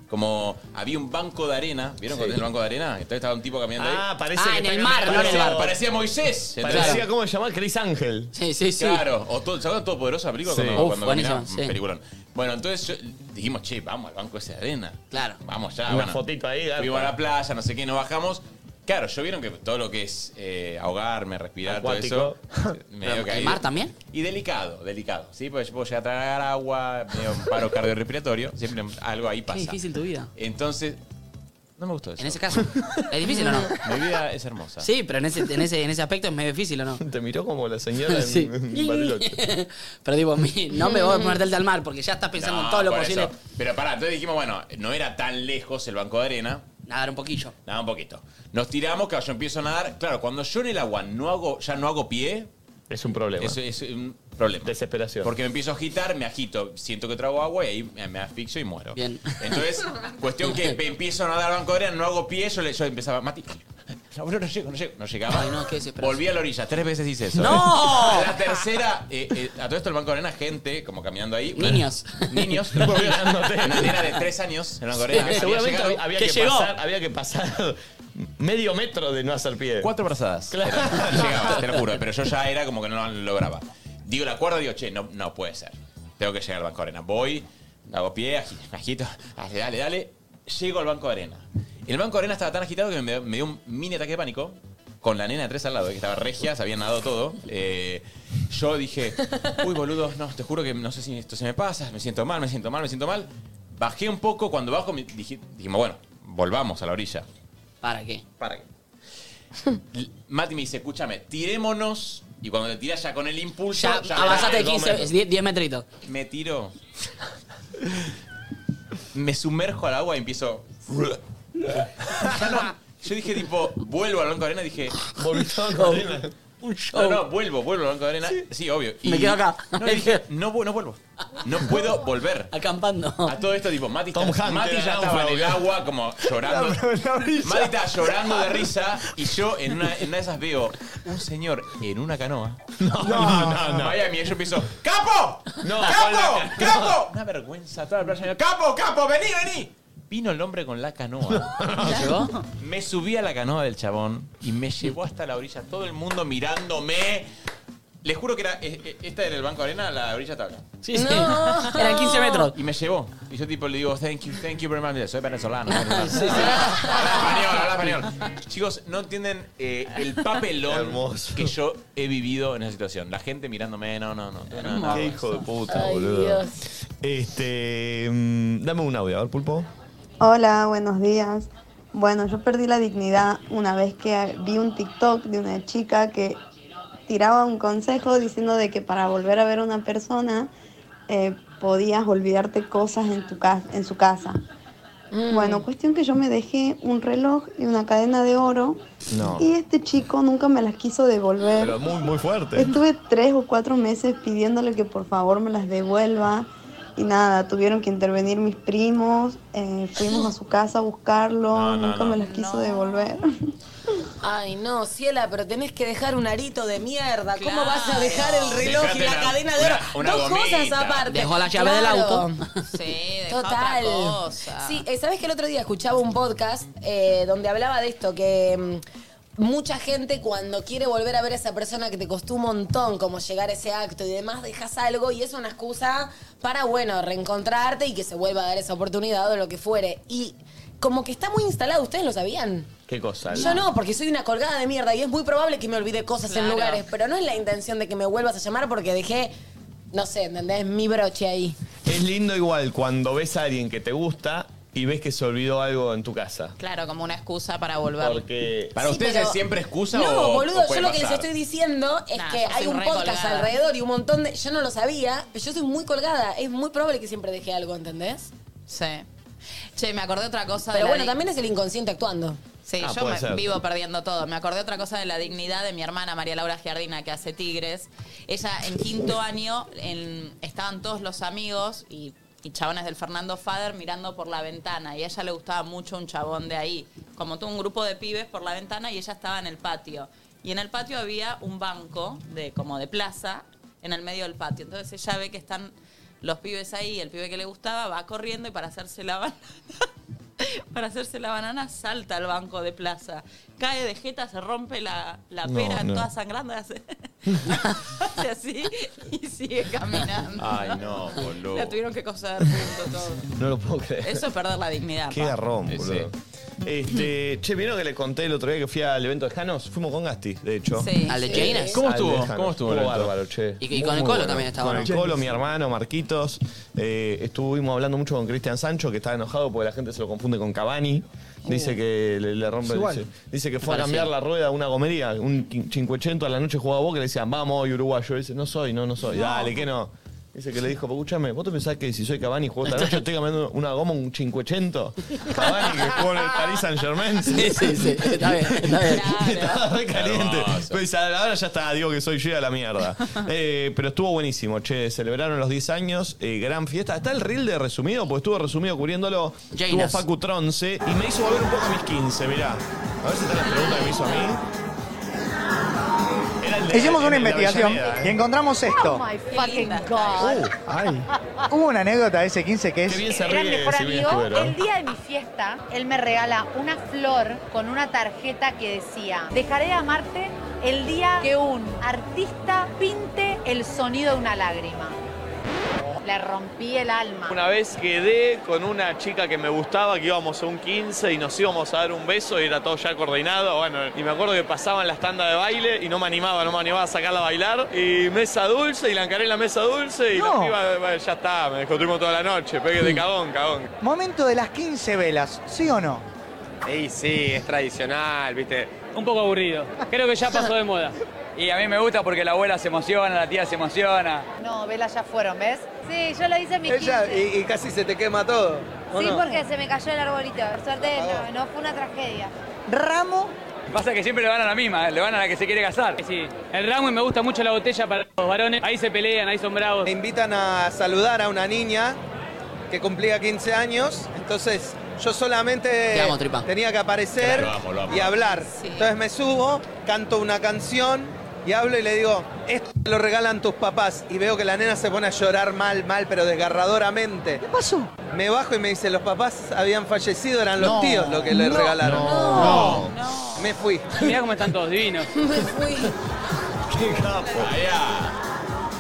[SPEAKER 7] Como había un banco de arena. ¿Vieron
[SPEAKER 1] Sí.
[SPEAKER 7] cuando es el banco de arena? Entonces estaba un tipo caminando ahí.
[SPEAKER 1] Ah, parece que está caminando.
[SPEAKER 7] Parecía- Parecía Moisés. ¿entendés?
[SPEAKER 1] Parecía, ¿cómo se llamaba? Chris Ángel.
[SPEAKER 2] Sí, sí, sí.
[SPEAKER 7] Claro, o todo, ¿se acuerdan todo poderosa película
[SPEAKER 1] Sí.
[SPEAKER 7] cuando,
[SPEAKER 1] Uf,
[SPEAKER 7] cuando
[SPEAKER 1] buenísima,
[SPEAKER 7] caminaba?
[SPEAKER 1] sí.
[SPEAKER 7] Peliculón. Bueno, entonces yo- dijimos, che, vamos al banco ese de arena.
[SPEAKER 2] Claro.
[SPEAKER 7] Vamos ya.
[SPEAKER 1] Una
[SPEAKER 7] bueno.
[SPEAKER 1] fotito ahí, garpa.
[SPEAKER 7] Fuimos a la playa, no sé qué, nos bajamos. Claro, yo vieron que todo lo que es eh, ahogarme, respirar, todo
[SPEAKER 1] Acuático.
[SPEAKER 7] eso. medio que
[SPEAKER 2] ¿El
[SPEAKER 7] ahí-
[SPEAKER 2] mar también?
[SPEAKER 7] Y delicado, delicado. Sí, porque yo puedo llegar a tragar agua, medio un paro cardiorrespiratorio. Siempre algo ahí
[SPEAKER 2] Qué
[SPEAKER 7] pasa.
[SPEAKER 2] difícil tu vida.
[SPEAKER 7] Entonces, no me gustó eso.
[SPEAKER 2] En ese caso, ¿es difícil o no?
[SPEAKER 7] Mi vida es hermosa.
[SPEAKER 2] Sí, pero en ese, en ese, en ese aspecto es medio difícil o no.
[SPEAKER 1] Te miró como la señora en-
[SPEAKER 2] Sí.
[SPEAKER 1] en Bariloche.
[SPEAKER 2] Pero digo, mi- no me
[SPEAKER 6] Mm.
[SPEAKER 2] voy a ponerte al mar porque ya estás pensando en todo lo
[SPEAKER 7] por
[SPEAKER 2] posible.
[SPEAKER 7] eso. Pero pará, entonces dijimos, bueno, no era tan lejos el banco de arena.
[SPEAKER 2] Nadar un poquillo.
[SPEAKER 7] Nada, un poquito. Nos tiramos, claro, yo empiezo a nadar. Claro, cuando yo en el agua no hago, ya no hago pie,
[SPEAKER 1] Es un problema.
[SPEAKER 7] eso es un problema.
[SPEAKER 1] Desesperación.
[SPEAKER 7] Porque me empiezo a agitar, me agito, siento que trago agua y ahí me- me asfixio y muero.
[SPEAKER 2] Bien.
[SPEAKER 7] Entonces, cuestión que pe- empiezo a nadar banco de arena, no hago pie, yo, le- yo empezaba, Mati, no, bro, no llego, no llego, no llegaba.
[SPEAKER 2] Ay, no, qué desesperación.
[SPEAKER 7] Volví a la orilla, tres veces hice eso.
[SPEAKER 2] ¡No!
[SPEAKER 7] La tercera, eh, eh, a todo esto el banco de arena, gente como caminando ahí.
[SPEAKER 2] Niños.
[SPEAKER 7] Niños. Una nena de tres años en banco de arena.
[SPEAKER 1] Que seguramente
[SPEAKER 7] Había llegado.
[SPEAKER 1] había, había que pasar, había que pasar medio metro de no hacer pie.
[SPEAKER 7] Cuatro brazadas. Era- llegaba, te lo juro. Pero yo ya era como que no lo lograba. Digo la cuerda, digo, che, no, no puede ser. Tengo que llegar al Banco de Arena. Voy, hago pie, agi- agito, dale, dale, dale. Llego al Banco de Arena. El Banco de Arena estaba tan agitado que me, me dio un mini ataque de pánico. Con la nena de tres al lado, eh, que estaba regia, se habían nadado todo. Eh, yo dije, uy, boludo, no, te juro que no sé si esto se me pasa, me siento mal, me siento mal, me siento mal. Bajé un poco, cuando bajo, me dije- dijimos, bueno, volvamos a la orilla.
[SPEAKER 2] ¿Para qué?
[SPEAKER 7] ¿Para qué? Mati me dice, escúchame, tirémonos. Y cuando te tiras ya con el impulso...
[SPEAKER 2] Ya
[SPEAKER 7] me-
[SPEAKER 2] avanzaste 15, 10 metritos.
[SPEAKER 7] Me tiro. Me sumerjo al agua y empiezo. Ya no- yo dije, tipo, vuelvo al banco de arena. Dije,
[SPEAKER 2] Un
[SPEAKER 7] No, no, vuelvo, vuelvo al banco de arena. Sí, obvio.
[SPEAKER 2] Me quedo acá.
[SPEAKER 7] No, le dije, no, vu- no vuelvo. No puedo volver.
[SPEAKER 2] Acampando.
[SPEAKER 7] A todo esto, tipo, Mati,
[SPEAKER 2] Tom
[SPEAKER 7] está-
[SPEAKER 2] Hanks,
[SPEAKER 7] Mati ya
[SPEAKER 2] era
[SPEAKER 7] estaba en el
[SPEAKER 2] náufrago.
[SPEAKER 7] agua, como llorando.
[SPEAKER 2] La- la brisa.
[SPEAKER 7] Mati estaba llorando de risa. Y yo, en una, en una de esas, veo un señor en una canoa. No,
[SPEAKER 3] no, no.
[SPEAKER 7] Miami, y yo empiezo, ¡Capo!
[SPEAKER 3] No,
[SPEAKER 7] ¡Capo!
[SPEAKER 3] no.
[SPEAKER 7] ¡Capo! Una vergüenza, toda la playa. ¡Capo, capo! ¡Vení, vení! Vino el hombre con la canoa.
[SPEAKER 2] ¿Lo llevó?
[SPEAKER 7] Me subí a la canoa del chabón y me llevó hasta la orilla. Todo el mundo mirándome. Les juro que era. eh, eh, Esta era el Banco de Arena, la orilla estaba acá.
[SPEAKER 2] Sí, sí. No. Eran 15 metros.
[SPEAKER 7] Y me llevó. Y yo, tipo, le digo, thank you, thank you very much. Mira, Soy venezolano. venezolano. Habla español, habla español. Chicos, no entienden eh, el papelón que yo he vivido en esa situación. La gente mirándome, no, no, no. no, no, no.
[SPEAKER 1] Qué hijo de puta, Ah, boludo. Este. mm, dame un audio, a ver, pulpo.
[SPEAKER 19] Hola, buenos días. Bueno, yo perdí la dignidad una vez que vi un TikTok de una chica que tiraba un consejo diciendo de que para volver a ver a una persona eh, podías olvidarte cosas en, tu ca- en su casa. Bueno, cuestión que yo me dejé un reloj y una cadena de oro
[SPEAKER 1] No.
[SPEAKER 19] y este chico nunca me las quiso devolver.
[SPEAKER 1] Pero muy, muy fuerte.
[SPEAKER 19] Estuve tres o cuatro meses pidiéndole que por favor me las devuelva y nada, tuvieron que intervenir mis primos, eh, fuimos a su casa a buscarlo,
[SPEAKER 1] No, no,
[SPEAKER 19] nunca
[SPEAKER 1] no.
[SPEAKER 19] me las quiso devolver.
[SPEAKER 6] Ay, no, Ciela, pero tenés que dejar un arito de mierda. ¿Cómo
[SPEAKER 4] Claro.
[SPEAKER 6] vas a dejar el reloj
[SPEAKER 4] Dejate
[SPEAKER 6] y la,
[SPEAKER 4] la-
[SPEAKER 6] cadena de oro?
[SPEAKER 4] una- una
[SPEAKER 6] Dos
[SPEAKER 4] gomita.
[SPEAKER 6] cosas aparte.
[SPEAKER 2] Dejó la llave del auto.
[SPEAKER 4] Sí, dejá otra
[SPEAKER 6] Total.
[SPEAKER 4] cosa.
[SPEAKER 6] Sí, eh, ¿sabes que el otro día escuchaba un podcast eh, donde hablaba de esto? Que mm, mucha gente cuando quiere volver a ver a esa persona que te costó un montón como llegar a ese acto y demás, dejas algo y es una excusa para, bueno, reencontrarte y que se vuelva a dar esa oportunidad o lo que fuere. Y como que está muy instalado, ¿ustedes lo sabían?
[SPEAKER 7] Qué cosa.
[SPEAKER 6] Yo no, porque soy una colgada de mierda y es muy probable que me olvide cosas en
[SPEAKER 4] Claro.
[SPEAKER 6] lugares, pero no es la intención de que me vuelvas a llamar porque dejé, no sé, ¿entendés? Mi broche ahí.
[SPEAKER 1] Es lindo igual cuando ves a alguien que te gusta y ves que se olvidó algo en tu casa.
[SPEAKER 4] Claro, como una excusa para volver.
[SPEAKER 1] Porque.
[SPEAKER 7] ¿Para
[SPEAKER 6] Sí,
[SPEAKER 7] ustedes
[SPEAKER 6] pero-
[SPEAKER 7] es siempre excusa o.?
[SPEAKER 6] No, boludo,
[SPEAKER 7] o puede
[SPEAKER 6] yo lo que les
[SPEAKER 7] pasar?
[SPEAKER 6] estoy diciendo es
[SPEAKER 4] Nah,
[SPEAKER 6] que
[SPEAKER 4] Ah, yo soy
[SPEAKER 6] hay un
[SPEAKER 4] re
[SPEAKER 6] podcast
[SPEAKER 4] colgada.
[SPEAKER 6] alrededor y un montón de. Yo no lo sabía, pero yo soy muy colgada. Es muy probable que siempre deje algo, ¿entendés?
[SPEAKER 4] Sí. Che, me acordé otra cosa de
[SPEAKER 6] Pero
[SPEAKER 4] la
[SPEAKER 6] bueno,
[SPEAKER 4] di-
[SPEAKER 6] también es el inconsciente actuando.
[SPEAKER 4] Sí,
[SPEAKER 6] Ah,
[SPEAKER 4] yo
[SPEAKER 6] puede
[SPEAKER 4] me-
[SPEAKER 6] ser.
[SPEAKER 4] vivo perdiendo todo. Me acordé otra cosa de la dignidad de mi hermana María Laura Giardina, que hace Tigres. Ella en quinto año en- estaban todos los amigos y, y chabones del Fernando Fader mirando por la ventana. Y a ella le gustaba mucho un chabón de ahí. Como tuvo un grupo de pibes por la ventana y ella estaba en el patio. Y en el patio había un banco de como de plaza en el medio del patio. Entonces ella ve que están los pibes ahí y el pibe que le gustaba va corriendo y para hacerse la banana, para hacerse la banana salta al banco de plaza. Cae de jeta, se rompe la, la
[SPEAKER 3] No,
[SPEAKER 4] pera
[SPEAKER 3] no.
[SPEAKER 4] toda sangrando y hace, hace así y sigue caminando.
[SPEAKER 7] Ay, no, boludo.
[SPEAKER 4] La tuvieron que coser junto todo.
[SPEAKER 1] No lo puedo creer.
[SPEAKER 4] Eso es perder la dignidad.
[SPEAKER 1] Qué
[SPEAKER 4] pa.
[SPEAKER 1] garrón, boludo. Este, che, ¿vieron que les conté el otro día que fui al evento de Janos? Fuimos con Gasti, de hecho.
[SPEAKER 4] Sí. ¿Al de Janes?
[SPEAKER 7] ¿Cómo
[SPEAKER 1] Al de
[SPEAKER 7] estuvo?
[SPEAKER 1] Janos.
[SPEAKER 7] ¿Cómo estuvo el evento?
[SPEAKER 1] bárbaro, che.
[SPEAKER 2] Y- y con el Colo también estaba,
[SPEAKER 1] Con
[SPEAKER 2] ¿no?
[SPEAKER 1] el Colo, mi hermano, Marquitos. Eh, estuvimos hablando mucho con Cristian Sancho, que estaba enojado porque la gente se lo confunde con Cavani. Dice que le, le rompe.
[SPEAKER 9] Es igual.
[SPEAKER 1] Dice, dice que
[SPEAKER 9] Me
[SPEAKER 1] fue a cambiar la
[SPEAKER 9] pareció.
[SPEAKER 1] rueda de una gomería. Un 580 a la noche jugaba a Boca y le decían, vamos, hoy uruguayo. Y dice, no soy, no, no soy.
[SPEAKER 9] No.
[SPEAKER 1] Dale, que no. Dice que le dijo, escúchame, ¿vos te pensás que si soy Cavani y juego esta noche estoy cambiando una goma, un 580? Cavani que jugó en el Paris Saint Germain.
[SPEAKER 2] Sí, sí, sí. Está bien, está bien.
[SPEAKER 1] Estaba re caliente. Pues ahora ya está, digo que soy yo y a la mierda. Eh, pero estuvo buenísimo, che. Celebraron los 10 años, eh, gran fiesta. Está el reel de resumido, porque estuvo resumido cubriéndolo. Tuvo
[SPEAKER 2] Jainas.
[SPEAKER 1] Facu Tronce y me hizo volver un poco a mis 15, mirá. A ver si está la pregunta que me hizo a mí. Era el de-
[SPEAKER 20] Hicimos
[SPEAKER 1] el
[SPEAKER 20] una
[SPEAKER 1] de la
[SPEAKER 20] investigación
[SPEAKER 1] Avellaneda,
[SPEAKER 20] y
[SPEAKER 1] ¿eh?
[SPEAKER 20] encontramos esto.
[SPEAKER 21] fucking god.
[SPEAKER 20] Ay. Hubo una anécdota de ese 15 que es.
[SPEAKER 1] Uh, Qué bien se
[SPEAKER 21] Era mi mejor amigo.
[SPEAKER 20] Escudero.
[SPEAKER 21] El día de mi fiesta, él me regala una flor con una tarjeta que decía: Dejaré de amarte el día que un artista pinte el sonido de una lágrima. Le rompí el alma.
[SPEAKER 1] Una vez quedé con una chica que me gustaba, que íbamos a un 15 y nos íbamos a dar un beso y era todo ya coordinado. Bueno, y me acuerdo que pasaban las tandas de baile y no me animaba, no me animaba a sacarla a bailar. Y mesa dulce, y la encaré en la mesa dulce y la piba, bueno, ya está, me discutimos toda la noche. Pegué de cagón, cagón.
[SPEAKER 20] Momento de las 15 velas, ¿sí o no?
[SPEAKER 22] Sí, sí, es tradicional, ¿viste? Un poco aburrido. Creo que ya pasó de moda.
[SPEAKER 5] Y a mí me gusta porque la abuela se emociona, la tía se emociona.
[SPEAKER 21] No, Vela, ya fueron, ¿ves?
[SPEAKER 22] Sí, yo lo hice en mis 15.
[SPEAKER 10] y, y casi se te quema todo. ¿o
[SPEAKER 22] Sí,
[SPEAKER 10] no?
[SPEAKER 22] porque se me cayó el arbolito. Por suerte no, no fue una tragedia.
[SPEAKER 20] Ramo.
[SPEAKER 5] Pasa que siempre le van a la misma, eh, le van a la que se quiere casar.
[SPEAKER 23] Sí, el ramo y me gusta mucho la botella para los varones. Ahí se pelean, ahí son bravos.
[SPEAKER 10] Me invitan a saludar a una niña que cumplía 15 años, entonces yo solamente
[SPEAKER 2] Te amo, tripa.
[SPEAKER 10] tenía que aparecer
[SPEAKER 2] Claro, lo amo, lo amo.
[SPEAKER 10] y hablar.
[SPEAKER 2] Sí.
[SPEAKER 10] Entonces me subo, canto una canción y hablo y le digo, esto lo regalan tus papás. Y veo que la nena se pone a llorar mal, mal, pero desgarradoramente. ¿Qué pasó? Me bajo y me dice, los papás habían fallecido, eran los
[SPEAKER 23] No.
[SPEAKER 10] tíos los que le
[SPEAKER 23] No.
[SPEAKER 10] regalaron.
[SPEAKER 23] No.
[SPEAKER 10] Me fui.
[SPEAKER 23] Mirá cómo están todos divinos.
[SPEAKER 6] Uh.
[SPEAKER 1] ¡Qué capo!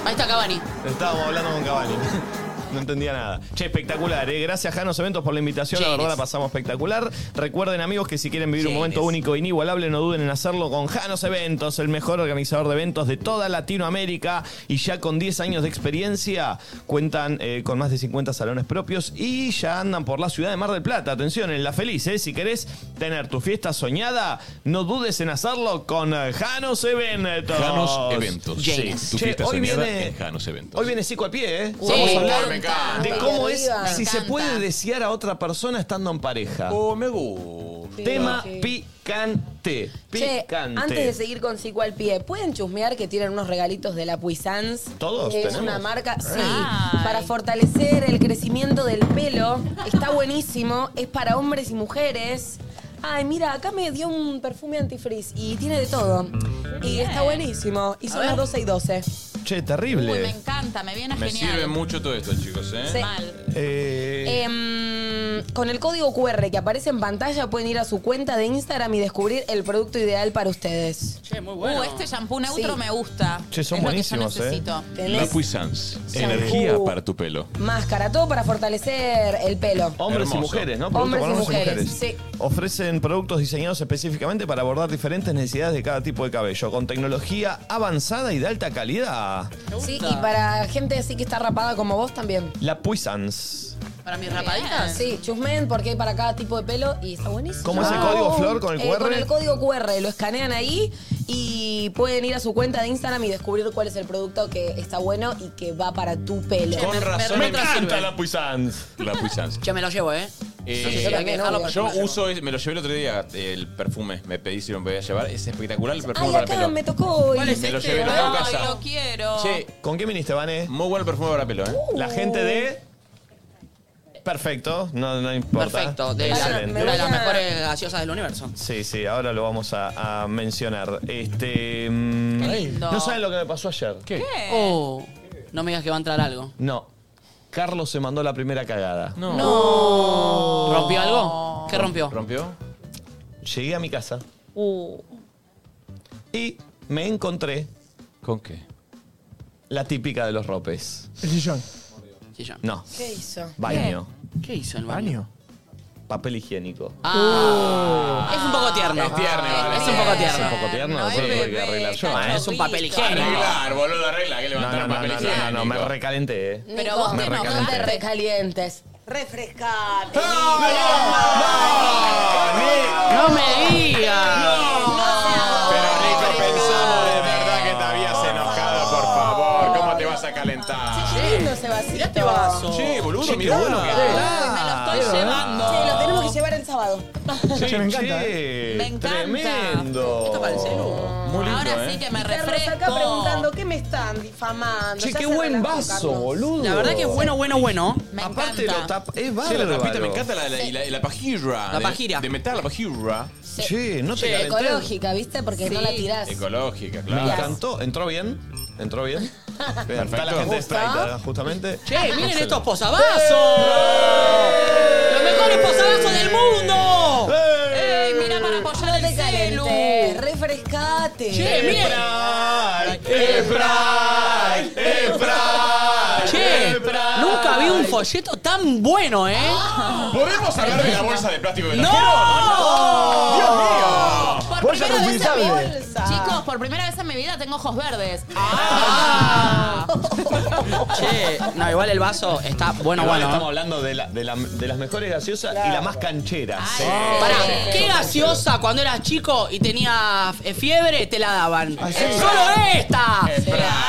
[SPEAKER 2] Ahí está Cavani.
[SPEAKER 1] Estábamos hablando con Cavani. No entendía nada. Che, espectacular, ¿eh? Gracias, Janos Eventos, por la invitación. La verdad la pasamos espectacular. Recuerden, amigos, que si quieren vivir un momento único e inigualable, no duden en hacerlo con Janos Eventos, el mejor organizador de eventos de toda Latinoamérica. Y ya con 10 años de experiencia, cuentan eh, con más de 50 salones propios y ya andan por la ciudad de Mar del Plata. Atención, en La Feliz, ¿eh? Si querés tener tu fiesta soñada, no dudes en hacerlo con eh, Janos eh. Eventos.
[SPEAKER 7] Janos Eventos.
[SPEAKER 1] Sí.
[SPEAKER 7] Sí, tu
[SPEAKER 1] Che,
[SPEAKER 7] fiesta
[SPEAKER 1] hoy
[SPEAKER 7] soñada
[SPEAKER 1] viene-
[SPEAKER 7] en Janos Eventos.
[SPEAKER 1] Hoy viene Cico al pie, ¿eh?
[SPEAKER 7] Sí,
[SPEAKER 1] Vamos a
[SPEAKER 7] me
[SPEAKER 1] hablar
[SPEAKER 7] encanta.
[SPEAKER 1] de cómo es
[SPEAKER 7] Arriba.
[SPEAKER 1] si
[SPEAKER 7] Me
[SPEAKER 1] se puede desear a otra persona estando en pareja.
[SPEAKER 7] Oh, me gusta.
[SPEAKER 1] Tema
[SPEAKER 6] Sí.
[SPEAKER 1] picante.
[SPEAKER 6] Che,
[SPEAKER 1] Picante.
[SPEAKER 6] antes de seguir con Cico al pie, ¿pueden chusmear que tienen unos regalitos de la Puissance?
[SPEAKER 1] Todos
[SPEAKER 6] Que es
[SPEAKER 1] tenemos.
[SPEAKER 6] una marca, sí, para fortalecer el crecimiento del pelo. Está buenísimo, es para hombres y mujeres. Ay, mira, acá me dio un perfume antifreeze y tiene de todo. Y está buenísimo. Y son
[SPEAKER 4] ver.
[SPEAKER 6] las 12 y 12.
[SPEAKER 1] Che,
[SPEAKER 4] Uy, me
[SPEAKER 1] terrible.
[SPEAKER 4] encanta, me viene
[SPEAKER 7] Me
[SPEAKER 4] genial.
[SPEAKER 7] sirve mucho todo esto, chicos, ¿eh?
[SPEAKER 6] Sí.
[SPEAKER 1] Eh,
[SPEAKER 6] Em, con el código QR que aparece en pantalla pueden ir a su cuenta de Instagram y descubrir el producto ideal para ustedes.
[SPEAKER 2] Che, muy
[SPEAKER 4] Uh, este shampoo neutro me gusta.
[SPEAKER 1] Che, son
[SPEAKER 4] Es lo que yo
[SPEAKER 1] buenísimos, ¿eh?
[SPEAKER 4] necesito.
[SPEAKER 7] La Puissance.
[SPEAKER 6] Sí.
[SPEAKER 7] Energía
[SPEAKER 6] Uh.
[SPEAKER 7] para tu pelo.
[SPEAKER 6] Máscara, todo para fortalecer el pelo.
[SPEAKER 1] Hombres y mujeres, ¿no? Producto
[SPEAKER 6] hombres y
[SPEAKER 1] para
[SPEAKER 6] mujeres, sí.
[SPEAKER 1] Ofrecen productos diseñados específicamente para abordar diferentes necesidades de cada tipo de cabello, con tecnología avanzada y de alta calidad.
[SPEAKER 6] Sí, y para gente así que está rapada como vos también.
[SPEAKER 1] La Puissance.
[SPEAKER 2] ¿Para mis
[SPEAKER 6] ¿Rapaditas? Sí, chusmen porque hay para cada tipo de pelo y está buenísimo. Ah, eh,
[SPEAKER 1] ¿Cómo es el código, Flor, con el QR?
[SPEAKER 6] con el código QR, lo escanean ahí y pueden ir a su cuenta de Instagram y descubrir cuál es el producto que está bueno y que va para tu pelo.
[SPEAKER 7] Con razón.
[SPEAKER 1] me encanta la Puissance.
[SPEAKER 7] La Puissance.
[SPEAKER 2] Che, me lo llevo, ¿eh?
[SPEAKER 7] Eh,
[SPEAKER 2] Sí, sí, hay que dejarlo para
[SPEAKER 7] yo
[SPEAKER 2] el próximo.
[SPEAKER 7] uso, ese- me lo llevé el otro día, el perfume, me pedí si lo podía llevar, es espectacular el perfume
[SPEAKER 6] Ay,
[SPEAKER 7] para el
[SPEAKER 6] acá
[SPEAKER 7] pelo.
[SPEAKER 6] me tocó hoy.
[SPEAKER 7] ¿Cuál es Me lo este? llevé, lo tengo en
[SPEAKER 4] Ay,
[SPEAKER 7] casa.
[SPEAKER 4] lo quiero.
[SPEAKER 7] Che,
[SPEAKER 1] ¿Con qué viniste, Vané?
[SPEAKER 7] Muy buen perfume para pelo, ¿eh?
[SPEAKER 1] La gente de. Perfecto, no, no importa.
[SPEAKER 2] Perfecto, de, la-
[SPEAKER 1] Excelente.
[SPEAKER 2] una de las mejores gaseosas del universo.
[SPEAKER 1] Sí, sí, ahora lo vamos a, a mencionar. Este. mm,
[SPEAKER 2] Qué lindo.
[SPEAKER 1] No saben lo que me pasó ayer. ¿Qué?
[SPEAKER 2] Oh, no me digas que va a entrar algo.
[SPEAKER 1] No. Carlos se mandó la primera cagada.
[SPEAKER 2] No. ¿Rompió algo? ¿Qué rompió?
[SPEAKER 7] ¿Rompió?
[SPEAKER 1] Llegué a mi casa
[SPEAKER 24] Uh.
[SPEAKER 1] y me encontré.
[SPEAKER 7] ¿Con qué?
[SPEAKER 1] La típica de los ropes.
[SPEAKER 9] El sillón.
[SPEAKER 1] No.
[SPEAKER 6] ¿Qué hizo?
[SPEAKER 1] Baño.
[SPEAKER 2] ¿Qué hizo el
[SPEAKER 9] baño?
[SPEAKER 1] Papel higiénico. Uh.
[SPEAKER 2] Ah, es un poco tierno.
[SPEAKER 7] Es tierno, vale.
[SPEAKER 2] Es un poco tierno.
[SPEAKER 1] Es un poco tierno,
[SPEAKER 2] No,
[SPEAKER 1] no,
[SPEAKER 2] es
[SPEAKER 1] sé lo tuve que
[SPEAKER 2] bebé,
[SPEAKER 1] arreglar yo,
[SPEAKER 2] cacho,
[SPEAKER 1] ¿eh?
[SPEAKER 2] Es un papel
[SPEAKER 1] listo.
[SPEAKER 2] higiénico.
[SPEAKER 7] Arreglar, boludo, arregla, que
[SPEAKER 1] No,
[SPEAKER 7] levantar
[SPEAKER 1] no, no,
[SPEAKER 7] un papel
[SPEAKER 1] no,
[SPEAKER 7] higiénico.
[SPEAKER 1] no, no, me recalenté, ¿eh?
[SPEAKER 6] Pero vos
[SPEAKER 1] me
[SPEAKER 6] te enojaste. No te
[SPEAKER 1] recalenté.
[SPEAKER 6] recalientes. Refrescate.
[SPEAKER 2] No me digas.
[SPEAKER 7] Pero Nico, pensamos de verdad que te habías enojado, por favor. ¿Cómo te vas a calentar?
[SPEAKER 6] Qué lindo ese vasito. Mirá este
[SPEAKER 7] vaso. Che, boludo,
[SPEAKER 1] Che, qué
[SPEAKER 7] mirá.
[SPEAKER 1] bueno que está.
[SPEAKER 6] Estoy llevando. Che, lo tenemos que llevar el sábado.
[SPEAKER 1] Che, ¿eh?
[SPEAKER 9] me encanta, ¿eh?
[SPEAKER 1] che,
[SPEAKER 6] Me encanta.
[SPEAKER 1] Tremendo. Esto para el Muy lindo,
[SPEAKER 4] Ahora
[SPEAKER 1] ¿eh?
[SPEAKER 4] sí que me
[SPEAKER 6] Carlos
[SPEAKER 4] refresco.
[SPEAKER 6] acá preguntando qué me están difamando.
[SPEAKER 1] Che,
[SPEAKER 6] Ya
[SPEAKER 1] qué
[SPEAKER 6] se
[SPEAKER 1] buen
[SPEAKER 6] relajó,
[SPEAKER 1] vaso,
[SPEAKER 6] Carlos.
[SPEAKER 1] boludo.
[SPEAKER 2] La verdad que es bueno, bueno, bueno.
[SPEAKER 1] Aparte lo tapa. Es
[SPEAKER 7] Che,
[SPEAKER 1] bárbaro.
[SPEAKER 7] la tapita me encanta, la, la, y la, y la pajirra.
[SPEAKER 2] La
[SPEAKER 7] de-
[SPEAKER 2] pajira.
[SPEAKER 7] De, metal, la pajirra.
[SPEAKER 1] Che, no te
[SPEAKER 6] Che,
[SPEAKER 1] calenté.
[SPEAKER 6] ecológica, ¿viste? Porque no la tirás.
[SPEAKER 7] Ecológica,
[SPEAKER 1] Me
[SPEAKER 7] claro.
[SPEAKER 1] encantó. ¿Entró bien? ¿Entró bien? Bien, Está la gente
[SPEAKER 7] ¿Gusta?
[SPEAKER 1] de Sprite, ¿verdad? justamente.
[SPEAKER 2] Che, miren
[SPEAKER 1] Excelente.
[SPEAKER 2] estos posavasos.
[SPEAKER 1] Eh.
[SPEAKER 2] Los mejores posavasos del mundo.
[SPEAKER 4] ¡Ey, mira para apoyar
[SPEAKER 6] No te
[SPEAKER 4] el celu!
[SPEAKER 6] calentes, refrescate.
[SPEAKER 2] Che, miren.
[SPEAKER 1] ¡Eh,
[SPEAKER 2] Che, nunca vi un folleto tan bueno, ¿eh?
[SPEAKER 7] ¿Podemos hablar de la bolsa de plástico que
[SPEAKER 2] ¡No!
[SPEAKER 7] trajeron? ¡Dios mío!
[SPEAKER 4] Por
[SPEAKER 9] Bolsa
[SPEAKER 4] primera vez en mi
[SPEAKER 9] reutilizable.
[SPEAKER 4] bolsa. Chicos, por primera vez en mi vida tengo ojos verdes.
[SPEAKER 2] Che, no, igual el vaso está bueno,
[SPEAKER 1] Igual
[SPEAKER 2] bueno.
[SPEAKER 1] Estamos hablando de, la- de la- de las mejores gaseosas y las más cancheras.
[SPEAKER 2] Pará, qué gaseosa cuando eras chico y tenías eh, fiebre, te la daban.
[SPEAKER 9] Ah,
[SPEAKER 2] ¡Solo esta!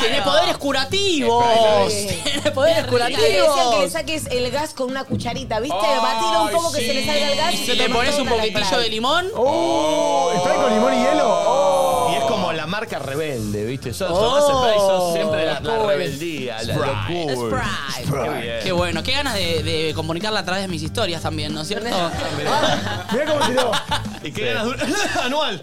[SPEAKER 2] Tiene poderes curativos. Tiene poderes
[SPEAKER 6] Que le decían que le
[SPEAKER 2] curativos.
[SPEAKER 6] saques el gas con una cucharita, ¿viste? Batilo un poco que se le salga el gas.
[SPEAKER 2] Y si te pones un poquitillo de limón.
[SPEAKER 1] ¿Spray Oh, con limón y hielo? Y es como la marca rebelde, ¿viste? Sos, tomás
[SPEAKER 2] Oh.
[SPEAKER 1] Sprite, sos siempre la, la
[SPEAKER 2] Cool.
[SPEAKER 1] rebeldía, la
[SPEAKER 2] Sprite.
[SPEAKER 1] locura. Oh, Qué bien.
[SPEAKER 2] Qué bueno, qué ganas de, de comunicarla a través de mis historias también, ¿no es cierto?
[SPEAKER 9] Mira cómo tiró.
[SPEAKER 1] ¿Y qué ganas de ¡Anual!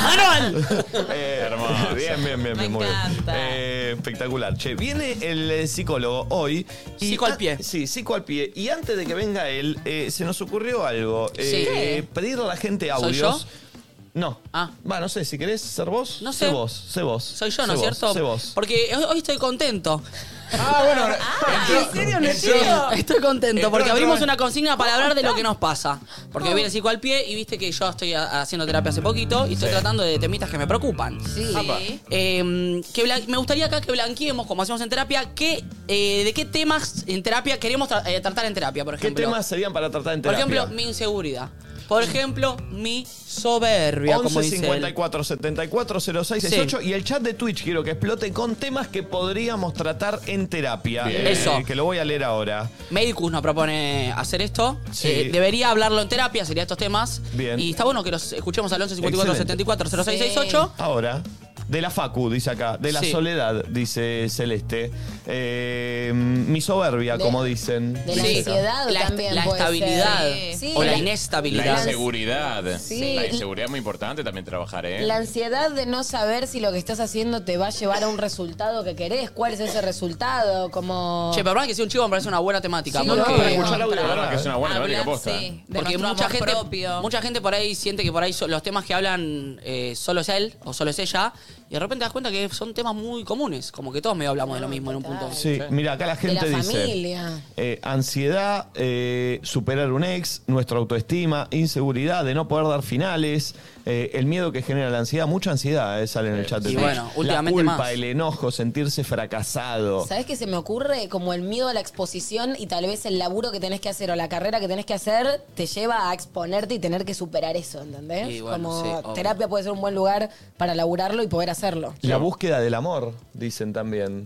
[SPEAKER 2] ¡Anual!
[SPEAKER 1] Eh,
[SPEAKER 7] Hermoso.
[SPEAKER 1] Bien, bien, bien, bien, muy bien. Eh, espectacular. Che, viene el eh, psicólogo hoy. Y
[SPEAKER 2] Psico al
[SPEAKER 1] pie. sí, psico al pie. Y antes de que venga él, eh, se nos ocurrió algo.
[SPEAKER 2] Sí.
[SPEAKER 1] Eh, Pedirle a la gente
[SPEAKER 2] ¿Soy
[SPEAKER 1] audios.
[SPEAKER 2] yo?
[SPEAKER 1] No. Va, no sé, si querés ser vos.
[SPEAKER 2] Ah. No sé.
[SPEAKER 1] Sé vos, sé vos.
[SPEAKER 2] Soy yo, ¿no es
[SPEAKER 1] Sé vos,
[SPEAKER 2] cierto?
[SPEAKER 1] Sé vos.
[SPEAKER 2] Porque hoy, hoy estoy contento.
[SPEAKER 9] Ah, bueno.
[SPEAKER 2] ¿En serio,
[SPEAKER 9] Entró-
[SPEAKER 2] Estoy contento
[SPEAKER 9] entró
[SPEAKER 2] porque
[SPEAKER 9] otra
[SPEAKER 2] abrimos
[SPEAKER 9] vez.
[SPEAKER 2] una consigna para hablar de lo que nos pasa. Porque viene el psico al pie y viste que yo estoy a- haciendo terapia hace poquito y estoy
[SPEAKER 4] Sí.
[SPEAKER 2] tratando de temitas que me preocupan.
[SPEAKER 4] Sí. Apa.
[SPEAKER 2] Eh, que blan- me gustaría acá que blanqueemos, como hacemos en terapia, que, eh, de qué temas en terapia queremos tra- eh, tratar en terapia, por
[SPEAKER 1] ¿Qué
[SPEAKER 2] ejemplo.
[SPEAKER 1] temas serían para tratar en
[SPEAKER 2] Por
[SPEAKER 1] terapia?
[SPEAKER 2] ejemplo, mi inseguridad. Por ejemplo, mi soberbia, como
[SPEAKER 1] 11
[SPEAKER 2] dice él.
[SPEAKER 1] 54 74 06 68 y el chat de Twitch quiero que explote con temas que podríamos tratar en terapia. Eh,
[SPEAKER 2] Bien. Eso.
[SPEAKER 1] Que lo voy a leer ahora.
[SPEAKER 2] Medicus nos propone hacer esto.
[SPEAKER 1] Sí.
[SPEAKER 2] Eh, debería hablarlo en terapia, sería estos temas.
[SPEAKER 1] Bien.
[SPEAKER 2] Y está bueno que los escuchemos al 11 54 74 0668.
[SPEAKER 1] Ahora. De la Facu, dice acá. De la
[SPEAKER 2] Sí.
[SPEAKER 1] soledad, dice Celeste. Eh, mi soberbia,
[SPEAKER 6] De-
[SPEAKER 1] como dicen.
[SPEAKER 6] de la
[SPEAKER 1] dice.
[SPEAKER 6] ansiedad
[SPEAKER 2] La est-
[SPEAKER 6] también
[SPEAKER 2] la
[SPEAKER 6] puede ser.
[SPEAKER 2] estabilidad.
[SPEAKER 6] Sí.
[SPEAKER 2] O la
[SPEAKER 6] Sí.
[SPEAKER 2] inestabilidad.
[SPEAKER 7] La inseguridad.
[SPEAKER 6] Sí.
[SPEAKER 7] La inseguridad es muy importante también trabajar, ¿eh?
[SPEAKER 6] La ansiedad de no saber si lo que estás haciendo te va a llevar a un resultado que querés, cuál es ese resultado, como...
[SPEAKER 2] Che, perdón que sea un chivo me parece una buena temática.
[SPEAKER 6] Sí,
[SPEAKER 2] porque
[SPEAKER 6] obvio. Escuchar audio,
[SPEAKER 7] la verdad que es una buena Hablar, temática, posta. sí,
[SPEAKER 4] de
[SPEAKER 2] Porque
[SPEAKER 4] nuestro
[SPEAKER 2] mucha
[SPEAKER 4] amor
[SPEAKER 2] gente, mucha gente por ahí siente que por ahí so- los temas que hablan eh, solo es él o solo es ella. Y de repente te das cuenta que son temas muy comunes. Como que todos medio hablamos de lo mismo en un punto.
[SPEAKER 1] Sí, mira, acá la gente dice. eh, ansiedad, eh, superar un ex, nuestra autoestima, inseguridad de no poder dar finales, eh, el miedo que genera la ansiedad, mucha ansiedad eh, sale en el chat de
[SPEAKER 2] Y
[SPEAKER 1] Twitch.
[SPEAKER 2] bueno, últimamente
[SPEAKER 1] la culpa,
[SPEAKER 2] más.
[SPEAKER 1] el enojo, sentirse fracasado.
[SPEAKER 6] ¿Sabes qué se me ocurre? Como el miedo a la exposición y tal vez el laburo que tenés que hacer o la carrera que tenés que hacer te lleva a exponerte y tener que superar eso, ¿entendés?
[SPEAKER 1] Y bueno,
[SPEAKER 6] como
[SPEAKER 1] sí, obvio.
[SPEAKER 6] terapia puede ser un buen lugar para laburarlo y poder hacerlo.
[SPEAKER 1] La búsqueda del amor, dicen también.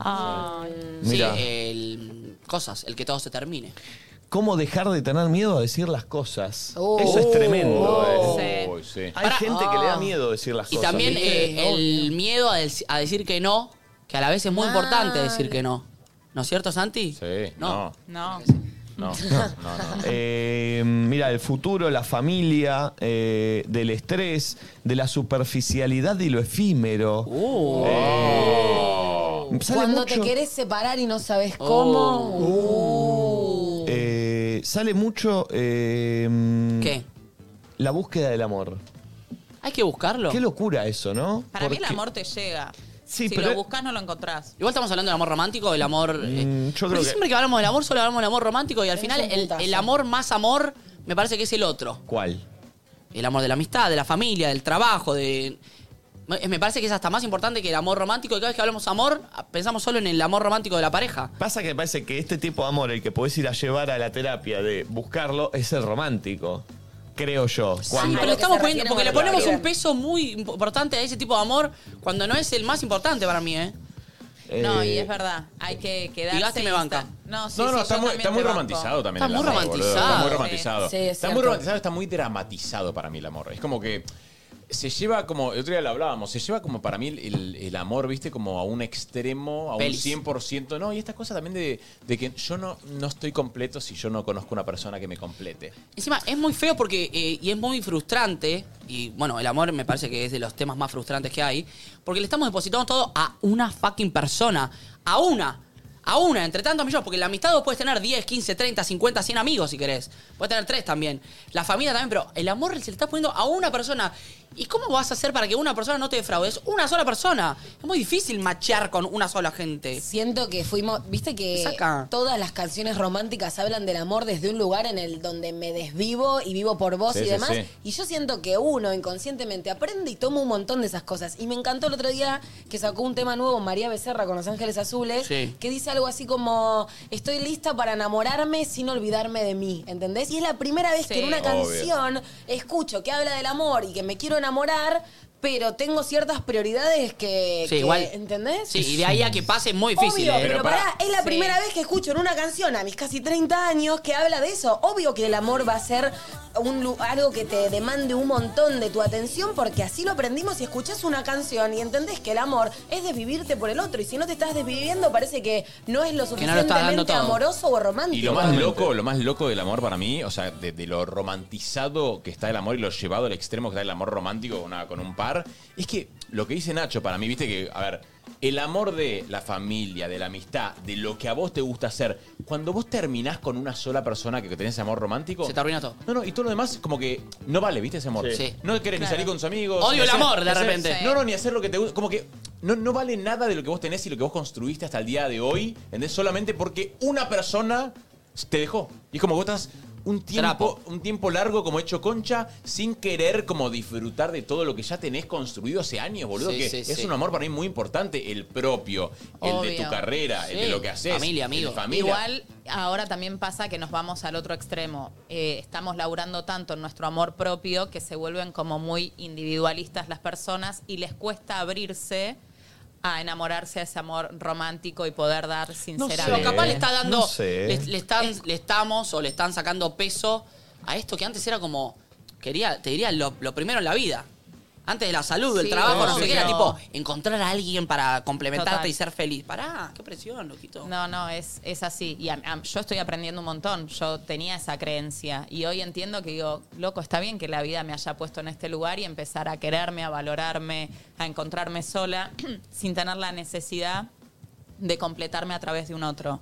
[SPEAKER 1] Mira.
[SPEAKER 2] Sí, el- cosas, el que todo se termine.
[SPEAKER 1] ¿Cómo dejar de tener miedo a decir las cosas?
[SPEAKER 2] Oh.
[SPEAKER 1] Eso es tremendo.
[SPEAKER 2] Oh.
[SPEAKER 1] eh.
[SPEAKER 2] Sí.
[SPEAKER 1] Hay
[SPEAKER 2] Pará.
[SPEAKER 1] gente que le da miedo decir las
[SPEAKER 2] Ah. Y
[SPEAKER 1] cosas.
[SPEAKER 2] también
[SPEAKER 1] ¿viste?
[SPEAKER 2] eh, el miedo a, dec- a decir que no, que a la vez es muy importante decir que no. ¿No es cierto, Santi? Sí. No.
[SPEAKER 4] No.
[SPEAKER 7] No.
[SPEAKER 1] Eh, mira, el futuro, la familia, eh, del estrés, de la superficialidad y lo efímero.
[SPEAKER 2] Uh.
[SPEAKER 1] Eh, sale
[SPEAKER 6] Cuando te
[SPEAKER 1] mucho-
[SPEAKER 6] querés separar y no sabes cómo.
[SPEAKER 1] eh, sale mucho. eh,
[SPEAKER 2] ¿Qué?
[SPEAKER 1] La búsqueda del amor.
[SPEAKER 2] Hay que buscarlo.
[SPEAKER 1] Qué locura eso, ¿no?
[SPEAKER 4] Para mí el
[SPEAKER 1] Porque-
[SPEAKER 4] amor te llega.
[SPEAKER 1] Sí,
[SPEAKER 4] si
[SPEAKER 1] pero-
[SPEAKER 4] lo buscas no lo encontrás.
[SPEAKER 2] Igual estamos hablando del amor romántico, del amor. eh,
[SPEAKER 1] Mm, yo
[SPEAKER 2] porque
[SPEAKER 1] creo que-
[SPEAKER 2] siempre que hablamos del amor, solo hablamos del amor romántico y al final
[SPEAKER 4] un
[SPEAKER 2] el,
[SPEAKER 4] puntazo.
[SPEAKER 2] el amor más amor me parece que es el otro.
[SPEAKER 1] ¿Cuál?
[SPEAKER 2] El amor de la amistad, de la familia, del trabajo, de. Me me parece que es hasta más importante que el amor romántico. Y cada vez que hablamos amor, pensamos solo en el amor romántico de la pareja.
[SPEAKER 1] Pasa que me parece que este tipo de amor, el que podés ir a llevar a la terapia de buscarlo, es el romántico. Creo yo. Cuando-
[SPEAKER 2] pero lo estamos poniendo, porque le ponemos
[SPEAKER 1] Claro.
[SPEAKER 2] un peso muy importante a ese tipo de amor cuando no es el más importante para mí, ¿eh?
[SPEAKER 4] No, y
[SPEAKER 7] Eh,
[SPEAKER 4] es verdad. Hay que quedarse.
[SPEAKER 2] Y Gasti me
[SPEAKER 4] y
[SPEAKER 2] banca.
[SPEAKER 4] estar- No, sí,
[SPEAKER 7] no,
[SPEAKER 4] sí,
[SPEAKER 7] no,
[SPEAKER 4] yo
[SPEAKER 7] está muy,
[SPEAKER 4] también
[SPEAKER 7] está
[SPEAKER 4] te
[SPEAKER 7] muy
[SPEAKER 4] banco.
[SPEAKER 7] romantizado también.
[SPEAKER 2] Está
[SPEAKER 7] el
[SPEAKER 2] muy
[SPEAKER 7] amor, boludo.
[SPEAKER 2] romantizado.
[SPEAKER 7] Está muy
[SPEAKER 2] Sí,
[SPEAKER 7] romantizado.
[SPEAKER 2] sí, es
[SPEAKER 7] está muy
[SPEAKER 2] cierto.
[SPEAKER 7] romantizado, está muy dramatizado para mí el amor. Es como que se lleva como, el otro día lo hablábamos, se lleva como para mí el, el- el amor, viste, como a un extremo, a
[SPEAKER 2] Pelis.
[SPEAKER 7] un 100%. No, y esta cosa también de, de que yo no, no estoy completo si yo no conozco una persona que me complete.
[SPEAKER 2] Encima, es muy feo porque. eh, y es muy frustrante. Y bueno, el amor me parece que es de los temas más frustrantes que hay. Porque le estamos depositando todo a una fucking persona. A una. A una, entre tantos millones. Porque la amistad vos puedes tener 10, 15, 30, 50, 100 amigos si querés. Puedes tener tres también. La familia también, pero el amor se le está poniendo a una persona. ¿Y cómo vas a hacer para que una persona no te defraude? Es una sola persona. Es muy difícil machear con una sola gente.
[SPEAKER 6] Siento que fuimos, viste que
[SPEAKER 2] Saca.
[SPEAKER 6] todas las canciones románticas hablan del amor desde un lugar en el donde me desvivo y vivo por vos
[SPEAKER 2] Sí,
[SPEAKER 6] y
[SPEAKER 2] sí,
[SPEAKER 6] demás.
[SPEAKER 2] sí.
[SPEAKER 6] Y yo siento que uno inconscientemente aprende y toma un montón de esas cosas. Y me encantó el otro día que sacó un tema nuevo María Becerra con Los Ángeles Azules,
[SPEAKER 2] Sí.
[SPEAKER 6] que dice algo así como, estoy lista para enamorarme sin olvidarme de mí, ¿entendés? Y es la primera vez
[SPEAKER 25] Sí.
[SPEAKER 6] que en una
[SPEAKER 25] Obvio.
[SPEAKER 6] canción escucho que habla del amor y que me quiero enamorar. Pero tengo ciertas prioridades que,
[SPEAKER 2] Sí,
[SPEAKER 6] que-
[SPEAKER 2] igual.
[SPEAKER 6] ¿entendés?
[SPEAKER 2] Sí, y de ahí a que pase es muy difícil.
[SPEAKER 6] Obvio,
[SPEAKER 2] ¿eh?
[SPEAKER 6] pero pará, es la primera vez que escucho en una canción a mis casi 30 años que habla de eso. Obvio que el amor va a ser un, lu- algo que te demande un montón de tu atención porque así lo aprendimos y escuchás una canción y entendés que el amor es desvivirte por el otro y si no te estás desviviendo parece que no es lo
[SPEAKER 7] Que no lo estás dando
[SPEAKER 6] suficientemente
[SPEAKER 7] todo.
[SPEAKER 6] amoroso o romántico.
[SPEAKER 7] Y lo más loco, lo más loco del amor para mí, o sea, de, de lo romantizado que está el amor y lo llevado al extremo que está el amor romántico con, una- con un par, es que lo que dice Nacho para mí, viste que, a ver, el amor de la familia, de la amistad, de lo que a vos te gusta hacer, cuando vos terminás con una sola persona que tenés amor romántico,
[SPEAKER 2] Se te arruina todo.
[SPEAKER 7] No, no, y todo lo demás como que no vale, viste ese amor.
[SPEAKER 2] Sí. Sí.
[SPEAKER 7] No querés ni
[SPEAKER 2] Claro.
[SPEAKER 7] salir con tus amigos.
[SPEAKER 2] Odio
[SPEAKER 7] ni
[SPEAKER 2] el amor, de
[SPEAKER 7] ni hacer-
[SPEAKER 2] repente. Sí.
[SPEAKER 7] No, no, ni hacer lo que te gusta. Como que no, no vale nada de lo que vos tenés y lo que vos construiste hasta el día de hoy, ¿entendés? Solamente porque una persona te dejó. Y es como que vos estás un tiempo, un tiempo largo como hecho concha sin querer como disfrutar de todo lo que ya tenés construido hace años, boludo.
[SPEAKER 2] Sí,
[SPEAKER 7] que
[SPEAKER 2] sí,
[SPEAKER 7] es
[SPEAKER 2] sí.
[SPEAKER 7] un amor para mí muy importante, el propio, el de
[SPEAKER 4] Obvio.
[SPEAKER 7] tu carrera, el de
[SPEAKER 2] Sí.
[SPEAKER 7] lo que haces.
[SPEAKER 2] Familia,
[SPEAKER 7] el de
[SPEAKER 2] amigos.
[SPEAKER 7] familia.
[SPEAKER 4] Igual ahora también pasa que nos vamos al otro extremo. Eh, estamos laburando tanto en nuestro amor propio que se vuelven como muy individualistas las personas y les cuesta abrirse a enamorarse a ese amor romántico y poder dar
[SPEAKER 2] No sé,
[SPEAKER 4] sinceramente.
[SPEAKER 2] o capaz le está dando.
[SPEAKER 1] No sé.
[SPEAKER 2] le, le están, le estamos o le están sacando peso a esto que antes era como. Quería, te diría lo, lo primero en la vida. Antes de la salud, del
[SPEAKER 4] Sí,
[SPEAKER 2] trabajo, no sé qué, era
[SPEAKER 4] obvio.
[SPEAKER 2] tipo encontrar a alguien para complementarte
[SPEAKER 4] Total.
[SPEAKER 2] y ser feliz. Pará, qué presión, loquito.
[SPEAKER 4] No, no, es, es así. Y am- am- yo estoy aprendiendo un montón. Yo tenía esa creencia. Y hoy entiendo que digo, loco, está bien que la vida me haya puesto en este lugar y empezar a quererme, a valorarme, a encontrarme sola, sin tener la necesidad de completarme a través de un otro.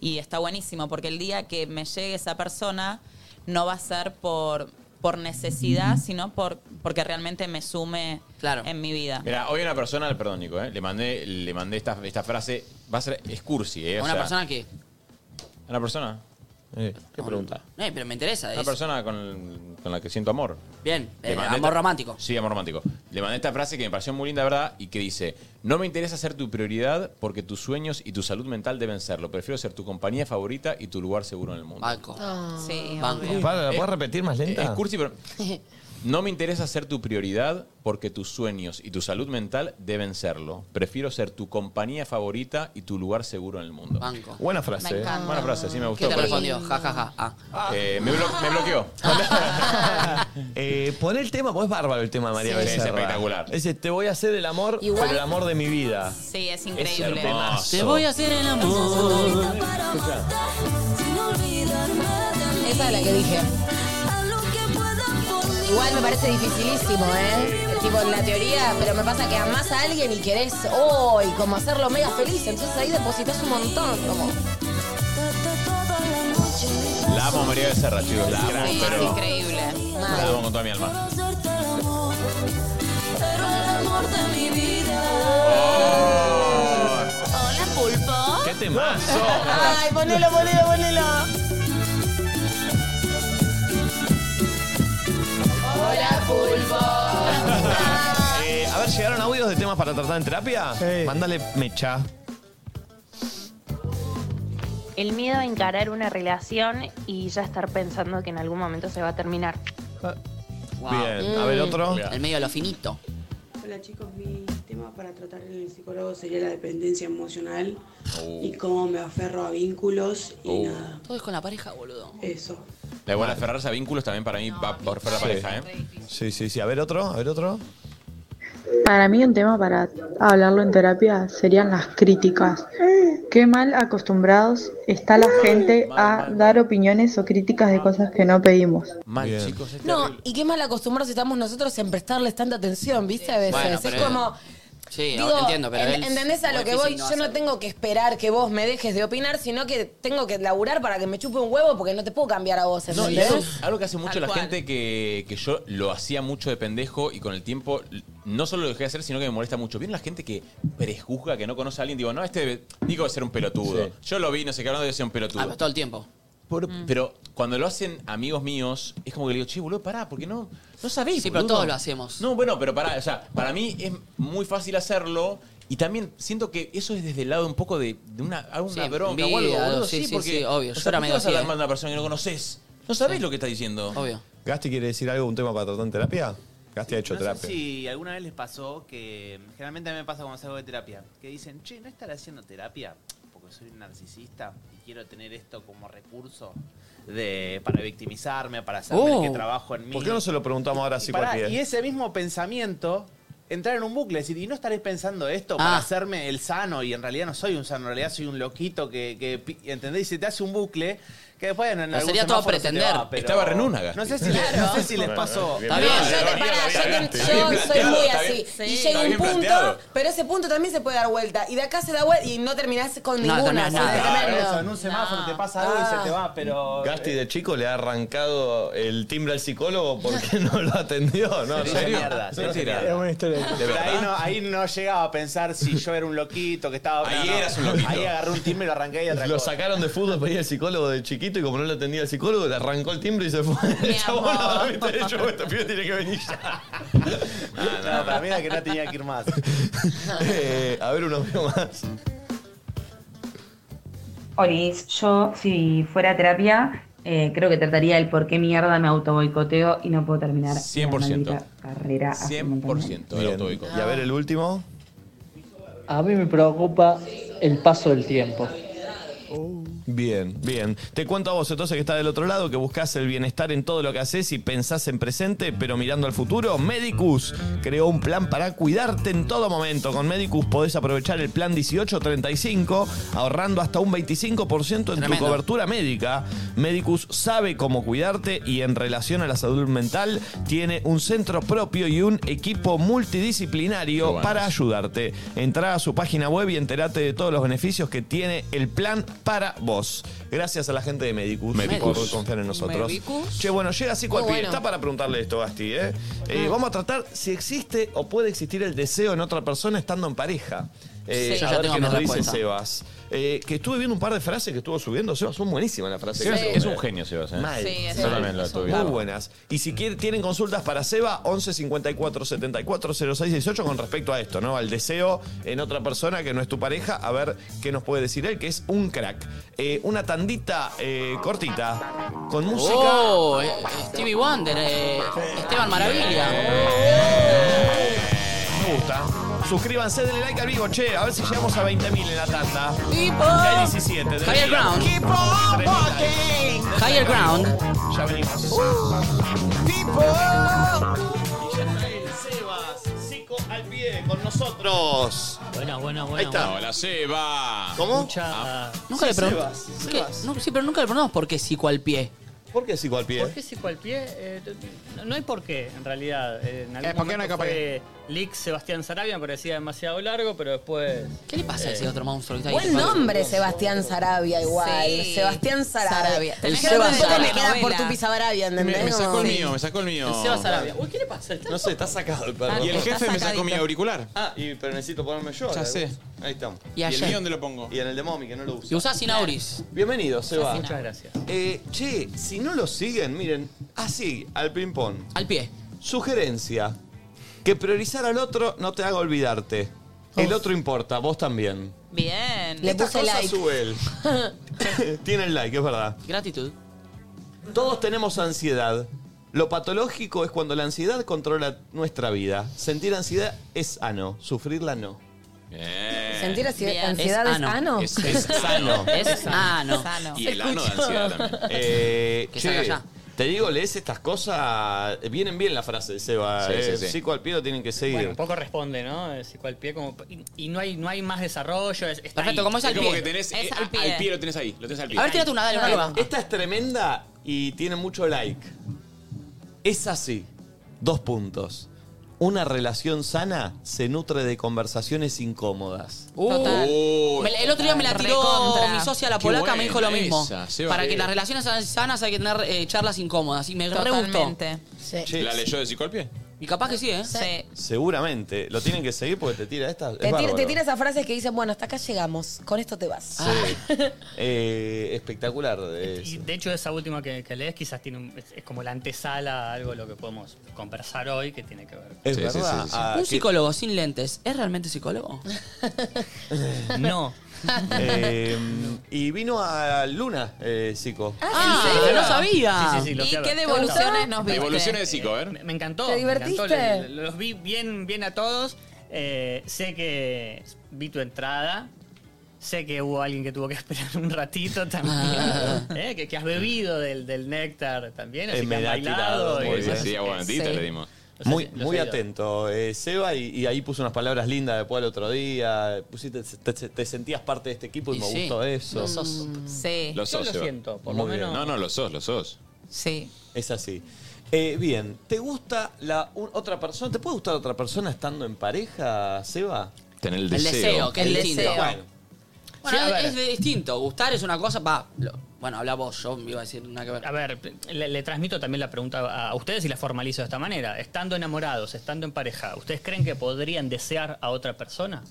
[SPEAKER 4] Y está buenísimo, porque el día que me llegue esa persona, no va a ser por, por necesidad, sino por, porque realmente me sume en mi vida.
[SPEAKER 7] Mira, hoy una persona, perdón Nico, eh, le mandé, le mandé esta, esta frase, va a ser, es cursi, eh. o
[SPEAKER 2] ¿Una
[SPEAKER 7] sea,
[SPEAKER 2] persona que
[SPEAKER 7] ¿Una persona? ¿Qué pregunta?
[SPEAKER 2] No, eh, pero me interesa.
[SPEAKER 7] Una
[SPEAKER 2] es-
[SPEAKER 7] persona con, con la que siento amor.
[SPEAKER 2] Bien,
[SPEAKER 7] Le
[SPEAKER 2] eh,
[SPEAKER 7] mandé
[SPEAKER 2] amor
[SPEAKER 7] esta-
[SPEAKER 2] romántico.
[SPEAKER 7] Sí, amor romántico. Le mandé esta frase que me pareció muy linda, ¿verdad? Y que dice, no me interesa ser tu prioridad porque tus sueños y tu salud mental deben serlo. Prefiero ser tu compañía favorita y tu lugar seguro en el mundo.
[SPEAKER 2] Banco.
[SPEAKER 4] Sí,
[SPEAKER 1] obvio. Para, ¿la puedes repetir más lenta?
[SPEAKER 7] Es cursi, pero... No me interesa ser tu prioridad porque tus sueños y tu salud mental deben serlo. Prefiero ser tu compañía favorita y tu lugar seguro en el mundo.
[SPEAKER 2] Banco.
[SPEAKER 7] Buena frase.
[SPEAKER 2] Me
[SPEAKER 7] eh.
[SPEAKER 2] encanta.
[SPEAKER 7] Buena frase, sí me gustó.
[SPEAKER 2] ¿Qué te
[SPEAKER 7] por eso.
[SPEAKER 2] respondió? Ja, ja, ja. Ah.
[SPEAKER 7] Eh, me, blo- me bloqueó.
[SPEAKER 1] Eh, pon el tema, porque es bárbaro el tema de María
[SPEAKER 7] Sí.
[SPEAKER 1] Becerra.
[SPEAKER 7] Es espectacular.
[SPEAKER 1] Ese, te voy a hacer el amor,
[SPEAKER 4] Igual-
[SPEAKER 1] pero el amor de mi vida.
[SPEAKER 4] Sí, es
[SPEAKER 1] Es
[SPEAKER 4] increíble.
[SPEAKER 1] hermoso.
[SPEAKER 2] Te voy a hacer el amor.
[SPEAKER 6] Esa es la que dije. Igual me parece dificilísimo, ¿eh? Tipo en la teoría, pero me pasa que amás a alguien y querés hoy, como hacerlo mega feliz, entonces ahí depositas un montón, como.
[SPEAKER 7] La amo a María Becerra, chicos. La amo,
[SPEAKER 4] Sí, es
[SPEAKER 7] pero
[SPEAKER 4] increíble.
[SPEAKER 7] la amo con toda mi alma.
[SPEAKER 1] Oh.
[SPEAKER 4] Hola, pulpo.
[SPEAKER 1] ¡Qué temazo!
[SPEAKER 6] Ay, ponelo, ponelo, ponelo.
[SPEAKER 9] Hola, pulpo.
[SPEAKER 1] Eh, a ver, ¿llegaron audios de temas para tratar en terapia? Mándale mecha.
[SPEAKER 13] El miedo a encarar una relación y ya estar pensando que en algún momento se va a terminar.
[SPEAKER 1] Bien, a ver, otro.
[SPEAKER 2] Mm, El medio de lo finito.
[SPEAKER 16] Hola chicos, mi tema para tratar en el psicólogo sería la dependencia emocional
[SPEAKER 7] Uh.
[SPEAKER 16] y cómo me aferro a vínculos y
[SPEAKER 1] Uh.
[SPEAKER 7] Oh.
[SPEAKER 16] nada.
[SPEAKER 2] Todo es con la pareja, boludo.
[SPEAKER 16] Eso.
[SPEAKER 7] La igual aferrarse a vínculos también para mí va por fuera de la pareja, ¿eh?
[SPEAKER 1] Sí, sí, sí. A ver, otro, a ver, otro.
[SPEAKER 26] Para mí un tema para hablarlo en terapia serían las críticas. Qué mal acostumbrados está la gente a dar opiniones o críticas de cosas que no pedimos.
[SPEAKER 7] Mal, chicos.
[SPEAKER 6] No, y qué mal acostumbrados estamos nosotros en prestarles tanta atención, ¿viste? A veces.
[SPEAKER 7] Bueno,
[SPEAKER 6] es
[SPEAKER 7] pero-
[SPEAKER 6] como.
[SPEAKER 2] Sí,
[SPEAKER 6] Digo,
[SPEAKER 2] entiendo, pero
[SPEAKER 6] en-
[SPEAKER 2] él-
[SPEAKER 6] ¿entendés a
[SPEAKER 2] muy
[SPEAKER 6] lo que voy?
[SPEAKER 2] difícil no
[SPEAKER 6] Yo no
[SPEAKER 2] hacerlo.
[SPEAKER 6] tengo que esperar que vos me dejes de opinar, sino que tengo que laburar para que me chupe un huevo porque no te puedo cambiar a vos,
[SPEAKER 7] No, y
[SPEAKER 6] ¿entendés?
[SPEAKER 7] algo, algo que hace mucho
[SPEAKER 6] Tal
[SPEAKER 7] la
[SPEAKER 6] cual.
[SPEAKER 7] gente que, que yo lo hacía mucho de pendejo y con el tiempo l- no solo lo dejé de hacer, sino que me molesta mucho. ¿Vieron la gente que prejuzga, que no conoce a alguien? Digo, no, este debe- Nico debe ser un pelotudo.
[SPEAKER 2] Sí.
[SPEAKER 7] Yo lo vi, no sé qué, no debe ser un pelotudo.
[SPEAKER 2] Ah, pero todo el tiempo.
[SPEAKER 7] Por- Pero cuando lo hacen amigos míos, es como que le digo, che, boludo, pará, porque no, no sabéis.
[SPEAKER 2] Sí, pero
[SPEAKER 7] boludo".
[SPEAKER 2] todos lo hacemos.
[SPEAKER 7] No, bueno, pero pará, o sea, para mí es muy fácil hacerlo. Y también siento que eso es desde el lado un poco de, de una, alguna
[SPEAKER 2] Sí,
[SPEAKER 7] bronca o algo,
[SPEAKER 2] envidia,
[SPEAKER 7] boludo.
[SPEAKER 2] sí,
[SPEAKER 7] Sí,
[SPEAKER 2] sí,
[SPEAKER 7] porque,
[SPEAKER 2] sí, obvio.
[SPEAKER 7] o
[SPEAKER 2] Yo
[SPEAKER 7] sea,
[SPEAKER 2] era
[SPEAKER 7] ¿por qué vas
[SPEAKER 2] medio
[SPEAKER 7] a
[SPEAKER 2] así,
[SPEAKER 7] hablar
[SPEAKER 2] ¿eh?
[SPEAKER 7] mal de una persona que no conoces? No sabés lo que está diciendo.
[SPEAKER 2] Obvio.
[SPEAKER 1] ¿Gasti quiere decir algo, un tema para tratar en terapia? Gasti ha hecho
[SPEAKER 10] No
[SPEAKER 1] terapia.
[SPEAKER 10] sé si alguna vez les pasó que. Generalmente a mí me pasa cuando salgo de terapia. Que dicen, che, ¿no estaré haciendo terapia? Porque soy un narcisista y quiero tener esto como recurso de, para victimizarme, para saber
[SPEAKER 1] Oh.
[SPEAKER 10] que trabajo en mí.
[SPEAKER 1] ¿Por qué no se lo preguntamos ahora
[SPEAKER 10] y,
[SPEAKER 1] si
[SPEAKER 10] pará,
[SPEAKER 1] cualquiera?
[SPEAKER 10] y ese mismo pensamiento entrar en un bucle, decir, y no estaré pensando esto para
[SPEAKER 1] Ah.
[SPEAKER 10] hacerme el sano, y en realidad no soy un sano, en realidad soy un loquito que, que pi- ¿entendés? Y se te hace un bucle que después en algún
[SPEAKER 2] sería todo
[SPEAKER 10] semáforo se te
[SPEAKER 2] pretender.
[SPEAKER 10] va, pero-
[SPEAKER 7] Estaba renuna, Gasti.
[SPEAKER 10] No sé si, les- no sé si les
[SPEAKER 7] Claro.
[SPEAKER 10] pasó.
[SPEAKER 7] Está bien, yo te-
[SPEAKER 10] Pero-
[SPEAKER 7] pará, yo te-
[SPEAKER 6] Yo
[SPEAKER 7] Está bien
[SPEAKER 6] soy
[SPEAKER 7] planteado,
[SPEAKER 6] muy
[SPEAKER 7] está
[SPEAKER 6] así.
[SPEAKER 7] bien.
[SPEAKER 6] Y
[SPEAKER 7] Sí.
[SPEAKER 6] llega
[SPEAKER 7] Está
[SPEAKER 6] un
[SPEAKER 7] bien
[SPEAKER 6] punto,
[SPEAKER 7] planteado.
[SPEAKER 6] pero ese punto también se puede dar vuelta. Y de acá se da vuelta y no terminás con
[SPEAKER 10] No,
[SPEAKER 6] ninguna.
[SPEAKER 10] terminás nada.
[SPEAKER 6] ¿sabés?
[SPEAKER 10] Claro,
[SPEAKER 6] Tremendo.
[SPEAKER 10] eso, en un semáforo te pasa algo y se te va, pero.
[SPEAKER 1] Gasti de chico le ha arrancado el timbre al psicólogo porque no lo atendió. No,
[SPEAKER 10] Se dice mierda, se dice mierda. Es
[SPEAKER 1] una historia.
[SPEAKER 10] Pero ahí no, ahí no llegaba a pensar si yo era un loquito que estaba.
[SPEAKER 1] Ahí
[SPEAKER 10] no, no.
[SPEAKER 1] eras un loquito.
[SPEAKER 10] Ahí agarré un timbre y lo arranqué y otra
[SPEAKER 1] Lo
[SPEAKER 10] cosa.
[SPEAKER 1] sacaron de fútbol para ir al psicólogo de chiquito y como no lo atendía el psicólogo, le arrancó el timbre y se fue. El chabón la viste, yo, este pibe tiene que venir ya.
[SPEAKER 10] No, para mí era que no tenía que ir más.
[SPEAKER 1] Eh, a ver, uno más.
[SPEAKER 16] Olis, yo si fuera a terapia, eh, creo que trataría el por qué mierda me autoboicoteo y no puedo terminar la
[SPEAKER 7] 100%.
[SPEAKER 16] maldita carrera. hace un montón de años.
[SPEAKER 7] 100% del autobico.
[SPEAKER 1] Y a ver, el último.
[SPEAKER 9] A mí me preocupa el paso del tiempo.
[SPEAKER 1] Bien, bien. Te cuento a vos entonces que está del otro lado, que buscas el bienestar en todo lo que haces y pensás en presente, pero mirando al futuro. Medicus creó un plan para cuidarte en todo momento. Con Medicus podés aprovechar el plan 1835, ahorrando hasta un 25% en tu
[SPEAKER 5] Tremendo.
[SPEAKER 1] cobertura médica. Medicus sabe cómo cuidarte y en relación a la salud mental tiene un centro propio y un equipo multidisciplinario para ayudarte. Entrá a su página web y enterate de todos los beneficios que tiene el plan para vos. Gracias a la gente de Medicus,
[SPEAKER 5] Medicus.
[SPEAKER 1] por confiar en nosotros.
[SPEAKER 5] Medicus.
[SPEAKER 1] Che, bueno, llega así cual
[SPEAKER 5] Muy
[SPEAKER 1] pibe.
[SPEAKER 5] bueno.
[SPEAKER 1] Está para preguntarle esto, Gasti. ¿eh? Eh,
[SPEAKER 5] Mm.
[SPEAKER 1] Vamos a tratar si existe o puede existir el deseo en otra persona estando en pareja. Eh,
[SPEAKER 5] Sí. Yo
[SPEAKER 1] a
[SPEAKER 5] ya
[SPEAKER 1] ver
[SPEAKER 5] tengo
[SPEAKER 1] qué
[SPEAKER 5] mi
[SPEAKER 1] nos
[SPEAKER 5] respuesta.
[SPEAKER 1] dice Sebas. Eh, que estuve viendo un par de frases que estuvo subiendo. Sebas, son buenísimas las frases.
[SPEAKER 7] Sí.
[SPEAKER 1] que
[SPEAKER 7] Es-
[SPEAKER 1] sube.
[SPEAKER 7] es un genio, Sebas, ¿eh?
[SPEAKER 1] Mal.
[SPEAKER 7] Sí, es Yo un- también lo es un tuve.
[SPEAKER 1] Muy
[SPEAKER 7] bárbaro.
[SPEAKER 1] buenas. Y si quieren, tienen consultas para Seba, 11 54 74 06 18 con respecto a esto, ¿no? Al deseo en otra persona que no es tu pareja, a ver qué nos puede decir él, que es un crack. Eh, una tandita eh, cortita con música.
[SPEAKER 2] Oh, eh, Stevie Wonder, eh, Esteban Maravilla.
[SPEAKER 1] Me gusta. Suscríbanse, denle like al vivo, che, a ver si llegamos a 20.000 en la tanda.
[SPEAKER 2] Tipo.
[SPEAKER 1] Ya hay 17. tenés
[SPEAKER 2] Higher
[SPEAKER 1] que-
[SPEAKER 2] ground.
[SPEAKER 1] Keep on walking.
[SPEAKER 2] Higher ground.
[SPEAKER 1] Ya venimos. Sebas, psico al pie con nosotros.
[SPEAKER 24] Buenas, buenas, buenas.
[SPEAKER 1] Ahí está.
[SPEAKER 7] Hola, Seba.
[SPEAKER 1] ¿Cómo?
[SPEAKER 2] Nunca le preguntamos. sí, pero nunca le preguntamos por qué psico al pie.
[SPEAKER 1] ¿Por qué psico al pie?
[SPEAKER 24] ¿Por qué psico al pie? Eh, t- no- no hay por qué, en realidad. Eh, En algún
[SPEAKER 9] Eh, ¿por qué no hay
[SPEAKER 24] momento
[SPEAKER 9] capaz
[SPEAKER 24] fue Lick Sebastián Sarabia, me parecía demasiado largo, pero después... eh, ¿Qué le
[SPEAKER 2] pasa a ese otro monstruo que está ahí?
[SPEAKER 6] Buen nombre, Sebastián Sarabia, igual.
[SPEAKER 2] Sí.
[SPEAKER 6] Sebastián Sarabia.
[SPEAKER 2] Sarabia.
[SPEAKER 6] El
[SPEAKER 2] El
[SPEAKER 6] Seba
[SPEAKER 2] Seba
[SPEAKER 6] me
[SPEAKER 2] Sarabia.
[SPEAKER 6] queda por tu
[SPEAKER 2] Novela.
[SPEAKER 6] Pisarabia, ¿entendés?
[SPEAKER 7] Me, me sacó el
[SPEAKER 6] Como-
[SPEAKER 7] mío, me sacó el mío.
[SPEAKER 2] El Sebas Sarabia. Uy, ¿qué le pasa?
[SPEAKER 7] No sé, está sacado el
[SPEAKER 2] perro.
[SPEAKER 7] Y el
[SPEAKER 2] Ah, Está
[SPEAKER 7] jefe me sacó
[SPEAKER 2] sacadito.
[SPEAKER 7] mi auricular.
[SPEAKER 1] Ah, y, pero necesito ponerme yo.
[SPEAKER 7] Ya
[SPEAKER 1] la-
[SPEAKER 7] sé.
[SPEAKER 1] Ahí estamos.
[SPEAKER 7] ¿Y ayer?
[SPEAKER 1] el mío dónde lo pongo? Y en el de Momi, que no lo uso.
[SPEAKER 2] Y usás sin auris.
[SPEAKER 1] Bienvenido,
[SPEAKER 2] Usás
[SPEAKER 1] Seba.
[SPEAKER 2] sin Muchas auris. gracias.
[SPEAKER 1] Eh, che, si no lo siguen, miren, así, al ping-pong.
[SPEAKER 2] Al pie.
[SPEAKER 1] Sugerencia. Que priorizar al otro no te haga olvidarte. El otro importa, vos también.
[SPEAKER 4] Bien.
[SPEAKER 1] Estas cosas sube él. Tiene el like, es verdad.
[SPEAKER 2] Gratitud.
[SPEAKER 1] Todos tenemos ansiedad. Lo patológico es cuando la ansiedad controla nuestra vida. Sentir ansiedad es sano, sufrirla no.
[SPEAKER 6] Sentir ansi-
[SPEAKER 2] Bien.
[SPEAKER 6] ansiedad
[SPEAKER 2] Es
[SPEAKER 6] es
[SPEAKER 2] ano.
[SPEAKER 6] ano.
[SPEAKER 1] Es- es sano.
[SPEAKER 2] Es sano.
[SPEAKER 1] Y el ano de
[SPEAKER 2] Escucho.
[SPEAKER 1] ansiedad también. Eh,
[SPEAKER 2] Que
[SPEAKER 1] che,
[SPEAKER 2] salga ya.
[SPEAKER 1] Te digo, lees estas cosas. Vienen bien las frases de Seba.
[SPEAKER 7] Sí,
[SPEAKER 1] eh,
[SPEAKER 7] sí, sí.
[SPEAKER 1] Psico al pie lo tienen que seguir.
[SPEAKER 24] Bueno, un poco responde, ¿no? El psico al pie como... Y, y no, hay, no hay más desarrollo. es- está
[SPEAKER 2] Perfecto,
[SPEAKER 24] ahí.
[SPEAKER 2] ¿cómo es al
[SPEAKER 7] Como
[SPEAKER 2] pie?
[SPEAKER 7] que tenés.
[SPEAKER 24] Es
[SPEAKER 7] eh,
[SPEAKER 24] al
[SPEAKER 7] a-
[SPEAKER 24] pie.
[SPEAKER 7] lo tenés ahí. Lo tenés al pie.
[SPEAKER 2] A ver, tírate una, dale, una nueva.
[SPEAKER 1] Esta es tremenda y tiene mucho like. Es así. Dos puntos. Una relación sana se nutre de conversaciones incómodas.
[SPEAKER 2] Uh. Total.
[SPEAKER 7] Uh.
[SPEAKER 2] Me la- el otro día me la tiró
[SPEAKER 4] Recontra.
[SPEAKER 2] mi socia, la
[SPEAKER 1] Qué
[SPEAKER 2] polaca,
[SPEAKER 1] buena
[SPEAKER 2] me dijo lo mismo.
[SPEAKER 1] esa, Seba.
[SPEAKER 2] Para que las relaciones sean sanas hay que tener eh, charlas incómodas. Y me re gustó.
[SPEAKER 4] Totalmente.
[SPEAKER 1] Che,
[SPEAKER 7] ¿La leyó de Psicolpie?
[SPEAKER 2] Y capaz que sí, ¿eh?
[SPEAKER 4] Sí.
[SPEAKER 1] Seguramente. Lo tienen que seguir porque te tira esta. es
[SPEAKER 6] Te, tira-
[SPEAKER 1] bárbaro.
[SPEAKER 6] te tira esas frases que dicen, bueno, hasta acá llegamos, con esto te vas. Ah.
[SPEAKER 1] Eh, espectacular. eh,
[SPEAKER 24] Y de hecho, esa última que, que lees quizás tiene un- es, es como la antesala a algo de lo que podemos conversar hoy que tiene que ver.
[SPEAKER 1] Es Sí, sí, verdad. sí, sí. Ah,
[SPEAKER 2] Un
[SPEAKER 1] que-
[SPEAKER 2] psicólogo sin lentes, ¿es realmente psicólogo?
[SPEAKER 24] no.
[SPEAKER 2] Ah,
[SPEAKER 1] eh, y vino a Luna, eh, Zico.
[SPEAKER 2] Ah, ¿en serio? no sabía.
[SPEAKER 24] Sí, sí, sí, lo
[SPEAKER 2] ¿Y
[SPEAKER 24] fui a ver.
[SPEAKER 2] qué devoluciones nos viste?
[SPEAKER 7] Devoluciones de Zico, a ver.
[SPEAKER 24] Me, me encantó.
[SPEAKER 2] ¿Te
[SPEAKER 24] me encantó,
[SPEAKER 2] divertiste?
[SPEAKER 24] le- le- los vi bien, bien a todos. Eh, sé que vi tu entrada. Sé que hubo alguien que tuvo que esperar un ratito también.
[SPEAKER 2] Ah.
[SPEAKER 24] Eh, que, que has bebido del, del néctar también. Así
[SPEAKER 1] Eh,
[SPEAKER 24] que has
[SPEAKER 1] me da
[SPEAKER 24] bailado.
[SPEAKER 1] tirado.
[SPEAKER 24] y
[SPEAKER 1] Muy
[SPEAKER 24] demás,
[SPEAKER 1] bien.
[SPEAKER 24] así
[SPEAKER 1] Sí,
[SPEAKER 24] que-
[SPEAKER 1] aguantita
[SPEAKER 24] sí.
[SPEAKER 1] le
[SPEAKER 7] dimos.
[SPEAKER 1] Muy,
[SPEAKER 24] los
[SPEAKER 1] muy
[SPEAKER 24] he ido.
[SPEAKER 1] atento, eh, Seba, y, y ahí puso unas palabras lindas después al otro día. Pusiste, te, te sentías parte de este equipo y, me gustó eso.
[SPEAKER 27] Sí.
[SPEAKER 1] Lo sos, Seba. Muy bien.
[SPEAKER 7] No, no, lo sos, lo sos.
[SPEAKER 27] Sí.
[SPEAKER 1] Es así. Eh, bien, ¿te gusta la u- otra persona? ¿Te puede gustar otra persona estando en pareja, Seba?
[SPEAKER 7] Tener el
[SPEAKER 2] El
[SPEAKER 7] deseo.
[SPEAKER 2] deseo, que es
[SPEAKER 1] El
[SPEAKER 2] distinto.
[SPEAKER 1] deseo.
[SPEAKER 2] Bueno,
[SPEAKER 24] Sí, a
[SPEAKER 2] es-
[SPEAKER 24] ver.
[SPEAKER 2] es, de- distinto. Gustar es una cosa, pa, lo- bueno, habla vos, yo me iba a decir nada que ver.
[SPEAKER 24] A ver, le, le transmito también la pregunta a- a ustedes y la formalizo de esta manera. Estando enamorados, estando en pareja, ¿ustedes creen que podrían desear a otra persona?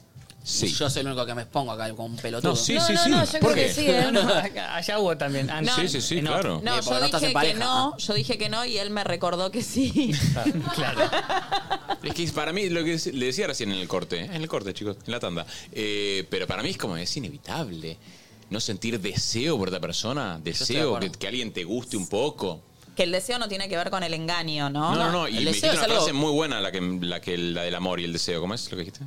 [SPEAKER 7] Sí.
[SPEAKER 2] Yo soy el único que me expongo acá con un pelotudo.
[SPEAKER 24] No, sí, No, sí, no, sí. no, yo ¿Por creo qué? que sí, ¿eh? No, no, acá- allá hubo también. antes.
[SPEAKER 2] Sí, sí, sí,
[SPEAKER 24] En
[SPEAKER 2] claro.
[SPEAKER 24] otro.
[SPEAKER 2] Eh,
[SPEAKER 4] No,
[SPEAKER 2] porque Ah, no
[SPEAKER 4] yo
[SPEAKER 2] estás
[SPEAKER 4] dije
[SPEAKER 2] en
[SPEAKER 4] que
[SPEAKER 2] pareja.
[SPEAKER 4] no, yo dije que no y él me recordó que sí.
[SPEAKER 7] Es que para mí, lo que es- le decía recién en el corte, en el corte, chicos, en la tanda, eh, pero para mí es como, es inevitable no sentir deseo por otra persona,
[SPEAKER 4] estoy de
[SPEAKER 7] deseo
[SPEAKER 4] acuerdo.
[SPEAKER 7] que, que alguien te guste un poco.
[SPEAKER 4] que el deseo no tiene que ver con el engaño, ¿no?
[SPEAKER 7] No, no, no, y me dijiste una frase muy buena, la, que, la, que, la del amor y el deseo, ¿cómo es lo que dijiste?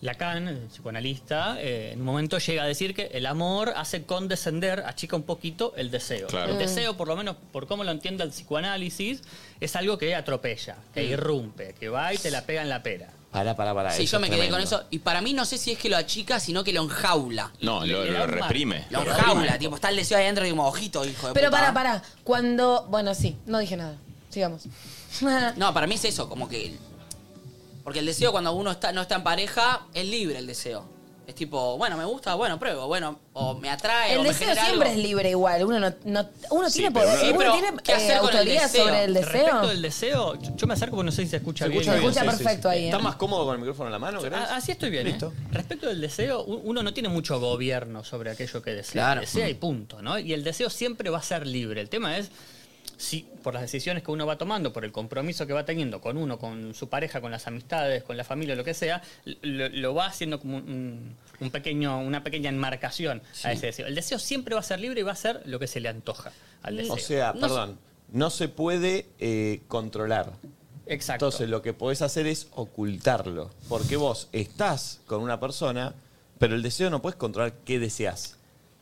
[SPEAKER 24] Lacan, el psicoanalista, eh, en un momento llega a decir que el amor hace condescender, achica un poquito el deseo.
[SPEAKER 7] Claro.
[SPEAKER 24] El
[SPEAKER 7] Mm.
[SPEAKER 24] deseo, por lo menos por cómo lo entiende el psicoanálisis, es algo que atropella, que
[SPEAKER 2] Mm.
[SPEAKER 24] irrumpe, que va y te la pega en la pera.
[SPEAKER 1] Pará, pará, pará.
[SPEAKER 2] Sí,
[SPEAKER 1] eso
[SPEAKER 2] yo
[SPEAKER 1] es
[SPEAKER 2] me quedé con
[SPEAKER 1] tremendo.
[SPEAKER 2] eso. Y para mí no sé si es que lo achica, sino que lo enjaula.
[SPEAKER 7] No, lo,
[SPEAKER 2] le
[SPEAKER 7] lo
[SPEAKER 2] da un
[SPEAKER 7] reprime.
[SPEAKER 2] Lo
[SPEAKER 7] lo
[SPEAKER 2] enjaula,
[SPEAKER 7] reprime.
[SPEAKER 2] tipo, está el deseo ahí adentro y como, ojito, hijo de
[SPEAKER 6] Pero
[SPEAKER 2] puta.
[SPEAKER 6] pará, pará. Cuando. Bueno, sí, no dije nada. Sigamos.
[SPEAKER 2] No, para mí es eso, como que. Porque el deseo cuando uno está, no está en pareja, es libre el deseo. Es tipo, bueno, me gusta, bueno, pruebo, bueno, o me atrae,
[SPEAKER 6] El
[SPEAKER 2] o me
[SPEAKER 6] deseo
[SPEAKER 2] genera
[SPEAKER 6] siempre
[SPEAKER 2] algo.
[SPEAKER 6] es libre igual. Uno no, no- uno tiene
[SPEAKER 24] pero-
[SPEAKER 6] poder,
[SPEAKER 24] Sí,
[SPEAKER 6] uno
[SPEAKER 24] pero
[SPEAKER 6] tiene
[SPEAKER 24] ¿qué
[SPEAKER 6] eh,
[SPEAKER 24] hacer con el
[SPEAKER 6] autoridad
[SPEAKER 24] deseo?
[SPEAKER 6] sobre el deseo.
[SPEAKER 24] Respecto del deseo, yo, yo me acerco porque no sé si se escucha
[SPEAKER 1] Se
[SPEAKER 24] bien.
[SPEAKER 1] escucha, bien, sí, sí, sí.
[SPEAKER 24] Eh,
[SPEAKER 1] ¿Está más cómodo con el micrófono en la mano, querés?
[SPEAKER 24] Ah, Así estoy bien. ¿eh?
[SPEAKER 1] Listo.
[SPEAKER 24] Respecto del deseo, u- uno no tiene mucho gobierno sobre aquello que desea.
[SPEAKER 1] Claro. Mm.
[SPEAKER 24] Desea y punto, ¿no? Y el deseo siempre va a ser libre. El tema es si por las decisiones que uno va tomando, por el compromiso que va teniendo con uno, con su pareja, con las amistades, con la familia, lo que sea, lo, lo va haciendo como un, un pequeño, una pequeña enmarcación a ese deseo. El deseo siempre va a ser libre y va a ser lo que se le antoja al deseo.
[SPEAKER 1] O sea,
[SPEAKER 24] No-
[SPEAKER 1] perdón, no se puede eh, controlar.
[SPEAKER 24] Exacto.
[SPEAKER 1] Entonces lo que podés hacer es ocultarlo. Porque vos estás con una persona, pero el deseo no puedes controlar qué deseas.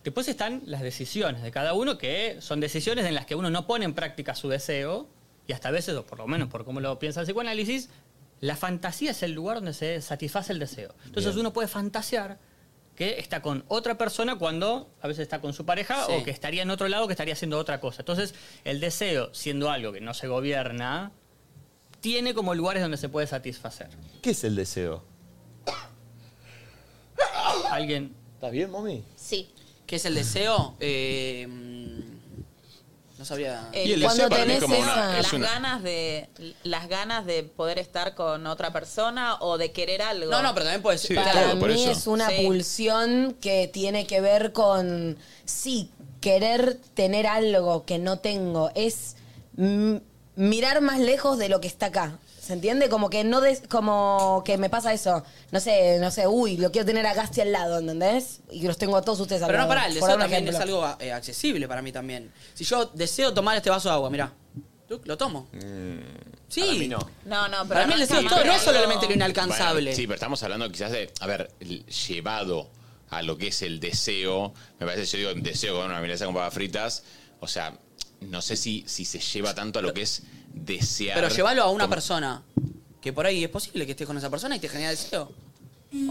[SPEAKER 24] Después están las decisiones de cada uno, que son decisiones en las que uno no pone en práctica su deseo, y hasta a veces, o por lo menos por cómo lo piensa el psicoanálisis, la fantasía es el lugar donde se satisface el deseo. Entonces
[SPEAKER 1] Bien.
[SPEAKER 24] uno puede fantasear que está con otra persona cuando a veces está con su pareja
[SPEAKER 2] Sí.
[SPEAKER 24] o que estaría en otro lado, que estaría haciendo otra cosa. Entonces el deseo, siendo algo que no se gobierna, tiene como lugares donde se puede satisfacer.
[SPEAKER 1] ¿Qué es el deseo?
[SPEAKER 24] ¿Alguien?
[SPEAKER 1] ¿Estás bien, mami?
[SPEAKER 2] Sí. ¿Qué es el deseo? Eh, mm, no sabría.
[SPEAKER 4] Eh, cuando tenés esa- las ganas de las ganas de poder estar con otra persona o de querer algo.
[SPEAKER 2] No, no, pero también puede ser.
[SPEAKER 6] Para mí es una pulsión que tiene que ver con, sí, querer tener algo que no tengo. Es mm, mirar más lejos de lo que está acá. ¿Se entiende? Como que no des- como que me pasa eso. No sé, no sé, uy, lo quiero tener a Gasti al lado, ¿entendés? Y los tengo a todos ustedes al
[SPEAKER 2] Pero no,
[SPEAKER 6] lado.
[SPEAKER 2] pará,
[SPEAKER 6] por
[SPEAKER 2] el deseo
[SPEAKER 6] dar un
[SPEAKER 2] también
[SPEAKER 6] ejemplo.
[SPEAKER 2] es algo eh, accesible para mí también. Si yo deseo tomar este vaso de agua, mirá, tuc, lo tomo. Sí. Mm, Para mí no.
[SPEAKER 4] No, no, pero
[SPEAKER 2] Para mí el deseo es todo, no es solamente lo
[SPEAKER 7] Bueno,
[SPEAKER 2] inalcanzable.
[SPEAKER 7] sí, pero estamos hablando quizás de, a ver, l- llevado a lo que es el deseo, me parece, yo digo, deseo con una milanesa con papas fritas, o sea, no sé si, si se lleva tanto a lo que es desear.
[SPEAKER 2] Pero llévalo a una
[SPEAKER 7] como-
[SPEAKER 2] persona que por ahí es posible que estés con esa persona y te genera deseo.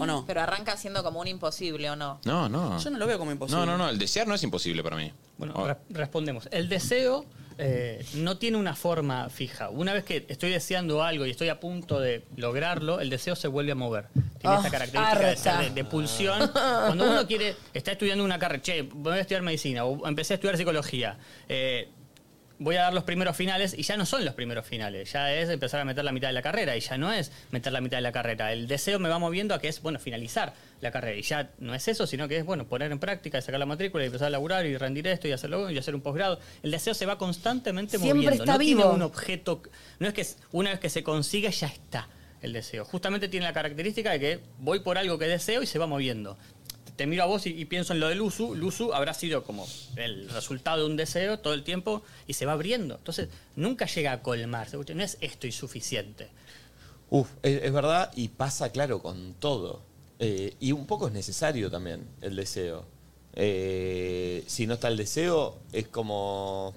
[SPEAKER 2] ¿O no?
[SPEAKER 4] Pero arranca siendo como un imposible, ¿o no?
[SPEAKER 7] No, no.
[SPEAKER 2] Yo no lo veo como imposible.
[SPEAKER 7] No, no, no, el desear no es imposible para mí.
[SPEAKER 24] Respondemos. El deseo eh, no tiene una forma fija. Una vez que estoy deseando algo y estoy a punto de lograrlo, el deseo se vuelve a mover. Tiene
[SPEAKER 6] Ah,
[SPEAKER 24] esta característica de, ser
[SPEAKER 6] harta.
[SPEAKER 24] de- de pulsión. Cuando uno quiere, está estudiando una carrera, che, voy a estudiar medicina o empecé a estudiar psicología. eh, voy a dar los primeros finales y ya no son los primeros finales, ya es empezar a meter la mitad de la carrera y ya no es meter la mitad de la carrera. El deseo me va moviendo a que es, bueno, finalizar la carrera y ya no es eso, sino que es, bueno, poner en práctica, sacar la matrícula y empezar a laburar y rendir esto y hacerlo y hacer un posgrado. El deseo se va constantemente
[SPEAKER 6] Siempre
[SPEAKER 24] moviendo,
[SPEAKER 6] está
[SPEAKER 24] no
[SPEAKER 6] vivo.
[SPEAKER 24] tiene un objeto, no es que es- una vez que se consigue ya está el deseo. Justamente tiene la característica de que voy por algo que deseo y se va moviendo este, te miro a vos y, y pienso en lo de Luzu, Luzu habrá sido como el resultado de un deseo todo el tiempo y se va abriendo. Entonces, nunca llega a colmarse. No es esto y suficiente.
[SPEAKER 14] Uf, es, es verdad y pasa, claro, con todo. Eh, y un poco es necesario también el deseo. Eh, si no está el deseo, es como...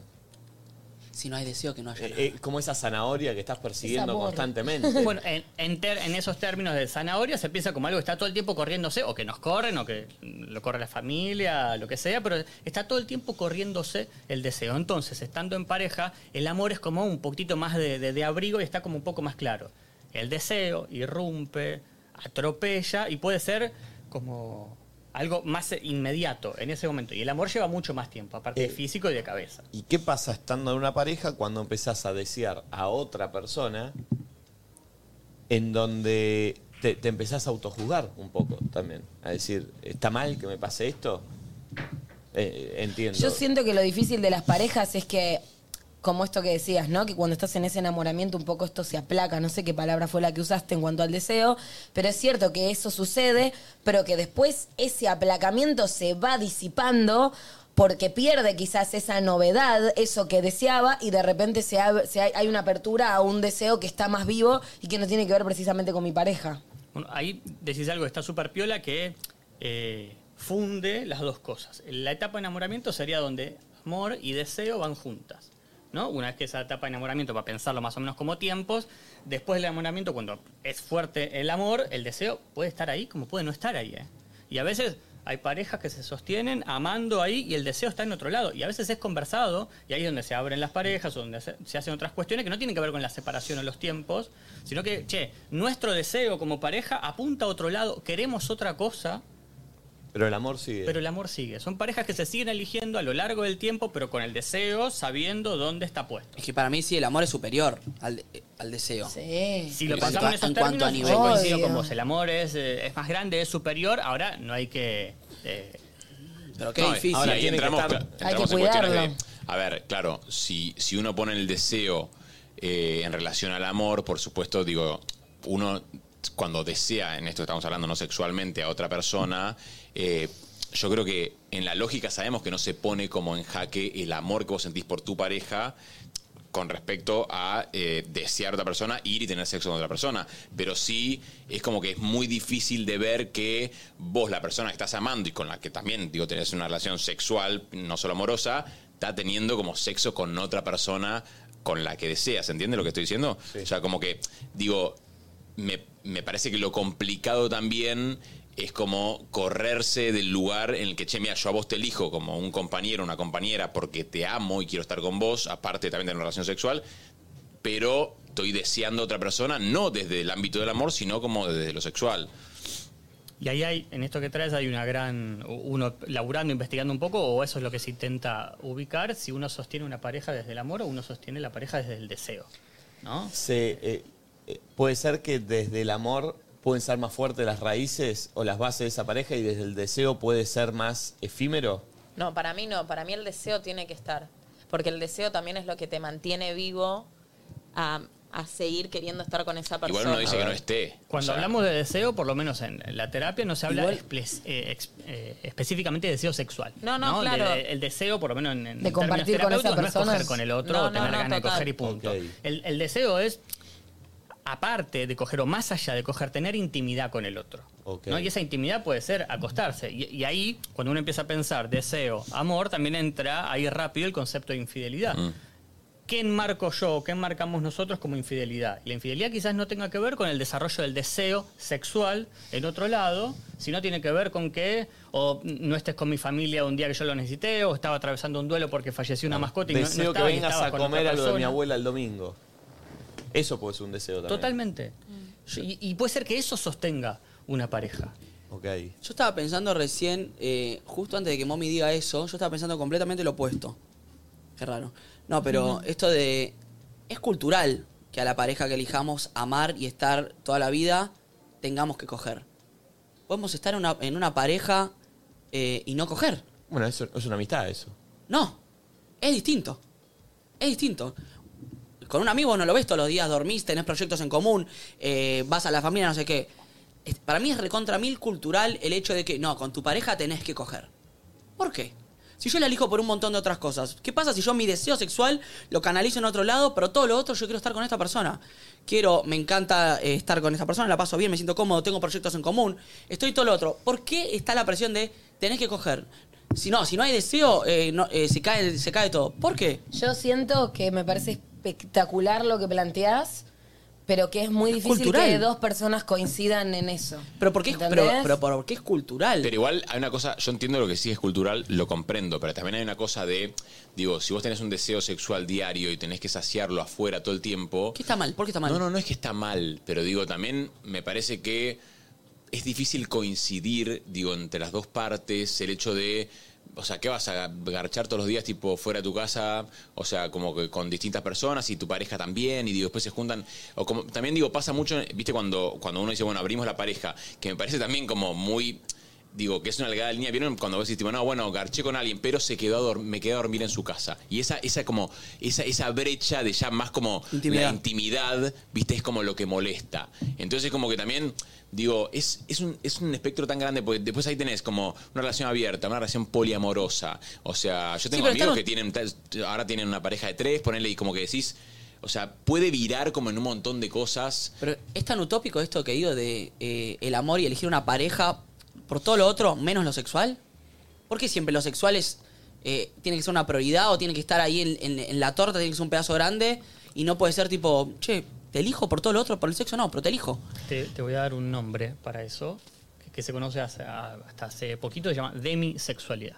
[SPEAKER 2] Si no hay deseo, que no haya
[SPEAKER 14] nada. como esa zanahoria que estás persiguiendo
[SPEAKER 24] amor.
[SPEAKER 14] constantemente.
[SPEAKER 24] Bueno, en, en ter- en esos términos de zanahoria se piensa como algo que está todo el tiempo corriéndose, o que nos corren, o que lo corre la familia, lo que sea, pero está todo el tiempo corriéndose el deseo. Entonces, estando en pareja, el amor es como un poquitito más de, de- de abrigo y está como un poco más claro. El deseo irrumpe, atropella y puede ser como algo más inmediato en ese momento. Y el amor lleva mucho más tiempo, aparte
[SPEAKER 14] Eh,
[SPEAKER 24] de físico y de cabeza.
[SPEAKER 14] ¿Y qué pasa estando en una pareja cuando empezás a desear a otra persona en donde te, te empezás a autojuzgar un poco también? A decir, ¿está mal que me pase esto? Eh, entiendo.
[SPEAKER 6] Yo siento que lo difícil de las parejas es que, como esto que decías, ¿no? Que cuando estás en ese enamoramiento un poco esto se aplaca, no sé qué palabra fue la que usaste en cuanto al deseo, pero es cierto que eso sucede, pero que después ese aplacamiento se va disipando porque pierde quizás esa novedad, eso que deseaba, y de repente se ab- se hay- hay una apertura a un deseo que está más vivo y que no tiene que ver precisamente con mi pareja.
[SPEAKER 24] Bueno, ahí decís algo que está súper piola que eh, funde las dos cosas. La etapa de enamoramiento sería donde amor y deseo van juntas. ¿no? Una vez que esa etapa de enamoramiento, para pensarlo más o menos como tiempos, después del enamoramiento, cuando es fuerte el amor, el deseo puede estar ahí como puede no estar ahí. ¿eh? Y a veces hay parejas que se sostienen amando ahí y el deseo está en otro lado. Y a veces es conversado y ahí es donde se abren las parejas, o donde se se hacen otras cuestiones que no tienen que ver con la separación o los tiempos, sino que, che, nuestro deseo como pareja apunta a otro lado, queremos otra cosa,
[SPEAKER 14] Pero el amor sigue.
[SPEAKER 24] pero el amor sigue. Son parejas que se siguen eligiendo a lo largo del tiempo, pero con el deseo sabiendo dónde está puesto.
[SPEAKER 2] Es que para mí sí, el amor es superior al, de- al deseo.
[SPEAKER 6] Sí.
[SPEAKER 24] Si lo
[SPEAKER 2] en cuanto
[SPEAKER 24] pensamos
[SPEAKER 2] a,
[SPEAKER 24] en esos
[SPEAKER 2] en cuanto a
[SPEAKER 24] términos,
[SPEAKER 2] nivel.
[SPEAKER 24] yo coincido con vos. El amor es, eh, es más grande, es superior. Ahora no hay que... eh,
[SPEAKER 2] Pero
[SPEAKER 24] qué difícil.
[SPEAKER 7] Ahora,
[SPEAKER 24] Ahí
[SPEAKER 7] ahí
[SPEAKER 24] tiene que
[SPEAKER 7] entramos,
[SPEAKER 24] estar-
[SPEAKER 7] cla-
[SPEAKER 24] Hay que
[SPEAKER 7] entramos en cuestiones de-
[SPEAKER 24] cuidarlo.
[SPEAKER 7] ¿eh? A ver, claro, si, si uno pone el deseo eh, en relación al amor, por supuesto, digo, uno cuando desea, en esto que estamos hablando, no sexualmente, a otra persona, eh, yo creo que en la lógica sabemos que no se pone como en jaque el amor que vos sentís por tu pareja con respecto a eh, desear a otra persona, ir y tener sexo con otra persona. Pero sí es como que es muy difícil de ver que vos, la persona que estás amando y con la que también, digo, tenés una relación sexual, no solo amorosa, está teniendo como sexo con otra persona con la que deseas. ¿Entiendes lo que estoy diciendo? O sea, como que, digo, me, me parece que lo complicado también es como correrse del lugar en el que, che, mira, yo a vos te elijo como un compañero, una compañera, porque te amo y quiero estar con vos, aparte también de una relación sexual, pero estoy deseando a otra persona, no desde el ámbito del amor, sino como desde lo sexual.
[SPEAKER 24] Y ahí hay, en esto que traes hay una gran, uno laburando, investigando un poco, o eso es lo que se intenta ubicar, si uno sostiene una pareja desde el amor o uno sostiene la pareja desde el deseo. ¿No?
[SPEAKER 14] Se, eh, eh, puede ser que desde el amor pueden ser más fuertes las raíces o las bases de esa pareja y desde el deseo puede ser más efímero.
[SPEAKER 8] No, para mí no. Para mí el deseo tiene que estar. Porque el deseo también es lo que te mantiene vivo a, a seguir queriendo estar con esa persona.
[SPEAKER 7] Igual uno dice que no esté.
[SPEAKER 24] Cuando
[SPEAKER 7] O sea,
[SPEAKER 24] hablamos de deseo, por lo menos en la terapia, no se habla
[SPEAKER 8] Igual-
[SPEAKER 24] esple- eh, ex- eh, específicamente de deseo sexual.
[SPEAKER 8] No, no, claro.
[SPEAKER 24] De- el deseo, por lo menos en, en
[SPEAKER 8] De
[SPEAKER 24] términos
[SPEAKER 8] compartir con esa
[SPEAKER 24] terapéuticos,
[SPEAKER 8] persona
[SPEAKER 24] No es
[SPEAKER 8] es-
[SPEAKER 24] coger con el otro,
[SPEAKER 8] No, no,
[SPEAKER 24] o tener
[SPEAKER 8] no,
[SPEAKER 24] ganas de
[SPEAKER 8] total.
[SPEAKER 24] coger y punto. El, el deseo es, aparte de coger o más allá de coger, tener intimidad con el otro. ¿no? Y esa intimidad puede ser acostarse. Y, y ahí, cuando
[SPEAKER 8] Mm.
[SPEAKER 24] uno empieza a pensar deseo, amor, también entra ahí rápido el concepto de infidelidad. ¿Qué enmarco yo o qué enmarcamos nosotros como infidelidad? La infidelidad quizás no tenga que ver con el desarrollo del deseo sexual en otro lado, sino tiene que ver con que o no estés con mi familia un día que yo lo necesité, o estaba atravesando un duelo porque falleció una mascota y no- no,
[SPEAKER 14] Ah, Deseo que
[SPEAKER 24] estaba y
[SPEAKER 14] vengas
[SPEAKER 24] estaba
[SPEAKER 14] a
[SPEAKER 24] con otra
[SPEAKER 14] comer algo de mi
[SPEAKER 24] persona.
[SPEAKER 14] abuela el domingo. Eso puede ser un deseo también.
[SPEAKER 24] Totalmente. Yo- Y, y puede ser que eso sostenga una pareja.
[SPEAKER 14] Ok.
[SPEAKER 2] Yo estaba pensando recién, eh, justo antes de que Mommy diga eso, yo estaba pensando completamente lo opuesto. Qué raro. No, pero
[SPEAKER 4] Ujú.
[SPEAKER 2] esto de. Es cultural que a la pareja que elijamos amar y estar toda la vida tengamos que coger. Podemos estar en una, en una pareja eh, y no coger.
[SPEAKER 14] Bueno, eso es una amistad eso.
[SPEAKER 2] No, es distinto. Es distinto. Con un amigo no lo ves todos los días, dormís, tenés proyectos en común, eh, vas a la familia, no sé qué. Es- Para mí es recontra mil cultural el hecho de que, no, con tu pareja tenés que coger. ¿Por qué? Si yo la elijo por un montón de otras cosas, ¿qué pasa si yo mi deseo sexual lo canalizo en otro lado, pero todo lo otro yo quiero estar con esta persona? Quiero, me encanta eh, estar con esta persona, la paso bien, me siento cómodo, tengo proyectos en común, estoy todo lo otro. ¿Por qué está la presión de tenés que coger? Si no, si no hay deseo, eh, no, eh, se, cae, se cae todo. ¿Por qué?
[SPEAKER 6] Yo siento que me parece espectacular lo que planteás, pero que es muy difícil
[SPEAKER 2] cultural.
[SPEAKER 6] que dos personas coincidan en eso.
[SPEAKER 2] Pero porque es,
[SPEAKER 6] ¿Entendés?
[SPEAKER 2] porque es cultural.
[SPEAKER 7] Pero igual hay una cosa, yo entiendo lo que sí es cultural, lo comprendo, pero también hay una cosa de, digo, si vos tenés un deseo sexual diario y tenés que saciarlo afuera todo el tiempo.
[SPEAKER 2] ¿Qué está mal? ¿Por qué está mal?
[SPEAKER 7] No, no, no es que está mal, pero digo, también me parece que es difícil coincidir, digo, entre las dos partes, el hecho de. O sea, ¿qué vas a garchar todos los días, tipo, fuera de tu casa? O sea, como que con distintas personas y tu pareja también, y digo, después se juntan. O como, también digo, pasa mucho, viste, cuando, cuando uno dice, bueno, abrimos la pareja, que me parece también como muy. Digo, que es una delgada línea. ¿Vieron cuando vos decís, tipo, no, bueno, garché con alguien, pero se quedó a dor- me quedé a dormir en su casa? Y esa, esa como, esa, esa brecha de ya más como la intimidad, viste, es como lo que molesta. Entonces, como que también, digo, es, es, un, es un espectro tan grande, porque después ahí tenés como una relación abierta, una relación poliamorosa. O sea, yo
[SPEAKER 2] Sí,
[SPEAKER 7] tengo
[SPEAKER 2] pero
[SPEAKER 7] amigos
[SPEAKER 2] estamos-
[SPEAKER 7] que tienen, tal- ahora tienen una pareja de tres, ponele y como que decís, o sea, puede virar como en un montón de cosas.
[SPEAKER 2] Pero es tan utópico esto que digo de eh, el amor y elegir una pareja por todo lo otro, menos lo sexual. ¿Por qué siempre lo sexual es, eh, tiene que ser una prioridad o tiene que estar ahí en, en- en la torta, tiene que ser un pedazo grande y no puede ser tipo, che, te elijo por todo lo otro, por el sexo no, pero te elijo?
[SPEAKER 24] Te, te voy a dar un nombre para eso, que, que se conoce hace- a- hasta hace poquito, se llama demisexualidad.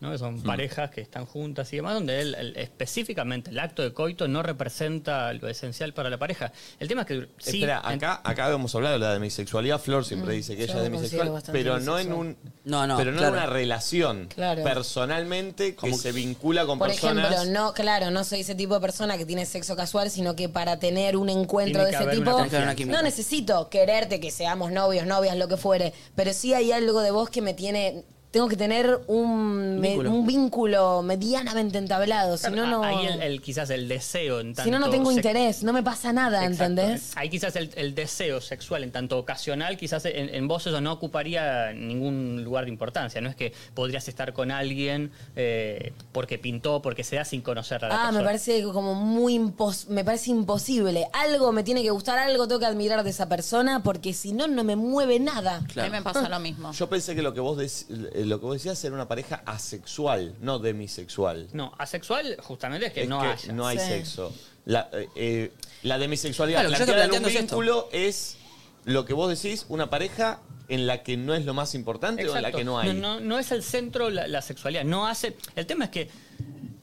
[SPEAKER 24] ¿no? Que
[SPEAKER 14] Mm.
[SPEAKER 24] son parejas que están juntas y demás, donde el- el- específicamente el acto de coito no representa lo esencial para la pareja. El tema es que sí,
[SPEAKER 14] Espera, acá, acá habíamos hablado de la demisexualidad. Flor siempre
[SPEAKER 24] Mm,
[SPEAKER 14] dice que ella
[SPEAKER 24] yo
[SPEAKER 14] es
[SPEAKER 24] me
[SPEAKER 14] demisexual,
[SPEAKER 24] considero bastante
[SPEAKER 14] pero no en un
[SPEAKER 24] bisexual. No, no,
[SPEAKER 14] pero no
[SPEAKER 24] claro.
[SPEAKER 14] en una relación
[SPEAKER 6] Claro.
[SPEAKER 14] personalmente que se vincula con
[SPEAKER 6] Por
[SPEAKER 14] personas.
[SPEAKER 6] ejemplo, no, claro, no soy ese tipo de persona que tiene sexo casual, sino que para tener un encuentro
[SPEAKER 14] Tiene
[SPEAKER 6] de
[SPEAKER 14] que
[SPEAKER 6] ese
[SPEAKER 14] haber una
[SPEAKER 6] tipo,
[SPEAKER 14] confianza. Una química.
[SPEAKER 6] no necesito quererte, que seamos novios, novias, lo que fuere, pero sí hay algo de vos que me tiene, tengo que tener un me-
[SPEAKER 24] Vínculo.
[SPEAKER 6] un vínculo medianamente entablado, si no, no,
[SPEAKER 24] ahí el, el- quizás el deseo en tanto
[SPEAKER 6] si no, no tengo
[SPEAKER 24] sex-
[SPEAKER 6] interés, no me pasa nada,
[SPEAKER 24] Exacto.
[SPEAKER 6] ¿entendés?
[SPEAKER 24] Ahí quizás el, el deseo sexual, en tanto ocasional, quizás en, en vos eso no ocuparía ningún lugar de importancia. No es que podrías estar con alguien eh, porque pintó, porque se da sin conocer a la
[SPEAKER 6] Ah, me
[SPEAKER 24] persona.
[SPEAKER 6] parece como muy impos me parece imposible. Algo me tiene que gustar, algo tengo que admirar de esa persona, porque si no, no me mueve nada.
[SPEAKER 14] Claro. Ah, Yo pensé que lo que vos dec- eh, lo que vos decías era una pareja asexual, no demisexual.
[SPEAKER 24] No, asexual justamente es que
[SPEAKER 14] Es
[SPEAKER 24] no
[SPEAKER 14] que
[SPEAKER 24] haya.
[SPEAKER 14] no hay sexo. La, eh, eh, la demisexualidad,
[SPEAKER 24] Claro, lo que yo estoy
[SPEAKER 14] plantear un
[SPEAKER 24] planteando es esto.
[SPEAKER 14] vínculo es lo que vos decís, una pareja en la que no es lo más importante o en la
[SPEAKER 24] Exacto.
[SPEAKER 14] que no hay.
[SPEAKER 24] No, no es el centro la, la sexualidad. No hace. El tema es que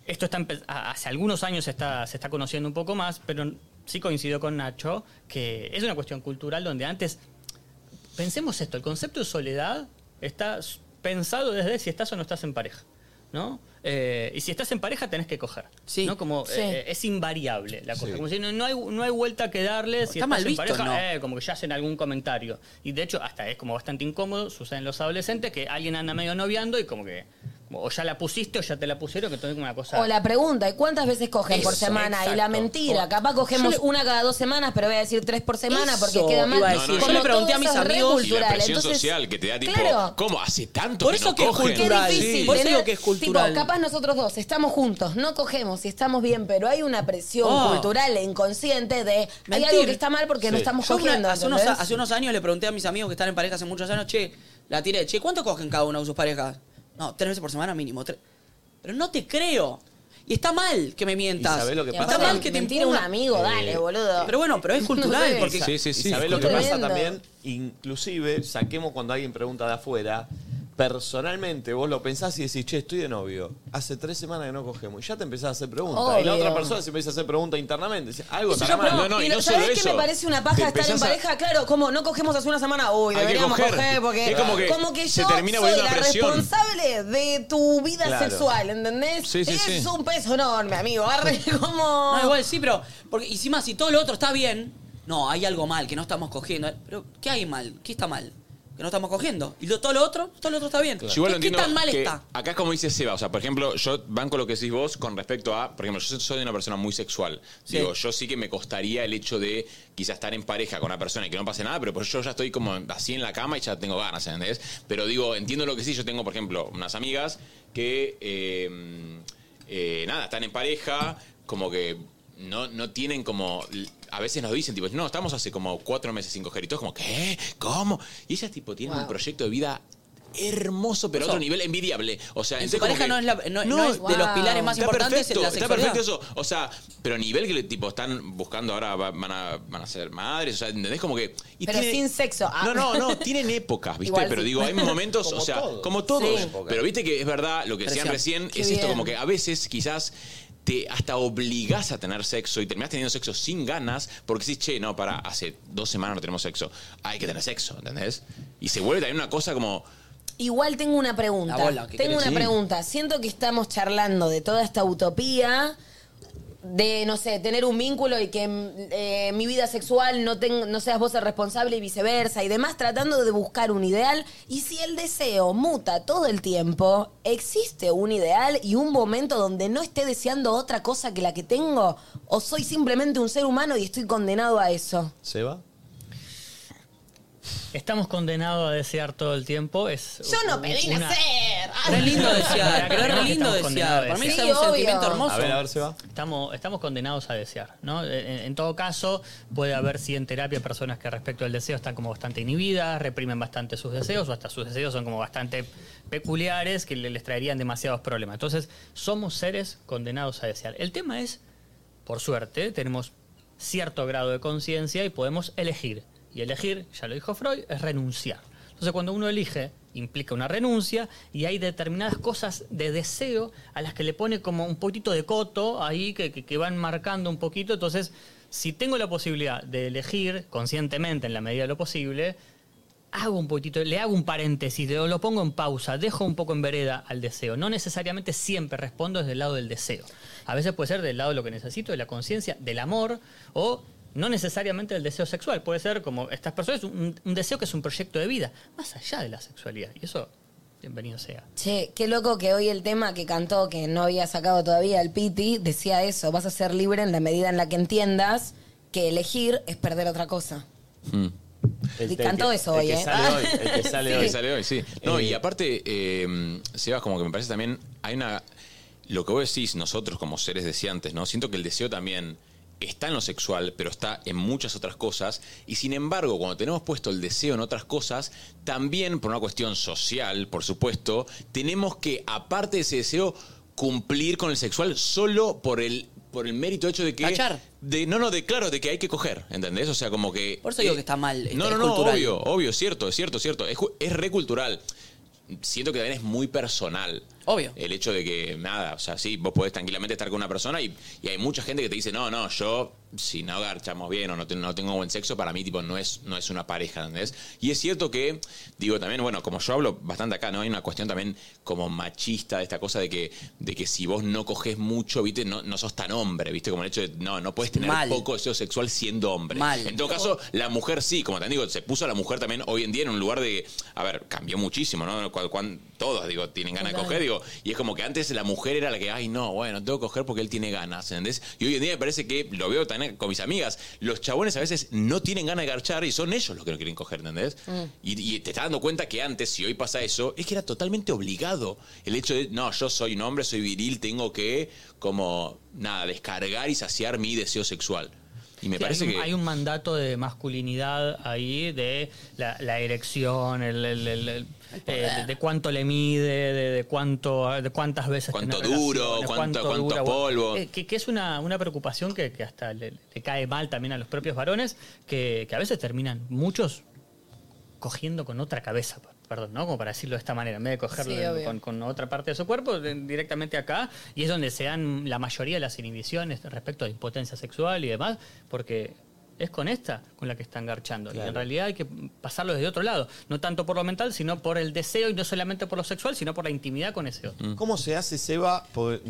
[SPEAKER 24] esto está empe- a- hace algunos años se está, se está conociendo un poco más, pero sí coincido con Nacho que es una cuestión cultural donde antes. Pensemos esto: el concepto de soledad está s- pensado desde si estás o no estás en pareja. ¿No? Eh, y si estás en pareja tenés que coger. ¿no? Como,
[SPEAKER 2] Sí.
[SPEAKER 24] eh, es invariable la cosa.
[SPEAKER 2] Sí.
[SPEAKER 24] Como si no, no hay, no hay vuelta que darle si
[SPEAKER 2] Está
[SPEAKER 24] estás
[SPEAKER 2] mal
[SPEAKER 24] en
[SPEAKER 2] visto,
[SPEAKER 24] pareja,
[SPEAKER 2] ¿no?
[SPEAKER 24] eh, como que ya hacen algún comentario. Y de hecho, hasta es como bastante incómodo, sucede en los adolescentes, que alguien anda medio noviando y como que como, o ya la pusiste o ya te la pusieron, que todo es como una cosa...
[SPEAKER 6] O la pregunta, ¿y cuántas veces cogen por
[SPEAKER 24] Eso,
[SPEAKER 6] semana? Y la
[SPEAKER 24] exacto.
[SPEAKER 6] mentira,
[SPEAKER 24] Como-
[SPEAKER 6] capaz cogemos
[SPEAKER 24] Yo le-
[SPEAKER 6] una cada dos semanas, pero voy a decir tres por semana porque
[SPEAKER 2] Eso
[SPEAKER 6] queda mal.
[SPEAKER 2] iba a decir.
[SPEAKER 6] Como
[SPEAKER 2] Yo le pregunté
[SPEAKER 6] todo
[SPEAKER 2] a mis
[SPEAKER 6] eso es re
[SPEAKER 2] amigos-
[SPEAKER 7] Y la
[SPEAKER 6] cultural,
[SPEAKER 7] presión
[SPEAKER 6] entonces-
[SPEAKER 7] social que te da tipo,
[SPEAKER 6] Claro.
[SPEAKER 7] ¿cómo? Hace tanto
[SPEAKER 2] Por
[SPEAKER 7] que
[SPEAKER 2] eso
[SPEAKER 7] no
[SPEAKER 2] que es
[SPEAKER 7] cogen.
[SPEAKER 2] cultural. Sí, por eso
[SPEAKER 6] tener-
[SPEAKER 2] digo que es cultural.
[SPEAKER 6] Tipo, capaz nosotros dos estamos juntos, no cogemos y estamos bien, pero hay una presión
[SPEAKER 2] Oh.
[SPEAKER 6] cultural e inconsciente de hay
[SPEAKER 2] Mentir.
[SPEAKER 6] algo que está mal porque no
[SPEAKER 2] Sí.
[SPEAKER 6] estamos
[SPEAKER 2] Yo una-
[SPEAKER 6] cogiendo.
[SPEAKER 2] hace, unos,
[SPEAKER 6] ¿entendés?
[SPEAKER 2] hace unos años le pregunté a mis amigos que están en pareja hace muchos años, che, la tiré, che, ¿cuánto cogen cada uno de sus parejas? No, tres veces por semana mínimo. tres". Pero no te creo. Y está mal que me mientas.
[SPEAKER 7] ¿Y sabés lo que
[SPEAKER 2] está
[SPEAKER 7] pasa? Eh,
[SPEAKER 2] mal que te
[SPEAKER 6] Mentir a un
[SPEAKER 2] impongas-
[SPEAKER 6] amigo, dale, boludo.
[SPEAKER 2] Pero bueno, pero es cultural. porque
[SPEAKER 7] Sí, sí, sí.
[SPEAKER 14] ¿Y sabés lo que
[SPEAKER 7] Tremendo.
[SPEAKER 14] pasa también? Inclusive, saquemos cuando alguien pregunta de afuera, personalmente vos lo pensás y decís, che, estoy de novio. Hace tres semanas que no cogemos. Y ya te empezás a hacer preguntas. Y la
[SPEAKER 6] Obvio.
[SPEAKER 14] otra persona se empieza a hacer preguntas internamente. Dice, Algo
[SPEAKER 6] Y
[SPEAKER 14] está
[SPEAKER 6] yo
[SPEAKER 14] mal.
[SPEAKER 6] pregunto, y ¿Sabés qué me parece una
[SPEAKER 14] Te
[SPEAKER 6] paja estar en
[SPEAKER 14] empezás a-
[SPEAKER 6] pareja? Claro, como no cogemos hace una semana, uy,
[SPEAKER 14] Hay que
[SPEAKER 6] deberíamos
[SPEAKER 14] coger.
[SPEAKER 6] coger, porque
[SPEAKER 14] Es como que se
[SPEAKER 6] yo
[SPEAKER 14] termina
[SPEAKER 6] soy
[SPEAKER 14] volviendo
[SPEAKER 6] la
[SPEAKER 14] una presión.
[SPEAKER 6] responsable de tu vida
[SPEAKER 2] Claro.
[SPEAKER 6] sexual, ¿entendés?
[SPEAKER 2] Sí, sí,
[SPEAKER 6] es
[SPEAKER 2] sí.
[SPEAKER 6] un peso enorme, amigo. Arre, como...
[SPEAKER 2] No, igual sí, pero. Porque encima, si todo lo otro está bien, no, hay algo mal, que no estamos cogiendo. Pero, ¿qué hay mal? ¿Qué está mal? Que no estamos cogiendo. Y lo- todo lo otro, todo lo otro está bien.
[SPEAKER 7] Yo igual lo
[SPEAKER 2] ¿Qué, qué
[SPEAKER 7] entiendo
[SPEAKER 2] tan mal
[SPEAKER 7] que
[SPEAKER 2] está?
[SPEAKER 7] Acá es como dice Seba, o sea, por ejemplo, yo banco lo que decís vos con respecto a, por ejemplo, yo soy una persona muy sexual.
[SPEAKER 2] Sí.
[SPEAKER 7] Digo, yo sí que me costaría el hecho de quizás estar en pareja con una persona y que no pase nada, pero por yo ya estoy como así en la cama y ya tengo ganas, ¿entendés? Pero digo, entiendo lo que sí, yo tengo, por ejemplo, unas amigas que, eh, eh, nada, están en pareja, como que no, no tienen como... A veces nos dicen, tipo, no, estamos hace como cuatro meses sin coger y todos como, ¿qué? ¿Cómo? Y ellas, tipo, tienen un proyecto de vida hermoso, pero a otro nivel envidiable. O sea,
[SPEAKER 2] En
[SPEAKER 7] entonces
[SPEAKER 2] su pareja
[SPEAKER 7] como que-
[SPEAKER 2] no es la- no- no es de los Wow. pilares más
[SPEAKER 7] Está
[SPEAKER 2] importantes
[SPEAKER 7] perfecto,
[SPEAKER 2] la
[SPEAKER 7] Está
[SPEAKER 2] sexualidad.
[SPEAKER 7] perfecto eso. O sea, pero a nivel que le- tipo están buscando ahora va- van a, van a ser madres, o sea, ¿entendés? Como que. y
[SPEAKER 6] pero
[SPEAKER 7] tiene-
[SPEAKER 6] sin sexo. ah.
[SPEAKER 7] no, no, no, tienen épocas, ¿viste?
[SPEAKER 6] Igual
[SPEAKER 7] pero
[SPEAKER 6] sí.
[SPEAKER 7] digo, hay momentos, o sea, como todos.
[SPEAKER 6] Sí.
[SPEAKER 7] Pero viste que es verdad, lo que decían
[SPEAKER 6] Presión.
[SPEAKER 7] recién,
[SPEAKER 6] Qué
[SPEAKER 7] es esto
[SPEAKER 6] bien.
[SPEAKER 7] como que a veces quizás te hasta obligás a tener sexo y terminás teniendo sexo sin ganas porque decís, che, no, para, hace dos semanas no tenemos sexo. Hay que tener sexo, ¿entendés? Y se vuelve también una cosa como...
[SPEAKER 6] Igual tengo una pregunta.
[SPEAKER 7] La bola, ¿qué
[SPEAKER 6] tengo
[SPEAKER 7] querés?
[SPEAKER 6] una
[SPEAKER 7] Sí.
[SPEAKER 6] pregunta. Siento que estamos charlando de toda esta utopía de, no sé, tener un vínculo y que mm, eh, mi vida sexual no, ten- no seas vos el responsable y viceversa y demás, tratando de buscar un ideal. Y si el deseo muta todo el tiempo, ¿existe un ideal y un momento donde no esté deseando otra cosa que la que tengo? ¿O soy simplemente un ser humano y estoy condenado a eso?
[SPEAKER 14] ¿Se va?
[SPEAKER 24] Estamos condenados a desear todo el tiempo. Es
[SPEAKER 6] Yo no pedí
[SPEAKER 24] una-
[SPEAKER 6] nacer.
[SPEAKER 24] Pero es lindo
[SPEAKER 2] desear, pero es re
[SPEAKER 24] Estamos
[SPEAKER 2] lindo
[SPEAKER 24] condenados
[SPEAKER 2] desear.
[SPEAKER 24] a
[SPEAKER 2] Para mí
[SPEAKER 24] desear.
[SPEAKER 2] es un Ah. Sí, obvio. sentimiento hermoso. A ver, a ver,
[SPEAKER 14] se va.
[SPEAKER 24] Estamos, estamos condenados a desear, ¿no? En, en todo caso, puede haber, sí, en terapia personas que respecto al deseo están como bastante inhibidas, reprimen bastante sus deseos, o hasta sus deseos son como bastante peculiares que le- les traerían demasiados problemas. Entonces, somos seres condenados a desear. El tema es, por suerte, tenemos cierto grado de conciencia y podemos elegir. Y elegir, ya lo dijo Freud, es renunciar. Entonces cuando uno elige, implica una renuncia y hay determinadas cosas de deseo a las que le pone como un poquito de coto ahí que, que- que van marcando un poquito. Entonces, si tengo la posibilidad de elegir conscientemente en la medida de lo posible, hago un poquitito, le hago un paréntesis, lo, lo pongo en pausa, dejo un poco en vereda al deseo. No necesariamente siempre respondo desde el lado del deseo. A veces puede ser del lado de lo que necesito, de la conciencia, del amor o no necesariamente del deseo sexual. Puede ser como estas personas, un, un deseo que es un proyecto de vida, más allá de la sexualidad. Y eso, bienvenido sea.
[SPEAKER 6] Che, qué loco que hoy el tema que cantó, que no había sacado todavía el Piti, decía eso, vas a ser libre en la medida en la que entiendas que elegir es perder otra cosa.
[SPEAKER 7] El,
[SPEAKER 6] Y cantó
[SPEAKER 7] que-
[SPEAKER 6] eso hoy,
[SPEAKER 7] Este, el que
[SPEAKER 6] ¿eh?
[SPEAKER 7] sale hoy, el que
[SPEAKER 6] Sí.
[SPEAKER 7] sale hoy. El que sale hoy, sí. No, y aparte, eh, Sebas, como que me parece también, hay una... Lo que vos decís, nosotros como seres deseantes, ¿no? Siento que el deseo también está en lo sexual, pero está en muchas otras cosas. Y sin embargo, cuando tenemos puesto el deseo en otras cosas, también por una cuestión social, por supuesto, tenemos que, aparte de ese deseo, cumplir con el sexual solo por el por el mérito hecho de que
[SPEAKER 2] Tachar.
[SPEAKER 7] de no no de claro de que hay que coger ¿entendés? o sea como que
[SPEAKER 2] Por eso digo que está mal, este, es-
[SPEAKER 7] Eh, no
[SPEAKER 2] es
[SPEAKER 7] no no
[SPEAKER 2] cultural.
[SPEAKER 7] obvio obvio cierto es cierto cierto es, ju- es recultural siento que también es muy personal
[SPEAKER 2] Obvio.
[SPEAKER 7] el hecho de que nada o sea sí vos podés tranquilamente estar con una persona y, y hay mucha gente que te dice no no yo si no garchamos bien o no, te- no tengo buen sexo para mí tipo no es no es una pareja ¿entendés? y es cierto que digo también bueno como yo hablo bastante acá no hay una cuestión también como machista de esta cosa de que de que si vos no coges mucho viste no, no sos tan hombre viste como el hecho de no no puedes tener
[SPEAKER 2] Mal.
[SPEAKER 7] poco deseo sexual siendo hombre
[SPEAKER 2] Mal.
[SPEAKER 7] en todo caso, la mujer sí, como te digo, se puso a la mujer también hoy en día en un lugar de. A ver, cambió muchísimo, ¿no? Cuan- cuan- todos, digo, tienen ganas de
[SPEAKER 2] Total.
[SPEAKER 7] coger, digo. Y es como que antes la mujer era la que, ay, no, bueno, tengo que coger porque él tiene ganas, ¿entendés? Y hoy en día me parece que lo veo también con mis amigas. Los chabones a veces no tienen ganas de garchar y son ellos los que no quieren coger, ¿entendés? Y, y te estás dando cuenta que antes, si hoy pasa eso, es que era totalmente obligado. El hecho de, no, yo soy un hombre, soy viril, tengo que, como, nada, descargar y saciar mi deseo sexual. Y me
[SPEAKER 24] Sí,
[SPEAKER 7] parece
[SPEAKER 24] hay un,
[SPEAKER 7] que-
[SPEAKER 24] hay un mandato de masculinidad ahí, de la, la erección, el, el- el- el- eh, de, de cuánto le mide, de, de cuánto, de cuántas veces.
[SPEAKER 7] Cuánto
[SPEAKER 24] tener
[SPEAKER 7] duro,
[SPEAKER 24] relaciones,
[SPEAKER 7] cuánto- cuánto
[SPEAKER 24] dura,
[SPEAKER 7] polvo.
[SPEAKER 24] Eh, que, que es una, una preocupación que, que hasta le, le cae mal también a los propios varones, que, que a veces terminan muchos cogiendo con otra cabeza. Perdón, ¿no? Como para decirlo de esta manera, en vez de cogerlo
[SPEAKER 15] Sí, obvio.
[SPEAKER 24] con, con otra parte de su cuerpo, de- directamente acá, y es donde se dan la mayoría de las inhibiciones respecto a impotencia sexual y demás, porque es con esta con la que están garchando. Y en realidad hay que pasarlo desde otro lado, no tanto por lo mental, sino por el deseo y no solamente por lo sexual, sino por la intimidad con ese
[SPEAKER 14] Mm.
[SPEAKER 24] otro.
[SPEAKER 1] ¿Cómo se hace, Seba? Porque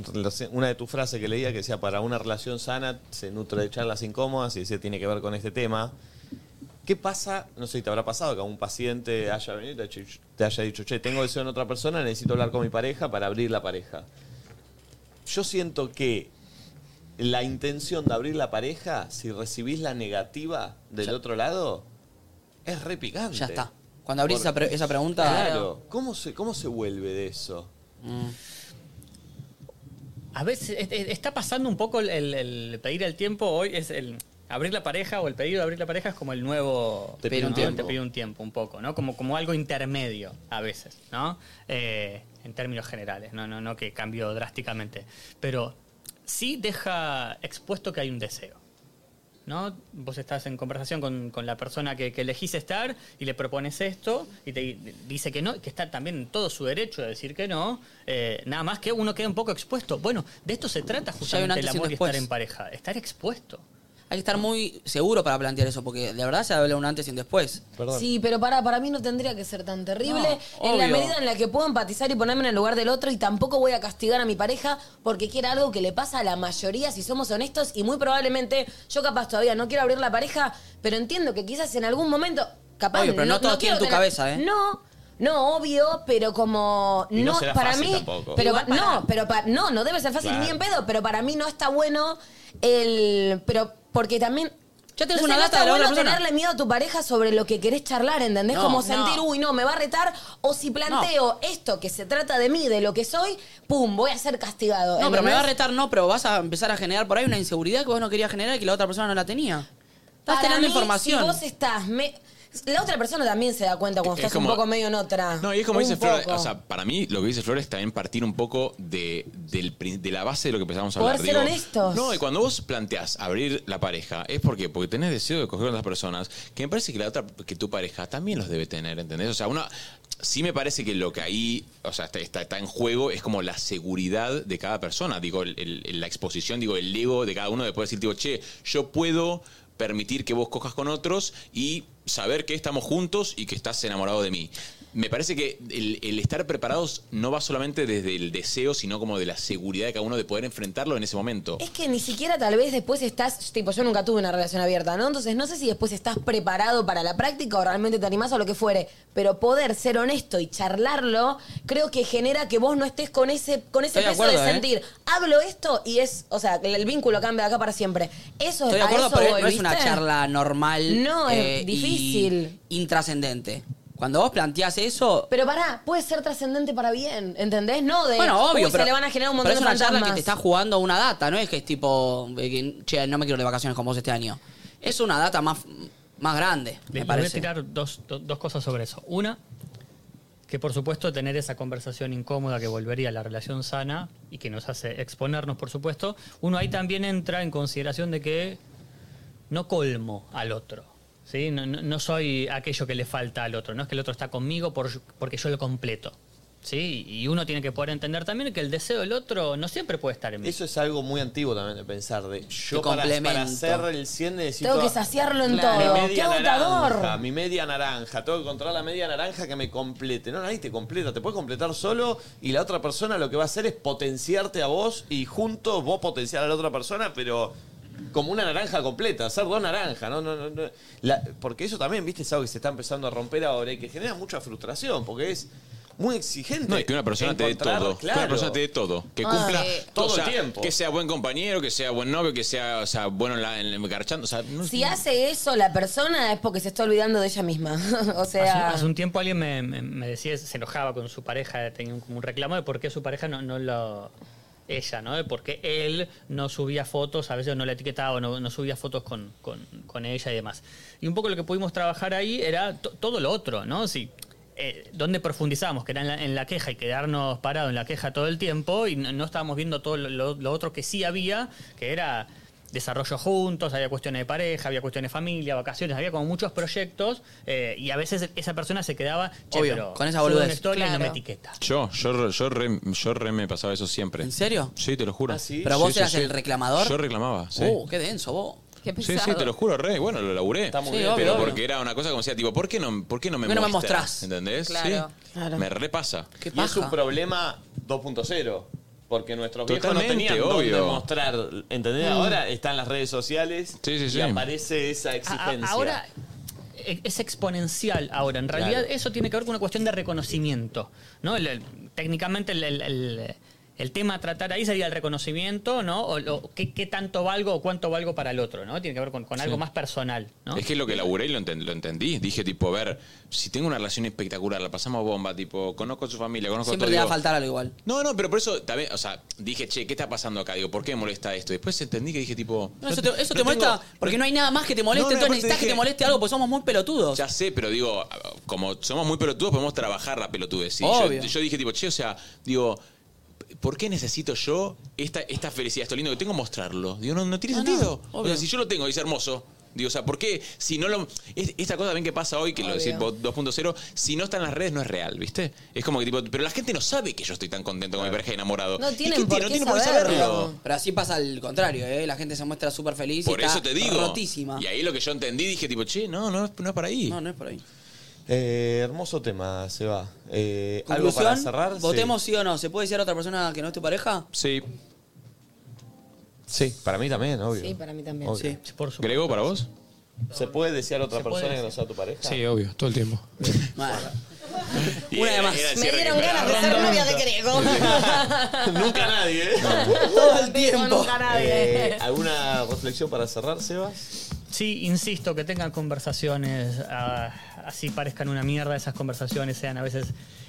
[SPEAKER 1] una de tus frases que leía que decía, para una relación sana se nutre de charlas incómodas y decía, tiene que ver con este tema. ¿Qué pasa? No sé si te habrá pasado que algún paciente haya venido y te haya dicho- te haya dicho, che, tengo deseo en otra persona, necesito hablar con mi pareja para abrir la pareja. Yo siento que la intención de abrir la pareja, si recibís la negativa del otro lado, es repicante.
[SPEAKER 2] Ya está. Cuando abrís esa pre- esa pregunta-
[SPEAKER 1] Claro. ¿Cómo se, ¿Cómo se vuelve de eso?
[SPEAKER 2] Mm.
[SPEAKER 24] A veces es- es- está pasando un poco el, el- el pedir el tiempo hoy, es el abrir la pareja o el pedido de abrir la pareja es como el nuevo
[SPEAKER 1] Te pido un
[SPEAKER 24] ¿no?
[SPEAKER 1] tiempo.
[SPEAKER 24] Te pido un tiempo, un poco, ¿no? Como, como algo intermedio a veces, ¿no? Eh, en términos generales, no, no, no que cambió drásticamente. Pero sí deja expuesto que hay un deseo. ¿no? Vos estás en conversación con, con la persona que, que elegís estar y le propones esto y te dice que no, que está también en todo su derecho de decir que no, eh, nada más que uno queda un poco expuesto. Bueno, de esto se trata
[SPEAKER 2] hay un
[SPEAKER 24] justamente el
[SPEAKER 2] antes y un
[SPEAKER 24] amor y
[SPEAKER 2] después.
[SPEAKER 24] estar en pareja, estar expuesto.
[SPEAKER 2] Hay que estar muy seguro para plantear eso, porque de verdad se habla un antes y un después.
[SPEAKER 6] Sí, pero para, para mí no tendría que ser tan terrible.
[SPEAKER 2] No,
[SPEAKER 6] en la
[SPEAKER 2] obvio.
[SPEAKER 6] medida en la que puedo empatizar y ponerme en el lugar del otro y tampoco voy a castigar a mi pareja porque quiera algo que le pasa a la mayoría, si somos honestos, y muy probablemente yo capaz todavía no quiero abrir la pareja, pero entiendo que quizás en algún momento, capaz...
[SPEAKER 2] Obvio, pero no todo
[SPEAKER 6] quiero
[SPEAKER 2] tiene tu
[SPEAKER 6] tener-
[SPEAKER 2] cabeza, ¿eh?
[SPEAKER 6] No. No, obvio, pero como
[SPEAKER 2] Y no
[SPEAKER 6] no,
[SPEAKER 2] será
[SPEAKER 6] para
[SPEAKER 2] fácil
[SPEAKER 6] mí,
[SPEAKER 2] tampoco.
[SPEAKER 6] pero
[SPEAKER 2] Igual
[SPEAKER 6] pa- no, pero pa- no, no debe ser fácil
[SPEAKER 2] Claro.
[SPEAKER 6] ni en pedo, pero para mí no está bueno el, pero porque también
[SPEAKER 2] Ya tenés
[SPEAKER 6] no
[SPEAKER 2] una
[SPEAKER 6] sé, no
[SPEAKER 2] data
[SPEAKER 6] está
[SPEAKER 2] de la
[SPEAKER 6] bueno
[SPEAKER 2] otra persona.
[SPEAKER 6] tenerle miedo a tu pareja sobre lo que querés charlar, ¿entendés?
[SPEAKER 2] No,
[SPEAKER 6] Como
[SPEAKER 2] no.
[SPEAKER 6] sentir, uy, no, me va a retar. O si planteo esto que se trata de mí, de lo que soy, pum, voy a ser castigado.
[SPEAKER 2] No, pero me
[SPEAKER 6] ¿entendés?
[SPEAKER 2] va a retar, no, pero vas a empezar a generar por ahí una inseguridad que vos no querías generar y que la otra persona no la tenía. Estás
[SPEAKER 6] Para mí,
[SPEAKER 2] teniendo información.
[SPEAKER 6] Si vos estás. me- La otra persona también se da cuenta cuando
[SPEAKER 7] Es
[SPEAKER 6] estás
[SPEAKER 7] como-
[SPEAKER 6] un poco medio en otra.
[SPEAKER 7] No, y es como
[SPEAKER 6] Un
[SPEAKER 7] dice Flores,
[SPEAKER 6] poco.
[SPEAKER 7] o sea, para mí lo que dice Flores es también partir un poco de, del prin- de la base de lo que empezamos a
[SPEAKER 6] Poder
[SPEAKER 7] hablar.
[SPEAKER 6] ser honestos.
[SPEAKER 7] No, y cuando vos planteás abrir la pareja, es porque, porque tenés deseo de coger con otras personas, que me parece que la otra, que tu pareja también los debe tener, ¿entendés? O sea, una. Sí me parece que lo que ahí, o sea, está, está, está en juego es como la seguridad de cada persona, digo, el- el- la exposición, digo, el ego de cada uno de poder decir, digo, che, yo puedo permitir que vos cojas con otros y saber que estamos juntos y que estás enamorado de mí. Me parece que el, el estar preparados no va solamente desde el deseo, sino como de la seguridad de cada uno de poder enfrentarlo en ese momento.
[SPEAKER 6] Es que ni siquiera tal vez después estás, tipo, yo nunca tuve una relación abierta, ¿no? Entonces no sé si después estás preparado para la práctica o realmente te animás a lo que fuere, pero poder ser honesto y charlarlo, creo que genera que vos no estés con ese, con ese
[SPEAKER 2] Estoy de
[SPEAKER 6] peso
[SPEAKER 2] acuerdo,
[SPEAKER 6] de
[SPEAKER 2] ¿eh?
[SPEAKER 6] sentir, hablo esto y es, o sea, el vínculo cambia de acá para siempre. Eso
[SPEAKER 2] Estoy de
[SPEAKER 6] a
[SPEAKER 2] acuerdo,
[SPEAKER 6] eso
[SPEAKER 2] pero
[SPEAKER 6] voy,
[SPEAKER 2] no es una
[SPEAKER 6] ¿viste?
[SPEAKER 2] charla normal. eh,
[SPEAKER 6] No, es
[SPEAKER 2] y
[SPEAKER 6] difícil.
[SPEAKER 2] Intrascendente. Cuando vos planteás eso.
[SPEAKER 6] Pero pará, puede ser trascendente para bien, ¿entendés? No de
[SPEAKER 2] bueno, obvio,
[SPEAKER 6] "Uy,
[SPEAKER 2] pero.
[SPEAKER 6] se le van a generar un montón
[SPEAKER 2] pero es
[SPEAKER 6] de
[SPEAKER 2] una charla
[SPEAKER 6] fantasmas".
[SPEAKER 2] que te está jugando una data, no es que es tipo. eh, que, che, no me quiero ir de vacaciones con vos este año. Es una data más, más grande,
[SPEAKER 24] Le- les
[SPEAKER 2] me
[SPEAKER 24] voy a
[SPEAKER 2] parece.
[SPEAKER 24] tirar dos, do- dos cosas sobre eso. Una, que por supuesto tener esa conversación incómoda que volvería a la relación sana y que nos hace exponernos, por supuesto. Uno ahí también entra en consideración de que no colmo al otro. ¿sí? No, no- no soy aquello que le falta al otro. No es que el otro está conmigo por- porque yo lo completo. ¿sí? Y uno tiene que poder entender también que el deseo del otro no siempre puede estar en mí.
[SPEAKER 1] Eso es algo muy antiguo también de pensar, de Eh, yo
[SPEAKER 24] Te
[SPEAKER 1] para,
[SPEAKER 24] complemento.
[SPEAKER 1] para hacer el 100 necesito...
[SPEAKER 6] Tengo que saciarlo en todo.
[SPEAKER 1] Mi media
[SPEAKER 6] Qué agotador.
[SPEAKER 1] naranja, mi media naranja, tengo que encontrar la media naranja que me complete. No, nadie te completa, te puedes completar solo y la otra persona lo que va a hacer es potenciarte a vos y juntos vos potenciar a la otra persona, pero como una naranja completa, hacer dos naranjas, no, no, no, no. La- porque eso también, viste, es algo que se está empezando a romper ahora y que genera mucha frustración, porque es muy exigente.
[SPEAKER 7] No, y que una persona te dé
[SPEAKER 1] encontrar-
[SPEAKER 7] todo. Que
[SPEAKER 1] claro.
[SPEAKER 7] una persona te dé todo. Que
[SPEAKER 1] Ah,
[SPEAKER 7] cumpla
[SPEAKER 1] sí.
[SPEAKER 7] o
[SPEAKER 1] todo el
[SPEAKER 7] sea,
[SPEAKER 1] tiempo.
[SPEAKER 7] Que sea buen compañero, que sea buen novio, que sea, o sea bueno en la, en, garchando. O sea, no-
[SPEAKER 6] Si hace eso la persona es porque se está olvidando de ella misma. o sea.
[SPEAKER 24] Hace, hace un tiempo alguien me, me- me decía, se enojaba con su pareja, tenía un, como un reclamo de por qué su pareja no, no lo ella, ¿no? Porque él no subía fotos, a veces no la etiquetaba, o no, no subía fotos con, con- con ella y demás. Y un poco lo que pudimos trabajar ahí era to- todo lo otro, ¿no? Si eh, donde profundizamos, que era en la, en la queja y quedarnos parados en la queja todo el tiempo y no, no estábamos viendo todo lo, lo- lo otro que sí había, que era desarrollo juntos, había cuestiones de pareja, había cuestiones de familia, vacaciones, había como muchos proyectos eh, y a veces esa persona se quedaba, che,
[SPEAKER 2] Obvio,
[SPEAKER 24] pero
[SPEAKER 2] con esa
[SPEAKER 24] sube una
[SPEAKER 2] boludez.
[SPEAKER 24] historia y no me
[SPEAKER 2] Claro.
[SPEAKER 24] etiqueta.
[SPEAKER 7] Yo, yo, yo, re, yo re me pasaba eso siempre. ¿En
[SPEAKER 2] serio?
[SPEAKER 7] Sí, te lo juro.
[SPEAKER 2] ¿Pero
[SPEAKER 7] Sí,
[SPEAKER 2] vos
[SPEAKER 7] sí,
[SPEAKER 2] eras
[SPEAKER 7] sí.
[SPEAKER 2] el reclamador?
[SPEAKER 7] Yo reclamaba, sí.
[SPEAKER 2] Uh, qué denso vos. Qué
[SPEAKER 7] Sí, sí, te lo juro, re. Bueno, lo laburé.
[SPEAKER 2] muy Sí, bien. obvio,
[SPEAKER 7] Pero
[SPEAKER 2] obvio.
[SPEAKER 7] porque era una cosa como decía, tipo, ¿por qué no, por qué no me
[SPEAKER 2] ¿Por qué no me
[SPEAKER 7] muestras?
[SPEAKER 2] mostrás?
[SPEAKER 7] ¿Entendés?
[SPEAKER 2] Claro.
[SPEAKER 7] Sí.
[SPEAKER 2] Claro.
[SPEAKER 7] Me repasa.
[SPEAKER 1] Y es un problema 2.0. Porque nuestros viejos no
[SPEAKER 7] Totalmente,
[SPEAKER 1] tenían
[SPEAKER 7] obvio.
[SPEAKER 1] dónde mostrar, ¿entendés?
[SPEAKER 24] Mm.
[SPEAKER 1] Ahora están las redes sociales
[SPEAKER 7] sí, sí.
[SPEAKER 1] y aparece esa
[SPEAKER 24] A- a-
[SPEAKER 1] exigencia.
[SPEAKER 24] ahora e- es exponencial ahora. En realidad
[SPEAKER 1] Claro.
[SPEAKER 24] eso tiene que ver con una cuestión de reconocimiento. ¿no? El- el- técnicamente el, el- el- el tema a tratar ahí sería el reconocimiento, ¿no? O, lo- qué, qué tanto valgo o cuánto valgo para el otro, ¿no? Tiene que ver con, con algo
[SPEAKER 7] Sí.
[SPEAKER 24] más personal, ¿no?
[SPEAKER 7] Es que es lo que laburé y lo, enten- lo entendí. Dije, tipo, a ver, si tengo una relación espectacular, la pasamos bomba, tipo, conozco a su familia, conozco
[SPEAKER 2] Siempre
[SPEAKER 7] todo,
[SPEAKER 2] te va a
[SPEAKER 7] digo,
[SPEAKER 2] faltar algo igual.
[SPEAKER 7] No, no, pero por eso también, o sea, dije, che, ¿qué está pasando acá? Digo, ¿por qué me molesta esto? Después entendí que dije, tipo.
[SPEAKER 2] No, eso te, eso te molesta porque no hay nada más que te moleste,
[SPEAKER 7] No, no,
[SPEAKER 2] entonces
[SPEAKER 7] aparte
[SPEAKER 2] necesitas que
[SPEAKER 7] dije-
[SPEAKER 2] te moleste algo porque somos muy pelotudos.
[SPEAKER 7] Ya sé, pero digo, como somos muy pelotudos, podemos trabajar la pelotudez. ¿sí?
[SPEAKER 2] Obvio.
[SPEAKER 7] Yo, yo dije, tipo, che, o sea, digo. ¿Por qué necesito yo esta, esta felicidad, esto lindo que tengo, mostrarlo? Digo, no, no tiene
[SPEAKER 2] Ah, No, no,
[SPEAKER 7] sentido. o
[SPEAKER 2] obvio.
[SPEAKER 7] sea, si yo lo tengo y es hermoso, digo, o sea, ¿por qué? Si no lo. es- esta cosa también que pasa hoy, que lo decís vos, 2.0, si no está en las redes no es real, ¿viste? Es como que tipo, pero la gente no sabe que yo estoy tan contento con mi pareja y enamorado. ¿Y qué tiene? No tiene por qué saberlo.
[SPEAKER 2] Pero así pasa al contrario, ¿eh? La gente se muestra súper feliz
[SPEAKER 7] Por
[SPEAKER 2] y está
[SPEAKER 7] eso te digo.
[SPEAKER 2] rotísima.
[SPEAKER 7] Y ahí lo que yo entendí, dije tipo, che, no, no, es- no es para ahí. No,
[SPEAKER 2] no es por ahí.
[SPEAKER 1] Eh, hermoso tema, Seba. Eh, ¿Algo
[SPEAKER 2] Conclusión,
[SPEAKER 1] para cerrar? Sí.
[SPEAKER 2] ¿Votemos sí. o no? ¿Se puede decir a otra persona que no es tu pareja?
[SPEAKER 7] Sí.
[SPEAKER 1] Sí, para mí también, obvio.
[SPEAKER 2] Sí, para mí también.
[SPEAKER 1] Obvio.
[SPEAKER 2] Sí,
[SPEAKER 24] por
[SPEAKER 2] supuesto.
[SPEAKER 7] ¿Grego, para vos?
[SPEAKER 1] ¿Se puede desear a otra
[SPEAKER 7] ¿Se puede
[SPEAKER 1] persona que no
[SPEAKER 7] desear?
[SPEAKER 1] sea tu pareja?
[SPEAKER 12] Sí, obvio, todo el tiempo.
[SPEAKER 2] Una de más.
[SPEAKER 6] Me dieron ganas de ser novia de Grego.
[SPEAKER 1] Nunca nadie, ¿eh?
[SPEAKER 2] Todo el tiempo.
[SPEAKER 6] Nunca nadie.
[SPEAKER 1] Eh, ¿Alguna reflexión para cerrar, Sebas?
[SPEAKER 24] Sí, insisto, que tengan conversaciones, ah, así parezcan una mierda, esas conversaciones sean a veces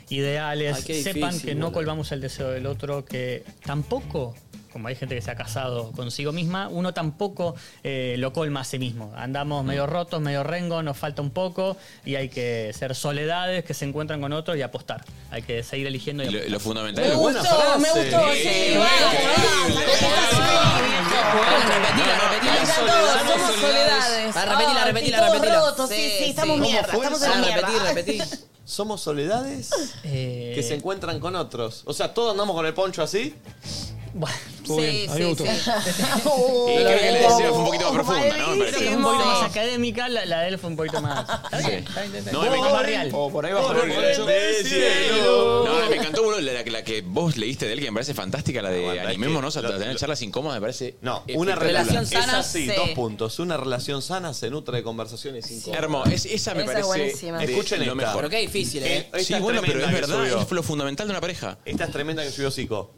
[SPEAKER 24] ideales,
[SPEAKER 12] Ay, qué
[SPEAKER 24] sepan
[SPEAKER 12] difícil,
[SPEAKER 24] que no
[SPEAKER 12] boludo.
[SPEAKER 24] colvamos el deseo del otro, que tampoco, como hay gente que se ha casado consigo misma, uno tampoco eh, lo colma a sí mismo. Andamos medio rotos, medio rengo, nos falta un poco y hay que ser soledades que se encuentran con otros y apostar. Hay que seguir eligiendo y
[SPEAKER 7] Lo,
[SPEAKER 24] apostar.
[SPEAKER 7] lo fundamental
[SPEAKER 24] Me
[SPEAKER 7] es-
[SPEAKER 24] gustó, Buena me frase. gustó,
[SPEAKER 7] Eh,
[SPEAKER 24] sí,
[SPEAKER 7] bueno,
[SPEAKER 24] vamos,
[SPEAKER 7] increíble.
[SPEAKER 2] Repetila, repetila.
[SPEAKER 6] Mira, todos somos soledades.
[SPEAKER 2] Ah, repetila,
[SPEAKER 6] Ay,
[SPEAKER 2] repetila,
[SPEAKER 6] todos
[SPEAKER 2] repetila.
[SPEAKER 6] rotos, sí, sí, estamos
[SPEAKER 1] ¿Cómo
[SPEAKER 6] mierda,
[SPEAKER 1] fue
[SPEAKER 6] estamos
[SPEAKER 1] eso?
[SPEAKER 6] en la mierda.
[SPEAKER 1] Somos soledades que se encuentran con otros. O sea, todos andamos con el poncho así.
[SPEAKER 12] Estuvo bien, a mí me gustó. Oh,
[SPEAKER 1] Y creo que la decía fue un poquito más profunda, ¿no? Me
[SPEAKER 24] Creo que
[SPEAKER 1] parece.
[SPEAKER 24] fue un poquito más académica, la, la de él fue un poquito más. Está bien, está bien, está bien. Un poquito más real.
[SPEAKER 12] Oh,
[SPEAKER 7] O por ahí
[SPEAKER 24] bajo
[SPEAKER 7] por
[SPEAKER 24] el
[SPEAKER 7] el
[SPEAKER 2] eh.
[SPEAKER 24] pecho.
[SPEAKER 7] cielo. No, me encantó boludo, la, la que vos leíste de él, que me parece fantástica, la de animémonos a tener charlas incómodas, me parece. eh,
[SPEAKER 1] No, Una relación sana. Es así,
[SPEAKER 7] sí.
[SPEAKER 1] dos puntos. Una relación sana se nutre de conversaciones incómodas.
[SPEAKER 7] Hermoso, es- esa me parece de-
[SPEAKER 1] Escuchen
[SPEAKER 7] lo
[SPEAKER 1] esta.
[SPEAKER 7] mejor. Pero qué
[SPEAKER 2] difícil,
[SPEAKER 7] ¿eh?
[SPEAKER 1] Esta
[SPEAKER 7] Sí, bueno, pero
[SPEAKER 1] tremenda
[SPEAKER 7] es
[SPEAKER 1] que
[SPEAKER 7] verdad,
[SPEAKER 1] subió.
[SPEAKER 7] es lo fundamental de una pareja.
[SPEAKER 1] Esta es tremenda que subió Zico.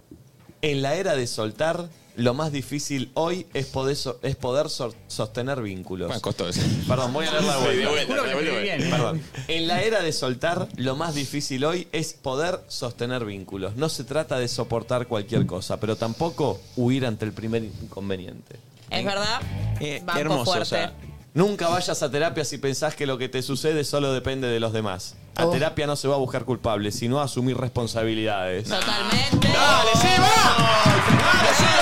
[SPEAKER 1] En la era de soltar, lo más difícil hoy es poder, so- es poder so- sostener vínculos.
[SPEAKER 7] Bueno, costó
[SPEAKER 1] Perdón, voy a leer la
[SPEAKER 7] Sí, de
[SPEAKER 1] vuelta.
[SPEAKER 7] vuelta, Juro que de vuelta. escribí bien, ¿eh?
[SPEAKER 1] Perdón. En la era de soltar, lo más difícil hoy es poder sostener vínculos. No se trata de soportar cualquier cosa, pero tampoco huir ante el primer inconveniente.
[SPEAKER 4] Es verdad. Banco
[SPEAKER 1] Eh, hermoso,
[SPEAKER 4] fuerte.
[SPEAKER 1] o sea, Nunca vayas a terapia si pensás que lo que te sucede solo depende de los demás.
[SPEAKER 4] Oh.
[SPEAKER 1] A terapia no se va a buscar culpables, sino a asumir responsabilidades.
[SPEAKER 4] Totalmente.
[SPEAKER 1] ¡Dale, sí,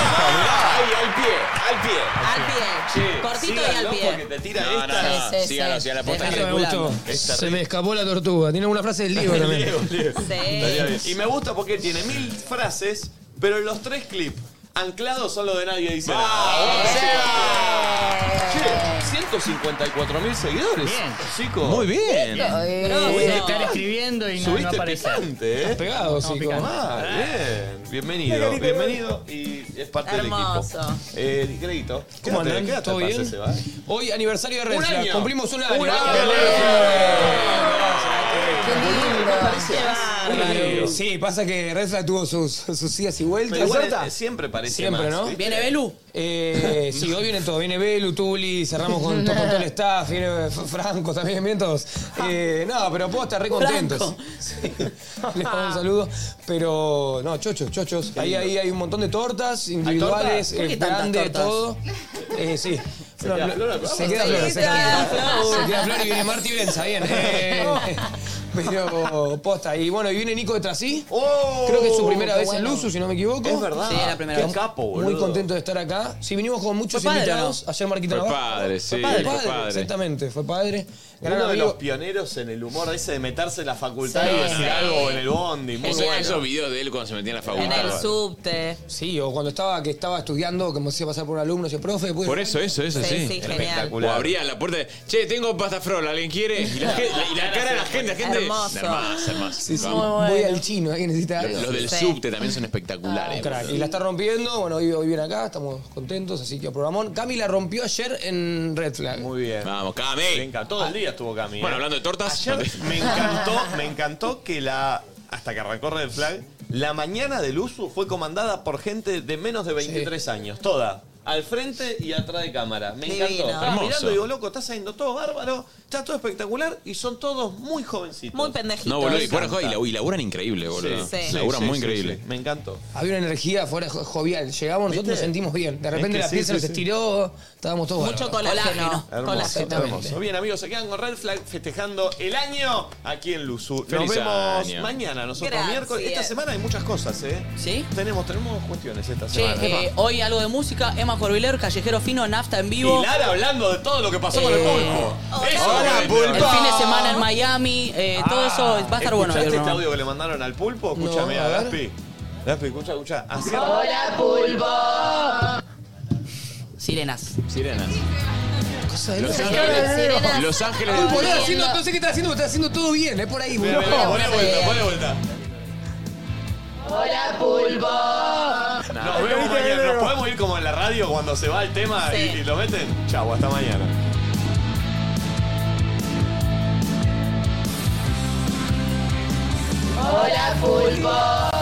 [SPEAKER 1] Ahí, al pie, al pie.
[SPEAKER 4] Al pie.
[SPEAKER 1] Che,
[SPEAKER 4] Cortito y al
[SPEAKER 1] síganlo
[SPEAKER 4] pie.
[SPEAKER 1] porque te tira
[SPEAKER 7] No,
[SPEAKER 1] esta.
[SPEAKER 7] no, no, Sí, sí, síganlo, sí. síganlo, aposta
[SPEAKER 12] Esa
[SPEAKER 7] que-
[SPEAKER 12] me gustó.
[SPEAKER 7] Está
[SPEAKER 12] Se me escapó la tortuga. Tiene una frase del Diego también.
[SPEAKER 1] Diego, Diego.
[SPEAKER 12] Sí.
[SPEAKER 1] Estaría bien. Y me gusta porque tiene mil frases, pero en los tres clips anclados son lo de nadie dice nada. Che, 154 mil seguidores.
[SPEAKER 24] Bien.
[SPEAKER 1] Chico.
[SPEAKER 7] Muy bien.
[SPEAKER 24] Bien.
[SPEAKER 1] Eh,
[SPEAKER 24] Bravo.
[SPEAKER 1] subiste
[SPEAKER 24] Estar
[SPEAKER 1] pican-
[SPEAKER 24] escribiendo y no- no
[SPEAKER 1] subiste
[SPEAKER 24] aparece.
[SPEAKER 1] picante, eh.
[SPEAKER 24] Estás pegado,
[SPEAKER 1] Estamos
[SPEAKER 24] Zico.
[SPEAKER 1] picantes.
[SPEAKER 24] Ah,
[SPEAKER 1] bien. Bienvenido,
[SPEAKER 24] Margarita,
[SPEAKER 1] bienvenido y es parte
[SPEAKER 24] Hermoso.
[SPEAKER 1] del equipo. Eh, Grito,
[SPEAKER 12] ¿Cómo
[SPEAKER 1] quédate,
[SPEAKER 12] andan?
[SPEAKER 1] quédate
[SPEAKER 12] ¿Todo
[SPEAKER 1] hasta
[SPEAKER 12] bien?
[SPEAKER 1] ese, va.
[SPEAKER 12] Hoy aniversario de Red
[SPEAKER 1] Un
[SPEAKER 12] Flag.
[SPEAKER 1] año.
[SPEAKER 12] Cumplimos un año.
[SPEAKER 1] Un año.
[SPEAKER 12] Eh, Sí, pasa que Red Flag tuvo sus, sus idas y vueltas.
[SPEAKER 1] Pero igual, eh, siempre parece
[SPEAKER 12] Siempre,
[SPEAKER 1] más,
[SPEAKER 12] ¿no?
[SPEAKER 1] ¿viste?
[SPEAKER 2] ¿Viene Belu?
[SPEAKER 12] Eh, sí, hoy vienen todos. Viene Belu, Tuli, cerramos con, to- con todo el staff, viene F- Franco también, bien todos. Eh, no, pero puedo estar re contentos. Sí. Les mando un saludo. Pero, no, chocho, chocho, muchachos.
[SPEAKER 1] Qué
[SPEAKER 12] Ahí,
[SPEAKER 1] lindo.
[SPEAKER 12] ahí hay un montón de tortas individuales,
[SPEAKER 1] tortas? ¿Por qué
[SPEAKER 12] eh,
[SPEAKER 1] tantas
[SPEAKER 12] grande,
[SPEAKER 1] tortas?
[SPEAKER 12] todo. Eh, sí.
[SPEAKER 1] Se queda Flor acá.
[SPEAKER 12] Se queda Flor, se queda Flor. Se queda Flor y viene Marti Benza, bien. Eh, pero posta. Y bueno, y viene Nico detrás ¿Ah, sí. Creo que es su primera
[SPEAKER 1] qué
[SPEAKER 12] vez en
[SPEAKER 1] bueno.
[SPEAKER 12] Luzu, si no me equivoco.
[SPEAKER 1] Es verdad. Sí, es la primera
[SPEAKER 12] Qué
[SPEAKER 1] vez. Capo,
[SPEAKER 12] Muy
[SPEAKER 1] boludo.
[SPEAKER 12] contento de estar acá. Sí, vinimos con muchos
[SPEAKER 1] Fue padre,
[SPEAKER 12] invitados.
[SPEAKER 1] ¿no?
[SPEAKER 12] Ayer Marquita
[SPEAKER 1] Fue
[SPEAKER 12] Navarro.
[SPEAKER 1] padre, sí, fue padre.
[SPEAKER 12] Exactamente, fue padre. Gran
[SPEAKER 1] Uno de
[SPEAKER 12] amigo.
[SPEAKER 1] los pioneros en el humor ese de meterse en la facultad
[SPEAKER 12] Sí.
[SPEAKER 1] y decir algo en el bondi. Muy
[SPEAKER 7] Eso-
[SPEAKER 1] bueno.
[SPEAKER 7] Esos videos de él cuando se metía en la facultad.
[SPEAKER 12] subte. Sí, o cuando estaba que estaba estudiando, que me hacía pasar por un alumno, decía, profe, pues, ¿puede-
[SPEAKER 7] Por eso, eso, eso, sí. O abría la puerta de, che, tengo pasta frola, ¿alguien quiere? Y la, gente- y la cara de la gente, la gente.
[SPEAKER 12] Hermoso.
[SPEAKER 7] Hermosa, hermosa.
[SPEAKER 12] Sí, sí,
[SPEAKER 7] Vamos.
[SPEAKER 12] voy al chino, alguien necesita algo.
[SPEAKER 7] Los, los del subte también son espectaculares.
[SPEAKER 12] Un Ah, crack.
[SPEAKER 7] boludo.
[SPEAKER 12] Y la está rompiendo, bueno, hoy, hoy viene acá, estamos contentos, así que a programón. Cami la rompió ayer en Red Flag. Muy
[SPEAKER 1] bien.
[SPEAKER 7] Vamos, Cami.
[SPEAKER 1] Me encantó, todo el día estuvo Cami. ¿eh?
[SPEAKER 7] Bueno, hablando de tortas.
[SPEAKER 1] Ayer me encantó, me encantó que la. Hasta que arrancó Red Flag, la mañana del uso fue comandada por gente de menos de 23 años, toda. Al frente y atrás de cámara. Me
[SPEAKER 9] Divino.
[SPEAKER 1] encantó. Estaba
[SPEAKER 9] Hermoso.
[SPEAKER 1] mirando y digo, loco, está saliendo todo bárbaro, está todo espectacular y son todos muy jovencitos. Muy pendejitos.
[SPEAKER 7] No, boludo, y fuera de joda, y, labu- y laburan increíble, boludo.
[SPEAKER 1] Sí, sí.
[SPEAKER 7] laburan
[SPEAKER 1] Sí,
[SPEAKER 7] muy
[SPEAKER 1] sí,
[SPEAKER 7] increíble.
[SPEAKER 1] Me encantó.
[SPEAKER 12] Había una energía fuera jo- jovial. Llegamos nosotros, nos sentimos bien. De repente
[SPEAKER 1] Es que
[SPEAKER 12] la
[SPEAKER 1] sí,
[SPEAKER 12] piel se
[SPEAKER 1] sí,
[SPEAKER 12] nos
[SPEAKER 1] sí.
[SPEAKER 12] estiró, estábamos todos
[SPEAKER 1] Mucho
[SPEAKER 12] bárbaros.
[SPEAKER 1] colágeno. Hermoso,
[SPEAKER 12] Exactamente.
[SPEAKER 1] hermoso. Bien, amigos, se quedan con Red Flag festejando el año aquí en Luzu. Nos
[SPEAKER 7] Feliz
[SPEAKER 1] vemos
[SPEAKER 7] año.
[SPEAKER 1] mañana, nosotros
[SPEAKER 2] Gracias.
[SPEAKER 1] miércoles. Esta semana hay muchas cosas, ¿eh?
[SPEAKER 2] ¿Sí?
[SPEAKER 1] Tenemos, tenemos cuestiones esta
[SPEAKER 2] Che,
[SPEAKER 1] semana.
[SPEAKER 2] eh, hoy algo de música, Emma Corbiler, Callejero Fino, Nafta en
[SPEAKER 1] y
[SPEAKER 2] vivo.
[SPEAKER 1] Lara hablando de todo lo que pasó con el
[SPEAKER 2] Eh,
[SPEAKER 1] pulpo. Eso que-
[SPEAKER 2] El fin de semana en Miami, eh, todo eso va a estar bueno.
[SPEAKER 1] ¿Escuchaste
[SPEAKER 2] yo creo.
[SPEAKER 1] este audio que le mandaron al pulpo? Escúchame
[SPEAKER 2] No,
[SPEAKER 1] a
[SPEAKER 2] a ver.
[SPEAKER 1] Gaspi. Gaspi, escucha, escucha. Así-
[SPEAKER 2] Sirenas.
[SPEAKER 7] Sirenas.
[SPEAKER 12] Cosa de
[SPEAKER 7] Los
[SPEAKER 12] loco.
[SPEAKER 7] Ángeles- Sirenas. Los Ángeles
[SPEAKER 12] Uy,
[SPEAKER 7] del
[SPEAKER 12] boludo,
[SPEAKER 7] Mundo.
[SPEAKER 12] haciendo, no sé qué estás haciendo, pero estás haciendo todo bien, es por ahí,
[SPEAKER 7] Mira,
[SPEAKER 12] boludo.
[SPEAKER 7] mira, ponle vuelta, ponle
[SPEAKER 1] vuelta.
[SPEAKER 9] Hola, pulpo.
[SPEAKER 1] Nos vemos mañana. ¿Nos podemos ir como en la radio cuando se va el tema y- y lo meten? Chau, hasta mañana.
[SPEAKER 9] Hola, pulpo.